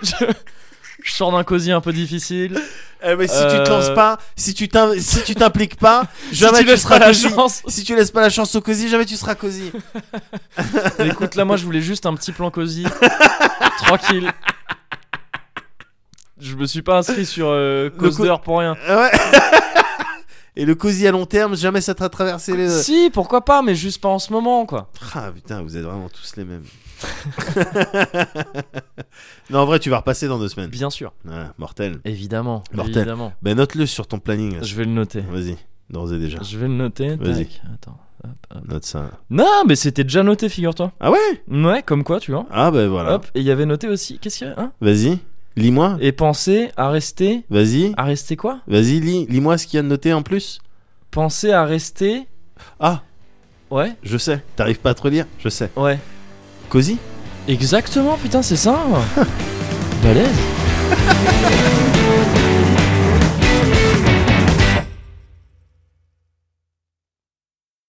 Speaker 1: Je... je sors d'un cosy un peu difficile.
Speaker 2: Eh, mais si tu te
Speaker 1: Euh,
Speaker 2: lances pas, si tu t'im- si tu t'impliques pas, jamais
Speaker 1: si tu laisseras
Speaker 2: seras
Speaker 1: la
Speaker 2: cosy.
Speaker 1: chance.
Speaker 2: Si tu laisses pas la chance au cosy, jamais tu seras cosy.
Speaker 1: Écoute, là, moi, je voulais juste un petit plan cosy, tranquille. Je me suis pas inscrit sur euh,
Speaker 2: Le
Speaker 1: Cause
Speaker 2: co-
Speaker 1: d'heure pour rien.
Speaker 2: Ah Ouais. Et le cosy à long terme, jamais ça t'a traversé les. euh,
Speaker 1: Si, pourquoi pas, mais juste pas en ce moment, quoi.
Speaker 2: Ah putain, vous êtes vraiment tous les mêmes. non, en vrai, tu vas repasser dans deux semaines.
Speaker 1: Bien sûr,
Speaker 2: Voilà, mortel.
Speaker 1: évidemment,
Speaker 2: Mortel.
Speaker 1: évidemment.
Speaker 2: Ben note-le sur ton planning.
Speaker 1: Je vais le noter.
Speaker 2: Vas-y, d'ores et déjà.
Speaker 1: Je vais le noter.
Speaker 2: Vas-y.
Speaker 1: tac, Attends.
Speaker 2: Note ça.
Speaker 1: Non, mais c'était déjà noté, figure-toi.
Speaker 2: Ah ouais
Speaker 1: Ouais, comme quoi, tu vois.
Speaker 2: Ah ben voilà.
Speaker 1: Hop, et il y avait noté aussi. Qu'est-ce qu'il y a hein
Speaker 2: Vas-y, lis-moi.
Speaker 1: Et Ah. penser à rester.
Speaker 2: Vas-y,
Speaker 1: À rester quoi
Speaker 2: vas-y, lis, lis-moi ce qu'il y a de noté en plus.
Speaker 1: Penser à rester.
Speaker 2: Ah,
Speaker 1: Ouais,
Speaker 2: je sais. T'arrives pas à te relire Je sais.
Speaker 1: ouais.
Speaker 2: Cosy
Speaker 1: Exactement, putain, c'est ça. Balèze.